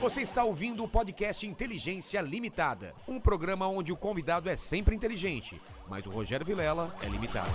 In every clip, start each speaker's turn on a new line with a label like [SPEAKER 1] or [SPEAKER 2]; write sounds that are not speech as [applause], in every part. [SPEAKER 1] Você está ouvindo o podcast Inteligência Limitada, um programa onde o convidado é sempre inteligente, mas o Rogério Vilela é limitado.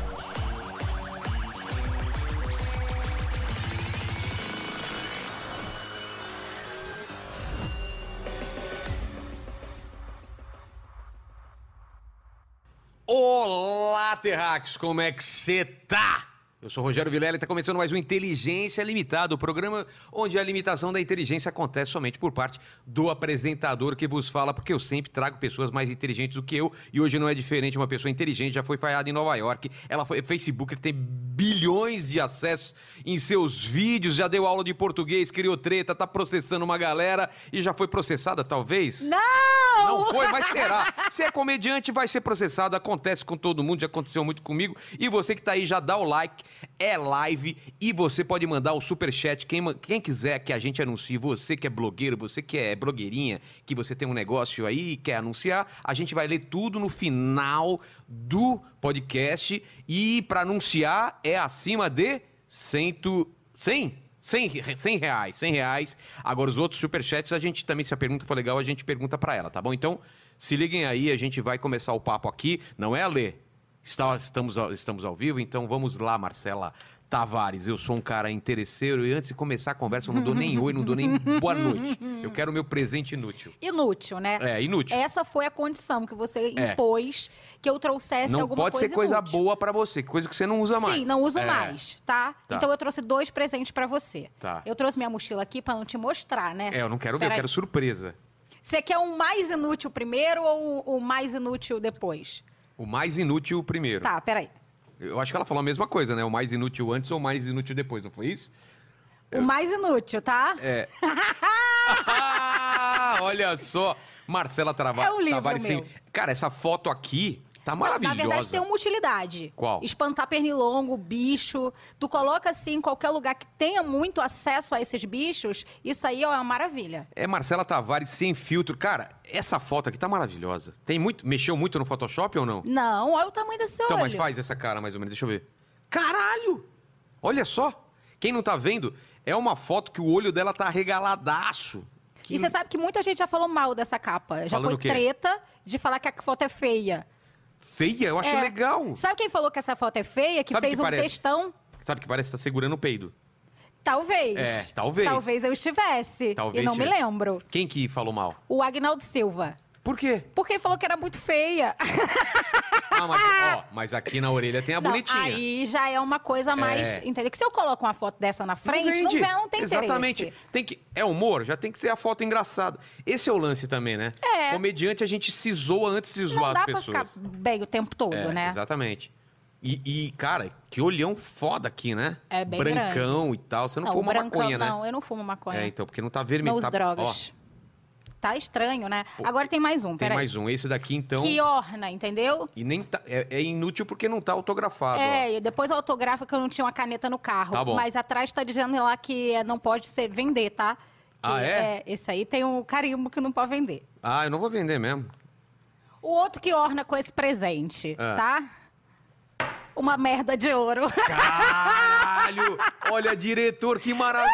[SPEAKER 2] Olá, Terrax, como é que você tá? Eu sou o Rogério Vilela e tá começando mais um Inteligência Limitada, o programa onde a limitação da inteligência acontece somente por parte do apresentador que vos fala, porque eu sempre trago pessoas mais inteligentes do que eu e hoje não é diferente. Uma pessoa inteligente já foi falhada em Nova York, ela foi Facebooker, tem bilhões de acessos em seus vídeos, já deu aula de português, criou treta, tá processando uma galera e já foi processada, talvez?
[SPEAKER 3] Não!
[SPEAKER 2] Não foi, mas será. Se é comediante, vai ser processado. Acontece com todo mundo, já aconteceu muito comigo. E você que tá aí, já dá o like, é live. E você pode mandar o superchat. Quem, ma- quem quiser que a gente anuncie, você que é blogueiro, você que é blogueirinha, que você tem um negócio aí e quer anunciar, a gente vai ler tudo no final do podcast. E para anunciar é acima de cento... 100? 100, 100 reais, 100 reais. Agora, os outros superchats, a gente também, se a pergunta for legal, a gente pergunta pra ela, tá bom? Então, se liguem aí, a gente vai começar o papo aqui. Não é a Lê. Está- estamos, ao- estamos ao vivo, então vamos lá, Marcela Tavares. Eu sou um cara interesseiro e antes de começar a conversa, eu não dou nem oi, não dou
[SPEAKER 3] [laughs]
[SPEAKER 2] nem boa noite. Eu quero o meu presente inútil.
[SPEAKER 3] Inútil, né?
[SPEAKER 2] É, inútil.
[SPEAKER 3] Essa foi a condição que você
[SPEAKER 2] É.
[SPEAKER 3] impôs que eu trouxesse
[SPEAKER 2] não
[SPEAKER 3] é alguma
[SPEAKER 2] pode
[SPEAKER 3] coisa
[SPEAKER 2] ser coisa
[SPEAKER 3] inútil.
[SPEAKER 2] boa pra você, coisa que você não usa mais.
[SPEAKER 3] Sim, não uso
[SPEAKER 2] É,
[SPEAKER 3] mais, tá?
[SPEAKER 2] Tá.
[SPEAKER 3] Então eu trouxe dois presentes pra você.
[SPEAKER 2] Tá.
[SPEAKER 3] Eu trouxe minha mochila aqui pra não te mostrar, né?
[SPEAKER 2] É, eu não quero ver, eu
[SPEAKER 3] Peraí.
[SPEAKER 2] quero surpresa.
[SPEAKER 3] Você quer um mais inútil primeiro ou o mais inútil depois?
[SPEAKER 2] O mais inútil primeiro.
[SPEAKER 3] Tá, peraí.
[SPEAKER 2] Eu acho que ela falou a mesma coisa, né? O mais inútil antes ou o mais inútil depois, não foi isso?
[SPEAKER 3] O mais inútil, tá?
[SPEAKER 2] É. Ah, [laughs] olha só. Marcela Trava
[SPEAKER 3] É um livro
[SPEAKER 2] Tavares.
[SPEAKER 3] meu.
[SPEAKER 2] sim. Cara, essa foto aqui tá
[SPEAKER 3] Não,
[SPEAKER 2] maravilhosa.
[SPEAKER 3] Na verdade, tem um- uma utilidade.
[SPEAKER 2] Qual?
[SPEAKER 3] Espantar pernilongo, bicho. Tu coloca assim em qualquer lugar que tenha muito acesso a esses bichos, isso aí ó, é uma maravilha.
[SPEAKER 2] É Marcela Tavares sem filtro. Cara, essa foto aqui tá maravilhosa. Tem muito. Mexeu muito no Photoshop ou não?
[SPEAKER 3] Não, olha o tamanho desse
[SPEAKER 2] Então,
[SPEAKER 3] olho.
[SPEAKER 2] mas faz essa cara mais ou menos, deixa eu ver. Caralho! Olha só! Quem não tá vendo, é uma foto que o olho dela tá regaladaço. Que
[SPEAKER 3] E você tá- sabe que muita gente já falou mal dessa capa. Já
[SPEAKER 2] Falando o
[SPEAKER 3] foi
[SPEAKER 2] quê?
[SPEAKER 3] treta de falar que a foto é feia.
[SPEAKER 2] feia, eu acho
[SPEAKER 3] É.
[SPEAKER 2] legal.
[SPEAKER 3] Sabe quem falou que essa foto é feia? Que
[SPEAKER 2] Sabe
[SPEAKER 3] fez
[SPEAKER 2] que
[SPEAKER 3] um
[SPEAKER 2] parece?
[SPEAKER 3] textão?
[SPEAKER 2] Sabe que parece que tá segurando o peido.
[SPEAKER 3] Talvez.
[SPEAKER 2] É, talvez.
[SPEAKER 3] Talvez eu estivesse.
[SPEAKER 2] Talvez
[SPEAKER 3] e não me
[SPEAKER 2] tivesse.
[SPEAKER 3] lembro.
[SPEAKER 2] Quem que falou mal?
[SPEAKER 3] O Agnaldo Silva.
[SPEAKER 2] Por quê?
[SPEAKER 3] Porque ele falou que era muito feia.
[SPEAKER 2] Ah, mas, ó, mas aqui na orelha tem a
[SPEAKER 3] Não,
[SPEAKER 2] É bonitinha.
[SPEAKER 3] Aí já é uma coisa mais.
[SPEAKER 2] É.
[SPEAKER 3] Entendeu? Que se eu coloco uma foto dessa na frente, não,
[SPEAKER 2] vende.
[SPEAKER 3] vê, não tem
[SPEAKER 2] Exatamente.
[SPEAKER 3] interesse.
[SPEAKER 2] Tem que, é humor, já tem que ser a foto engraçada. Esse é o lance também, né?
[SPEAKER 3] É.
[SPEAKER 2] Comediante a gente se zoa antes de
[SPEAKER 3] Não
[SPEAKER 2] zoar
[SPEAKER 3] dá
[SPEAKER 2] as
[SPEAKER 3] pra
[SPEAKER 2] pessoas.
[SPEAKER 3] ficar bem o tempo todo,
[SPEAKER 2] É,
[SPEAKER 3] né?
[SPEAKER 2] Exatamente. E, e, cara, que olhão foda aqui, né?
[SPEAKER 3] É bem
[SPEAKER 2] Brancão e tal. Você não, fuma
[SPEAKER 3] brancão,
[SPEAKER 2] maconha, né?
[SPEAKER 3] Não, eu não fumo maconha.
[SPEAKER 2] É, então, porque não tá vermelho.
[SPEAKER 3] não uso
[SPEAKER 2] tá,
[SPEAKER 3] drogas. Tá estranho, né?
[SPEAKER 2] Pô,
[SPEAKER 3] Agora tem mais um,
[SPEAKER 2] Ó, tem
[SPEAKER 3] peraí.
[SPEAKER 2] mais um. Esse daqui, então.
[SPEAKER 3] Que orna, entendeu?
[SPEAKER 2] E nem tá- é, é inútil porque não tá autografado. ó.
[SPEAKER 3] É, e depois autografa que eu não tinha uma caneta no carro.
[SPEAKER 2] Tá bom.
[SPEAKER 3] Mas atrás tá dizendo lá que é, não pode ser vender, tá? Que
[SPEAKER 2] Ah, é?
[SPEAKER 3] Esse aí tem um carimbo que não pode vender.
[SPEAKER 2] Ah, eu não vou vender mesmo.
[SPEAKER 3] O outro que orna com esse presente,
[SPEAKER 2] Ah.
[SPEAKER 3] tá? Uma merda de ouro. [laughs] É
[SPEAKER 2] Caralho! Olha, diretor, que maravilhoso!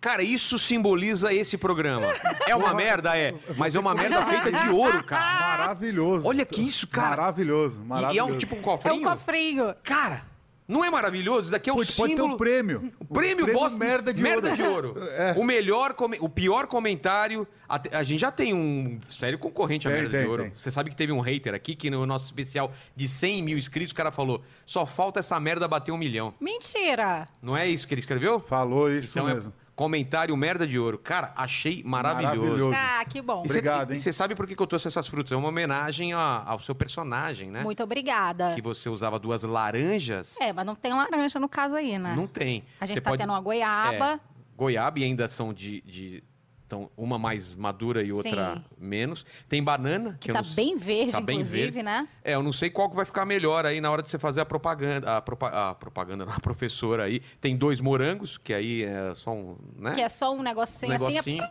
[SPEAKER 2] Cara, isso simboliza esse programa. É uma merda, é. Mas é uma merda feita de ouro, cara.
[SPEAKER 4] [laughs] Maravilhoso.
[SPEAKER 2] Olha que isso, cara.
[SPEAKER 4] Maravilhoso,
[SPEAKER 2] E- E, é
[SPEAKER 4] maravilhoso.
[SPEAKER 2] um tipo um
[SPEAKER 3] É
[SPEAKER 2] cofrinho?
[SPEAKER 3] um cofrinho.
[SPEAKER 2] Cara, não é maravilhoso? Isso daqui é o
[SPEAKER 4] Putz, pode ter
[SPEAKER 2] símbolo...
[SPEAKER 4] um prêmio.
[SPEAKER 2] O prêmio, bosta,
[SPEAKER 4] merda de ouro. [laughs] É.
[SPEAKER 2] O melhor, come- o pior comentário. A, a gente já tem um sério concorrente a
[SPEAKER 4] Tem,
[SPEAKER 2] merda de
[SPEAKER 4] tem,
[SPEAKER 2] ouro.
[SPEAKER 4] tem.
[SPEAKER 2] Você sabe que teve um hater aqui que no nosso especial de 100 mil inscritos, o cara falou: só falta essa merda bater um milhão.
[SPEAKER 3] Mentira.
[SPEAKER 2] Não é isso que ele escreveu?
[SPEAKER 4] Falou isso
[SPEAKER 2] então
[SPEAKER 4] mesmo.
[SPEAKER 2] é comentário merda de ouro. Cara, achei maravilhoso.
[SPEAKER 4] Maravilhoso.
[SPEAKER 3] Ah, que bom.
[SPEAKER 2] E cê-
[SPEAKER 4] Obrigado,
[SPEAKER 2] e
[SPEAKER 4] hein?
[SPEAKER 2] Você sabe por que que eu trouxe essas frutas? É uma homenagem a- ao seu personagem, né?
[SPEAKER 3] Muito obrigada.
[SPEAKER 2] Que você usava duas laranjas.
[SPEAKER 3] É, mas não tem laranja no caso aí, né?
[SPEAKER 2] Não tem.
[SPEAKER 3] A gente
[SPEAKER 2] Você
[SPEAKER 3] tá
[SPEAKER 2] pode- É,
[SPEAKER 3] tendo uma goiaba.
[SPEAKER 2] goiaba e ainda são de, de tão, uma mais madura e outra
[SPEAKER 3] Sim.
[SPEAKER 2] menos. Tem banana que,
[SPEAKER 3] Que
[SPEAKER 2] eu
[SPEAKER 3] tá
[SPEAKER 2] não s-
[SPEAKER 3] bem verde,
[SPEAKER 2] tá bem
[SPEAKER 3] inclusive,
[SPEAKER 2] verde.
[SPEAKER 3] né?
[SPEAKER 2] É, eu não sei qual que vai ficar melhor aí na hora de você fazer a propaganda, a, propa- a propaganda, [laughs] não, a professora aí. Tem dois morangos que aí é só um, né?
[SPEAKER 3] Que é só um negocinho, assim.
[SPEAKER 2] negocinho.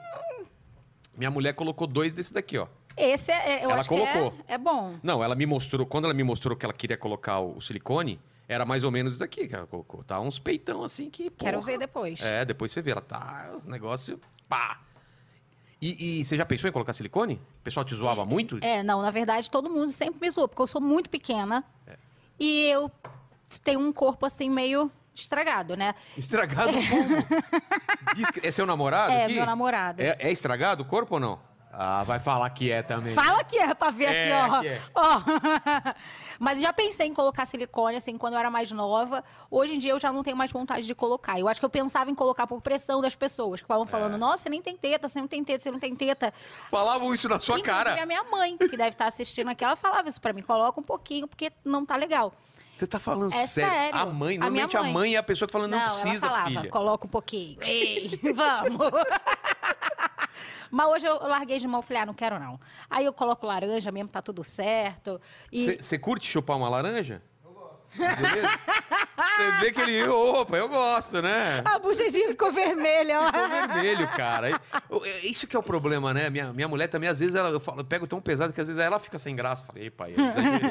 [SPEAKER 2] Minha mulher colocou dois desse daqui, ó.
[SPEAKER 3] é- Esse é, eu
[SPEAKER 2] Ela
[SPEAKER 3] acho
[SPEAKER 2] colocou.
[SPEAKER 3] que é, é bom.
[SPEAKER 2] Não, ela me mostrou, quando ela me mostrou que ela queria colocar o, o silicone, Era mais ou menos isso aqui, cara, Cocô. Tá uns peitão assim que.
[SPEAKER 3] Quero
[SPEAKER 2] porra.
[SPEAKER 3] ver depois.
[SPEAKER 2] É, depois você vê. Ela tá. Os negócios. Pá! E, e você já pensou em colocar silicone? O pessoal te zoava muito?
[SPEAKER 3] É, não, na verdade todo mundo sempre me zoou, porque eu sou muito pequena
[SPEAKER 2] É.
[SPEAKER 3] e eu tenho um corpo assim meio estragado, né?
[SPEAKER 2] Estragado como?
[SPEAKER 3] [laughs]
[SPEAKER 2] Diz que- É seu namorado?
[SPEAKER 3] é,
[SPEAKER 2] aqui?
[SPEAKER 3] meu namorado.
[SPEAKER 2] É, é estragado o corpo ou não? Ah, vai falar que é também.
[SPEAKER 3] Fala que é pra ver
[SPEAKER 2] É,
[SPEAKER 3] aqui, ó. [laughs]
[SPEAKER 2] que é.
[SPEAKER 3] Ó. Mas eu já pensei em colocar silicone, assim, quando eu era mais nova. Hoje em dia eu já não tenho mais vontade de colocar. Eu acho que eu pensava em colocar por pressão das pessoas, que
[SPEAKER 2] É.
[SPEAKER 3] estavam falando, nossa, você nem tem teta, você não tem teta, você não tem teta.
[SPEAKER 2] Falavam isso na sua
[SPEAKER 3] Inclusive,
[SPEAKER 2] cara.
[SPEAKER 3] a minha mãe, que deve estar assistindo aqui, ela falava isso pra mim, coloca um pouquinho, porque não tá legal.
[SPEAKER 2] Você tá falando
[SPEAKER 3] É
[SPEAKER 2] sério.
[SPEAKER 3] sério.
[SPEAKER 2] A mãe,
[SPEAKER 3] A
[SPEAKER 2] normalmente a
[SPEAKER 3] minha
[SPEAKER 2] mãe.
[SPEAKER 3] mãe.
[SPEAKER 2] é a pessoa que fala, não, precisa,
[SPEAKER 3] ela falava,
[SPEAKER 2] filha.
[SPEAKER 3] coloca um pouquinho. Ei, [laughs] vamos. Mas hoje eu larguei de mão, falei, ah, não quero não. Aí eu coloco laranja mesmo, tá tudo certo. E
[SPEAKER 2] Você curte chupar uma laranja? Eu gosto. Você vê que ele. Opa, eu gosto, né?
[SPEAKER 3] [laughs] a bochechinha ficou vermelha, ó.
[SPEAKER 2] Ficou vermelho, cara. E- o- é- Isso que é o problema, né? Minha, minha mulher também, às vezes, ela, eu, falo, eu pego tão pesado que às vezes ela fica sem graça. Falei, epa, eu exagerei.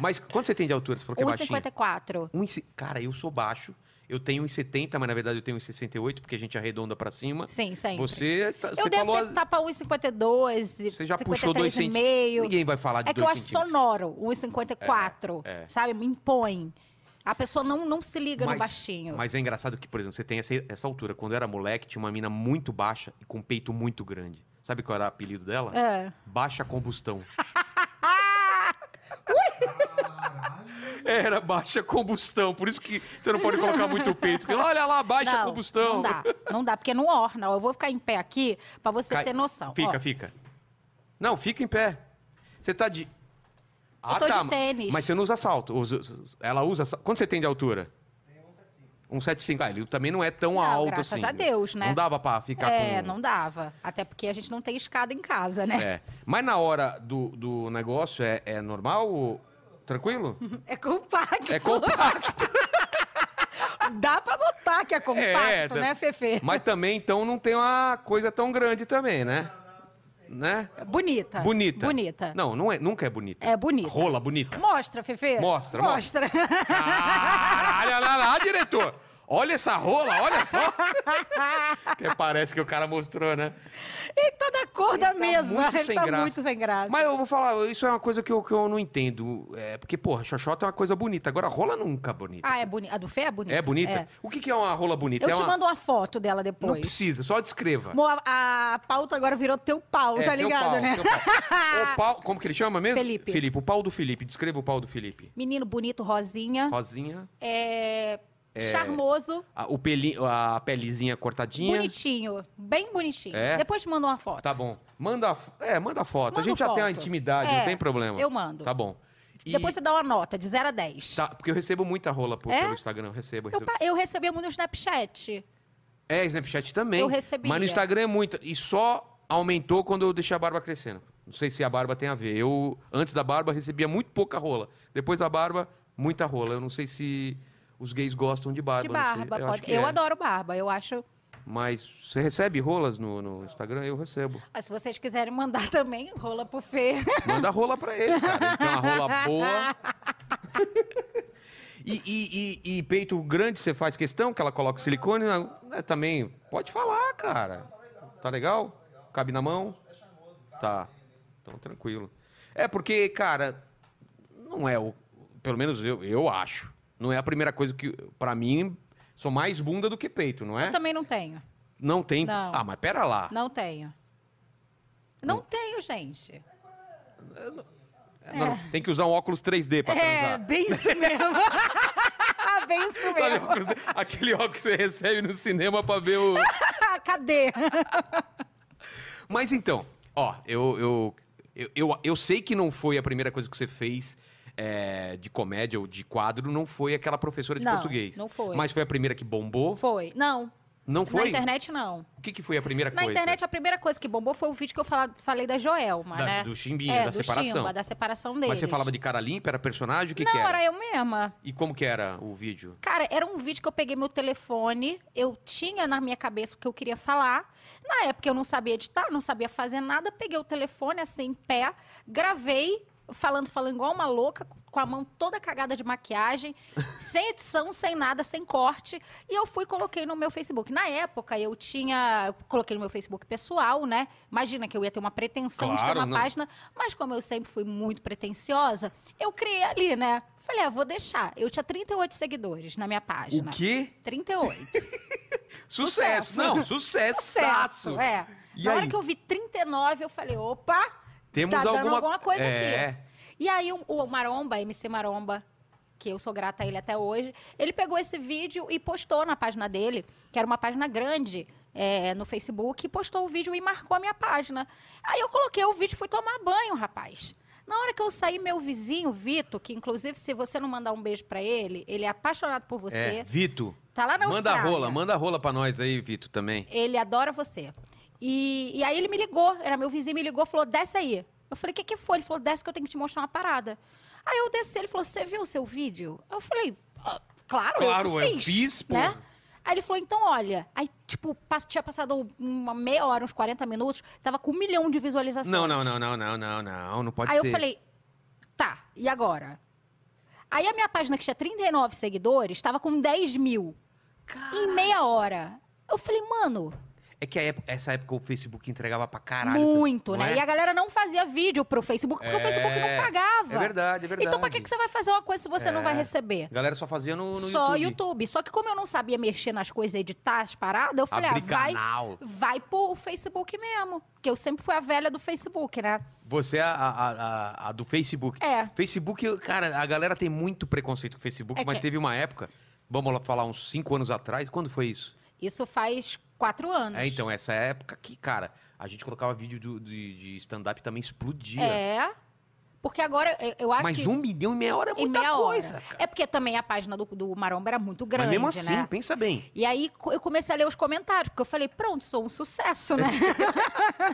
[SPEAKER 2] Mas quanto você tem de altura? Você falou que é baixinho.
[SPEAKER 3] 1,54.
[SPEAKER 2] Um e se- Cara, eu sou baixo. Eu tenho 1,70, mas na verdade eu tenho 1,68, porque a gente arredonda pra cima.
[SPEAKER 3] Sim, sempre.
[SPEAKER 2] Você, tá-
[SPEAKER 3] eu
[SPEAKER 2] você
[SPEAKER 3] devo
[SPEAKER 2] falou.
[SPEAKER 3] ter que tá pra 1,52.
[SPEAKER 2] Você já puxou dois
[SPEAKER 3] 53,5.
[SPEAKER 2] centímetros. Ninguém vai falar de
[SPEAKER 3] É que eu
[SPEAKER 2] dois
[SPEAKER 3] acho
[SPEAKER 2] centímetros. É,
[SPEAKER 3] sonoro, 1,54. Sabe? Me impõe. A pessoa não, não se liga no baixinho.
[SPEAKER 2] mas é engraçado que, por exemplo, você tem essa, essa altura. Quando eu era moleque, tinha uma mina muito baixa e com peito muito grande. Sabe qual era o apelido dela?
[SPEAKER 3] É.
[SPEAKER 2] Baixa
[SPEAKER 3] [laughs]
[SPEAKER 2] combustão. Era baixa combustão, por isso que você não pode colocar muito peito. Porque, olha lá, baixa
[SPEAKER 3] não,
[SPEAKER 2] combustão.
[SPEAKER 3] Não dá, não dá, porque não orna. Eu vou ficar em pé aqui pra você
[SPEAKER 2] Cai-
[SPEAKER 3] ter noção. Ó,
[SPEAKER 2] Fica, fica. Não, fica em pé. Você tá de. Ah, tá,
[SPEAKER 3] tô de tênis.
[SPEAKER 2] Mas você não usa salto. usa- Ela usa. sal- Quanto você tem de altura? 1,75. Ah, ele também não é tão
[SPEAKER 3] Não,
[SPEAKER 2] alto
[SPEAKER 3] graças
[SPEAKER 2] assim.
[SPEAKER 3] a Deus, né?
[SPEAKER 2] Não dava pra ficar
[SPEAKER 3] é,
[SPEAKER 2] com.
[SPEAKER 3] não dava. Até porque a gente não tem escada em casa, né?
[SPEAKER 2] É. Mas na hora do, do negócio é, é normal? ou- Tranquilo?
[SPEAKER 3] É, compacto. [laughs]
[SPEAKER 2] É compacto.
[SPEAKER 3] Dá pra notar que é compacto,
[SPEAKER 2] É, tá-
[SPEAKER 3] né, Fefe?
[SPEAKER 2] Mas também, então, não tem uma coisa tão grande também, né? Né?
[SPEAKER 3] Bonita.
[SPEAKER 2] Bonita.
[SPEAKER 3] Bonita.
[SPEAKER 2] Não, não é, nunca é bonita.
[SPEAKER 3] É bonita.
[SPEAKER 2] Rola bonita.
[SPEAKER 3] Mostra, Fefe.
[SPEAKER 2] Mostra,
[SPEAKER 3] Mostra. [laughs]
[SPEAKER 2] Caralho, olha lá, lá, diretor. Olha essa rola, olha só. Até parece que o cara mostrou, né?
[SPEAKER 3] Ele tá da cor da mesa.
[SPEAKER 2] muito
[SPEAKER 3] Ele
[SPEAKER 2] sem
[SPEAKER 3] tá
[SPEAKER 2] graça.
[SPEAKER 3] muito sem graça.
[SPEAKER 2] Mas eu vou falar, isso é uma coisa que eu, que eu não entendo. É, porque, porra, xoxota é uma coisa bonita. Agora, rola nunca é bonita.
[SPEAKER 3] Ah, é bonita. A do Fê é bonita.
[SPEAKER 2] É bonita? O que, que é uma rola bonita?
[SPEAKER 3] Eu
[SPEAKER 2] é
[SPEAKER 3] te
[SPEAKER 2] uma...
[SPEAKER 3] mando uma foto dela depois.
[SPEAKER 2] Não precisa, só descreva.
[SPEAKER 3] Mo, a, a pauta agora virou teu pau,
[SPEAKER 2] É,
[SPEAKER 3] tá
[SPEAKER 2] seu
[SPEAKER 3] ligado,
[SPEAKER 2] pau,
[SPEAKER 3] né?
[SPEAKER 2] seu
[SPEAKER 3] [laughs]
[SPEAKER 2] pau. O pau- como que ele chama mesmo?
[SPEAKER 3] Felipe.
[SPEAKER 2] Felipe, o pau do Felipe. Descreva o pau do Felipe.
[SPEAKER 3] Menino bonito, rosinha.
[SPEAKER 2] Rosinha,
[SPEAKER 3] É, Charmoso,
[SPEAKER 2] a, o pelinho, a pelezinha cortadinha.
[SPEAKER 3] bonitinho. Bem bonitinho.
[SPEAKER 2] É?
[SPEAKER 3] Depois te mando uma foto.
[SPEAKER 2] Tá bom. Manda, a fo- é, manda a foto. a
[SPEAKER 3] Manda
[SPEAKER 2] gente já tem a
[SPEAKER 3] foto.
[SPEAKER 2] intimidade, não
[SPEAKER 3] É,
[SPEAKER 2] tem problema.
[SPEAKER 3] eu mando.
[SPEAKER 2] Tá bom. E-
[SPEAKER 3] Depois você dá uma nota, de 0 a 10.
[SPEAKER 2] tá, porque eu recebo muita rola por-
[SPEAKER 3] É?
[SPEAKER 2] pelo Instagram, eu recebo, eu
[SPEAKER 3] Eu,
[SPEAKER 2] recebo.
[SPEAKER 3] pa- eu recebia muito no Snapchat.
[SPEAKER 2] É, Snapchat também.
[SPEAKER 3] Eu recebia.
[SPEAKER 2] Mas no Instagram é muita. E só aumentou quando eu deixei a barba crescendo. Não sei se a barba tem a ver. Eu, antes da barba, recebia muito pouca rola. Depois da barba, muita rola. Eu não sei se os gays gostam de barba.
[SPEAKER 3] de
[SPEAKER 2] não sei.
[SPEAKER 3] barba.
[SPEAKER 2] Eu,
[SPEAKER 3] pode-
[SPEAKER 2] acho que
[SPEAKER 3] eu
[SPEAKER 2] é.
[SPEAKER 3] adoro barba. Eu acho.
[SPEAKER 2] Mas você recebe rolas no, no Instagram? Eu recebo.
[SPEAKER 3] Ah, Se vocês quiserem mandar [laughs] também, rola pro Fê.
[SPEAKER 2] Manda rola pra ele, cara. Ele tem uma rola boa. E, e- e- e peito grande, você faz questão que ela coloca silicone? Não, né, também, pode falar, cara. Tá legal? Cabe na mão? Tá. Então, tranquilo. É porque, cara, não é o... Pelo menos eu, eu acho. Não é a primeira coisa que... Pra mim, sou mais bunda do que peito, não é?
[SPEAKER 3] Eu também não tenho.
[SPEAKER 2] Não tem...
[SPEAKER 3] Não.
[SPEAKER 2] Ah, mas pera lá.
[SPEAKER 3] Não tenho. Não tenho, gente.
[SPEAKER 2] Não, tem que usar um óculos 3D pra
[SPEAKER 3] É,
[SPEAKER 2] transar.
[SPEAKER 3] bem
[SPEAKER 2] [laughs]
[SPEAKER 3] isso mesmo. [laughs] bem isso
[SPEAKER 2] Sabe,
[SPEAKER 3] mesmo. [laughs]
[SPEAKER 2] óculos- aquele óculos que você recebe no cinema pra ver o.
[SPEAKER 3] Cadê?
[SPEAKER 2] Mas então, ó, eu, eu, eu, eu, eu sei que não foi a primeira coisa que você fez é, de comédia ou de quadro, não foi aquela professora de
[SPEAKER 3] Não,
[SPEAKER 2] português.
[SPEAKER 3] não foi.
[SPEAKER 2] Mas foi a primeira que bombou.
[SPEAKER 3] Foi. Não.
[SPEAKER 2] Não foi?
[SPEAKER 3] Na internet, não.
[SPEAKER 2] O que, que foi a primeira
[SPEAKER 3] Na
[SPEAKER 2] coisa?
[SPEAKER 3] internet, a primeira coisa que bombou foi o vídeo que eu fala- falei da Joelma,
[SPEAKER 2] Da-
[SPEAKER 3] né?
[SPEAKER 2] do Chimbinha,
[SPEAKER 3] é,
[SPEAKER 2] da
[SPEAKER 3] do
[SPEAKER 2] separação.
[SPEAKER 3] Chimba, da separação deles.
[SPEAKER 2] Mas você falava de cara limpa, era personagem? O que,
[SPEAKER 3] Não,
[SPEAKER 2] que era?
[SPEAKER 3] era eu mesma.
[SPEAKER 2] E como que era o vídeo?
[SPEAKER 3] Cara, era um vídeo que eu peguei meu telefone, eu tinha na minha cabeça o que eu queria falar. Na época eu não sabia editar, não sabia fazer nada, peguei o telefone assim em pé, gravei falando, falando igual uma louca, com a mão toda cagada
[SPEAKER 2] [laughs]
[SPEAKER 3] de maquiagem, sem edição, sem nada, sem corte. E eu fui e coloquei no meu Facebook. Na época, eu tinha. eu Coloquei no meu Facebook pessoal, né? Imagina que eu ia ter uma pretensão de ter
[SPEAKER 2] Claro,
[SPEAKER 3] uma
[SPEAKER 2] não.
[SPEAKER 3] página. Mas como eu sempre fui muito pretensiosa, eu criei ali, né? Falei, ah, vou deixar. Eu tinha 38 seguidores na minha página.
[SPEAKER 2] O quê?
[SPEAKER 3] 38.
[SPEAKER 2] Sucesso!
[SPEAKER 3] [laughs] Sucesso.
[SPEAKER 2] Não, sucesso!
[SPEAKER 3] Sucesso! É.
[SPEAKER 2] E
[SPEAKER 3] na hora
[SPEAKER 2] aí?
[SPEAKER 3] que eu vi 39, eu falei, opa!
[SPEAKER 2] Temos
[SPEAKER 3] Tá dando
[SPEAKER 2] alguma...
[SPEAKER 3] alguma coisa
[SPEAKER 2] é.
[SPEAKER 3] E aí o, o Maromba, MC Maromba, que eu sou grata a ele até hoje, ele pegou esse vídeo e postou na página dele, que era uma página grande é, no Facebook, e postou o vídeo e marcou a minha página. Aí eu coloquei o vídeo e fui tomar banho, rapaz. Na hora que eu saí, meu vizinho, Vitor, que inclusive se você não mandar um beijo pra ele, ele é apaixonado por você.
[SPEAKER 2] É, Vito,
[SPEAKER 3] Tá lá na
[SPEAKER 2] manda
[SPEAKER 3] Austrália.
[SPEAKER 2] rola, manda rola pra nós aí, Vito, também.
[SPEAKER 3] Ele adora você. E, e aí ele me ligou, era meu vizinho, me ligou, falou, desce aí. Eu falei, o que, que foi? Ele falou, desce que eu tenho que te mostrar uma parada. Aí eu desci, ele falou, você viu o seu vídeo? Eu falei, "Ah, claro,
[SPEAKER 2] Claro,
[SPEAKER 3] eu
[SPEAKER 2] eu
[SPEAKER 3] que fiz,
[SPEAKER 2] fiz, pô.
[SPEAKER 3] né? Aí ele falou, então olha. Aí, tipo, pass- tinha passado uma meia hora, uns 40 minutos, tava com um milhão de visualizações.
[SPEAKER 2] Não, não, não, não, não, não, não, não pode
[SPEAKER 3] Aí
[SPEAKER 2] ser.
[SPEAKER 3] eu falei, tá, e agora? Aí a minha página, que tinha 39 seguidores, tava com 10 mil. Em meia hora. Eu falei, mano,
[SPEAKER 2] É que a época- essa época o Facebook entregava pra caralho.
[SPEAKER 3] Muito,
[SPEAKER 2] não
[SPEAKER 3] né?
[SPEAKER 2] é?
[SPEAKER 3] E a galera não fazia vídeo pro Facebook, porque o
[SPEAKER 2] É,
[SPEAKER 3] Facebook não pagava.
[SPEAKER 2] É verdade, é verdade.
[SPEAKER 3] Então, pra que, que você vai fazer uma coisa se você não
[SPEAKER 2] É.
[SPEAKER 3] vai receber?
[SPEAKER 2] A galera só fazia no, no
[SPEAKER 3] Só
[SPEAKER 2] YouTube.
[SPEAKER 3] YouTube. Só que como eu não sabia mexer nas coisas, editar as paradas, eu falei,
[SPEAKER 2] Abrir
[SPEAKER 3] ah, vai,
[SPEAKER 2] canal.
[SPEAKER 3] vai pro Facebook mesmo. Que eu sempre fui a velha do Facebook, né?
[SPEAKER 2] Você é a, a- a- a do Facebook.
[SPEAKER 3] É.
[SPEAKER 2] Facebook, eu- cara, a galera tem muito preconceito com o Facebook,
[SPEAKER 3] É
[SPEAKER 2] mas
[SPEAKER 3] que-
[SPEAKER 2] teve uma época, vamos lá falar uns cinco anos atrás, quando foi isso?
[SPEAKER 3] Isso faz quatro anos.
[SPEAKER 2] É, então, essa época que, cara, a gente colocava vídeo do- de, de stand-up também explodia.
[SPEAKER 3] É. Porque agora, eu- eu acho
[SPEAKER 2] um mas
[SPEAKER 3] que...
[SPEAKER 2] um milhão e meia hora é
[SPEAKER 3] em
[SPEAKER 2] muita
[SPEAKER 3] meia
[SPEAKER 2] coisa,
[SPEAKER 3] hora.
[SPEAKER 2] cara.
[SPEAKER 3] É porque também a página do, do Maromba era muito grande,
[SPEAKER 2] mas mesmo assim,
[SPEAKER 3] né?
[SPEAKER 2] pensa bem.
[SPEAKER 3] E aí co- eu comecei a ler os comentários, porque eu falei, pronto, sou um sucesso,
[SPEAKER 2] [laughs]
[SPEAKER 3] né?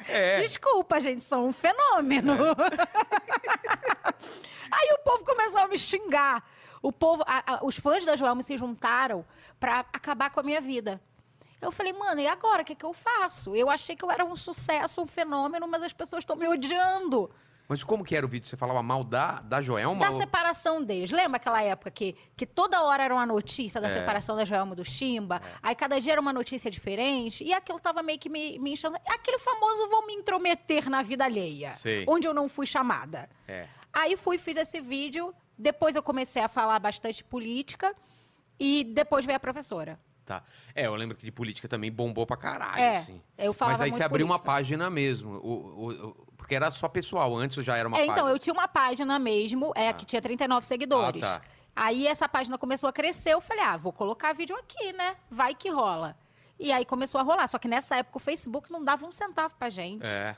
[SPEAKER 2] É.
[SPEAKER 3] Desculpa, gente, sou um fenômeno. [laughs] aí o povo começou a me xingar. O povo, a- a- os fãs da Joelma se juntaram pra acabar com a minha vida. Eu falei, mano, e agora? O que, que eu faço? Eu achei que eu era um sucesso, um fenômeno, mas as pessoas estão me odiando.
[SPEAKER 2] Mas como que era o vídeo? Você falava mal da, da Joelma?
[SPEAKER 3] Da separação deles. Lembra aquela época que, que toda hora era uma notícia da
[SPEAKER 2] É.
[SPEAKER 3] separação da Joelma e do Chimba? Aí cada dia era uma notícia diferente. E aquilo tava meio que me, me enchendo. Aquele famoso vou me intrometer na vida alheia.
[SPEAKER 2] Sei.
[SPEAKER 3] Onde eu não fui chamada.
[SPEAKER 2] É.
[SPEAKER 3] Aí fui, fiz esse vídeo. Depois eu comecei a falar bastante política. E depois veio a professora.
[SPEAKER 2] Tá. É, eu lembro que de política também bombou pra caralho,
[SPEAKER 3] É,
[SPEAKER 2] assim.
[SPEAKER 3] Eu falava
[SPEAKER 2] Mas aí
[SPEAKER 3] muito
[SPEAKER 2] você abriu uma
[SPEAKER 3] política.
[SPEAKER 2] página mesmo. o- o- o- porque era só pessoal, antes já era uma
[SPEAKER 3] É,
[SPEAKER 2] página.
[SPEAKER 3] então, eu tinha uma página mesmo, é,
[SPEAKER 2] Ah.
[SPEAKER 3] que tinha 39 seguidores.
[SPEAKER 2] Ah, tá.
[SPEAKER 3] Aí essa página começou a crescer, eu falei, ah, vou colocar vídeo aqui, né? Vai que rola. E aí começou a rolar. Só que nessa época o Facebook não dava um centavo pra gente.
[SPEAKER 2] É.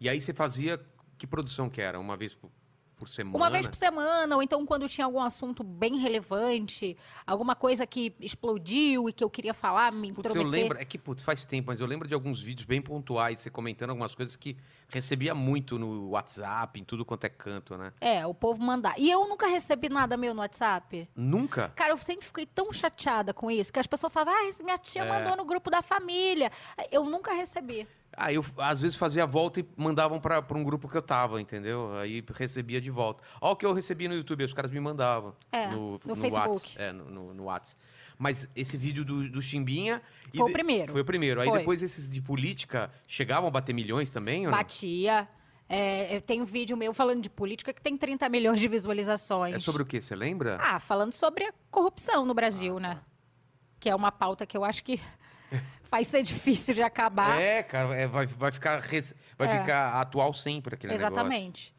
[SPEAKER 2] E aí você fazia. Que produção que era? Uma vez por, por semana?
[SPEAKER 3] Uma vez por semana, ou então quando tinha algum assunto bem relevante, alguma coisa que explodiu e que eu queria falar, me
[SPEAKER 2] Putz, eu
[SPEAKER 3] intrometer.
[SPEAKER 2] lembro. É que putz, faz tempo, mas eu lembro de alguns vídeos bem pontuais, você comentando algumas coisas que recebia muito no WhatsApp, em tudo quanto é canto, né?
[SPEAKER 3] É, o povo mandar. E eu nunca recebi nada meu no WhatsApp.
[SPEAKER 2] Nunca?
[SPEAKER 3] Cara, eu sempre fiquei tão chateada com isso, que as pessoas falavam, ah, esse- minha tia
[SPEAKER 2] É.
[SPEAKER 3] mandou no grupo da família. Eu nunca recebi.
[SPEAKER 2] Aí eu, às vezes, fazia a volta e mandavam pra pra um grupo que eu tava, entendeu? Aí recebia de volta. Olha o que eu recebi no YouTube, os caras me mandavam.
[SPEAKER 3] É, no Facebook.
[SPEAKER 2] Whats, é, no, no, no Whats. Mas esse vídeo do, do Chimbinha... e
[SPEAKER 3] Foi o
[SPEAKER 2] de-
[SPEAKER 3] primeiro.
[SPEAKER 2] Foi o primeiro. Aí
[SPEAKER 3] Foi.
[SPEAKER 2] depois esses de política chegavam a bater milhões também? ou não?
[SPEAKER 3] Batia. É, eu tenho um vídeo meu falando de política que tem 30 milhões de visualizações.
[SPEAKER 2] É sobre o quê? Você lembra?
[SPEAKER 3] Ah, falando sobre a corrupção no Brasil,
[SPEAKER 2] Ah,
[SPEAKER 3] né? Que é uma pauta que eu
[SPEAKER 2] [laughs]
[SPEAKER 3] acho que vai ser difícil de acabar.
[SPEAKER 2] É, cara, é, vai, vai, ficar, rec- vai
[SPEAKER 3] É.
[SPEAKER 2] ficar atual sempre aquele negócio.
[SPEAKER 3] Exatamente.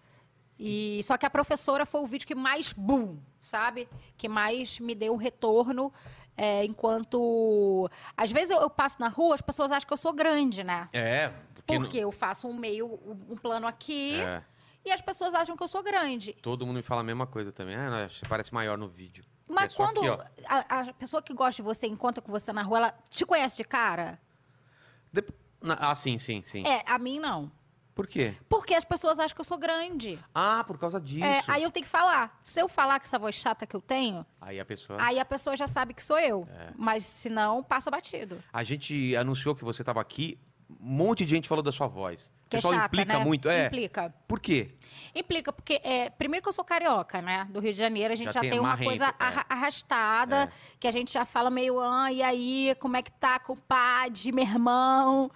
[SPEAKER 3] E só que a professora foi o vídeo que mais boom, sabe? Que mais me deu retorno. é, enquanto. Às vezes eu, eu passo na rua, as pessoas acham que eu sou grande, né?
[SPEAKER 2] É. não-
[SPEAKER 3] Porque eu faço um meio, um um plano aqui,
[SPEAKER 2] É,
[SPEAKER 3] e as pessoas acham que eu sou grande.
[SPEAKER 2] todo mundo me fala a mesma coisa também. Ah, não, você parece maior no vídeo.
[SPEAKER 3] Mas
[SPEAKER 2] É só
[SPEAKER 3] quando
[SPEAKER 2] aqui, ó.
[SPEAKER 3] a, a pessoa que gosta de você encontra com você na rua, ela te conhece de cara?
[SPEAKER 2] Dep- Na- Ah, sim, sim, sim.
[SPEAKER 3] É, a mim não.
[SPEAKER 2] Por quê?
[SPEAKER 3] Porque as pessoas acham que eu sou grande.
[SPEAKER 2] Ah, por causa disso.
[SPEAKER 3] É,
[SPEAKER 2] aí...
[SPEAKER 3] aí eu tenho que falar. Se eu falar com essa voz chata que eu tenho,
[SPEAKER 2] a pessoa.
[SPEAKER 3] aí a pessoa
[SPEAKER 2] É.
[SPEAKER 3] já sabe que sou eu. Mas se não, passa batido.
[SPEAKER 2] A gente anunciou que você estava aqui um monte de gente falou da sua voz. O
[SPEAKER 3] Que é
[SPEAKER 2] pessoal
[SPEAKER 3] chata,
[SPEAKER 2] implica
[SPEAKER 3] né?
[SPEAKER 2] muito. É.
[SPEAKER 3] Implica.
[SPEAKER 2] Por quê?
[SPEAKER 3] Implica, porque é, primeiro que eu sou carioca, né? Do Rio de Janeiro, a gente
[SPEAKER 2] Já
[SPEAKER 3] já,
[SPEAKER 2] tem
[SPEAKER 3] tem, uma
[SPEAKER 2] marrento,
[SPEAKER 3] coisa
[SPEAKER 2] é.
[SPEAKER 3] arra- arrastada, que a gente já fala meio, ah, e aí, como é que tá, compadre, meu irmão?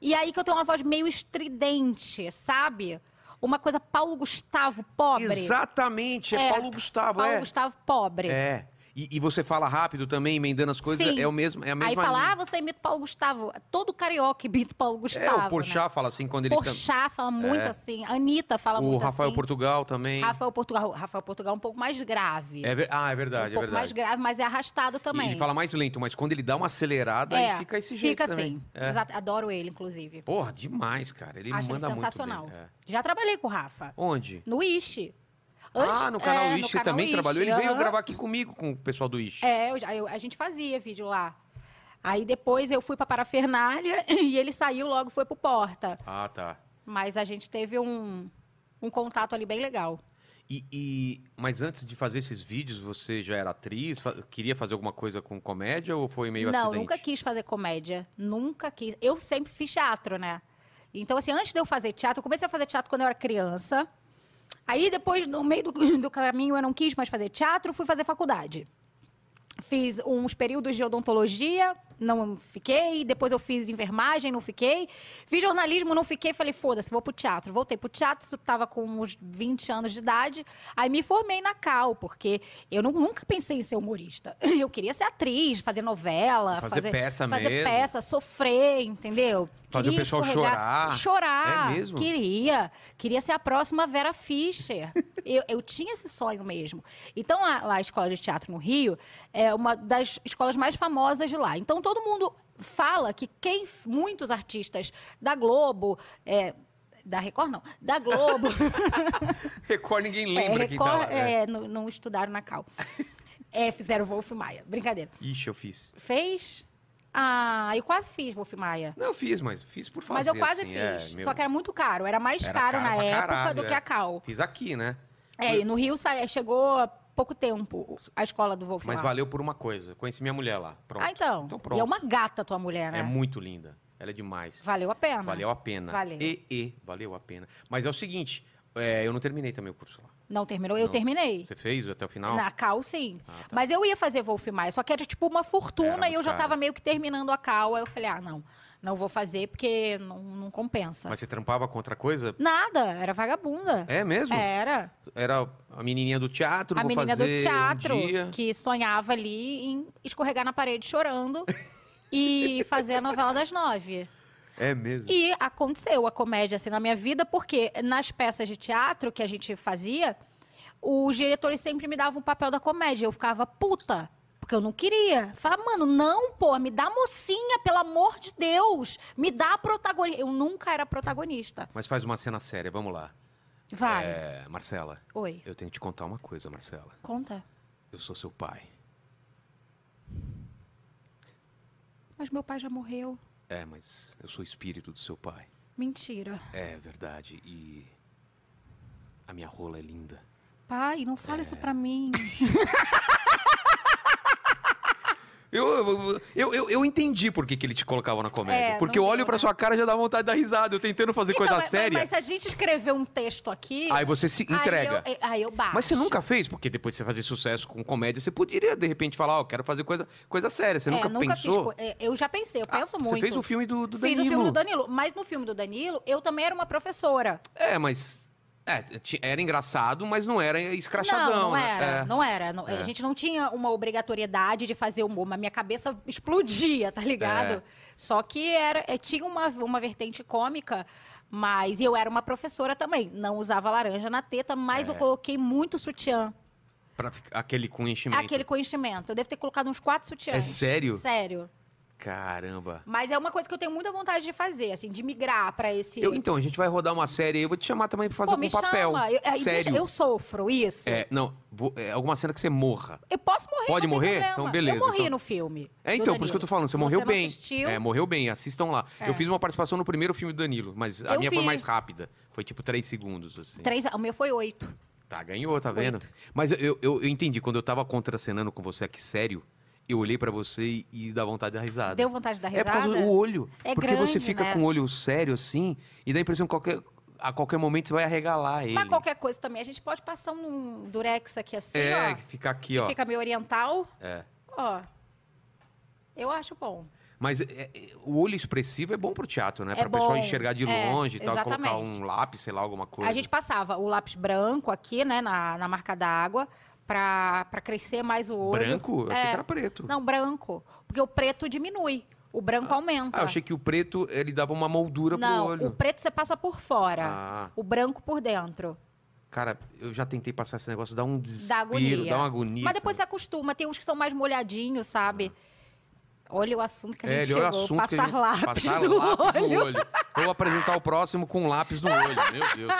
[SPEAKER 3] E aí que eu tenho uma voz meio estridente, sabe? Uma coisa Paulo Gustavo pobre.
[SPEAKER 2] Exatamente, é,
[SPEAKER 3] É,
[SPEAKER 2] Paulo Gustavo,
[SPEAKER 3] Paulo
[SPEAKER 2] é.
[SPEAKER 3] Gustavo pobre.
[SPEAKER 2] É. E, e você fala rápido também, emendando as coisas,
[SPEAKER 3] Sim.
[SPEAKER 2] é o mesmo, é a mesma
[SPEAKER 3] aí fala, ah, você imita o Paulo Gustavo. Todo carioca imita o Paulo Gustavo.
[SPEAKER 2] É, o
[SPEAKER 3] né?
[SPEAKER 2] Porchat fala assim quando ele canta. É.
[SPEAKER 3] Porchat fala muito assim. A Anitta fala
[SPEAKER 2] O
[SPEAKER 3] muito
[SPEAKER 2] Rafael
[SPEAKER 3] assim.
[SPEAKER 2] Portugal também.
[SPEAKER 3] Rafael Portugal. Rafael Portugal é um pouco mais grave.
[SPEAKER 2] É ver- Ah, é
[SPEAKER 3] um
[SPEAKER 2] verdade, é
[SPEAKER 3] pouco mais
[SPEAKER 2] verdade.
[SPEAKER 3] grave, mas é arrastado também.
[SPEAKER 2] E ele fala mais lento, mas quando ele dá uma acelerada,
[SPEAKER 3] é,
[SPEAKER 2] aí fica esse jeito
[SPEAKER 3] Fica
[SPEAKER 2] também. É.
[SPEAKER 3] assim. Exato. Adoro ele, inclusive.
[SPEAKER 2] Porra, demais, cara. Ele
[SPEAKER 3] Acho ele
[SPEAKER 2] manda
[SPEAKER 3] sensacional.
[SPEAKER 2] muito bem. É.
[SPEAKER 3] Já trabalhei com o Rafa.
[SPEAKER 2] Onde?
[SPEAKER 3] No Ishi.
[SPEAKER 2] ah, no canal
[SPEAKER 3] é,
[SPEAKER 2] é,
[SPEAKER 3] no canal
[SPEAKER 2] também
[SPEAKER 3] Wish,
[SPEAKER 2] trabalhou. Ele veio
[SPEAKER 3] aham.
[SPEAKER 2] gravar aqui comigo, com o pessoal do Ish.
[SPEAKER 3] É, eu já- eu- a gente fazia vídeo lá. Aí depois eu fui pra Parafernália [laughs] e ele saiu logo foi pro Porta.
[SPEAKER 2] Ah, tá.
[SPEAKER 3] Mas a gente teve um, um contato ali bem legal.
[SPEAKER 2] E, e- mas antes de fazer esses vídeos, você já era atriz? Fa- queria fazer alguma coisa com comédia ou foi meio
[SPEAKER 3] não,
[SPEAKER 2] acidente?
[SPEAKER 3] nunca quis fazer comédia. Nunca quis. Eu sempre fiz teatro, né? Então, assim, antes de eu fazer teatro, eu comecei a fazer teatro quando eu era criança. Aí, depois, no meio do, do [laughs] caminho, eu não quis mais fazer teatro, fui fazer faculdade. Fiz uns períodos de odontologia, não fiquei. Depois eu fiz enfermagem, não fiquei. Fiz jornalismo, não fiquei. Falei, foda-se, vou pro teatro. Voltei pro teatro, isso tava com uns 20 anos de idade. Aí me formei na Cal, porque eu nu- nunca pensei em ser humorista. [laughs] Eu queria ser atriz, fazer novela.
[SPEAKER 2] Fazer peça
[SPEAKER 3] fazer
[SPEAKER 2] mesmo.
[SPEAKER 3] peça, sofrer, entendeu?
[SPEAKER 2] Fazer o
[SPEAKER 3] Queria
[SPEAKER 2] pessoal
[SPEAKER 3] escorregar,
[SPEAKER 2] chorar.
[SPEAKER 3] Chorar.
[SPEAKER 2] É mesmo?
[SPEAKER 3] Queria. Queria ser a próxima Vera
[SPEAKER 2] [laughs]
[SPEAKER 3] Fischer. eu, eu tinha esse sonho mesmo. Então, lá, lá a Escola de Teatro no Rio é uma das escolas mais famosas de lá. Então, todo mundo fala que quem... Muitos artistas da Globo... é, da Record, não. Da Globo.
[SPEAKER 2] [laughs] Record ninguém [laughs] lembra
[SPEAKER 3] é,
[SPEAKER 2] quem tá lá. É.
[SPEAKER 3] é, não, não estudaram
[SPEAKER 2] [laughs]
[SPEAKER 3] na Cal. É, fizeram Wolf Maia. Brincadeira.
[SPEAKER 2] Ixi, eu fiz.
[SPEAKER 3] Fez? Ah, eu quase fiz Wolf Maia.
[SPEAKER 2] Não, eu fiz, mas fiz por fazer.
[SPEAKER 3] Mas eu quase
[SPEAKER 2] assim,
[SPEAKER 3] fiz.
[SPEAKER 2] é, meu,
[SPEAKER 3] Só que era muito caro. Era mais
[SPEAKER 2] Era
[SPEAKER 3] caro,
[SPEAKER 2] caro
[SPEAKER 3] na
[SPEAKER 2] pra
[SPEAKER 3] época
[SPEAKER 2] caralho,
[SPEAKER 3] do que
[SPEAKER 2] é.
[SPEAKER 3] a Cal.
[SPEAKER 2] Fiz aqui, né?
[SPEAKER 3] É, e no Rio sa- chegou há pouco tempo a escola do Wolf
[SPEAKER 2] Mas
[SPEAKER 3] lá.
[SPEAKER 2] valeu por uma coisa. Eu Conheci minha mulher lá. Pronto.
[SPEAKER 3] Ah, então.
[SPEAKER 2] Então
[SPEAKER 3] E
[SPEAKER 2] pronto.
[SPEAKER 3] é uma gata tua mulher, né?
[SPEAKER 2] É muito linda. Ela é demais.
[SPEAKER 3] Valeu a pena.
[SPEAKER 2] Valeu a pena.
[SPEAKER 3] Valeu.
[SPEAKER 2] E, e, valeu a pena. Mas é o seguinte, é, eu não terminei também o curso lá.
[SPEAKER 3] Não terminou? Eu
[SPEAKER 2] Não.
[SPEAKER 3] terminei.
[SPEAKER 2] Você fez até o final?
[SPEAKER 3] Na Cal, sim.
[SPEAKER 2] Ah, tá.
[SPEAKER 3] Mas eu ia fazer Wolf Maia, só que era tipo uma
[SPEAKER 2] Era
[SPEAKER 3] fortuna
[SPEAKER 2] muito
[SPEAKER 3] e eu já
[SPEAKER 2] caro.
[SPEAKER 3] tava meio que terminando a Cal. Aí eu falei, ah, não, não vou fazer porque não, não compensa.
[SPEAKER 2] Mas você trampava com outra coisa?
[SPEAKER 3] Nada, era vagabunda.
[SPEAKER 2] É mesmo?
[SPEAKER 3] Era.
[SPEAKER 2] Era a menininha do teatro,
[SPEAKER 3] a
[SPEAKER 2] vou
[SPEAKER 3] menina
[SPEAKER 2] fazer
[SPEAKER 3] do teatro
[SPEAKER 2] um dia.
[SPEAKER 3] que sonhava ali em escorregar na
[SPEAKER 2] [laughs]
[SPEAKER 3] parede chorando e fazer a novela das nove.
[SPEAKER 2] É mesmo.
[SPEAKER 3] E aconteceu a comédia assim na minha vida, porque nas peças de teatro que a gente fazia, os diretores sempre me davam o papel da comédia. Eu ficava puta. Porque eu não queria. Falava, mano, não, pô, me dá mocinha, pelo amor de Deus. Me dá protagonista. Eu nunca era protagonista.
[SPEAKER 2] Mas faz uma cena séria, vamos lá.
[SPEAKER 3] Vai.
[SPEAKER 2] É, Marcela,
[SPEAKER 3] Oi.
[SPEAKER 2] eu tenho que te contar uma coisa, Marcela.
[SPEAKER 3] Conta.
[SPEAKER 2] Eu sou seu pai.
[SPEAKER 3] Mas meu pai já morreu.
[SPEAKER 2] É, mas eu sou o espírito do seu pai.
[SPEAKER 3] Mentira.
[SPEAKER 2] É verdade. E a minha rola é linda.
[SPEAKER 3] Pai, não fala isso
[SPEAKER 2] [laughs]
[SPEAKER 3] pra mim.
[SPEAKER 2] Eu, eu, eu, eu- eu entendi por que, que ele te colocava na comédia.
[SPEAKER 3] É,
[SPEAKER 2] porque eu
[SPEAKER 3] não
[SPEAKER 2] olho
[SPEAKER 3] deu,
[SPEAKER 2] pra
[SPEAKER 3] né?
[SPEAKER 2] sua cara e já dá vontade de dar risada. Eu tentando fazer coisa
[SPEAKER 3] Então, mas-
[SPEAKER 2] séria.
[SPEAKER 3] Mas se a gente escrever um texto aqui.
[SPEAKER 2] Aí você se entrega.
[SPEAKER 3] Aí eu, aí eu baixo.
[SPEAKER 2] Mas você nunca fez? Porque depois de você fazer sucesso com comédia, você poderia, de repente, falar, ó, quero fazer coisa, coisa séria. Você
[SPEAKER 3] É,
[SPEAKER 2] nunca, pensou?
[SPEAKER 3] Fiz, co- é, eu já pensei, eu
[SPEAKER 2] Ah,
[SPEAKER 3] penso muito.
[SPEAKER 2] Você fez o filme do, do Danilo.
[SPEAKER 3] Fiz o filme do Danilo. Mas no filme do Danilo, eu também era uma professora.
[SPEAKER 2] É, mas... é, ti- era engraçado, mas não era escrachadão,
[SPEAKER 3] não, não
[SPEAKER 2] né?
[SPEAKER 3] era,
[SPEAKER 2] É.
[SPEAKER 3] não era. não-
[SPEAKER 2] É.
[SPEAKER 3] A gente não tinha uma obrigatoriedade de fazer humor, mas minha cabeça explodia, tá ligado?
[SPEAKER 2] É.
[SPEAKER 3] Só que era, é, tinha uma, uma vertente cômica, mas eu era uma professora também. Não usava laranja na teta, mas
[SPEAKER 2] É.
[SPEAKER 3] eu coloquei muito sutiã.
[SPEAKER 2] Pra ficar- aquele com enchimento.
[SPEAKER 3] Aquele com enchimento. Eu devo ter colocado uns quatro sutiãs.
[SPEAKER 2] É sério?
[SPEAKER 3] Sério.
[SPEAKER 2] Caramba.
[SPEAKER 3] Mas é uma coisa que eu tenho muita vontade de fazer, assim, de migrar pra esse.
[SPEAKER 2] Eu- então, a gente vai rodar uma série aí. Eu vou te chamar também pra fazer
[SPEAKER 3] Pô,
[SPEAKER 2] algum
[SPEAKER 3] me
[SPEAKER 2] papel.
[SPEAKER 3] chama. Eu, aí,
[SPEAKER 2] sério.
[SPEAKER 3] deixa- eu sofro isso.
[SPEAKER 2] É, não, vou- é, alguma cena que você morra.
[SPEAKER 3] Eu posso morrer.
[SPEAKER 2] Pode
[SPEAKER 3] não tem
[SPEAKER 2] morrer?
[SPEAKER 3] problema.
[SPEAKER 2] Então, beleza,
[SPEAKER 3] Eu morri
[SPEAKER 2] então.
[SPEAKER 3] no filme.
[SPEAKER 2] É, então, por
[SPEAKER 3] do
[SPEAKER 2] isso
[SPEAKER 3] Danilo.
[SPEAKER 2] que eu tô falando, você
[SPEAKER 3] Se
[SPEAKER 2] morreu
[SPEAKER 3] não
[SPEAKER 2] bem.
[SPEAKER 3] assistiu,
[SPEAKER 2] É, morreu bem, assistam lá.
[SPEAKER 3] É.
[SPEAKER 2] Eu fiz uma participação no primeiro filme do Danilo, mas a
[SPEAKER 3] Eu
[SPEAKER 2] minha foi
[SPEAKER 3] vi.
[SPEAKER 2] mais rápida. Foi tipo três segundos, assim.
[SPEAKER 3] três, o meu foi oito.
[SPEAKER 2] Tá, ganhou, tá vendo?
[SPEAKER 3] Oito.
[SPEAKER 2] Mas eu, eu, eu entendi, quando eu tava contracenando com você aqui, sério, Eu olhei pra você e dá vontade de dar risada.
[SPEAKER 3] Deu vontade da
[SPEAKER 2] É
[SPEAKER 3] risada?
[SPEAKER 2] por causa do olho.
[SPEAKER 3] É
[SPEAKER 2] porque você
[SPEAKER 3] grande,
[SPEAKER 2] fica
[SPEAKER 3] né?
[SPEAKER 2] com o olho sério assim e dá a impressão que qualquer- a qualquer momento você vai arregalar ele.
[SPEAKER 3] Mas qualquer coisa também. A gente pode passar um durex aqui assim,
[SPEAKER 2] é,
[SPEAKER 3] ó.
[SPEAKER 2] que fica aqui, ó.
[SPEAKER 3] Fica meio oriental.
[SPEAKER 2] É.
[SPEAKER 3] Ó. Eu acho bom.
[SPEAKER 2] Mas é, é, o olho expressivo é bom pro teatro, né?
[SPEAKER 3] É
[SPEAKER 2] pra pessoa
[SPEAKER 3] bom,
[SPEAKER 2] enxergar de
[SPEAKER 3] é,
[SPEAKER 2] longe e tal, colocar
[SPEAKER 3] exatamente.
[SPEAKER 2] um lápis, sei lá, alguma coisa.
[SPEAKER 3] A gente passava o lápis branco aqui, né, na, na marca d'água, pra, pra crescer mais o olho.
[SPEAKER 2] Branco? Eu achei
[SPEAKER 3] É.
[SPEAKER 2] que era preto. Ah,
[SPEAKER 3] Não, branco. Porque o preto diminui. O branco aumenta.
[SPEAKER 2] Ah, eu achei que o preto, ele dava uma moldura
[SPEAKER 3] tá. Não,
[SPEAKER 2] pro olho.
[SPEAKER 3] o preto você passa por fora.
[SPEAKER 2] Ah,
[SPEAKER 3] O branco por dentro.
[SPEAKER 2] cara, eu já tentei passar esse negócio, dá um desespero,
[SPEAKER 3] agonia.
[SPEAKER 2] dá uma agonia.
[SPEAKER 3] Mas depois você acostuma. Tem uns que são mais molhadinhos, sabe? Olha o assunto que a
[SPEAKER 2] É,
[SPEAKER 3] gente
[SPEAKER 2] ele olha o
[SPEAKER 3] chegou.
[SPEAKER 2] assunto que a
[SPEAKER 3] Passar
[SPEAKER 2] gente-
[SPEAKER 3] lápis
[SPEAKER 2] passar
[SPEAKER 3] no
[SPEAKER 2] lápis
[SPEAKER 3] olho.
[SPEAKER 2] no olho. Ou apresentar o próximo com lápis no olho, meu
[SPEAKER 3] [laughs]
[SPEAKER 2] Deus.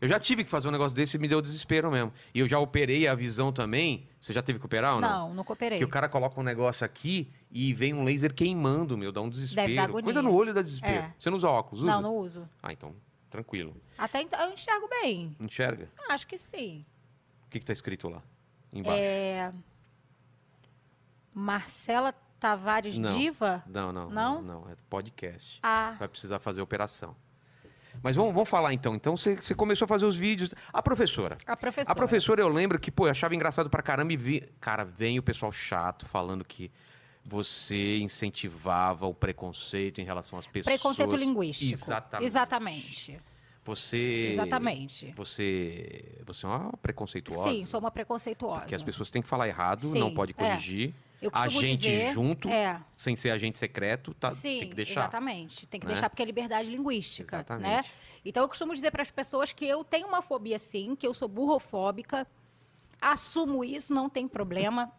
[SPEAKER 2] Eu já tive que fazer um negócio desse e me deu desespero mesmo. E eu já operei a visão também. Você já teve que operar ou não?
[SPEAKER 3] Não, não cooperei.
[SPEAKER 2] Que o cara coloca um negócio aqui e vem um laser queimando, meu, dá um desespero.
[SPEAKER 3] Deve dar agonia.
[SPEAKER 2] Coisa no olho dá desespero.
[SPEAKER 3] É.
[SPEAKER 2] Você não usa óculos, usa?
[SPEAKER 3] Não, não uso.
[SPEAKER 2] Ah, então, tranquilo.
[SPEAKER 3] Até então, eu enxergo bem.
[SPEAKER 2] Enxerga.
[SPEAKER 3] Acho que sim.
[SPEAKER 2] O que, que tá escrito lá? Embaixo.
[SPEAKER 3] É, Marcela Tavares
[SPEAKER 2] Não.
[SPEAKER 3] Diva?
[SPEAKER 2] Não, não, não.
[SPEAKER 3] Não?
[SPEAKER 2] Não, é podcast.
[SPEAKER 3] Ah,
[SPEAKER 2] Vai precisar fazer operação. Mas vamos, vamos falar então. Então você você começou a fazer os vídeos. A professora.
[SPEAKER 3] a professora.
[SPEAKER 2] A professora eu lembro que, pô, eu achava engraçado pra caramba e vi. Cara, vem o pessoal chato falando que você incentivava o preconceito em relação às pessoas.
[SPEAKER 3] Preconceito linguístico.
[SPEAKER 2] Exatamente. É.
[SPEAKER 3] Exatamente.
[SPEAKER 2] Você.
[SPEAKER 3] Exatamente.
[SPEAKER 2] Você. Você é uma preconceituosa.
[SPEAKER 3] Sim, sou uma preconceituosa.
[SPEAKER 2] Porque as pessoas têm que falar errado,
[SPEAKER 3] Sim,
[SPEAKER 2] não pode
[SPEAKER 3] é.
[SPEAKER 2] corrigir.
[SPEAKER 3] Eu
[SPEAKER 2] A
[SPEAKER 3] costumo
[SPEAKER 2] gente
[SPEAKER 3] dizer-
[SPEAKER 2] junto,
[SPEAKER 3] É.
[SPEAKER 2] sem ser agente secreto, tá,
[SPEAKER 3] Sim,
[SPEAKER 2] tem que deixar.
[SPEAKER 3] exatamente. Tem que
[SPEAKER 2] né?
[SPEAKER 3] deixar porque é liberdade linguística, né?
[SPEAKER 2] Exatamente.
[SPEAKER 3] Então eu costumo dizer para as pessoas que eu tenho uma fobia sim, que eu sou burrofóbica. Assumo isso, não tem problema.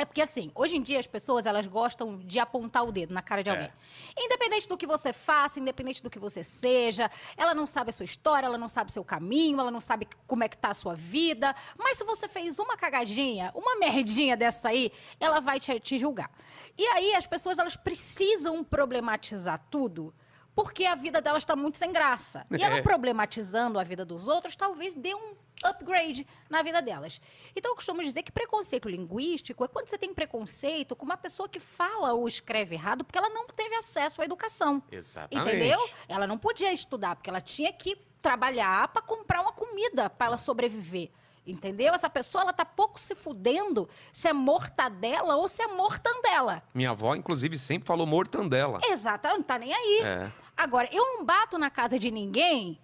[SPEAKER 3] É porque assim, hoje em dia as pessoas elas gostam de apontar o dedo na cara de
[SPEAKER 2] É.
[SPEAKER 3] alguém. Independente do que você faça, independente do que você seja, ela não sabe a sua história, ela não sabe o seu caminho, ela não sabe como é que tá a sua vida. Mas se você fez uma cagadinha, uma merdinha dessa aí, ela vai te, te julgar. E aí as pessoas elas precisam problematizar tudo. Porque a vida delas está muito sem graça. E ela
[SPEAKER 2] É.
[SPEAKER 3] problematizando a vida dos outros, talvez dê um upgrade na vida delas. Então, eu costumo dizer que preconceito linguístico é quando você tem preconceito com uma pessoa que fala ou escreve errado porque ela não teve acesso à educação.
[SPEAKER 2] Exatamente.
[SPEAKER 3] Entendeu? Ela não podia estudar, porque ela tinha que trabalhar para comprar uma comida para ela sobreviver. Entendeu? Essa pessoa, ela tá pouco se fudendo se é mortadela ou se é mortandela.
[SPEAKER 2] Minha avó, inclusive, sempre falou mortandela.
[SPEAKER 3] Exato, ela não tá nem aí.
[SPEAKER 2] É.
[SPEAKER 3] Agora, eu não bato na casa de ninguém,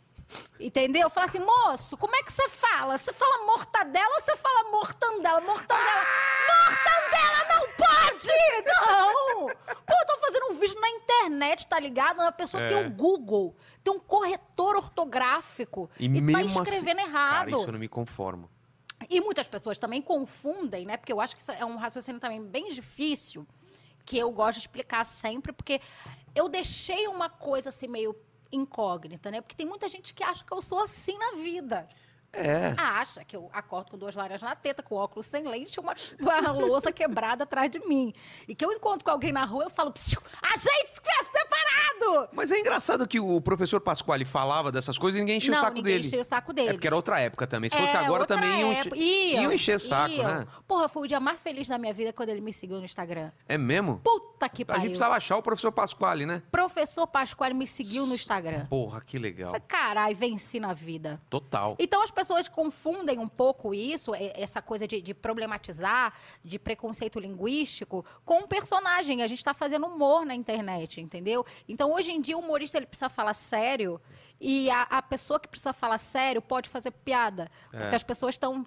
[SPEAKER 3] entendeu? Falo assim, moço, como é que você fala? Você fala mortadela ou você fala mortandela? Mortandela. Mortandela não pode! Não! Pô, eu tô fazendo um vídeo na internet, tá ligado? A pessoa
[SPEAKER 2] É.
[SPEAKER 3] tem o Google, tem um corretor ortográfico e, tá
[SPEAKER 2] mesmo assim-
[SPEAKER 3] escrevendo
[SPEAKER 2] Cara,
[SPEAKER 3] errado.
[SPEAKER 2] isso eu não me conformo.
[SPEAKER 3] E muitas pessoas também confundem, né? Porque eu acho que isso é um raciocínio também bem difícil, que eu gosto de explicar sempre, porque eu deixei uma coisa assim meio incógnita, né? Porque tem muita gente que acha que eu sou assim na
[SPEAKER 2] [laughs]
[SPEAKER 3] vida. Ah,
[SPEAKER 2] É.
[SPEAKER 3] Acha que eu acordo com duas laranjas na teta, com óculos sem lente, uma, uma louça quebrada atrás de mim. E que eu encontro com alguém na rua, eu falo, "Psiu, a gente escreve separado!
[SPEAKER 2] Mas é engraçado que o professor Pasquale falava dessas coisas e ninguém enchia
[SPEAKER 3] Não,
[SPEAKER 2] o saco
[SPEAKER 3] ninguém
[SPEAKER 2] dele.
[SPEAKER 3] encheu o saco dele.
[SPEAKER 2] É porque era outra época também. Se
[SPEAKER 3] É,
[SPEAKER 2] fosse agora
[SPEAKER 3] outra
[SPEAKER 2] também iam, enche-
[SPEAKER 3] época. Iam,
[SPEAKER 2] iam encher saco,
[SPEAKER 3] iam.
[SPEAKER 2] né?
[SPEAKER 3] Porra, foi o dia mais feliz da minha vida quando ele me seguiu no Instagram.
[SPEAKER 2] É mesmo?
[SPEAKER 3] Puta que
[SPEAKER 2] A
[SPEAKER 3] pariu.
[SPEAKER 2] gente precisava achar o professor Pasquale, né?
[SPEAKER 3] Professor Pasquale me seguiu no Instagram.
[SPEAKER 2] Porra, que legal.
[SPEAKER 3] Falei, Caralho, venci na vida.
[SPEAKER 2] Total.
[SPEAKER 3] Então as pessoas confundem um pouco isso, é- essa coisa de, de problematizar, de preconceito linguístico, com um personagem. A gente está fazendo humor na internet, entendeu? Então hoje em dia o humorista ele precisa falar sério e a, a pessoa que precisa falar sério pode fazer piada,
[SPEAKER 2] É.
[SPEAKER 3] porque as pessoas estão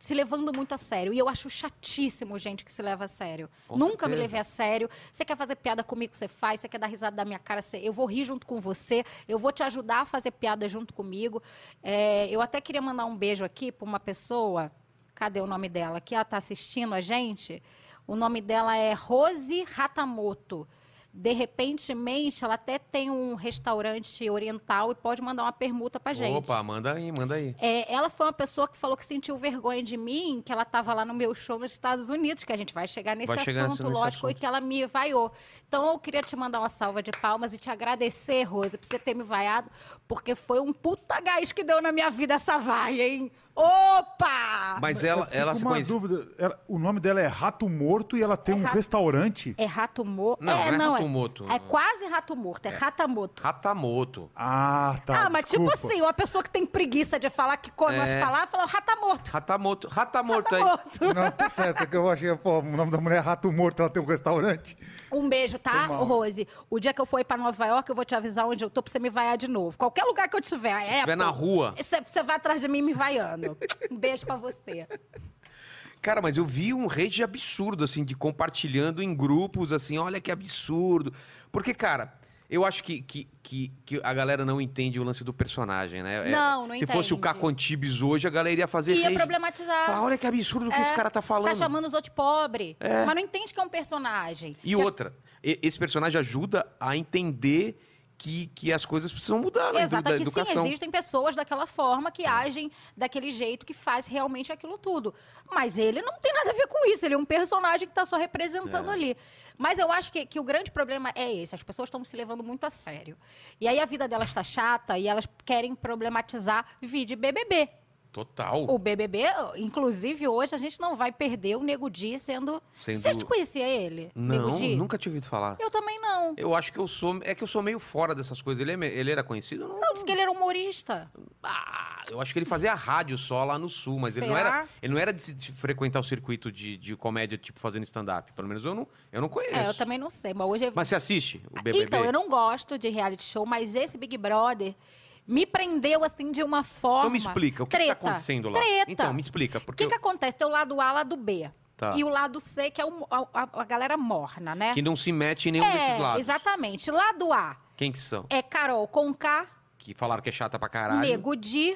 [SPEAKER 3] se levando muito a sério. E eu acho chatíssimo gente que se leva a sério.
[SPEAKER 2] Com
[SPEAKER 3] Nunca me
[SPEAKER 2] certeza.
[SPEAKER 3] levei a sério. Você quer fazer piada comigo, você faz. Você quer dar risada da minha cara, você- eu vou rir junto com você. Eu vou te ajudar a fazer piada junto comigo. É, eu até queria mandar um beijo aqui para uma pessoa. Cadê o nome dela? Que ela tá assistindo a gente. O nome dela é Rose Ratamoto. De repentemente, ela até tem um restaurante oriental e pode mandar uma permuta pra gente.
[SPEAKER 2] Opa, manda aí, manda aí.
[SPEAKER 3] É, ela foi uma pessoa que falou que sentiu vergonha de mim, que ela estava lá no meu show nos Estados Unidos, que a gente vai chegar nesse
[SPEAKER 2] Vai
[SPEAKER 3] assunto,
[SPEAKER 2] chegar nesse- nesse
[SPEAKER 3] lógico, e
[SPEAKER 2] assunto.
[SPEAKER 3] que ela me vaiou. Então eu queria te mandar uma salva de palmas e te agradecer, Rose, por você ter me vaiado, porque foi um puta gás que deu na minha vida essa vaia, hein? Opa!
[SPEAKER 2] Mas ela, ela
[SPEAKER 4] com
[SPEAKER 2] se
[SPEAKER 4] uma
[SPEAKER 2] conhece.
[SPEAKER 4] dúvida. Ela- o nome dela é Rato Morto e ela tem
[SPEAKER 3] É
[SPEAKER 4] um
[SPEAKER 3] Rato-
[SPEAKER 4] restaurante.
[SPEAKER 3] É rato morto?
[SPEAKER 2] Não, não é
[SPEAKER 3] não é.
[SPEAKER 2] Ratomoto.
[SPEAKER 3] É quase rato morto, é ratamoto.
[SPEAKER 2] Ratamoto.
[SPEAKER 4] Ah, tá.
[SPEAKER 3] ah, mas
[SPEAKER 4] desculpa.
[SPEAKER 3] tipo assim, uma pessoa que tem preguiça de falar que
[SPEAKER 2] É.
[SPEAKER 3] come
[SPEAKER 2] Então,
[SPEAKER 3] umas palavras, fala ratamoto.
[SPEAKER 2] Ratamoto. Ratamoto aí.
[SPEAKER 3] Ratamoto.
[SPEAKER 4] Não, tá certo. É que eu achei, pô, o nome da mulher é Rato Morto, ela tem um restaurante.
[SPEAKER 3] Um beijo,
[SPEAKER 4] Foi
[SPEAKER 3] tá,
[SPEAKER 4] mal.
[SPEAKER 3] Rose? O dia que eu for ir pra Nova York, eu vou te avisar onde eu tô pra você me vaiar de novo. Qualquer lugar que eu tiver, é.
[SPEAKER 2] Tiver na rua.
[SPEAKER 3] Você você vai atrás de mim me vaiando. Um beijo pra você.
[SPEAKER 2] Cara, mas eu vi um rage absurdo, assim, de compartilhando em grupos, assim, olha que absurdo. Porque, cara, eu acho que, que, que, que a galera não entende o lance do personagem, né? É,
[SPEAKER 3] Não, não
[SPEAKER 2] Se fosse o
[SPEAKER 3] entende.
[SPEAKER 2] Caco Antibes hoje, a galera ia fazer
[SPEAKER 3] Ia
[SPEAKER 2] rage.
[SPEAKER 3] problematizar.
[SPEAKER 2] Falar, olha que absurdo que
[SPEAKER 3] É,
[SPEAKER 2] esse cara tá falando.
[SPEAKER 3] Tá chamando os outros de pobre. Mas não entende que é um personagem.
[SPEAKER 2] E outra, e- esse personagem ajuda a entender que, que as coisas precisam mudar, né? do-
[SPEAKER 3] Exato,
[SPEAKER 2] da
[SPEAKER 3] é que sim,
[SPEAKER 2] educação. É.
[SPEAKER 3] existem pessoas daquela forma que agem daquele jeito, que faz realmente aquilo tudo. Mas ele não tem nada a ver com isso, ele é um personagem que está só representando
[SPEAKER 2] É.
[SPEAKER 3] ali. Mas eu acho que, que o grande problema é esse, as pessoas estão se levando muito a sério. E aí a vida delas está chata e elas querem problematizar vídeo BBB.
[SPEAKER 2] Total.
[SPEAKER 3] O BBB, inclusive hoje, a gente não vai perder o Nego Di sendo...
[SPEAKER 2] Sendo-
[SPEAKER 3] Você conhecia ele, Nego
[SPEAKER 2] Não,
[SPEAKER 3] Di?
[SPEAKER 2] nunca tinha ouvido falar.
[SPEAKER 3] Eu também não.
[SPEAKER 2] Eu acho que eu sou. É que eu sou meio fora dessas coisas. Ele, é me- ele era conhecido? Não.
[SPEAKER 3] Não, disse que ele era humorista.
[SPEAKER 2] Ah, eu acho que ele fazia rádio só lá no sul, mas ele não,
[SPEAKER 3] Será?
[SPEAKER 2] era, ele não era de, se- de frequentar o circuito de, de comédia, tipo, fazendo stand-up. Pelo menos eu não, eu não conheço.
[SPEAKER 3] É, eu também não sei, mas hoje... é-
[SPEAKER 2] Mas você assiste o BBB?
[SPEAKER 3] Então, eu não gosto de reality show, mas esse Big Brother me prendeu assim de uma forma.
[SPEAKER 2] Então me explica, o que, que tá
[SPEAKER 3] Treta,
[SPEAKER 2] acontecendo lá?
[SPEAKER 3] treta.
[SPEAKER 2] Então, me explica,
[SPEAKER 3] O
[SPEAKER 2] porque
[SPEAKER 3] que, que acontece? Tem o lado A, lado B.
[SPEAKER 2] Tá.
[SPEAKER 3] E o lado C, que é o- a, a- a galera morna, né?
[SPEAKER 2] eu- que não se mete em nenhum desses
[SPEAKER 3] é,
[SPEAKER 2] lados.
[SPEAKER 3] exatamente. Lado A
[SPEAKER 2] Quem que são?
[SPEAKER 3] é Carol Conká,
[SPEAKER 2] Que falaram que é chata pra caralho.
[SPEAKER 3] Nego Di,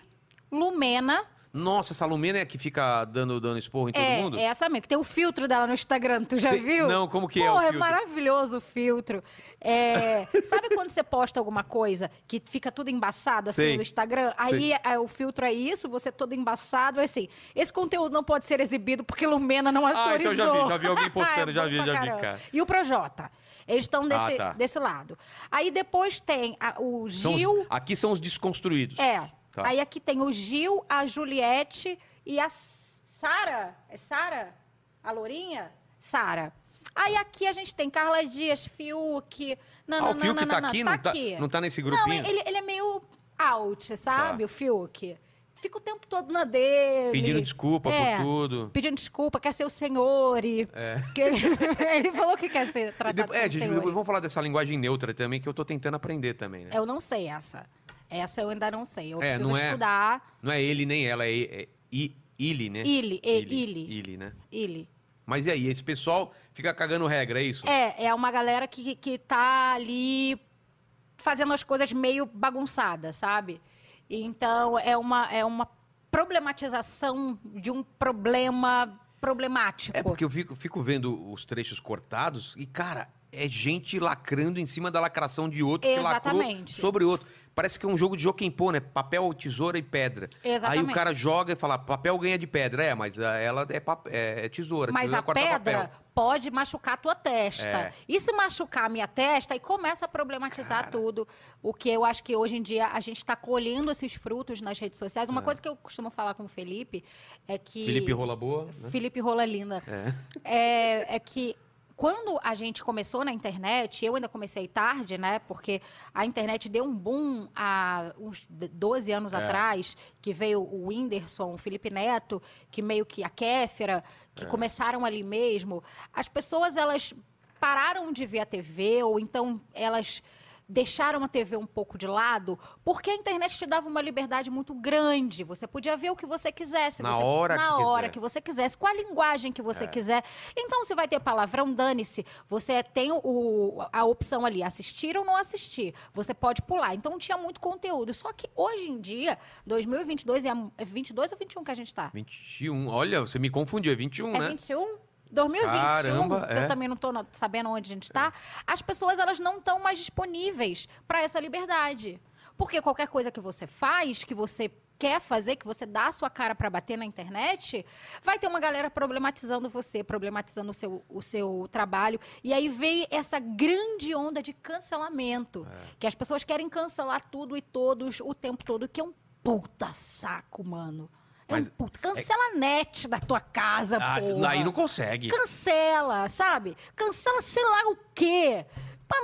[SPEAKER 3] Lumena.
[SPEAKER 2] Nossa, essa Lumena é que fica dando, dando esporro em todo
[SPEAKER 3] é,
[SPEAKER 2] mundo?
[SPEAKER 3] é essa mesmo, que tem o filtro dela no Instagram, tu já
[SPEAKER 2] Tem-
[SPEAKER 3] viu?
[SPEAKER 2] Não, como que é o
[SPEAKER 3] Porra,
[SPEAKER 2] filtro?
[SPEAKER 3] maravilhoso o filtro.
[SPEAKER 2] [laughs]
[SPEAKER 3] É, sabe quando você posta alguma coisa que fica tudo embaçado assim
[SPEAKER 2] Sei.
[SPEAKER 3] no Instagram? Aí é, o filtro é isso, você todo embaçado, é assim. Esse conteúdo não pode ser exibido porque Lumena não
[SPEAKER 2] Ah,
[SPEAKER 3] autorizou.
[SPEAKER 2] então já vi, já vi
[SPEAKER 3] [laughs]
[SPEAKER 2] alguém postando,
[SPEAKER 3] É
[SPEAKER 2] já
[SPEAKER 3] bom
[SPEAKER 2] vi,
[SPEAKER 3] pra
[SPEAKER 2] já vi,
[SPEAKER 3] caramba.
[SPEAKER 2] cara.
[SPEAKER 3] E o Projota. Eles estão desse,
[SPEAKER 2] Ah, tá.
[SPEAKER 3] desse lado. Aí depois tem a- o
[SPEAKER 2] São os-
[SPEAKER 3] Gil.
[SPEAKER 2] aqui são os desconstruídos.
[SPEAKER 3] É.
[SPEAKER 2] Tá.
[SPEAKER 3] Aí aqui tem o Gil, a Juliette e a Sara. É Sara? A Lourinha? Sara. Aí aqui a gente tem Carla Dias, Fiuk. Não,
[SPEAKER 2] ah, o Fiuk tá aqui, não, tá,
[SPEAKER 3] aqui.
[SPEAKER 2] não tá nesse
[SPEAKER 3] Não,
[SPEAKER 2] grupinho?
[SPEAKER 3] ele, ele é meio out, sabe? O Fiuk. Fica o tempo todo na dele.
[SPEAKER 2] Pedindo desculpa
[SPEAKER 3] É.
[SPEAKER 2] por tudo.
[SPEAKER 3] Pedindo desculpa, quer ser o senhor. E...
[SPEAKER 2] É.
[SPEAKER 3] [laughs] que Ele, ele falou que quer ser
[SPEAKER 2] E
[SPEAKER 3] tratado
[SPEAKER 2] depois- é,
[SPEAKER 3] como
[SPEAKER 2] gente,
[SPEAKER 3] senhor.
[SPEAKER 2] vamos falar dessa linguagem neutra também, que eu tô tentando aprender também, né?
[SPEAKER 3] Eu não sei essa. Essa eu ainda não sei. Eu
[SPEAKER 2] É,
[SPEAKER 3] preciso
[SPEAKER 2] não é-
[SPEAKER 3] estudar.
[SPEAKER 2] Não é ele nem ela, é, é, i- ele, né?
[SPEAKER 3] Ele, é, ele.
[SPEAKER 2] Ele, né?
[SPEAKER 3] Ele.
[SPEAKER 2] Mas e aí, esse pessoal fica cagando regra, é isso?
[SPEAKER 3] É, é uma galera que, que tá ali fazendo as coisas meio bagunçadas, sabe? Então, é uma, é uma problematização de um problema problemático.
[SPEAKER 2] É porque eu fico, fico vendo os trechos cortados e, cara, é gente lacrando em cima da lacração de outro que lacrou
[SPEAKER 3] Exatamente.
[SPEAKER 2] sobre outro. Parece que é um jogo de joquempô, né? Papel, tesoura e pedra.
[SPEAKER 3] Exatamente.
[SPEAKER 2] Aí o cara joga e fala, papel ganha de pedra. É, mas ah, ela é, pap- é- é tesoura.
[SPEAKER 3] Mas
[SPEAKER 2] tesoura
[SPEAKER 3] a
[SPEAKER 2] corta
[SPEAKER 3] pedra
[SPEAKER 2] papel.
[SPEAKER 3] pode machucar a tua testa.
[SPEAKER 2] É.
[SPEAKER 3] E se machucar a minha testa, aí começa a problematizar
[SPEAKER 2] Cara.
[SPEAKER 3] tudo. O que eu acho que hoje em dia a gente está colhendo esses frutos nas redes sociais.
[SPEAKER 2] É.
[SPEAKER 3] Uma coisa que eu costumo falar com o Felipe é que.
[SPEAKER 2] Felipe Rola Boa, né?
[SPEAKER 3] Felipe Rola Linda.
[SPEAKER 2] É.
[SPEAKER 3] É, é que quando a gente começou na internet, eu ainda comecei tarde, né? Porque a internet deu um boom há uns d- 12 anos
[SPEAKER 2] É.
[SPEAKER 3] atrás, que veio o Whindersson, o Felipe Neto, que meio que a Kéfera, que
[SPEAKER 2] É.
[SPEAKER 3] começaram ali mesmo. As pessoas, elas pararam de ver a TV, ou então elas deixaram a TV um pouco de lado, porque a internet te dava uma liberdade muito grande. Você podia ver o que você quisesse.
[SPEAKER 2] Na
[SPEAKER 3] você-
[SPEAKER 2] hora
[SPEAKER 3] na
[SPEAKER 2] que
[SPEAKER 3] hora
[SPEAKER 2] quiser.
[SPEAKER 3] que você quisesse, com a linguagem que você
[SPEAKER 2] É.
[SPEAKER 3] quiser. Então, se vai ter palavrão, dane-se. Você tem o, a opção ali, assistir ou não assistir. Você pode pular. Então, tinha muito conteúdo. Só que hoje em dia, 2022, é a- é 22 ou 21 que a gente tá?
[SPEAKER 2] 21. Olha, você me confundiu, é 21,
[SPEAKER 3] é
[SPEAKER 2] né?
[SPEAKER 3] 21? 2021,
[SPEAKER 2] Caramba,
[SPEAKER 3] que eu
[SPEAKER 2] é.
[SPEAKER 3] também não tô na- sabendo onde a gente tá, as pessoas elas não estão mais disponíveis para essa liberdade. Porque qualquer coisa que você faz, que você quer fazer, que você dá a sua cara para bater na internet, vai ter uma galera problematizando você, problematizando o seu, o seu trabalho. E aí veio essa grande onda de cancelamento, que as pessoas querem cancelar tudo e todos o tempo todo, que é um puta é saco, mano.
[SPEAKER 2] Mas-
[SPEAKER 3] Mas, puta, cancela a net da tua casa,
[SPEAKER 2] Ah,
[SPEAKER 3] um, tá porra.
[SPEAKER 2] aí não consegue.
[SPEAKER 3] Cancela, sabe? Cancela sei lá o quê. Pa-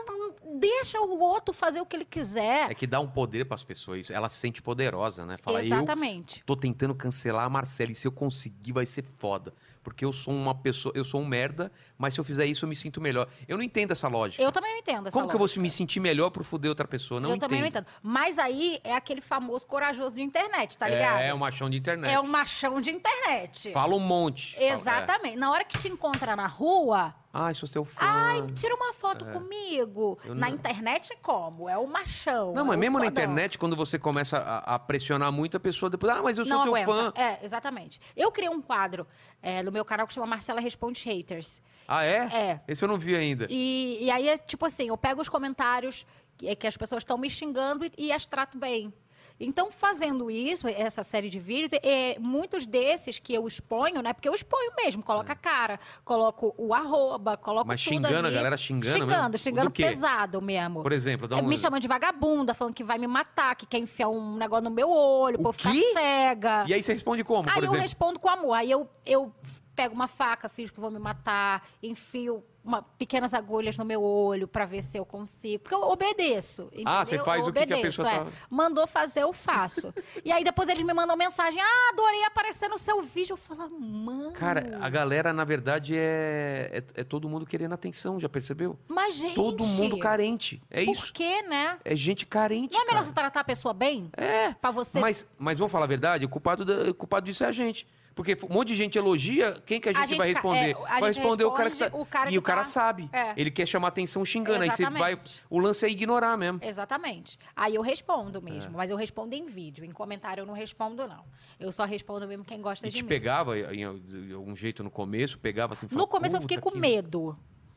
[SPEAKER 3] Deixa o outro fazer o que ele quiser.
[SPEAKER 2] É que dá um poder pras pessoas. Ela se sente poderosa, né? Fala, eu
[SPEAKER 3] Exatamente.
[SPEAKER 2] tô tentando cancelar a Marcela e se eu conseguir vai ser foda. Porque eu sou uma pessoa, eu sou um merda, mas se eu fizer isso eu me sinto melhor. Eu não entendo essa lógica.
[SPEAKER 3] Eu também não entendo essa
[SPEAKER 2] Como que eu vou
[SPEAKER 3] lógica.
[SPEAKER 2] me sentir melhor por foder outra pessoa? Não
[SPEAKER 3] eu
[SPEAKER 2] entendo.
[SPEAKER 3] também não entendo. Mas aí é aquele famoso corajoso de internet, tá ligado?
[SPEAKER 2] É, é um machão de internet.
[SPEAKER 3] É um machão de internet.
[SPEAKER 2] Fala um monte. Fala- é.
[SPEAKER 3] Exatamente. Na hora que te encontra na rua,
[SPEAKER 2] Ai, sou seu fã.
[SPEAKER 3] ai, tira uma foto
[SPEAKER 2] É.
[SPEAKER 3] comigo.
[SPEAKER 2] Eu
[SPEAKER 3] na
[SPEAKER 2] não-
[SPEAKER 3] internet, como? É o machão.
[SPEAKER 2] Não,
[SPEAKER 3] é
[SPEAKER 2] mas
[SPEAKER 3] o
[SPEAKER 2] mesmo na
[SPEAKER 3] fodão.
[SPEAKER 2] internet, quando você começa a, a pressionar muito, a pessoa depois. Ah, mas eu sou
[SPEAKER 3] não
[SPEAKER 2] teu fã.
[SPEAKER 3] aguenta. É, exatamente. Eu criei um quadro é, no meu canal que chama Marcela Responde
[SPEAKER 2] [laughs]
[SPEAKER 3] Haters.
[SPEAKER 2] Ah, é?
[SPEAKER 3] É.
[SPEAKER 2] Esse eu não vi ainda.
[SPEAKER 3] E, e aí é tipo assim, eu pego os comentários que, que as pessoas estão me xingando e, e as trato bem. Então, fazendo isso, essa série de vídeos, é, muitos desses que eu exponho, né? Porque eu exponho mesmo, coloco a cara, coloco o arroba, coloco
[SPEAKER 2] É. Mas
[SPEAKER 3] tudo
[SPEAKER 2] xingando a
[SPEAKER 3] ali.
[SPEAKER 2] galera, xingando mesmo?
[SPEAKER 3] Xingando, xingando
[SPEAKER 2] Do quê?
[SPEAKER 3] pesado mesmo.
[SPEAKER 2] Por exemplo, dá
[SPEAKER 3] É,
[SPEAKER 2] um.
[SPEAKER 3] Me chamando de vagabunda, falando que vai me matar, que quer enfiar um negócio no meu olho,
[SPEAKER 2] O
[SPEAKER 3] pra eu ficar
[SPEAKER 2] quê?
[SPEAKER 3] cega.
[SPEAKER 2] E aí você responde como,
[SPEAKER 3] Aí
[SPEAKER 2] por
[SPEAKER 3] eu
[SPEAKER 2] exemplo?
[SPEAKER 3] respondo com amor. Aí eu, eu pego uma faca, finjo que vou me matar, enfio uma- pequenas agulhas no meu olho pra ver se eu consigo. Porque eu obedeço.
[SPEAKER 2] Ah,
[SPEAKER 3] entendeu?
[SPEAKER 2] você faz
[SPEAKER 3] Eu
[SPEAKER 2] o que que a pessoa
[SPEAKER 3] é.
[SPEAKER 2] tá-
[SPEAKER 3] Mandou fazer, eu faço. e aí depois eles me mandam mensagem: ah, adorei aparecer no seu vídeo. Eu falo, mano.
[SPEAKER 2] Cara,
[SPEAKER 3] Hum.
[SPEAKER 2] a galera, na verdade, é... é. é todo mundo querendo atenção, já percebeu?
[SPEAKER 3] Mas, gente.
[SPEAKER 2] Todo mundo carente. É
[SPEAKER 3] Por
[SPEAKER 2] isso.
[SPEAKER 3] quê, né?
[SPEAKER 2] É gente carente.
[SPEAKER 3] Não é melhor
[SPEAKER 2] cara.
[SPEAKER 3] você tratar a pessoa bem?
[SPEAKER 2] É.
[SPEAKER 3] Pra você.
[SPEAKER 2] Mas, mas vamos falar a verdade, o culpado, da- o culpado disso é a gente. Porque um monte de gente elogia, quem que a
[SPEAKER 3] A
[SPEAKER 2] gente,
[SPEAKER 3] gente
[SPEAKER 2] vai
[SPEAKER 3] ca-
[SPEAKER 2] responder?
[SPEAKER 3] é, a
[SPEAKER 2] vai
[SPEAKER 3] gente
[SPEAKER 2] responder o cara que tá...
[SPEAKER 3] responde o cara
[SPEAKER 2] e
[SPEAKER 3] que
[SPEAKER 2] o cara
[SPEAKER 3] tá-
[SPEAKER 2] sabe.
[SPEAKER 3] É.
[SPEAKER 2] Ele quer chamar atenção xingando, aí você vai...
[SPEAKER 3] Exatamente.
[SPEAKER 2] O lance é ignorar mesmo.
[SPEAKER 3] Exatamente. Aí eu respondo mesmo,
[SPEAKER 2] É.
[SPEAKER 3] mas eu respondo em vídeo. Em comentário eu não respondo, não. Eu só respondo mesmo quem gosta
[SPEAKER 2] E
[SPEAKER 3] de
[SPEAKER 2] te
[SPEAKER 3] mim.
[SPEAKER 2] pegava em- em de algum jeito no começo, pegava assim...
[SPEAKER 3] No
[SPEAKER 2] falava,
[SPEAKER 3] começo eu fiquei
[SPEAKER 2] "Puta
[SPEAKER 3] com
[SPEAKER 2] que-"
[SPEAKER 3] medo.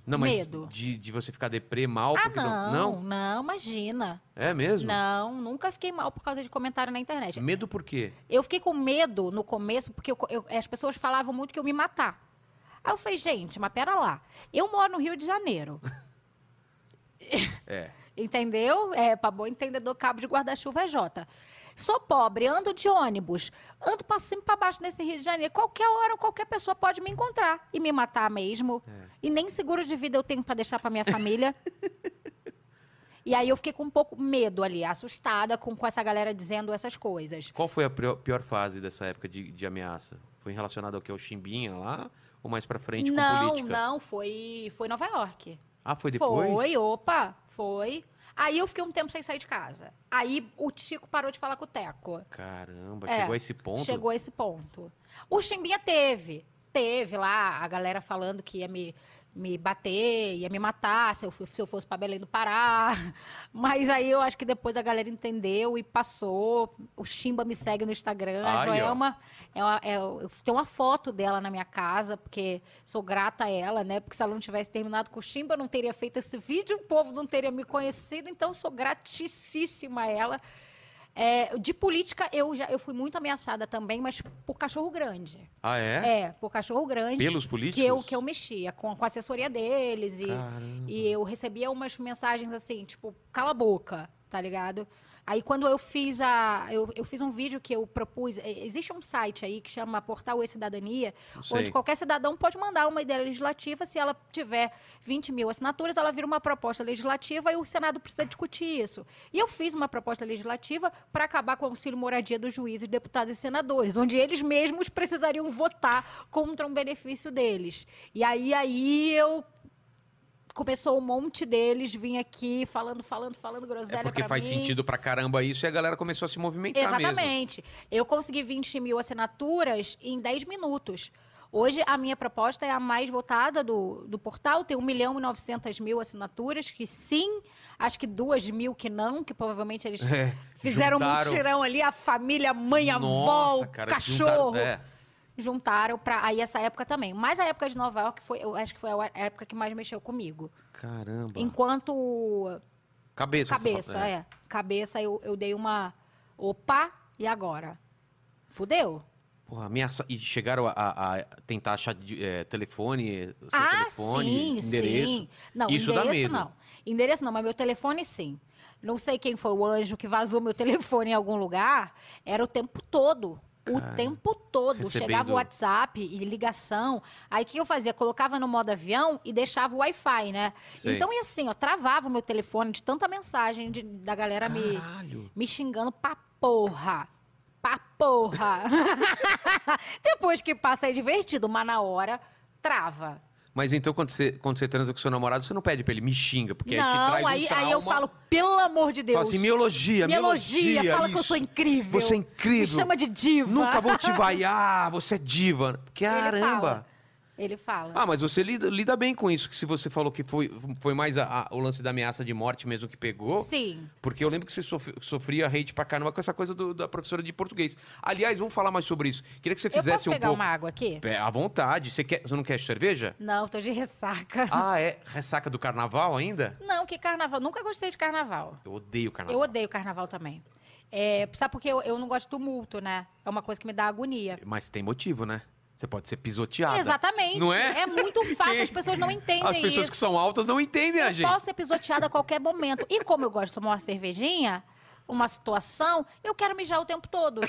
[SPEAKER 2] Não, mas
[SPEAKER 3] medo.
[SPEAKER 2] De, de você ficar deprê, mal,
[SPEAKER 3] Ah,
[SPEAKER 2] porque não... Não?
[SPEAKER 3] não, não, imagina.
[SPEAKER 2] É mesmo?
[SPEAKER 3] Não, nunca fiquei mal por causa de comentário na internet.
[SPEAKER 2] Medo por quê?
[SPEAKER 3] Eu fiquei com medo no começo, porque eu- eu- as pessoas falavam muito que eu me matar. Aí eu falei, gente, mas pera lá. Eu moro no Rio de Janeiro.
[SPEAKER 2] É.
[SPEAKER 3] [laughs] Entendeu? É, pra bom entendedor, cabo de guarda-chuva é Jota. Sou pobre, ando de ônibus, ando pra cima e pra baixo nesse Rio de Janeiro. Qualquer hora, qualquer pessoa pode me encontrar e me matar mesmo. E nem seguro de vida eu tenho pra deixar pra minha família. e aí eu fiquei com um pouco medo ali, assustada com, com essa galera dizendo essas coisas.
[SPEAKER 2] Qual foi a prior- pior fase dessa época de, de ameaça? Foi relacionado ao que? Ao Chimbinha lá? Ou mais pra frente com
[SPEAKER 3] não,
[SPEAKER 2] política?
[SPEAKER 3] não, foi, foi Nova York.
[SPEAKER 2] Ah, foi depois?
[SPEAKER 3] Foi, opa, foi. Aí eu fiquei um tempo sem sair de casa. Aí o Tico parou de falar com o Teco.
[SPEAKER 2] Caramba,
[SPEAKER 3] É,
[SPEAKER 2] chegou a esse ponto.
[SPEAKER 3] Chegou a esse ponto. O Chimbinha teve. Teve lá a galera falando que ia me, me bater, ia me matar se eu, fu- se eu fosse para Belém do Pará. [laughs] Mas aí eu acho que depois a galera entendeu e passou. O Chimba me segue no Instagram.
[SPEAKER 2] Aí, ó.
[SPEAKER 3] a Joelma, é uma, é, eu tenho uma foto dela na minha casa, porque sou grata a ela, né? Porque se ela não tivesse terminado com o Chimba, eu não teria feito esse vídeo, o povo não teria me conhecido. Então, sou graticíssima a ela. É, de política, eu já eu fui muito ameaçada também, mas por cachorro grande.
[SPEAKER 2] Ah, é?
[SPEAKER 3] É, por cachorro grande.
[SPEAKER 2] Pelos políticos?
[SPEAKER 3] que eu, que eu mexia com, com a assessoria deles. E,
[SPEAKER 2] Caramba.
[SPEAKER 3] e eu recebia umas mensagens assim, tipo, cala a boca, tá ligado? Aí quando eu fiz a. Eu, eu fiz um vídeo que eu propus. eh, Existe um site aí que chama Portal E Cidadania,
[SPEAKER 2] Não sei. É
[SPEAKER 3] onde qualquer cidadão pode mandar uma ideia legislativa. Se ela tiver 20 mil assinaturas, ela vira uma proposta legislativa e o Senado precisa discutir isso. E eu fiz uma proposta legislativa para acabar com o auxílio moradia dos juízes, deputados e senadores, onde eles mesmos precisariam votar contra um benefício deles. E aí, aí eu começou um monte deles vir aqui falando, falando, falando groselha
[SPEAKER 2] É porque
[SPEAKER 3] pra
[SPEAKER 2] faz
[SPEAKER 3] mim.
[SPEAKER 2] sentido pra caramba isso e a galera começou a se movimentar Tá mesmo.
[SPEAKER 3] Exatamente. Eu consegui 20 mil assinaturas em 10 minutos. Hoje, a minha proposta é a mais votada do, do portal. Tem 1 milhão e 900 mil assinaturas, que sim, acho que 2 mil que não, que provavelmente eles
[SPEAKER 2] [laughs] É,
[SPEAKER 3] fizeram um
[SPEAKER 2] juntaram-
[SPEAKER 3] mutirão ali, a família, a mãe, a avó,
[SPEAKER 2] Nossa,
[SPEAKER 3] o
[SPEAKER 2] cara,
[SPEAKER 3] cachorro.
[SPEAKER 2] juntaram- é.
[SPEAKER 3] Juntaram pra aí essa época também. Mas a época de Nova York foi, eu acho que foi a época que mais mexeu comigo.
[SPEAKER 2] Caramba.
[SPEAKER 3] Enquanto
[SPEAKER 2] Cabeça. você
[SPEAKER 3] Cabeça,
[SPEAKER 2] fala-
[SPEAKER 3] é. Cabeça, eu, eu dei uma. Opa, e agora? Fudeu?
[SPEAKER 2] Porra, ameaça... E chegaram a, a- a tentar achar de- é, telefone, seu
[SPEAKER 3] ah,
[SPEAKER 2] telefone,
[SPEAKER 3] sim,
[SPEAKER 2] endereço.
[SPEAKER 3] sim. Não,
[SPEAKER 2] Isso dá
[SPEAKER 3] endereço
[SPEAKER 2] medo.
[SPEAKER 3] não. Endereço não, mas meu telefone sim. [laughs] Não sei quem foi o anjo que vazou meu telefone em algum lugar. Era o tempo todo. o
[SPEAKER 2] Cara,
[SPEAKER 3] tempo todo.
[SPEAKER 2] recebendo-
[SPEAKER 3] Chegava o WhatsApp e ligação. Aí o que eu fazia? Colocava no modo avião e deixava o Wi-Fi, né?
[SPEAKER 2] Sei.
[SPEAKER 3] Então, e assim, ó, travava o meu telefone de tanta mensagem de- da galera me,
[SPEAKER 2] Caralho.
[SPEAKER 3] me xingando pra porra. Pra porra. [laughs] Depois que passa é divertido, mas na hora trava.
[SPEAKER 2] Mas então, quando você, quando você transa com seu namorado, você não pede pra ele me xinga, porque aí te traz
[SPEAKER 3] Não,
[SPEAKER 2] um
[SPEAKER 3] aí, aí eu
[SPEAKER 2] trauma.
[SPEAKER 3] falo, pelo amor de Deus.
[SPEAKER 2] Fala assim, me elogia,
[SPEAKER 3] Me
[SPEAKER 2] me
[SPEAKER 3] elogia,
[SPEAKER 2] elogia.
[SPEAKER 3] fala que eu
[SPEAKER 2] isso.
[SPEAKER 3] sou incrível.
[SPEAKER 2] Você é incrível.
[SPEAKER 3] Me chama de diva.
[SPEAKER 2] Nunca vou
[SPEAKER 3] [laughs]
[SPEAKER 2] te vaiar, você é diva. Caramba.
[SPEAKER 3] Ele fala.
[SPEAKER 2] Ah, mas você lida, lida bem com isso, que se você falou que foi, foi mais a- a- o lance da ameaça de morte mesmo que pegou.
[SPEAKER 3] Sim.
[SPEAKER 2] Porque eu lembro que você sofre- sofria hate pra caramba com essa coisa do- da professora de português. Aliás, vamos falar mais sobre isso. Queria que você
[SPEAKER 3] Eu
[SPEAKER 2] fizesse
[SPEAKER 3] posso
[SPEAKER 2] um
[SPEAKER 3] pegar
[SPEAKER 2] pouco.
[SPEAKER 3] uma água aqui?
[SPEAKER 2] É, à vontade. Você, quer, você não quer
[SPEAKER 3] [laughs]
[SPEAKER 2] cerveja?
[SPEAKER 3] Não, tô de ressaca.
[SPEAKER 2] Ah, é? Ressaca do carnaval ainda?
[SPEAKER 3] Não, que carnaval. Nunca gostei de carnaval.
[SPEAKER 2] Eu odeio carnaval.
[SPEAKER 3] Eu odeio carnaval também. É, sabe porque eu, eu não gosto de tumulto, né? É uma coisa que me dá agonia.
[SPEAKER 2] Mas tem motivo, né? Você pode ser pisoteada.
[SPEAKER 3] Exatamente.
[SPEAKER 2] Não é? [laughs]
[SPEAKER 3] muito fácil,
[SPEAKER 2] Quem-
[SPEAKER 3] as pessoas não entendem
[SPEAKER 2] As pessoas
[SPEAKER 3] isso.
[SPEAKER 2] que são altas não entendem a
[SPEAKER 3] Eu
[SPEAKER 2] gente.
[SPEAKER 3] posso ser pisoteada a qualquer momento. E como eu gosto de tomar uma cervejinha, uma situação, eu quero mijar o tempo todo.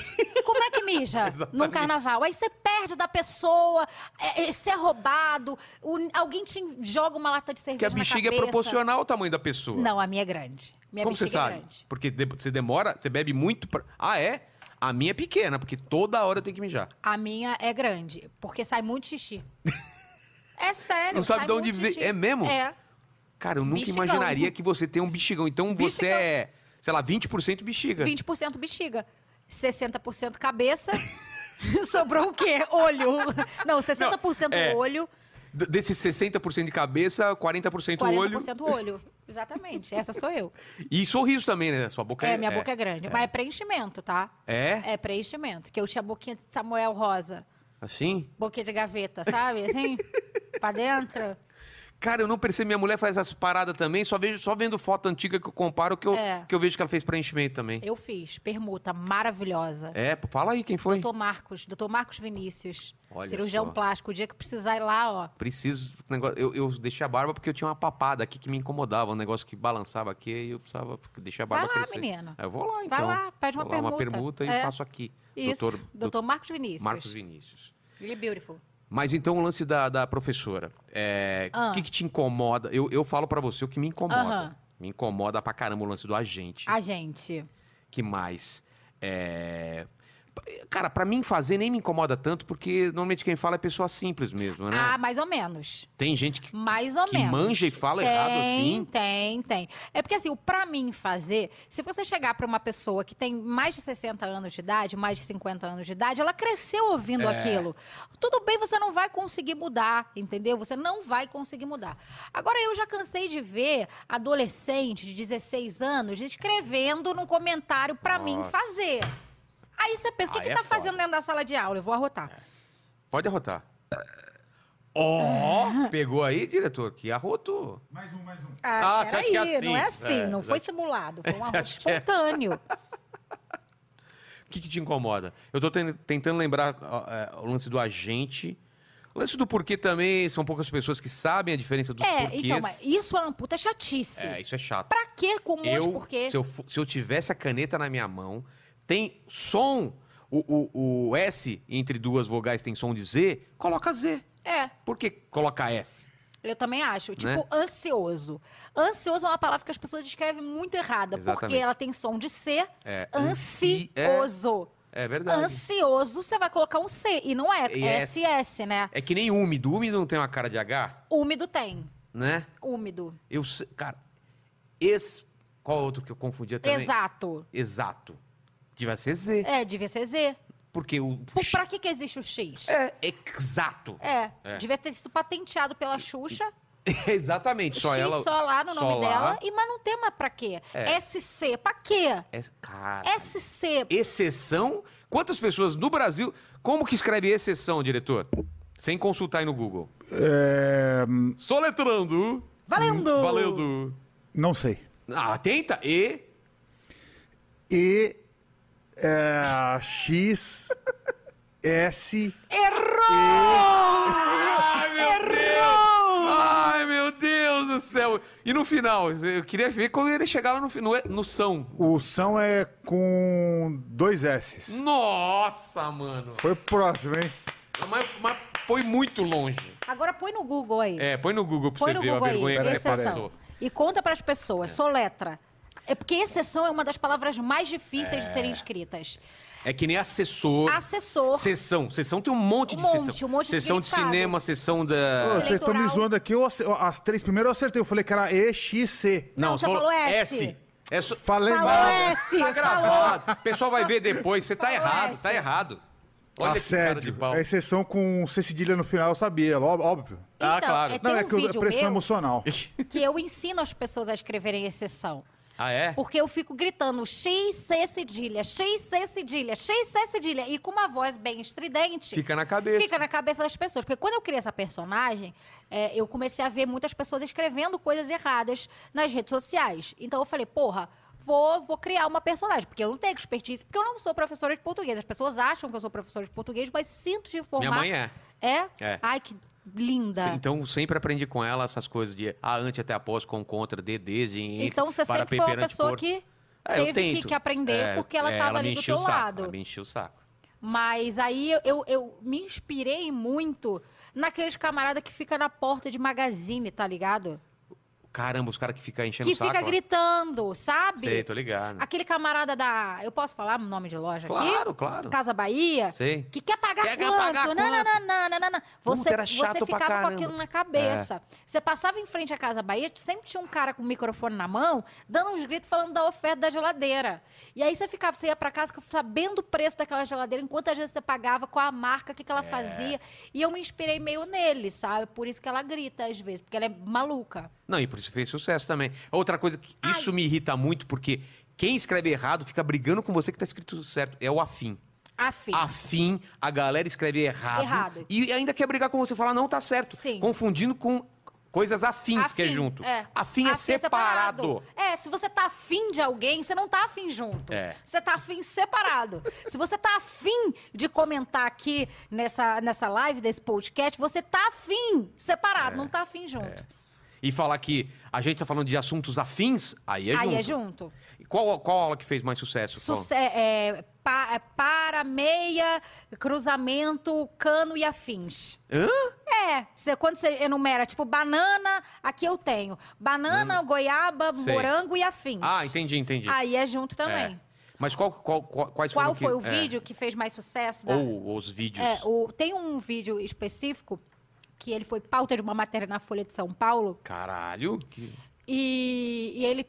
[SPEAKER 3] Como é que
[SPEAKER 2] [laughs]
[SPEAKER 3] mija num
[SPEAKER 2] Exatamente.
[SPEAKER 3] carnaval? Aí você perde da pessoa, é, é, você é roubado, o- alguém te joga uma lata de cerveja
[SPEAKER 2] Porque a
[SPEAKER 3] na
[SPEAKER 2] bexiga é
[SPEAKER 3] cabeça.
[SPEAKER 2] proporcional ao tamanho da pessoa.
[SPEAKER 3] Não, a minha é grande. Minha
[SPEAKER 2] Como você
[SPEAKER 3] bexiga é
[SPEAKER 2] sabe?
[SPEAKER 3] grande.
[SPEAKER 2] Porque de- você demora, você bebe muito pra... Ah, é? A minha é pequena, porque toda hora eu tenho que mijar.
[SPEAKER 3] A minha é grande, porque sai muito
[SPEAKER 2] [laughs]
[SPEAKER 3] xixi. É sério.
[SPEAKER 2] Não sabe
[SPEAKER 3] sai
[SPEAKER 2] de onde
[SPEAKER 3] muito
[SPEAKER 2] vem.
[SPEAKER 3] xixi.
[SPEAKER 2] É mesmo?
[SPEAKER 3] É.
[SPEAKER 2] Cara, eu nunca
[SPEAKER 3] Bexigão.
[SPEAKER 2] imaginaria que você tem um bexigão. Então você
[SPEAKER 3] Bexigão.
[SPEAKER 2] é, sei lá, 20% bexiga.
[SPEAKER 3] 20% bexiga. 60% cabeça. [laughs] Sobrou o quê? Olho. Não, 60%
[SPEAKER 2] Não, é.
[SPEAKER 3] olho,
[SPEAKER 2] D- Desses 60% de cabeça, 40% olho.
[SPEAKER 3] 40% olho. Exatamente. Essa
[SPEAKER 2] [laughs]
[SPEAKER 3] sou eu.
[SPEAKER 2] E sorriso também, né? Sua boca
[SPEAKER 3] É, minha boca é grande. Mas é preenchimento, tá?
[SPEAKER 2] É?
[SPEAKER 3] É preenchimento. Que eu tinha boquinha de Samuel Rosa.
[SPEAKER 2] Assim?
[SPEAKER 3] Boquinha de gaveta,
[SPEAKER 2] [laughs]
[SPEAKER 3] sabe? Assim, pra dentro.
[SPEAKER 2] Cara, eu não percebo. Minha mulher faz essas paradas também. Só, vejo, só vendo foto antiga que eu comparo que eu,
[SPEAKER 3] É.
[SPEAKER 2] que eu vejo que ela fez preenchimento também.
[SPEAKER 3] Eu fiz. Permuta maravilhosa.
[SPEAKER 2] É, pô, fala aí quem foi.
[SPEAKER 3] Doutor Marcos, doutor Marcos Vinícius.
[SPEAKER 2] Olha
[SPEAKER 3] cirurgião
[SPEAKER 2] só.
[SPEAKER 3] plástico. O dia que precisar ir lá, ó.
[SPEAKER 2] Preciso. negócio- Eu, eu deixei a barba porque eu tinha uma papada aqui que me incomodava, um negócio que balançava aqui e eu precisava deixar a
[SPEAKER 3] Vai
[SPEAKER 2] barba
[SPEAKER 3] lá,
[SPEAKER 2] crescer.
[SPEAKER 3] menino.
[SPEAKER 2] Aí eu vou lá,
[SPEAKER 3] Vai
[SPEAKER 2] então.
[SPEAKER 3] lá, pede uma
[SPEAKER 2] Vou lá,
[SPEAKER 3] permuta.
[SPEAKER 2] e
[SPEAKER 3] É.
[SPEAKER 2] faço aqui.
[SPEAKER 3] Isso.
[SPEAKER 2] Doutor,
[SPEAKER 3] Doutor, Marcos Vinícius.
[SPEAKER 2] Marcos Vinícius.
[SPEAKER 3] Ele é beautiful.
[SPEAKER 2] Mas então o lance da, da professora. é, O
[SPEAKER 3] Ah.
[SPEAKER 2] que, que te incomoda? Eu, eu falo pra você o que me incomoda.
[SPEAKER 3] Aham.
[SPEAKER 2] Me incomoda pra caramba o lance do agente.
[SPEAKER 3] A gente.
[SPEAKER 2] que mais? É... Cara, pra mim fazer nem me incomoda tanto, porque normalmente quem fala é pessoa simples mesmo, né?
[SPEAKER 3] Ah, mais ou menos.
[SPEAKER 2] Tem gente que,
[SPEAKER 3] Mais ou
[SPEAKER 2] que
[SPEAKER 3] menos.
[SPEAKER 2] manja e fala errado assim.
[SPEAKER 3] Tem, tem. É porque assim, o pra mim fazer, se você chegar pra uma pessoa que tem mais de 60 anos de idade, mais de 50 anos de idade, ela cresceu ouvindo
[SPEAKER 2] É.
[SPEAKER 3] aquilo. Tudo bem, você não vai conseguir mudar, entendeu? Você não vai conseguir mudar. Agora, eu já cansei de ver adolescente de 16 anos escrevendo num comentário pra mim
[SPEAKER 2] Nossa.
[SPEAKER 3] fazer. Aí você pensa, o que,
[SPEAKER 2] Aí
[SPEAKER 3] que
[SPEAKER 2] é
[SPEAKER 3] tá
[SPEAKER 2] foda. É.
[SPEAKER 3] fazendo dentro da sala de aula? Eu vou arrotar.
[SPEAKER 2] Pode arrotar. Ó,
[SPEAKER 3] [laughs]
[SPEAKER 2] pegou aí, diretor, que arrotou.
[SPEAKER 4] Mais um, mais um.
[SPEAKER 2] Ah, você acha que é
[SPEAKER 3] peraí, Não é
[SPEAKER 2] assim?
[SPEAKER 3] assim,
[SPEAKER 2] É,
[SPEAKER 3] não foi
[SPEAKER 2] você
[SPEAKER 3] simulado, foi um
[SPEAKER 2] [laughs] Você
[SPEAKER 3] arroto
[SPEAKER 2] acha que é?
[SPEAKER 3] espontâneo.
[SPEAKER 2] O que, que te incomoda? Eu tô ten- tentando lembrar ó, é, o lance do agente. O lance do porquê também, são poucas pessoas que sabem a diferença dos
[SPEAKER 3] É,
[SPEAKER 2] porquês.
[SPEAKER 3] então, mas isso é uma puta chatice.
[SPEAKER 2] É, isso é chato.
[SPEAKER 3] Pra quê com um monte
[SPEAKER 2] eu,
[SPEAKER 3] de porquê?
[SPEAKER 2] se, eu, fu- se eu tivesse a caneta na minha mão, tem som. O, o- o S entre duas vogais tem som de Z, coloca Z.
[SPEAKER 3] É,
[SPEAKER 2] Por que coloca S?
[SPEAKER 3] eu também acho. Tipo,
[SPEAKER 2] Né?
[SPEAKER 3] ansioso. Ansioso é uma palavra que as pessoas escrevem muito errada, porque
[SPEAKER 2] Exatamente.
[SPEAKER 3] ela tem som de C.
[SPEAKER 2] É, ansi- é,
[SPEAKER 3] Ansioso.
[SPEAKER 2] é verdade.
[SPEAKER 3] Ansioso, você vai colocar um C. E não é
[SPEAKER 2] E
[SPEAKER 3] é
[SPEAKER 2] S.
[SPEAKER 3] SS, né?
[SPEAKER 2] É que nem úmido. Úmido não tem uma cara de H,
[SPEAKER 3] Úmido tem.
[SPEAKER 2] né?
[SPEAKER 3] Úmido.
[SPEAKER 2] Eu se- Cara, ex. Qual outro que eu confundia também?
[SPEAKER 3] Exato.
[SPEAKER 2] Exato. Devia ser Z.
[SPEAKER 3] É, devia ser Z.
[SPEAKER 2] Porque o.
[SPEAKER 3] Pô, pra que, que existe o X?
[SPEAKER 2] É exato.
[SPEAKER 3] [laughs] É,
[SPEAKER 2] É.
[SPEAKER 3] devia ter sido patenteado pela Xuxa,
[SPEAKER 2] Exatamente. Só
[SPEAKER 3] X
[SPEAKER 2] ela.
[SPEAKER 3] só lá no
[SPEAKER 2] só
[SPEAKER 3] nome
[SPEAKER 2] lá.
[SPEAKER 3] dela, e mas não tem mais pra quê?
[SPEAKER 2] É.
[SPEAKER 3] SC, pra quê?
[SPEAKER 2] É- Cara.
[SPEAKER 3] SC,
[SPEAKER 2] exceção? Quantas pessoas no Brasil. Como que escreve exceção, diretor? Sem consultar aí no Google.
[SPEAKER 4] É, hum,
[SPEAKER 2] Soletrando.
[SPEAKER 3] valendo!
[SPEAKER 2] Valendo.
[SPEAKER 4] não sei.
[SPEAKER 2] Ah, tenta. E.
[SPEAKER 4] E. é, X. S.
[SPEAKER 3] Errou!
[SPEAKER 2] Ai, meu Deus! Ai, meu Deus do céu. E no final? Eu queria ver quando ele chegar lá no, fi- no, no São.
[SPEAKER 4] O São é com dois S.
[SPEAKER 2] Nossa, mano.
[SPEAKER 4] Foi próximo, hein?
[SPEAKER 2] Mas, mas foi muito longe.
[SPEAKER 3] Agora põe no Google aí.
[SPEAKER 2] É, põe no Google pra
[SPEAKER 3] põe
[SPEAKER 2] você
[SPEAKER 3] no
[SPEAKER 2] ver a
[SPEAKER 3] Google aí.
[SPEAKER 2] vergonha que você
[SPEAKER 3] Exceção.
[SPEAKER 2] passou.
[SPEAKER 3] E conta pras pessoas. Soletra. É porque exceção é uma das palavras mais difíceis de serem escritas.
[SPEAKER 2] É que nem assessor.
[SPEAKER 3] Assessor.
[SPEAKER 2] Sessão. Sessão tem um monte
[SPEAKER 3] Um
[SPEAKER 2] de
[SPEAKER 3] monte,
[SPEAKER 2] sessão.
[SPEAKER 3] um monte de
[SPEAKER 2] sessão de
[SPEAKER 3] significado.
[SPEAKER 2] cinema, sessão
[SPEAKER 4] Ô,
[SPEAKER 2] da.
[SPEAKER 4] Vocês estão me
[SPEAKER 3] É. Eleitoral.
[SPEAKER 4] zoando aqui, eu ace- as três primeiras eu acertei. Eu falei que era EXC.
[SPEAKER 3] Não, você falou S.
[SPEAKER 2] É só-
[SPEAKER 4] Falei
[SPEAKER 3] Falou
[SPEAKER 4] mal.
[SPEAKER 3] S.
[SPEAKER 2] Tá
[SPEAKER 3] falou.
[SPEAKER 2] gravado. O pessoal vai ver depois. Você tá
[SPEAKER 3] Falou
[SPEAKER 2] errado,
[SPEAKER 3] S.
[SPEAKER 2] tá errado. Olha esse cara de
[SPEAKER 4] Assédio.
[SPEAKER 2] pau.
[SPEAKER 4] É exceção com C cedilha no final, eu sabia, ó- óbvio.
[SPEAKER 2] Ah,
[SPEAKER 3] Então,
[SPEAKER 2] claro.
[SPEAKER 3] é, tem
[SPEAKER 4] Não, é
[SPEAKER 3] um
[SPEAKER 4] que eu-
[SPEAKER 3] vídeo
[SPEAKER 4] pressão
[SPEAKER 3] meu
[SPEAKER 4] emocional.
[SPEAKER 3] que eu ensino as pessoas a escreverem exceção.
[SPEAKER 2] Ah, é?
[SPEAKER 3] Porque eu fico gritando X, C, cedilha, X, C, cedilha, X, C, cedilha. E com uma voz bem estridente.
[SPEAKER 2] Fica na cabeça.
[SPEAKER 3] Fica na cabeça das pessoas. Porque quando eu criei essa personagem, é, eu comecei a ver muitas pessoas escrevendo coisas erradas nas redes sociais. Então eu falei, porra. Vou, vou criar uma personagem, porque eu não tenho expertise, porque eu não sou professora de português. As pessoas acham que eu sou professora de português, mas sinto te
[SPEAKER 2] Minha
[SPEAKER 3] informar.
[SPEAKER 2] mãe é.
[SPEAKER 3] É?
[SPEAKER 2] É.
[SPEAKER 3] Ai, que linda.
[SPEAKER 2] Se- Então sempre aprendi com ela essas coisas de a ante até após, com contra, de, desde, entre,
[SPEAKER 3] Então você
[SPEAKER 2] para,
[SPEAKER 3] sempre foi uma
[SPEAKER 2] peperante,
[SPEAKER 3] pessoa
[SPEAKER 2] por.
[SPEAKER 3] que
[SPEAKER 2] né, É, eu
[SPEAKER 3] teve que,
[SPEAKER 2] tento.
[SPEAKER 3] que aprender
[SPEAKER 2] É,
[SPEAKER 3] porque ela
[SPEAKER 2] é,
[SPEAKER 3] estava
[SPEAKER 2] me
[SPEAKER 3] ali do
[SPEAKER 2] encheu
[SPEAKER 3] teu
[SPEAKER 2] o saco,
[SPEAKER 3] lado.
[SPEAKER 2] Ela me encheu o saco.
[SPEAKER 3] Mas aí eu, eu, eu me inspirei muito naqueles camarada que fica na porta de magazine, tá ligado?
[SPEAKER 2] Caramba, os caras que ficam enchendo
[SPEAKER 3] que
[SPEAKER 2] o saco.
[SPEAKER 3] fica
[SPEAKER 2] ó.
[SPEAKER 3] gritando, sabe?
[SPEAKER 2] Sei, tô ligado.
[SPEAKER 3] Aquele camarada da. Eu posso falar o nome de loja aqui?
[SPEAKER 2] Claro, claro.
[SPEAKER 3] Casa Bahia.
[SPEAKER 2] Sei.
[SPEAKER 3] Que quer pagar
[SPEAKER 2] Quer
[SPEAKER 3] quanto?
[SPEAKER 2] pagar
[SPEAKER 3] Não,
[SPEAKER 2] quanto?
[SPEAKER 3] não, não, não, não, não, não. Você,
[SPEAKER 2] era chato
[SPEAKER 3] você
[SPEAKER 2] pra
[SPEAKER 3] ficava com
[SPEAKER 2] caramba. É.
[SPEAKER 3] aquilo na cabeça. Você passava em frente à Casa Bahia, sempre tinha um cara com o microfone na mão, dando uns gritos falando da oferta da geladeira. E aí você ficava, você ia pra casa sabendo o preço daquela geladeira, enquanto às vezes você pagava, qual a marca, o que, que
[SPEAKER 2] É.
[SPEAKER 3] ela fazia. E eu me inspirei meio nele, sabe? Por isso que ela grita às vezes, porque ela é maluca.
[SPEAKER 2] Não, e por isso fez sucesso também. Outra coisa que isso me irrita muito, porque quem escreve errado fica brigando com você que tá escrito certo. É o afim.
[SPEAKER 3] Afim.
[SPEAKER 2] Afim, a galera escreve errado.
[SPEAKER 3] Errado.
[SPEAKER 2] E ainda quer brigar com você, falar não tá certo.
[SPEAKER 3] Sim.
[SPEAKER 2] Confundindo com coisas afins que é
[SPEAKER 3] Afim,
[SPEAKER 2] junto.
[SPEAKER 3] é.
[SPEAKER 2] Afim é separado.
[SPEAKER 3] É, se você tá afim de alguém, você não tá afim junto.
[SPEAKER 2] É.
[SPEAKER 3] Você tá
[SPEAKER 2] [laughs]
[SPEAKER 3] afim separado. se você tá afim de comentar aqui nessa, nessa live, desse podcast, você tá afim
[SPEAKER 2] É.
[SPEAKER 3] separado, não tá afim junto.
[SPEAKER 2] E falar que a gente tá falando de assuntos afins, aí é
[SPEAKER 3] Aí
[SPEAKER 2] junto.
[SPEAKER 3] é junto.
[SPEAKER 2] E Qual, qual aula que fez mais sucesso? Tom?
[SPEAKER 3] Suce- é, pa- é, para, meia, cruzamento, cano e afins.
[SPEAKER 2] Hã?
[SPEAKER 3] É, você- quando você enumera, tipo, banana, aqui eu tenho. Banana, goiaba,
[SPEAKER 2] Sei.
[SPEAKER 3] morango e afins.
[SPEAKER 2] Ah, entendi, entendi.
[SPEAKER 3] Aí é junto também.
[SPEAKER 2] É. Mas qual, qual, qual- quais
[SPEAKER 3] Qual foi
[SPEAKER 2] foram
[SPEAKER 3] o
[SPEAKER 2] que- é,
[SPEAKER 3] vídeo que fez mais sucesso? da-
[SPEAKER 2] Ou os vídeos.
[SPEAKER 3] É, o- Tem um vídeo específico que ele foi pauta de uma matéria na Folha de São Paulo
[SPEAKER 2] Caralho. que-
[SPEAKER 3] e, e ele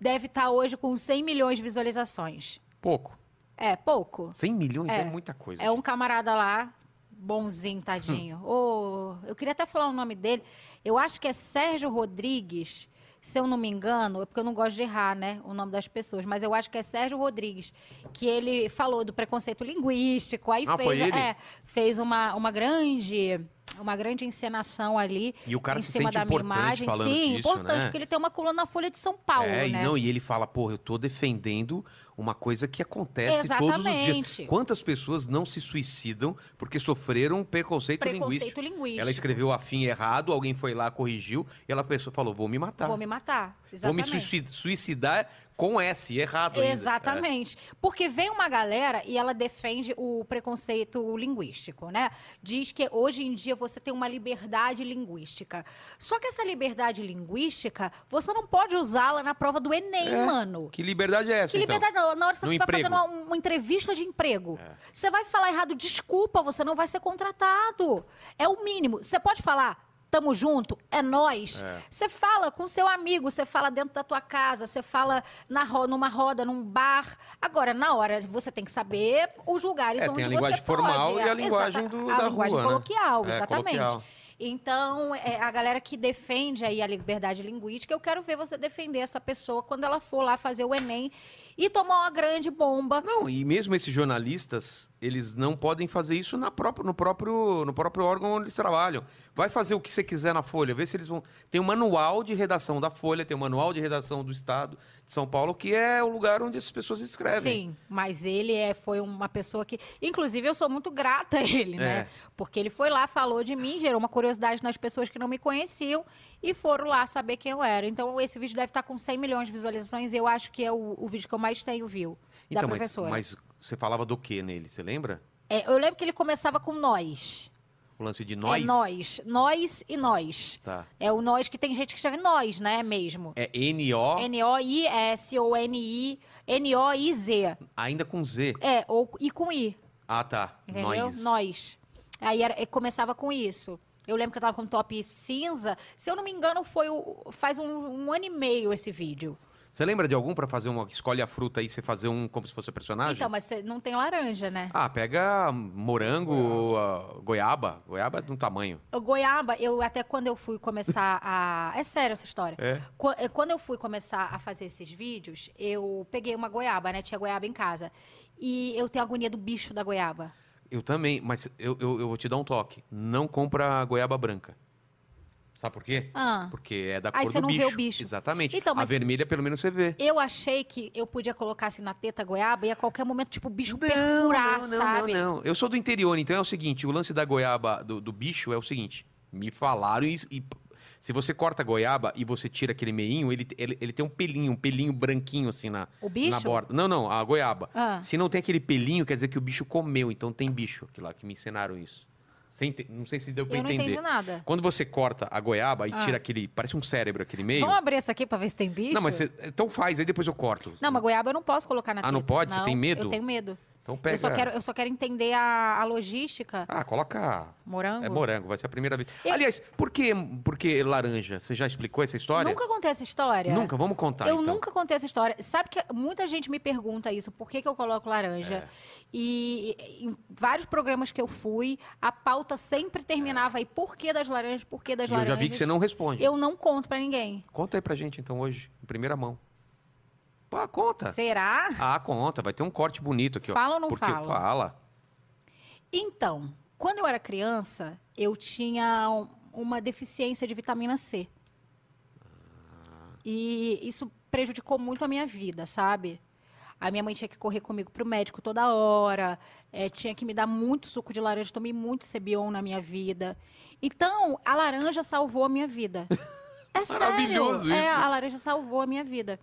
[SPEAKER 3] deve estar hoje com 100 milhões de visualizações.
[SPEAKER 2] Pouco.
[SPEAKER 3] É, pouco.
[SPEAKER 2] 100 milhões é,
[SPEAKER 3] É.
[SPEAKER 2] muita coisa.
[SPEAKER 3] É um camarada lá, bonzinho, tadinho.
[SPEAKER 2] Hum.
[SPEAKER 3] Ô, eu queria até falar o nome dele. Eu acho que é Sérgio Rodrigues, se eu não me engano, é porque eu não gosto de errar, né? O nome das pessoas, mas eu acho que é Sérgio Rodrigues, que ele falou do preconceito linguístico, aí
[SPEAKER 2] Ah,
[SPEAKER 3] fez,
[SPEAKER 2] foi ele?
[SPEAKER 3] é, fez uma, uma grande. Uma grande encenação ali
[SPEAKER 2] E o cara
[SPEAKER 3] em
[SPEAKER 2] se
[SPEAKER 3] cima
[SPEAKER 2] sente
[SPEAKER 3] da minha
[SPEAKER 2] importante
[SPEAKER 3] imagem.
[SPEAKER 2] falando
[SPEAKER 3] Sim,
[SPEAKER 2] disso,
[SPEAKER 3] importante,
[SPEAKER 2] né?
[SPEAKER 3] porque ele tem uma coluna na Folha de São Paulo,
[SPEAKER 2] é,
[SPEAKER 3] né?
[SPEAKER 2] e não, e ele fala, porra, eu tô defendendo uma coisa que acontece todos os dias.
[SPEAKER 3] Exatamente.
[SPEAKER 2] Quantas pessoas não se suicidam porque sofreram preconceito, linguístico?
[SPEAKER 3] preconceito linguístico.
[SPEAKER 2] Ela é escreveu afim errado, alguém foi lá, corrigiu, e ela pensou, falou, vou me matar.
[SPEAKER 3] Vou me matar.
[SPEAKER 2] Vou me
[SPEAKER 3] Exatamente.
[SPEAKER 2] suicid- suicidar com S, errado ainda. É.
[SPEAKER 3] Exatamente. Porque vem uma galera e ela defende o preconceito linguístico, né? Diz que hoje em dia você tem uma liberdade linguística. Só que essa liberdade linguística, você não pode usá-la na prova do Enem,
[SPEAKER 2] É.
[SPEAKER 3] mano.
[SPEAKER 2] Que liberdade é essa,
[SPEAKER 3] Que
[SPEAKER 2] então?
[SPEAKER 3] liberdade, não. na hora que você
[SPEAKER 2] No
[SPEAKER 3] estiver
[SPEAKER 2] emprego.
[SPEAKER 3] fazendo uma, uma entrevista de emprego,
[SPEAKER 2] É.
[SPEAKER 3] você vai falar errado, desculpa, você não vai ser contratado. É o mínimo. Você pode falar, tamo junto, é nós.
[SPEAKER 2] É.
[SPEAKER 3] Você fala com seu amigo, você fala dentro da tua casa, você fala na ro- numa roda, num bar. Agora, na hora, você tem que saber os lugares
[SPEAKER 2] É,
[SPEAKER 3] onde
[SPEAKER 2] tem a
[SPEAKER 3] você
[SPEAKER 2] linguagem
[SPEAKER 3] pode.
[SPEAKER 2] formal e a
[SPEAKER 3] É,
[SPEAKER 2] linguagem
[SPEAKER 3] exata-
[SPEAKER 2] do-
[SPEAKER 3] a
[SPEAKER 2] da
[SPEAKER 3] linguagem
[SPEAKER 2] rua, né?
[SPEAKER 3] coloquial,
[SPEAKER 2] É,
[SPEAKER 3] exatamente.
[SPEAKER 2] coloquial.
[SPEAKER 3] Então, é, a galera que defende aí a liberdade linguística, eu quero ver você defender essa pessoa quando ela for lá fazer o Enem e tomar uma grande bomba.
[SPEAKER 2] é Não, e mesmo esses jornalistas Eles não podem fazer isso na própria, no, próprio, no próprio órgão onde eles trabalham. Vai fazer o que você quiser na Folha, vê se eles vão. Tem um manual de redação da Folha, tem um manual de redação do Estado de São Paulo, que é o lugar onde essas pessoas escrevem.
[SPEAKER 3] Sim, mas ele é, foi uma pessoa que. Inclusive, eu sou muito grata a ele,
[SPEAKER 2] É.
[SPEAKER 3] né? Porque ele foi lá, falou de mim, gerou uma curiosidade nas pessoas que não me conheciam e foram lá saber quem eu era. Então, esse vídeo deve estar com 100 milhões de visualizações. Eu acho que é o, o vídeo que eu mais tenho view da
[SPEAKER 2] Então, mas,
[SPEAKER 3] professora.
[SPEAKER 2] mas você falava do que nele? Você lembra?
[SPEAKER 3] É, eu lembro que ele começava com nós.
[SPEAKER 2] O lance de nós?
[SPEAKER 3] É nós. Nós e nós.
[SPEAKER 2] Tá.
[SPEAKER 3] É o nós que tem gente que escreve nós, né? Mesmo.
[SPEAKER 2] É N-O,
[SPEAKER 3] N-O-I-S ou N-I. N-O-I-Z.
[SPEAKER 2] ainda com Z.
[SPEAKER 3] É, ou, e com I.
[SPEAKER 2] Ah, tá.
[SPEAKER 3] Entendeu?
[SPEAKER 2] Nós.
[SPEAKER 3] Nós. Aí era- e começava com isso. Eu lembro que eu tava com um top cinza. Se eu não me engano, foi o- faz um, um ano e meio esse vídeo.
[SPEAKER 2] Você lembra de algum pra fazer uma. Escolhe a fruta aí, você fazer um como se fosse um personagem?
[SPEAKER 3] Então, mas cê não tem laranja, né?
[SPEAKER 2] Ah, pega morango, ou, ah, goiaba. Goiaba é de um tamanho.
[SPEAKER 3] O Goiaba, eu até quando eu fui começar a. É sério essa história.
[SPEAKER 2] É.
[SPEAKER 3] Qu- eh, Quando eu fui começar a fazer esses vídeos, eu peguei uma goiaba, né? Tinha goiaba em casa. E eu tenho agonia do bicho da goiaba.
[SPEAKER 2] Eu também, mas eu, eu, eu vou te dar um toque. Não compra goiaba branca. Sabe por quê?
[SPEAKER 3] Ah.
[SPEAKER 2] Porque é da
[SPEAKER 3] Aí
[SPEAKER 2] cor
[SPEAKER 3] você
[SPEAKER 2] do
[SPEAKER 3] não vê
[SPEAKER 2] bicho.
[SPEAKER 3] o bicho.
[SPEAKER 2] Exatamente.
[SPEAKER 3] Então,
[SPEAKER 2] A
[SPEAKER 3] mas-
[SPEAKER 2] vermelha, pelo menos, você vê.
[SPEAKER 3] Eu achei que eu podia colocar assim na teta a goiaba e a qualquer momento, tipo, o bicho perfurar,
[SPEAKER 2] não,
[SPEAKER 3] sabe?
[SPEAKER 2] não, não. Eu sou do interior, então é o seguinte: o lance da goiaba, do, do bicho, é o seguinte. Me falaram e, e se você corta a goiaba e você tira aquele meinho, ele, ele, ele tem um pelinho, um pelinho branquinho assim na,
[SPEAKER 3] O bicho?
[SPEAKER 2] na borda. Não, não, a goiaba.
[SPEAKER 3] Ah.
[SPEAKER 2] Se não tem aquele pelinho, quer dizer que o bicho comeu, então tem bicho. Aquilo lá que me ensinaram isso. Você ente- Não sei se deu pra
[SPEAKER 3] Eu não
[SPEAKER 2] entender.
[SPEAKER 3] entendi nada.
[SPEAKER 2] Quando você corta a goiaba e
[SPEAKER 3] Ah.
[SPEAKER 2] tira aquele. Parece um cérebro aquele meio.
[SPEAKER 3] Vamos abrir essa aqui pra ver se tem bicho?
[SPEAKER 2] Não, mas você. Então faz, aí depois eu corto.
[SPEAKER 3] Não, mas goiaba eu não posso colocar na
[SPEAKER 2] Ah,
[SPEAKER 3] teta.
[SPEAKER 2] não pode? Você tem medo?
[SPEAKER 3] Eu tenho medo.
[SPEAKER 2] Então pega.
[SPEAKER 3] Eu, só quero, eu só quero entender a, a logística.
[SPEAKER 2] Ah, coloca.
[SPEAKER 3] Morango?
[SPEAKER 2] É morango, vai ser a primeira vez.
[SPEAKER 3] Eu-
[SPEAKER 2] Aliás, por que, por que laranja? Você já explicou essa história?
[SPEAKER 3] Nunca contei essa história.
[SPEAKER 2] Nunca, vamos contar
[SPEAKER 3] eu
[SPEAKER 2] então.
[SPEAKER 3] nunca contei essa história. Sabe que muita gente me pergunta isso, por que, que eu coloco laranja?
[SPEAKER 2] É.
[SPEAKER 3] E, e- em vários programas que eu fui, a pauta sempre terminava aí, por que das laranjas, por que das
[SPEAKER 2] É. E eu
[SPEAKER 3] laranjas?
[SPEAKER 2] já vi que você não responde.
[SPEAKER 3] Eu não conto pra ninguém.
[SPEAKER 2] Conta aí pra gente então hoje, em primeira mão. Pô, conta.
[SPEAKER 3] Será?
[SPEAKER 2] Ah, conta, vai ter um corte bonito aqui, ó.
[SPEAKER 3] Fala ou não
[SPEAKER 2] Porque
[SPEAKER 3] fala?
[SPEAKER 2] fala.
[SPEAKER 3] Então, quando eu era criança, eu tinha um- uma deficiência de vitamina C. E isso prejudicou muito a minha vida, sabe? A minha mãe tinha que correr comigo pro médico toda hora, eh, tinha que me dar muito suco de laranja, tomei muito Cebion na minha vida. Então, a laranja salvou a minha
[SPEAKER 2] [laughs]
[SPEAKER 3] vida. É sério.
[SPEAKER 2] Maravilhoso
[SPEAKER 3] É,
[SPEAKER 2] isso.
[SPEAKER 3] a laranja salvou a minha vida.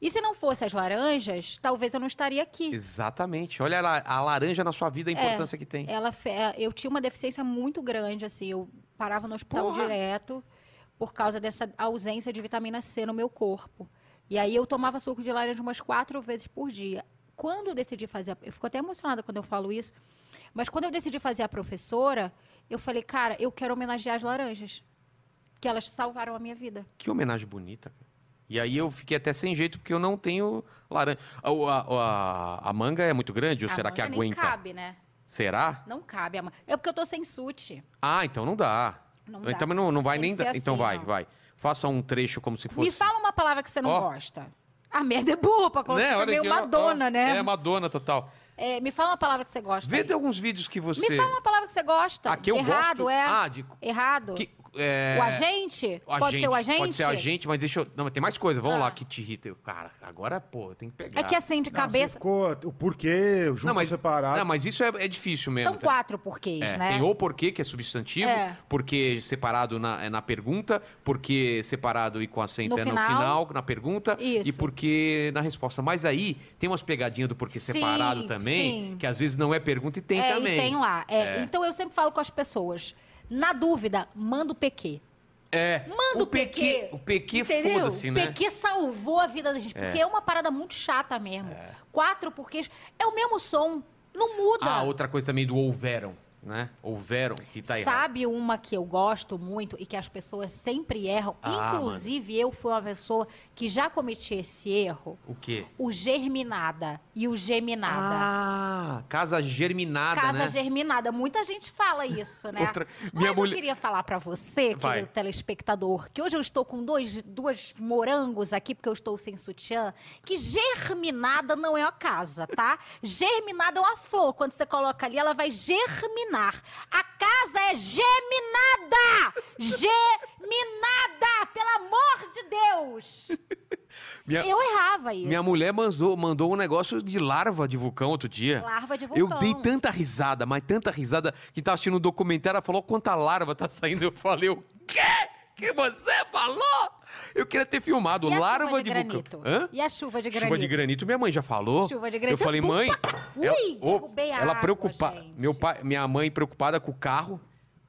[SPEAKER 3] E se não fosse as laranjas, talvez eu não estaria aqui.
[SPEAKER 2] Exatamente. Olha lá, a laranja na sua
[SPEAKER 3] É.
[SPEAKER 2] vida, a importância que tem.
[SPEAKER 3] Ela, fe- é, eu tinha uma deficiência muito grande, assim, eu parava no hospital
[SPEAKER 2] Porra!
[SPEAKER 3] direto por causa dessa ausência de vitamina C no meu corpo. E aí eu tomava suco de laranja umas quatro vezes por dia. Quando eu decidi fazer, a- eu fico até emocionada quando eu falo isso, mas quando eu decidi fazer a professora, eu falei, cara, eu quero homenagear as laranjas, que elas salvaram a minha vida.
[SPEAKER 2] Que homenagem bonita, cara. E aí eu fiquei até sem jeito, porque eu não tenho laranja. A, a- a- a manga é muito grande ou
[SPEAKER 3] a
[SPEAKER 2] será que
[SPEAKER 3] manga
[SPEAKER 2] aguenta?
[SPEAKER 3] Ah, Nem cabe, né?
[SPEAKER 2] Será?
[SPEAKER 3] Não cabe a manga. É porque eu tô sem sute.
[SPEAKER 2] Ah, então não dá.
[SPEAKER 3] Não
[SPEAKER 2] Então
[SPEAKER 3] dá.
[SPEAKER 2] também não, não vai
[SPEAKER 3] Tem
[SPEAKER 2] nem
[SPEAKER 3] que ser
[SPEAKER 2] dar. Então
[SPEAKER 3] assim,
[SPEAKER 2] vai,
[SPEAKER 3] ó.
[SPEAKER 2] vai. Faça um trecho como se fosse.
[SPEAKER 3] Me fala uma palavra que você não
[SPEAKER 2] Ó. Né,
[SPEAKER 3] gosta. A merda é burra pra colocar.
[SPEAKER 2] Olha
[SPEAKER 3] é meio
[SPEAKER 2] aqui, ó,
[SPEAKER 3] Madonna,
[SPEAKER 2] ó.
[SPEAKER 3] né?
[SPEAKER 2] É, Madonna total.
[SPEAKER 3] É, me fala uma palavra que você gosta.
[SPEAKER 2] Vê
[SPEAKER 3] aí.
[SPEAKER 2] de alguns vídeos que você.
[SPEAKER 3] Me fala uma palavra que você gosta.
[SPEAKER 2] Ah, que eu
[SPEAKER 3] Errado,
[SPEAKER 2] gosto.
[SPEAKER 3] é.
[SPEAKER 2] Ah, de.
[SPEAKER 3] Errado.
[SPEAKER 2] que- é,
[SPEAKER 3] O agente?
[SPEAKER 2] o
[SPEAKER 3] Pode ser o agente?
[SPEAKER 2] Pode ser o agente, mas deixa eu. Não, mas tem mais coisa. Vamos
[SPEAKER 3] Ah.
[SPEAKER 2] lá que te irrita. Eu, Cara, agora, pô, tem que pegar.
[SPEAKER 3] É que assim, de
[SPEAKER 4] Não,
[SPEAKER 3] cabeça.
[SPEAKER 4] Ficou o porquê, junto
[SPEAKER 2] Não, mas,
[SPEAKER 4] separado.
[SPEAKER 2] não, mas isso é, é difícil mesmo.
[SPEAKER 3] São
[SPEAKER 2] tá?
[SPEAKER 3] quatro porquês,
[SPEAKER 2] É,
[SPEAKER 3] né?
[SPEAKER 2] Tem ou porquê, que é substantivo,
[SPEAKER 3] É.
[SPEAKER 2] porque separado na, é na pergunta, porque separado e com acento
[SPEAKER 3] No
[SPEAKER 2] é
[SPEAKER 3] final.
[SPEAKER 2] no final, na pergunta, e
[SPEAKER 3] Isso.
[SPEAKER 2] porque na resposta. Mas aí tem umas pegadinhas do porquê
[SPEAKER 3] Sim,
[SPEAKER 2] separado também,
[SPEAKER 3] sim.
[SPEAKER 2] que às vezes não é pergunta e tem
[SPEAKER 3] É,
[SPEAKER 2] também.
[SPEAKER 3] E tem lá. É, Então eu sempre falo com as pessoas. Na dúvida, manda o PQ.
[SPEAKER 2] É,
[SPEAKER 3] Manda o PQ.
[SPEAKER 2] O PQ,
[SPEAKER 3] Entendeu?
[SPEAKER 2] foda-se, né?
[SPEAKER 3] PQ salvou a vida da gente. Porque é, uma parada muito chata É mesmo. Quatro porquês. É o mesmo som. Não muda.
[SPEAKER 2] Ah, outra coisa Ah, também do houveram. né? Houveram que tá errado.
[SPEAKER 3] Sabe uma que eu gosto muito e que as pessoas sempre erram?
[SPEAKER 2] Ah,
[SPEAKER 3] Inclusive, eu fui uma pessoa que já cometi esse erro.
[SPEAKER 2] O quê?
[SPEAKER 3] O germinada e o geminada.
[SPEAKER 2] Ah, casa germinada,
[SPEAKER 3] Casa
[SPEAKER 2] né?
[SPEAKER 3] germinada. Muita gente fala isso, né?
[SPEAKER 2] Outra-
[SPEAKER 3] Mas
[SPEAKER 2] Minha
[SPEAKER 3] eu
[SPEAKER 2] mulher-
[SPEAKER 3] queria falar pra você,
[SPEAKER 2] Vai.
[SPEAKER 3] querido telespectador, que hoje eu estou com dois, duas morangos aqui, porque eu estou sem sutiã, que germinada não é uma casa, tá? Germinada é uma flor. Quando você coloca ali, ela vai germinar. A casa é geminada! Geminada! Pelo amor de Deus!
[SPEAKER 2] [laughs] Minha-
[SPEAKER 3] Eu errava isso.
[SPEAKER 2] Minha mulher mandou, mandou um negócio de larva de vulcão outro dia.
[SPEAKER 3] Larva de
[SPEAKER 2] Eu
[SPEAKER 3] vulcão.
[SPEAKER 2] dei tanta risada, mas tanta risada, que tava assistindo um documentário, ela falou "Ó, quanta larva tá saindo. Eu falei, o quê? Que você falou? Eu queria ter filmado
[SPEAKER 3] E a
[SPEAKER 2] larva
[SPEAKER 3] chuva
[SPEAKER 2] de,
[SPEAKER 3] de,
[SPEAKER 2] vulcão.
[SPEAKER 3] granito.
[SPEAKER 2] Hã?
[SPEAKER 3] E a chuva de granito.
[SPEAKER 2] Chuva de granito, minha mãe já falou.
[SPEAKER 3] Chuva de granito.
[SPEAKER 2] Eu falei, mãe.
[SPEAKER 3] Ui,
[SPEAKER 2] ô,
[SPEAKER 3] derrubei a
[SPEAKER 2] ela
[SPEAKER 3] água,
[SPEAKER 2] preocupada.
[SPEAKER 3] gente.
[SPEAKER 2] Meu pai, minha mãe preocupada com o carro,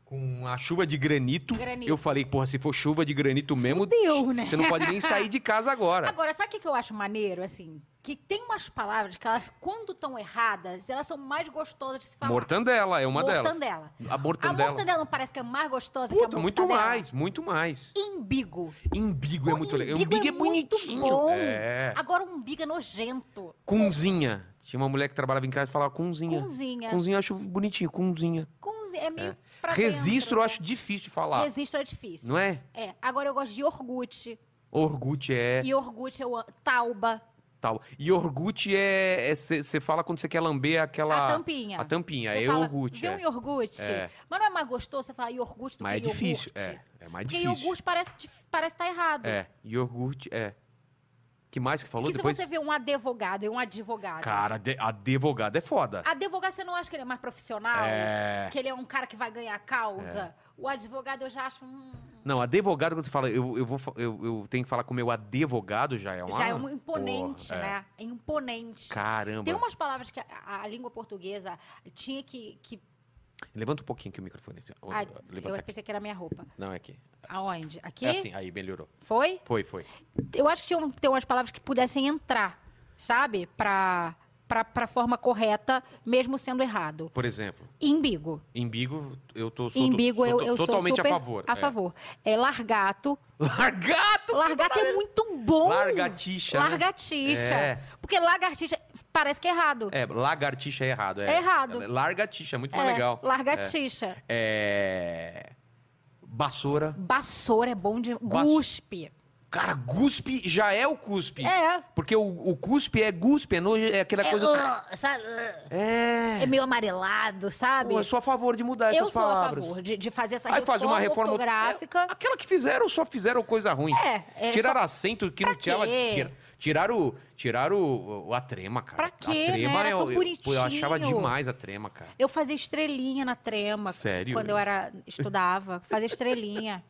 [SPEAKER 2] com a chuva de granito.
[SPEAKER 3] Granito.
[SPEAKER 2] Eu falei, porra, se for chuva de granito mesmo,
[SPEAKER 3] Fudeu, né?
[SPEAKER 2] você não pode nem sair de casa agora.
[SPEAKER 3] Agora, sabe o que que eu acho maneiro, assim? Que tem umas palavras que elas, quando estão erradas, elas são mais gostosas de se falar.
[SPEAKER 2] Mortandela é uma delas.
[SPEAKER 3] mortandela.
[SPEAKER 2] A
[SPEAKER 3] A
[SPEAKER 2] mortandela.
[SPEAKER 3] mortandela não parece que é mais gostosa que
[SPEAKER 2] Puta,
[SPEAKER 3] a
[SPEAKER 2] muito
[SPEAKER 3] mortadela?
[SPEAKER 2] mais, muito mais.
[SPEAKER 3] Umbigo.
[SPEAKER 2] Embigo é
[SPEAKER 3] O
[SPEAKER 2] muito legal. Embigo é
[SPEAKER 3] muito
[SPEAKER 2] bonitinho.
[SPEAKER 3] bom.
[SPEAKER 2] É.
[SPEAKER 3] Agora, umbigo é nojento.
[SPEAKER 2] Cunzinha. Tinha uma mulher que trabalhava em casa e falava cunzinha.
[SPEAKER 3] Cunzinha.
[SPEAKER 2] Cunzinha eu acho bonitinho, cunzinha.
[SPEAKER 3] Cunzinha. É meio
[SPEAKER 2] É.
[SPEAKER 3] pra
[SPEAKER 2] Registro
[SPEAKER 3] dentro. né?
[SPEAKER 2] eu acho difícil de falar.
[SPEAKER 3] Registro é difícil.
[SPEAKER 2] Não é?
[SPEAKER 3] É. Agora, eu gosto de Orgut.
[SPEAKER 2] Orgut é
[SPEAKER 3] E Orgut eu... amo. Tauba.
[SPEAKER 2] tal. E Orgut é. Você fala quando você quer lamber aquela.
[SPEAKER 3] A tampinha.
[SPEAKER 2] A tampinha,
[SPEAKER 3] Você
[SPEAKER 2] é
[SPEAKER 3] fala,
[SPEAKER 2] iogurte.
[SPEAKER 3] Vê um
[SPEAKER 2] é.
[SPEAKER 3] iogurte.
[SPEAKER 2] É.
[SPEAKER 3] Mas não é mais gostoso você falar iogurte do
[SPEAKER 2] Mas é
[SPEAKER 3] que
[SPEAKER 2] difícil.
[SPEAKER 3] iogurte?
[SPEAKER 2] É, é mais
[SPEAKER 3] Porque
[SPEAKER 2] difícil.
[SPEAKER 3] iogurte parece estar parece tá errado.
[SPEAKER 2] É, iogurte é. Que mais que falou
[SPEAKER 3] Porque
[SPEAKER 2] depois?
[SPEAKER 3] se você vê um advogado e um advogado,
[SPEAKER 2] Cara, de... advogado é foda.
[SPEAKER 3] advogado você não acha que ele é mais profissional?
[SPEAKER 2] É.
[SPEAKER 3] Que ele é um cara que vai ganhar a causa? O advogado eu já acho um...
[SPEAKER 2] Não, advogado, quando você fala, eu, eu, vou, fa- eu, eu tenho que falar com o meu advogado, já é uma.
[SPEAKER 3] já é um imponente,
[SPEAKER 2] Porra, é.
[SPEAKER 3] né? É imponente.
[SPEAKER 2] Caramba.
[SPEAKER 3] Tem umas palavras que a, a- a língua portuguesa tinha que... que...
[SPEAKER 2] Levanta um pouquinho que o microfone. assim, ó,
[SPEAKER 3] Ah, eu
[SPEAKER 2] levanta aqui.
[SPEAKER 3] pensei que era a minha roupa.
[SPEAKER 2] Não, é aqui.
[SPEAKER 3] Aonde? Aqui?
[SPEAKER 2] É assim, aí melhorou.
[SPEAKER 3] Foi?
[SPEAKER 2] Foi, foi.
[SPEAKER 3] eu acho que tinham ter umas palavras que pudessem entrar, sabe? Pra, pra, pra forma correta, mesmo sendo errado.
[SPEAKER 2] Por exemplo,
[SPEAKER 3] Imbigo.
[SPEAKER 2] embigo, eu tô sou,
[SPEAKER 3] Imbigo
[SPEAKER 2] sou
[SPEAKER 3] eu,
[SPEAKER 2] to-
[SPEAKER 3] eu
[SPEAKER 2] totalmente
[SPEAKER 3] sou super
[SPEAKER 2] a favor.
[SPEAKER 3] A favor. É, largato.
[SPEAKER 2] É. Largato!
[SPEAKER 3] Largato é muito bom.
[SPEAKER 2] Largatixa. né?
[SPEAKER 3] Largatixa.
[SPEAKER 2] É.
[SPEAKER 3] Porque lagartixa parece que é errado.
[SPEAKER 2] É, lagartixa é errado. É,
[SPEAKER 3] É errado.
[SPEAKER 2] Largatixa, é muito mais legal.
[SPEAKER 3] Largatixa.
[SPEAKER 2] É. Vassoura.
[SPEAKER 3] Vassoura é bom de...
[SPEAKER 2] Vasso-
[SPEAKER 3] Guspe.
[SPEAKER 2] Cara, cuspe já é o cuspe.
[SPEAKER 3] É.
[SPEAKER 2] Porque o, o cuspe é cuspe, é, nojo, é aquela
[SPEAKER 3] É,
[SPEAKER 2] coisa.
[SPEAKER 3] ah, sabe? Ah,
[SPEAKER 2] É.
[SPEAKER 3] é meio amarelado, sabe?
[SPEAKER 2] Pô, eu sou a favor de mudar
[SPEAKER 3] É, Eu
[SPEAKER 2] essas
[SPEAKER 3] sou
[SPEAKER 2] palavras.
[SPEAKER 3] a favor de, de fazer essa
[SPEAKER 2] Aí faz uma reforma
[SPEAKER 3] ortográfica.
[SPEAKER 2] É, aquela que fizeram, só fizeram coisa ruim.
[SPEAKER 3] É, é,
[SPEAKER 2] tiraram acento que
[SPEAKER 3] Pra
[SPEAKER 2] não tinha.
[SPEAKER 3] quê?
[SPEAKER 2] tira- Tiraram, o- tiraram o, o- a trema, cara.
[SPEAKER 3] Pra quê,
[SPEAKER 2] A trema é
[SPEAKER 3] né? Era
[SPEAKER 2] eu,
[SPEAKER 3] tão
[SPEAKER 2] eu- pô, eu achava
[SPEAKER 3] bonitinho.
[SPEAKER 2] demais a trema, cara.
[SPEAKER 3] Eu fazia estrelinha na trema.
[SPEAKER 2] Sério?
[SPEAKER 3] Quando eu era, estudava,
[SPEAKER 2] [laughs]
[SPEAKER 3] fazia estrelinha.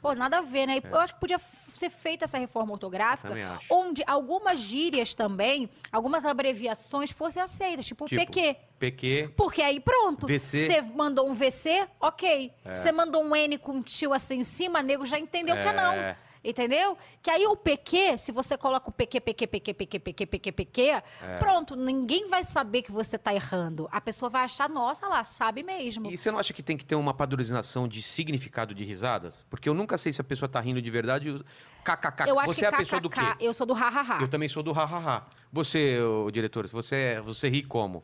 [SPEAKER 3] Pô, nada a ver, né? E Eu acho que podia f- ser feita essa reforma ortográfica,
[SPEAKER 2] É. Também acho.
[SPEAKER 3] onde algumas gírias também, algumas abreviações fossem aceitas, tipo,
[SPEAKER 2] Tipo.
[SPEAKER 3] PQ.
[SPEAKER 2] PQ.
[SPEAKER 3] Porque aí pronto,
[SPEAKER 2] VC.
[SPEAKER 3] você mandou um VC, ok.
[SPEAKER 2] É.
[SPEAKER 3] Você mandou um N com um tio assim em cima, nego já entendeu que é não.
[SPEAKER 2] É.
[SPEAKER 3] Entendeu? Que aí o PQ, se você coloca o PQ, PQ, PQ, PQ, PQ, PQ, PQ,
[SPEAKER 2] É.
[SPEAKER 3] pronto, ninguém vai saber que você tá errando. A pessoa vai achar, nossa, lá, sabe mesmo.
[SPEAKER 2] E você não acha que tem que ter uma padronização de significado de risadas? Porque eu nunca sei se a pessoa tá rindo de verdade. o- KKK.
[SPEAKER 3] eu acho
[SPEAKER 2] você
[SPEAKER 3] que
[SPEAKER 2] é a pessoa do quê?
[SPEAKER 3] KKK, Eu sou do hahaha.
[SPEAKER 2] Eu também sou do hahaha. Você, ô, diretor, você, é, você ri como?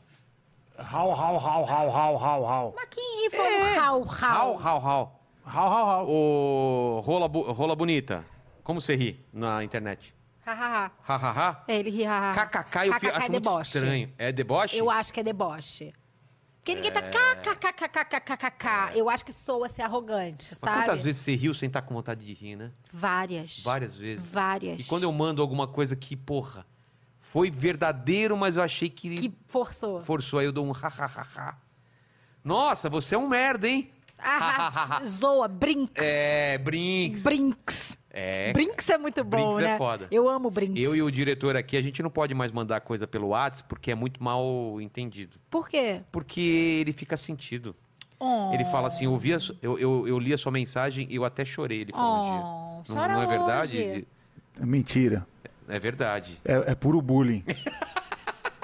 [SPEAKER 4] Rau, rau, rau, rau, rau, rau, rau.
[SPEAKER 3] Mas quem ri foi
[SPEAKER 2] É.
[SPEAKER 3] um hau,
[SPEAKER 2] Rau,
[SPEAKER 3] hau.
[SPEAKER 2] rau, rau.
[SPEAKER 4] Rau, rau, rau.
[SPEAKER 2] Ô, rola, bu- rola bonita. Como você ri na internet?
[SPEAKER 3] Hahaha.
[SPEAKER 2] Hahaha?
[SPEAKER 3] É, ele ri hahaha.
[SPEAKER 2] KKK eu fico,
[SPEAKER 3] KKK
[SPEAKER 2] acho
[SPEAKER 3] é
[SPEAKER 2] muito
[SPEAKER 3] deboche.
[SPEAKER 2] estranho. É deboche?
[SPEAKER 3] Eu acho que é deboche. Porque ninguém tá kkkkkkkkk. Eu acho que soa ser arrogante,
[SPEAKER 2] É. Mas
[SPEAKER 3] sabe?
[SPEAKER 2] quantas vezes você riu sem estar com vontade de rir, né?
[SPEAKER 3] Várias.
[SPEAKER 2] Várias vezes.
[SPEAKER 3] Várias.
[SPEAKER 2] E quando eu mando alguma coisa que, porra, foi verdadeiro, mas eu achei que,
[SPEAKER 3] Que forçou.
[SPEAKER 2] [laughs] forçou, aí eu dou um hahaha. Nossa, você é um merda, hein?
[SPEAKER 3] Ah, zoa, brinks.
[SPEAKER 2] É, brinks.
[SPEAKER 3] Brinks.
[SPEAKER 2] É.
[SPEAKER 3] Brinks é muito [laughs] bom,
[SPEAKER 2] Brinks é
[SPEAKER 3] né?
[SPEAKER 2] foda.
[SPEAKER 3] Eu amo Brinks.
[SPEAKER 2] Eu e o diretor aqui, a gente não pode mais mandar coisa pelo WhatsApp porque é muito mal entendido.
[SPEAKER 3] Por quê?
[SPEAKER 2] Porque ele fica sentido.
[SPEAKER 3] Oh.
[SPEAKER 2] Ele fala assim, eu, vi a su- eu, eu, eu li a sua mensagem e eu até chorei, ele falou um dia.
[SPEAKER 3] Oh,
[SPEAKER 2] Não,
[SPEAKER 3] chora
[SPEAKER 2] não é verdade?
[SPEAKER 3] hoje.
[SPEAKER 4] Mentira.
[SPEAKER 2] É verdade.
[SPEAKER 3] [laughs]
[SPEAKER 4] É, é puro bullying.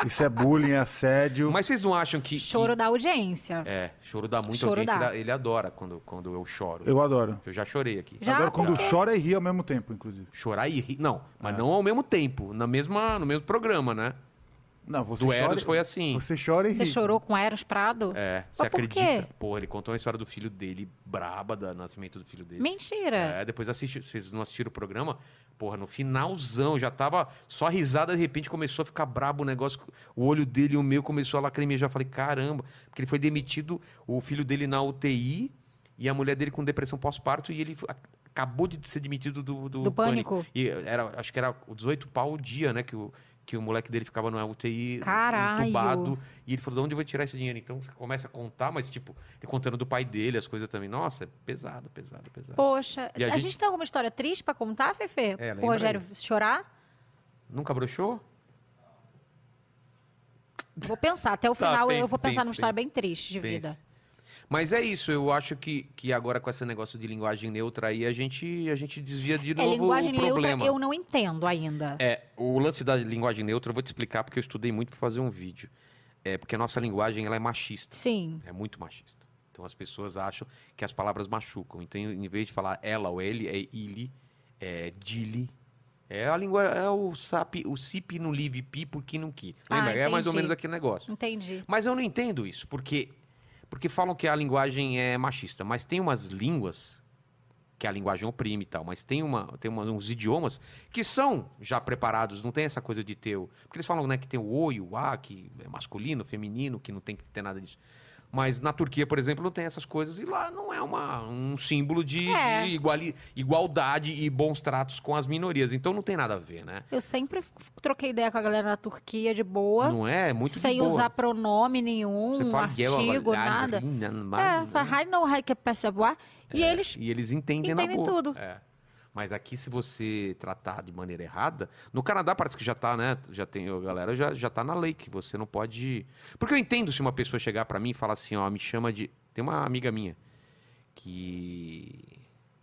[SPEAKER 4] Isso é bullying, é assédio.
[SPEAKER 2] Mas vocês não acham que. que-
[SPEAKER 3] Choro da audiência.
[SPEAKER 2] É, choro dá muito
[SPEAKER 3] Choro
[SPEAKER 2] audiência.
[SPEAKER 3] dá.
[SPEAKER 2] dá- Ele adora quando, quando eu choro.
[SPEAKER 4] Eu adoro.
[SPEAKER 2] Eu já chorei aqui.
[SPEAKER 3] Já?
[SPEAKER 4] Agora, quando
[SPEAKER 2] Já.
[SPEAKER 4] chora e ri ao mesmo tempo, inclusive.
[SPEAKER 2] Chorar e rir. Não,
[SPEAKER 4] É.
[SPEAKER 2] mas não ao mesmo tempo, na mesma, no mesmo programa, né?
[SPEAKER 4] Não, você
[SPEAKER 2] Do
[SPEAKER 4] chora.
[SPEAKER 2] Eros foi assim.
[SPEAKER 4] Você chora e ri.
[SPEAKER 3] Você chorou com Eros Prado?
[SPEAKER 2] É,
[SPEAKER 3] Mas
[SPEAKER 2] você
[SPEAKER 3] por
[SPEAKER 2] acredita?
[SPEAKER 3] quê?
[SPEAKER 2] Pô, ele contou a história do filho dele, braba, do nascimento do filho dele.
[SPEAKER 3] Mentira.
[SPEAKER 2] É, depois assiste, vocês não assistiram o programa? Porra, no finalzão, já tava só risada, de repente começou a ficar brabo o negócio, o olho dele e o meu começou a lacrimejar. Eu Falei, caramba, porque ele foi demitido, o filho dele na UTI e a mulher dele com depressão pós-parto e ele a- acabou de ser demitido do, do,
[SPEAKER 3] Do pânico.
[SPEAKER 2] E era, acho que era o 18 pau o dia, né, que o, que o moleque dele ficava na UTI
[SPEAKER 3] Caralho.
[SPEAKER 2] entubado. E ele falou, de onde eu vou tirar esse dinheiro? Então você começa a contar, mas tipo, ele contando do pai dele, as coisas também. Nossa, é pesado, pesado, pesado.
[SPEAKER 3] Poxa,
[SPEAKER 2] E
[SPEAKER 3] a,
[SPEAKER 2] a
[SPEAKER 3] gente...
[SPEAKER 2] gente-
[SPEAKER 3] tem alguma história triste pra contar,
[SPEAKER 2] É,
[SPEAKER 3] Fefe? o
[SPEAKER 2] lembra
[SPEAKER 3] Rogério chorar?
[SPEAKER 2] Nunca broxou?
[SPEAKER 3] Vou pensar, até o
[SPEAKER 2] Tá,
[SPEAKER 3] final eu
[SPEAKER 2] pensa,
[SPEAKER 3] vou pensar
[SPEAKER 2] pensa,
[SPEAKER 3] numa história
[SPEAKER 2] pensa.
[SPEAKER 3] bem triste de
[SPEAKER 2] Pense.
[SPEAKER 3] vida.
[SPEAKER 2] Mas é isso, eu acho que, que agora com esse negócio de linguagem neutra aí, a gente, a gente desvia de
[SPEAKER 3] é,
[SPEAKER 2] novo
[SPEAKER 3] linguagem
[SPEAKER 2] o problema.
[SPEAKER 3] neutra eu não entendo ainda.
[SPEAKER 2] É, o lance da linguagem neutra eu vou te explicar porque eu estudei muito para fazer um vídeo. É porque a nossa linguagem ela é machista,
[SPEAKER 3] Sim.
[SPEAKER 2] é muito machista. Então as pessoas acham que as palavras machucam. Então em vez de falar ela ou ele, é ele, é dile. É a língua é o sap, o sip não live pi porque não qui.
[SPEAKER 3] Ah,
[SPEAKER 2] Lembra? é mais ou
[SPEAKER 3] entendi.
[SPEAKER 2] menos aquele negócio.
[SPEAKER 3] Entendi.
[SPEAKER 2] Mas eu não entendo isso, porque porque falam que a linguagem é machista, mas tem umas línguas que a linguagem oprime e tal, mas tem, uma, tem uma- uns idiomas que são já preparados, não tem essa coisa de ter o... Porque eles falam né, que tem o o e o a, que é masculino, feminino, que não tem que ter nada disso. Mas na Turquia, por exemplo, não tem essas coisas e lá não é uma, um símbolo de,
[SPEAKER 3] É.
[SPEAKER 2] de iguali- igualdade e bons tratos com as minorias. Então não tem nada a ver, né?
[SPEAKER 3] Eu sempre f- troquei ideia com a galera na Turquia de boa,
[SPEAKER 2] Não é? É muito de
[SPEAKER 3] sem
[SPEAKER 2] boa.
[SPEAKER 3] usar pronome nenhum,
[SPEAKER 2] Você fala é Gela,
[SPEAKER 3] artigo,
[SPEAKER 2] Valhalla,
[SPEAKER 3] nada.
[SPEAKER 2] Rina,
[SPEAKER 3] É,
[SPEAKER 2] Mar-
[SPEAKER 3] fala, "Hi, no, hi, que passa boa", E eles
[SPEAKER 2] E eles entendem,
[SPEAKER 3] Entendem
[SPEAKER 2] né? É, na boa.
[SPEAKER 3] tudo.
[SPEAKER 2] É. Mas aqui, se você tratar de maneira errada, no Canadá parece que já tá, né? Já tem, a galera já, já tá na lei que você não pode. Porque eu entendo se uma pessoa chegar pra mim e falar assim, ó, me chama de. Tem uma amiga minha que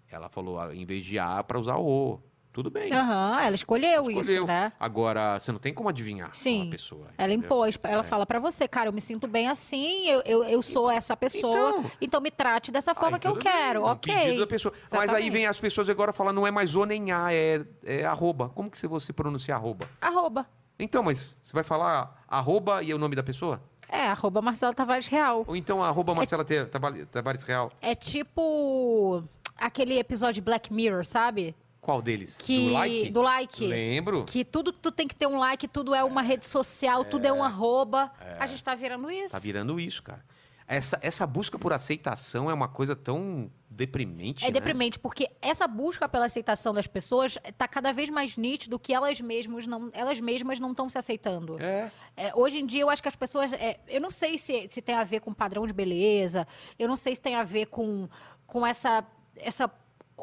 [SPEAKER 2] ela falou, ah, em vez de A, pra usar o. Tudo bem.
[SPEAKER 3] Aham, ela escolheu, isso,
[SPEAKER 2] Escolheu.
[SPEAKER 3] né?
[SPEAKER 2] Agora, você não tem como adivinhar
[SPEAKER 3] Sim.
[SPEAKER 2] uma pessoa.
[SPEAKER 3] Ela
[SPEAKER 2] entendeu? É.
[SPEAKER 3] impôs, ela fala pra você, cara, eu me sinto bem assim, eu, eu, eu sou essa pessoa,
[SPEAKER 2] Então,
[SPEAKER 3] então me trate dessa forma
[SPEAKER 2] Aí
[SPEAKER 3] que eu
[SPEAKER 2] tudo bem,
[SPEAKER 3] quero,
[SPEAKER 2] é um pedido da
[SPEAKER 3] ok.
[SPEAKER 2] pessoa. Mas aí
[SPEAKER 3] Exatamente.
[SPEAKER 2] vem as pessoas agora falar não é mais O nem A, é, é arroba. Como que você pronuncia arroba?
[SPEAKER 3] Arroba.
[SPEAKER 2] Então, mas você vai falar arroba e é o nome da pessoa?
[SPEAKER 3] É, arroba Marcelo Tavares Real.
[SPEAKER 2] Ou então arroba Marcela Te- Tava- Tavares Real?
[SPEAKER 3] É tipo aquele episódio de Black Mirror, sabe?
[SPEAKER 2] Qual deles?
[SPEAKER 3] Que,
[SPEAKER 2] Do like?
[SPEAKER 3] Do like.
[SPEAKER 2] Lembro.
[SPEAKER 3] Que tudo tu tem que ter um like, tudo é uma rede social, tudo é um arroba. A gente tá virando isso.
[SPEAKER 2] Tá virando isso, cara. Essa, essa busca por aceitação é uma coisa tão deprimente,
[SPEAKER 3] É
[SPEAKER 2] né?
[SPEAKER 3] deprimente, porque essa busca pela aceitação das pessoas tá cada vez mais nítido que elas mesmas não elas mesmas não estão se aceitando.
[SPEAKER 2] É.
[SPEAKER 3] É, hoje em dia, eu acho que as pessoas. é, eu não sei se, se tem a ver com padrão de beleza, eu não sei se tem a ver com, com essa, essa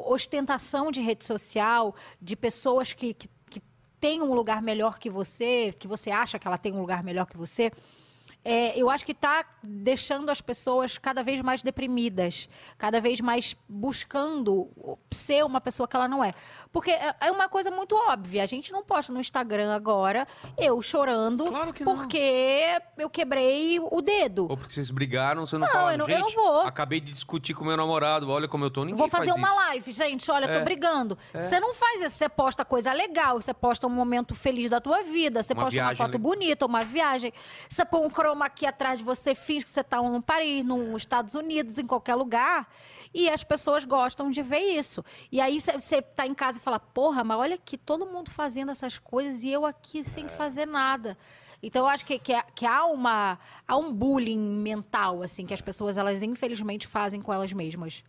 [SPEAKER 3] ostentação de rede social, de pessoas que, que, que têm um lugar melhor que você, que você acha que ela tem um lugar melhor que você. É, eu acho que está deixando as pessoas cada vez mais deprimidas, cada vez mais buscando ser uma pessoa que ela não é. Porque é é uma coisa muito óbvia. A gente não posta no Instagram agora eu chorando
[SPEAKER 2] Claro que não.
[SPEAKER 3] porque eu quebrei o dedo.
[SPEAKER 2] Ou porque vocês brigaram, você não,
[SPEAKER 3] Não,
[SPEAKER 2] fala,
[SPEAKER 3] eu não-
[SPEAKER 2] gente,
[SPEAKER 3] eu não vou."
[SPEAKER 2] acabei de discutir com meu namorado, olha como eu tô, ninguém
[SPEAKER 3] Vou fazer
[SPEAKER 2] faz
[SPEAKER 3] uma
[SPEAKER 2] isso. É.
[SPEAKER 3] live, gente. Olha, tô brigando. Você não faz isso. Você posta coisa legal, você posta um momento feliz da tua vida, você
[SPEAKER 2] Uma
[SPEAKER 3] posta uma
[SPEAKER 2] viagem
[SPEAKER 3] foto
[SPEAKER 2] legal.
[SPEAKER 3] bonita, uma viagem. Você põe um chroma aqui atrás de você, finge que você tá num Paris, nos Estados Unidos, em qualquer lugar. E as pessoas gostam de ver isso. E aí você- você tá em casa e fala, porra, mas olha aqui, todo mundo fazendo essas coisas e eu aqui sem
[SPEAKER 2] É.
[SPEAKER 3] fazer nada. Então eu acho que, que, que há, uma, há um bullying mental, assim, que as pessoas, elas infelizmente fazem com elas mesmas.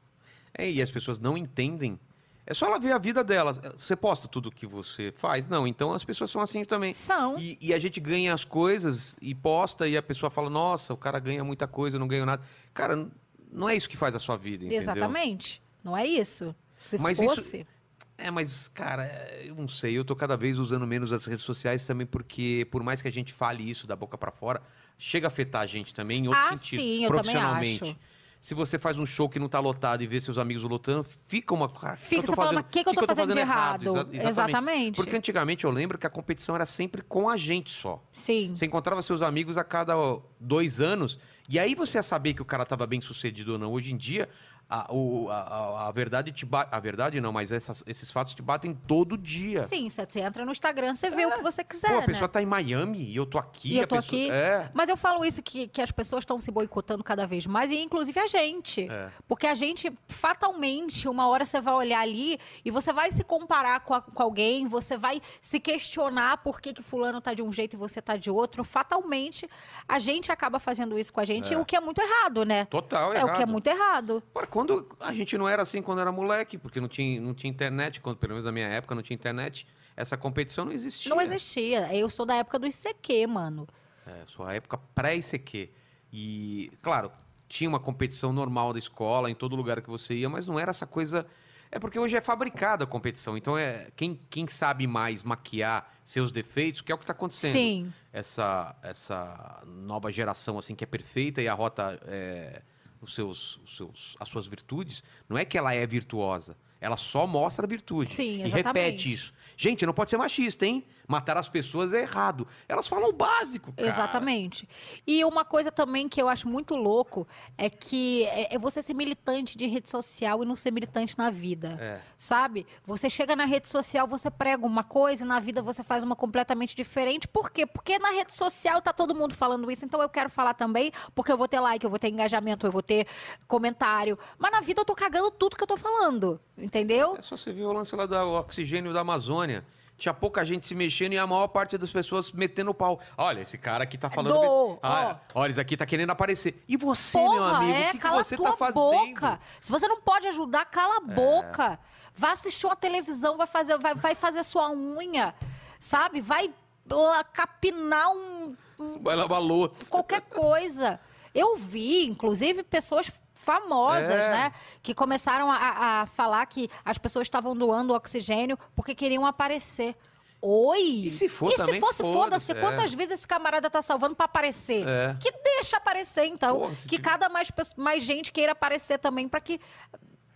[SPEAKER 2] É, e as pessoas não entendem. É só ela ver a vida delas. Você posta tudo que você faz? Não, então as pessoas são assim também.
[SPEAKER 3] São.
[SPEAKER 2] E, e a gente ganha as coisas e posta e a pessoa fala, nossa, o cara ganha muita coisa, eu não ganho nada. Cara, n- não é isso que faz a sua vida, entendeu?
[SPEAKER 3] Exatamente. Não é isso. Se
[SPEAKER 2] Mas isso-
[SPEAKER 3] fosse.
[SPEAKER 2] É, mas, cara, é, eu não sei, eu tô cada vez usando menos as redes sociais também, porque por mais que a gente fale isso da boca pra fora, chega a afetar a gente também em outro
[SPEAKER 3] Ah,
[SPEAKER 2] sentido.
[SPEAKER 3] sim, eu também
[SPEAKER 2] profissionalmente.
[SPEAKER 3] acho.
[SPEAKER 2] Se você faz um show que não tá lotado e vê seus amigos lotando, fica uma. Fica,
[SPEAKER 3] Fica, você fala, mas que que eu tô fazendo de errado?
[SPEAKER 2] Exa-
[SPEAKER 3] Exatamente.
[SPEAKER 2] Porque antigamente eu lembro que a competição era sempre com a gente só.
[SPEAKER 3] Sim.
[SPEAKER 2] Você encontrava seus amigos a cada ó, dois anos. E aí você ia saber que o cara estava bem sucedido ou não. Hoje em dia, a, o- a- a- a verdade te bate. A verdade não, mas essas- esses fatos te batem todo dia.
[SPEAKER 3] Sim, você você entra no Instagram, você vê o que você quiser.
[SPEAKER 2] Pô, a
[SPEAKER 3] né?
[SPEAKER 2] pessoa tá em Miami e eu tô aqui.
[SPEAKER 3] E eu
[SPEAKER 2] a
[SPEAKER 3] tô
[SPEAKER 2] pessoa-
[SPEAKER 3] aqui.
[SPEAKER 2] É.
[SPEAKER 3] Mas eu falo isso que, que as pessoas estão se boicotando cada vez mais, e inclusive a gente.
[SPEAKER 2] É.
[SPEAKER 3] Porque a gente, fatalmente, uma hora você vai olhar ali e você vai se comparar com, a- com alguém, você vai se questionar por que, que fulano tá de um jeito e você tá de outro. Fatalmente, a gente acaba fazendo isso com a gente,
[SPEAKER 2] É.
[SPEAKER 3] o que é muito errado, né?
[SPEAKER 2] Total,
[SPEAKER 3] É o que é muito errado.
[SPEAKER 2] Pô, quando a gente não era assim quando era moleque, porque não tinha, não tinha internet, quando, pelo menos na minha época não tinha internet, essa competição não existia.
[SPEAKER 3] Não existia. Eu sou da época do ICQ, mano.
[SPEAKER 2] É, sua época pré-ICQ. E, claro, tinha uma competição normal da escola, em todo lugar que você ia, mas não era essa coisa. É porque hoje é fabricada a competição. Então, é quem, quem sabe mais maquiar seus defeitos, que é o que está acontecendo.
[SPEAKER 3] Sim.
[SPEAKER 2] Essa, essa nova geração assim que é perfeita e arrota é, os seus, os seus, as suas virtudes, não é que ela é virtuosa. Ela só mostra a virtude.
[SPEAKER 3] Sim,
[SPEAKER 2] e repete
[SPEAKER 3] exatamente.
[SPEAKER 2] isso. Gente, não pode ser machista, hein? Matar as pessoas é errado. Elas falam o básico, cara.
[SPEAKER 3] Exatamente. E uma coisa também que eu acho muito louco é que é é você ser militante de rede social e não ser militante na vida.
[SPEAKER 2] É.
[SPEAKER 3] Sabe? Você chega na rede social, você prega uma coisa e na vida você faz uma completamente diferente. Por quê? Porque na rede social tá todo mundo falando isso, então eu quero falar também, porque eu vou ter like, eu vou ter engajamento, eu vou ter comentário. Mas na vida eu tô cagando tudo que eu tô falando. Entendeu?
[SPEAKER 2] É só você ver o lance lá do oxigênio da Amazônia. Tinha pouca gente se mexendo e a maior parte das pessoas metendo o pau. Olha, esse cara aqui tá falando.
[SPEAKER 3] Doou,
[SPEAKER 2] Ah, olha, esse aqui tá querendo aparecer. E você, meu
[SPEAKER 3] Porra,
[SPEAKER 2] amigo,
[SPEAKER 3] é,
[SPEAKER 2] o que que,
[SPEAKER 3] cala
[SPEAKER 2] você
[SPEAKER 3] a tua
[SPEAKER 2] tá fazendo? É.
[SPEAKER 3] boca. Se você não pode ajudar, cala a boca. Vai assistir uma televisão, vai fazer, vai, vai fazer sua unha, sabe? Vai lá, capinar um, um-
[SPEAKER 2] Vai lavar a louça.
[SPEAKER 3] qualquer coisa. Eu vi, inclusive, pessoas famosas,
[SPEAKER 2] É.
[SPEAKER 3] né? Que começaram a, a falar que as pessoas estavam doando oxigênio porque queriam aparecer. Oi!
[SPEAKER 2] E se for
[SPEAKER 3] e
[SPEAKER 2] também,
[SPEAKER 3] se fosse
[SPEAKER 2] foda-se,
[SPEAKER 3] foda-se,
[SPEAKER 2] é.
[SPEAKER 3] quantas vezes esse camarada tá salvando pra aparecer?
[SPEAKER 2] É.
[SPEAKER 3] Que deixa aparecer, então.
[SPEAKER 2] Porra, se
[SPEAKER 3] que
[SPEAKER 2] tiver-
[SPEAKER 3] cada mais, pe- mais gente queira aparecer também pra que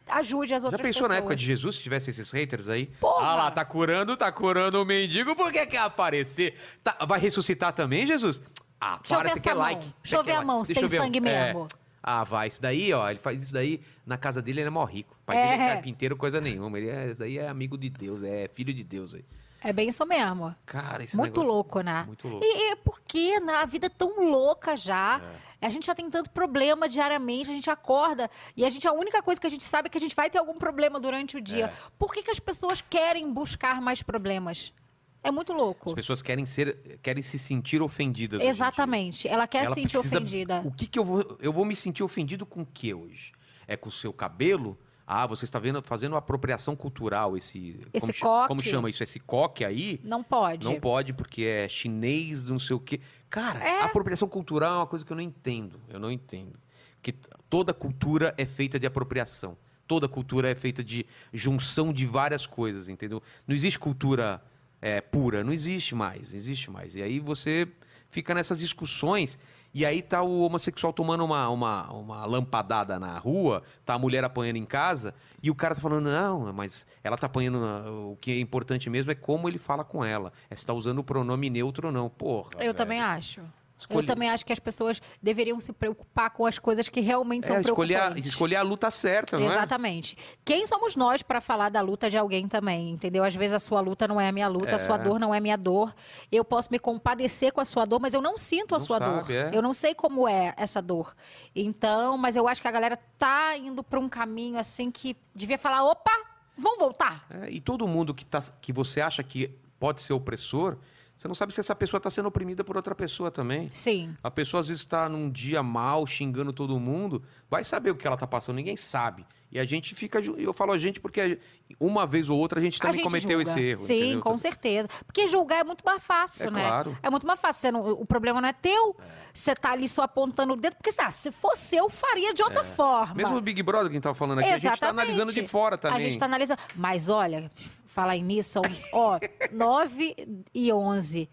[SPEAKER 3] ajude as
[SPEAKER 2] Já
[SPEAKER 3] outras
[SPEAKER 2] pensou
[SPEAKER 3] pessoas.
[SPEAKER 2] na época de Jesus, se tivesse esses haters aí?
[SPEAKER 3] Porra!
[SPEAKER 2] Ah lá, tá curando, tá curando o mendigo, por que quer aparecer? Tá- vai ressuscitar também, Jesus? Ah,
[SPEAKER 3] Deixa eu
[SPEAKER 2] para,
[SPEAKER 3] ver
[SPEAKER 2] você quer
[SPEAKER 3] essa mão.
[SPEAKER 2] like.
[SPEAKER 3] Deixa eu
[SPEAKER 2] você
[SPEAKER 3] ver
[SPEAKER 2] quer
[SPEAKER 3] a
[SPEAKER 2] like.
[SPEAKER 3] mão, se
[SPEAKER 2] Deixa
[SPEAKER 3] tem
[SPEAKER 2] eu ver.
[SPEAKER 3] sangue
[SPEAKER 2] É.
[SPEAKER 3] mesmo.
[SPEAKER 2] Ah, vai, isso daí, ó, ele faz isso daí, na casa dele ele é mó rico. O pai dele é
[SPEAKER 3] É.
[SPEAKER 2] carpinteiro, coisa nenhuma. Ele é, isso daí é amigo de Deus, é filho de Deus aí.
[SPEAKER 3] É bem isso mesmo.
[SPEAKER 2] Cara, esse
[SPEAKER 3] Muito
[SPEAKER 2] negócio...
[SPEAKER 3] louco, né?
[SPEAKER 2] Muito louco.
[SPEAKER 3] E, e por que né? a vida é tão louca já?
[SPEAKER 2] É.
[SPEAKER 3] A gente já tem tanto problema diariamente, a gente acorda e a gente a única coisa que a gente sabe é que a gente vai ter algum problema durante o
[SPEAKER 2] É.
[SPEAKER 3] dia. Por que, que as pessoas querem buscar mais problemas? É muito
[SPEAKER 2] As
[SPEAKER 3] louco.
[SPEAKER 2] pessoas querem ser, querem se sentir ofendidas. hoje em dia.
[SPEAKER 3] Exatamente. Ela quer
[SPEAKER 2] Ela
[SPEAKER 3] se sentir
[SPEAKER 2] precisa-
[SPEAKER 3] ofendida.
[SPEAKER 2] O que que eu vou... Eu vou me sentir ofendido com o que hoje? É com o seu cabelo? Ah, você está vendo, fazendo uma apropriação cultural, esse...
[SPEAKER 3] Esse
[SPEAKER 2] como, cha-
[SPEAKER 3] coque.
[SPEAKER 2] Como chama isso? Esse coque aí?
[SPEAKER 3] Não pode.
[SPEAKER 2] Não pode, porque é chinês, não sei o quê. Cara,
[SPEAKER 3] É.
[SPEAKER 2] apropriação cultural é uma coisa que eu não entendo. Eu não entendo. Porque t- toda cultura é feita de apropriação. Toda cultura é feita de junção de várias coisas, entendeu? Não existe cultura é, pura, não existe mais, não existe mais. E aí você fica nessas discussões. E aí tá o homossexual tomando uma, uma, uma lampadada na rua, tá a mulher apanhando em casa, e o cara tá falando, não, mas ela tá apanhando. na- O que é importante mesmo é como ele fala com ela. É se tá usando o pronome neutro ou não. Porra.
[SPEAKER 3] Eu
[SPEAKER 2] velho.
[SPEAKER 3] também acho.
[SPEAKER 2] Escolhe-
[SPEAKER 3] Eu também acho que as pessoas deveriam se preocupar com as coisas que realmente
[SPEAKER 2] É,
[SPEAKER 3] são
[SPEAKER 2] escolher a,
[SPEAKER 3] preocupantes.
[SPEAKER 2] escolher a luta certa, não é?
[SPEAKER 3] um Exatamente. Quem somos nós para falar da luta de alguém também, entendeu? Às vezes a sua luta não é a minha luta, a sua dor não é a minha dor. Eu posso me compadecer com a sua dor, mas eu não sinto a
[SPEAKER 2] Não
[SPEAKER 3] sua dor.
[SPEAKER 2] sabe, é.
[SPEAKER 3] Eu não sei como é essa dor. Então, mas eu acho que a galera tá indo para um caminho assim que devia falar, opa, vamos voltar.
[SPEAKER 2] É, e todo mundo que, tá, que você acha que pode ser opressor, você não sabe se essa pessoa está sendo oprimida por outra pessoa também.
[SPEAKER 3] Sim.
[SPEAKER 2] A pessoa às vezes está num dia mal, xingando todo mundo, vai saber o que ela está passando, ninguém sabe. E a gente fica. ju- Eu falo a gente porque a- uma vez ou outra a gente
[SPEAKER 3] A
[SPEAKER 2] também
[SPEAKER 3] gente
[SPEAKER 2] cometeu
[SPEAKER 3] julga.
[SPEAKER 2] esse erro.
[SPEAKER 3] Sim,
[SPEAKER 2] entendeu? Então,
[SPEAKER 3] com certeza. Porque julgar é muito mais fácil,
[SPEAKER 2] É
[SPEAKER 3] né?
[SPEAKER 2] claro.
[SPEAKER 3] É muito mais fácil. Você não- o problema não é teu. Você tá ali só apontando o dedo. Porque sabe, se fosse eu, faria de outra forma.
[SPEAKER 2] É. Mesmo o Big Brother que a gente tava falando aqui, a gente está
[SPEAKER 3] Ah, Exatamente.
[SPEAKER 2] analisando de fora também.
[SPEAKER 3] A gente tá analisando.
[SPEAKER 2] [laughs]
[SPEAKER 3] Mas olha, falar em nisso, são, ó, 9 e 11.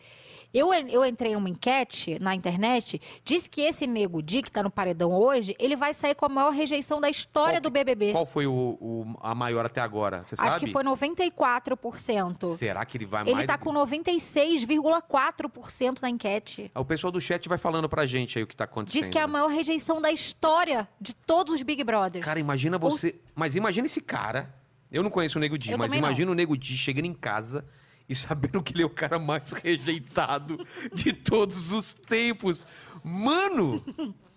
[SPEAKER 3] Eu, en- eu entrei numa enquete na internet, diz que esse nego Di, que tá no paredão hoje, ele vai sair com a maior rejeição da
[SPEAKER 2] Qual
[SPEAKER 3] história
[SPEAKER 2] que-
[SPEAKER 3] do BBB.
[SPEAKER 2] Qual foi o, o- a maior até agora? Você
[SPEAKER 3] Acho
[SPEAKER 2] sabe?
[SPEAKER 3] que foi 94%.
[SPEAKER 2] Será que ele vai mais?
[SPEAKER 3] Ele tá
[SPEAKER 2] do que-
[SPEAKER 3] com 96,4% na enquete.
[SPEAKER 2] Ah, O pessoal do chat vai falando pra gente aí o que tá acontecendo.
[SPEAKER 3] Diz que é a maior rejeição da história de todos os Big Brothers.
[SPEAKER 2] Cara, imagina você. Mas imagina esse cara. Eu não conheço o Nego Di,
[SPEAKER 3] Eu
[SPEAKER 2] mas
[SPEAKER 3] também não.
[SPEAKER 2] imagina o Nego Di chegando em casa e sabendo que ele é o cara mais [laughs] rejeitado de todos os tempos. Mano,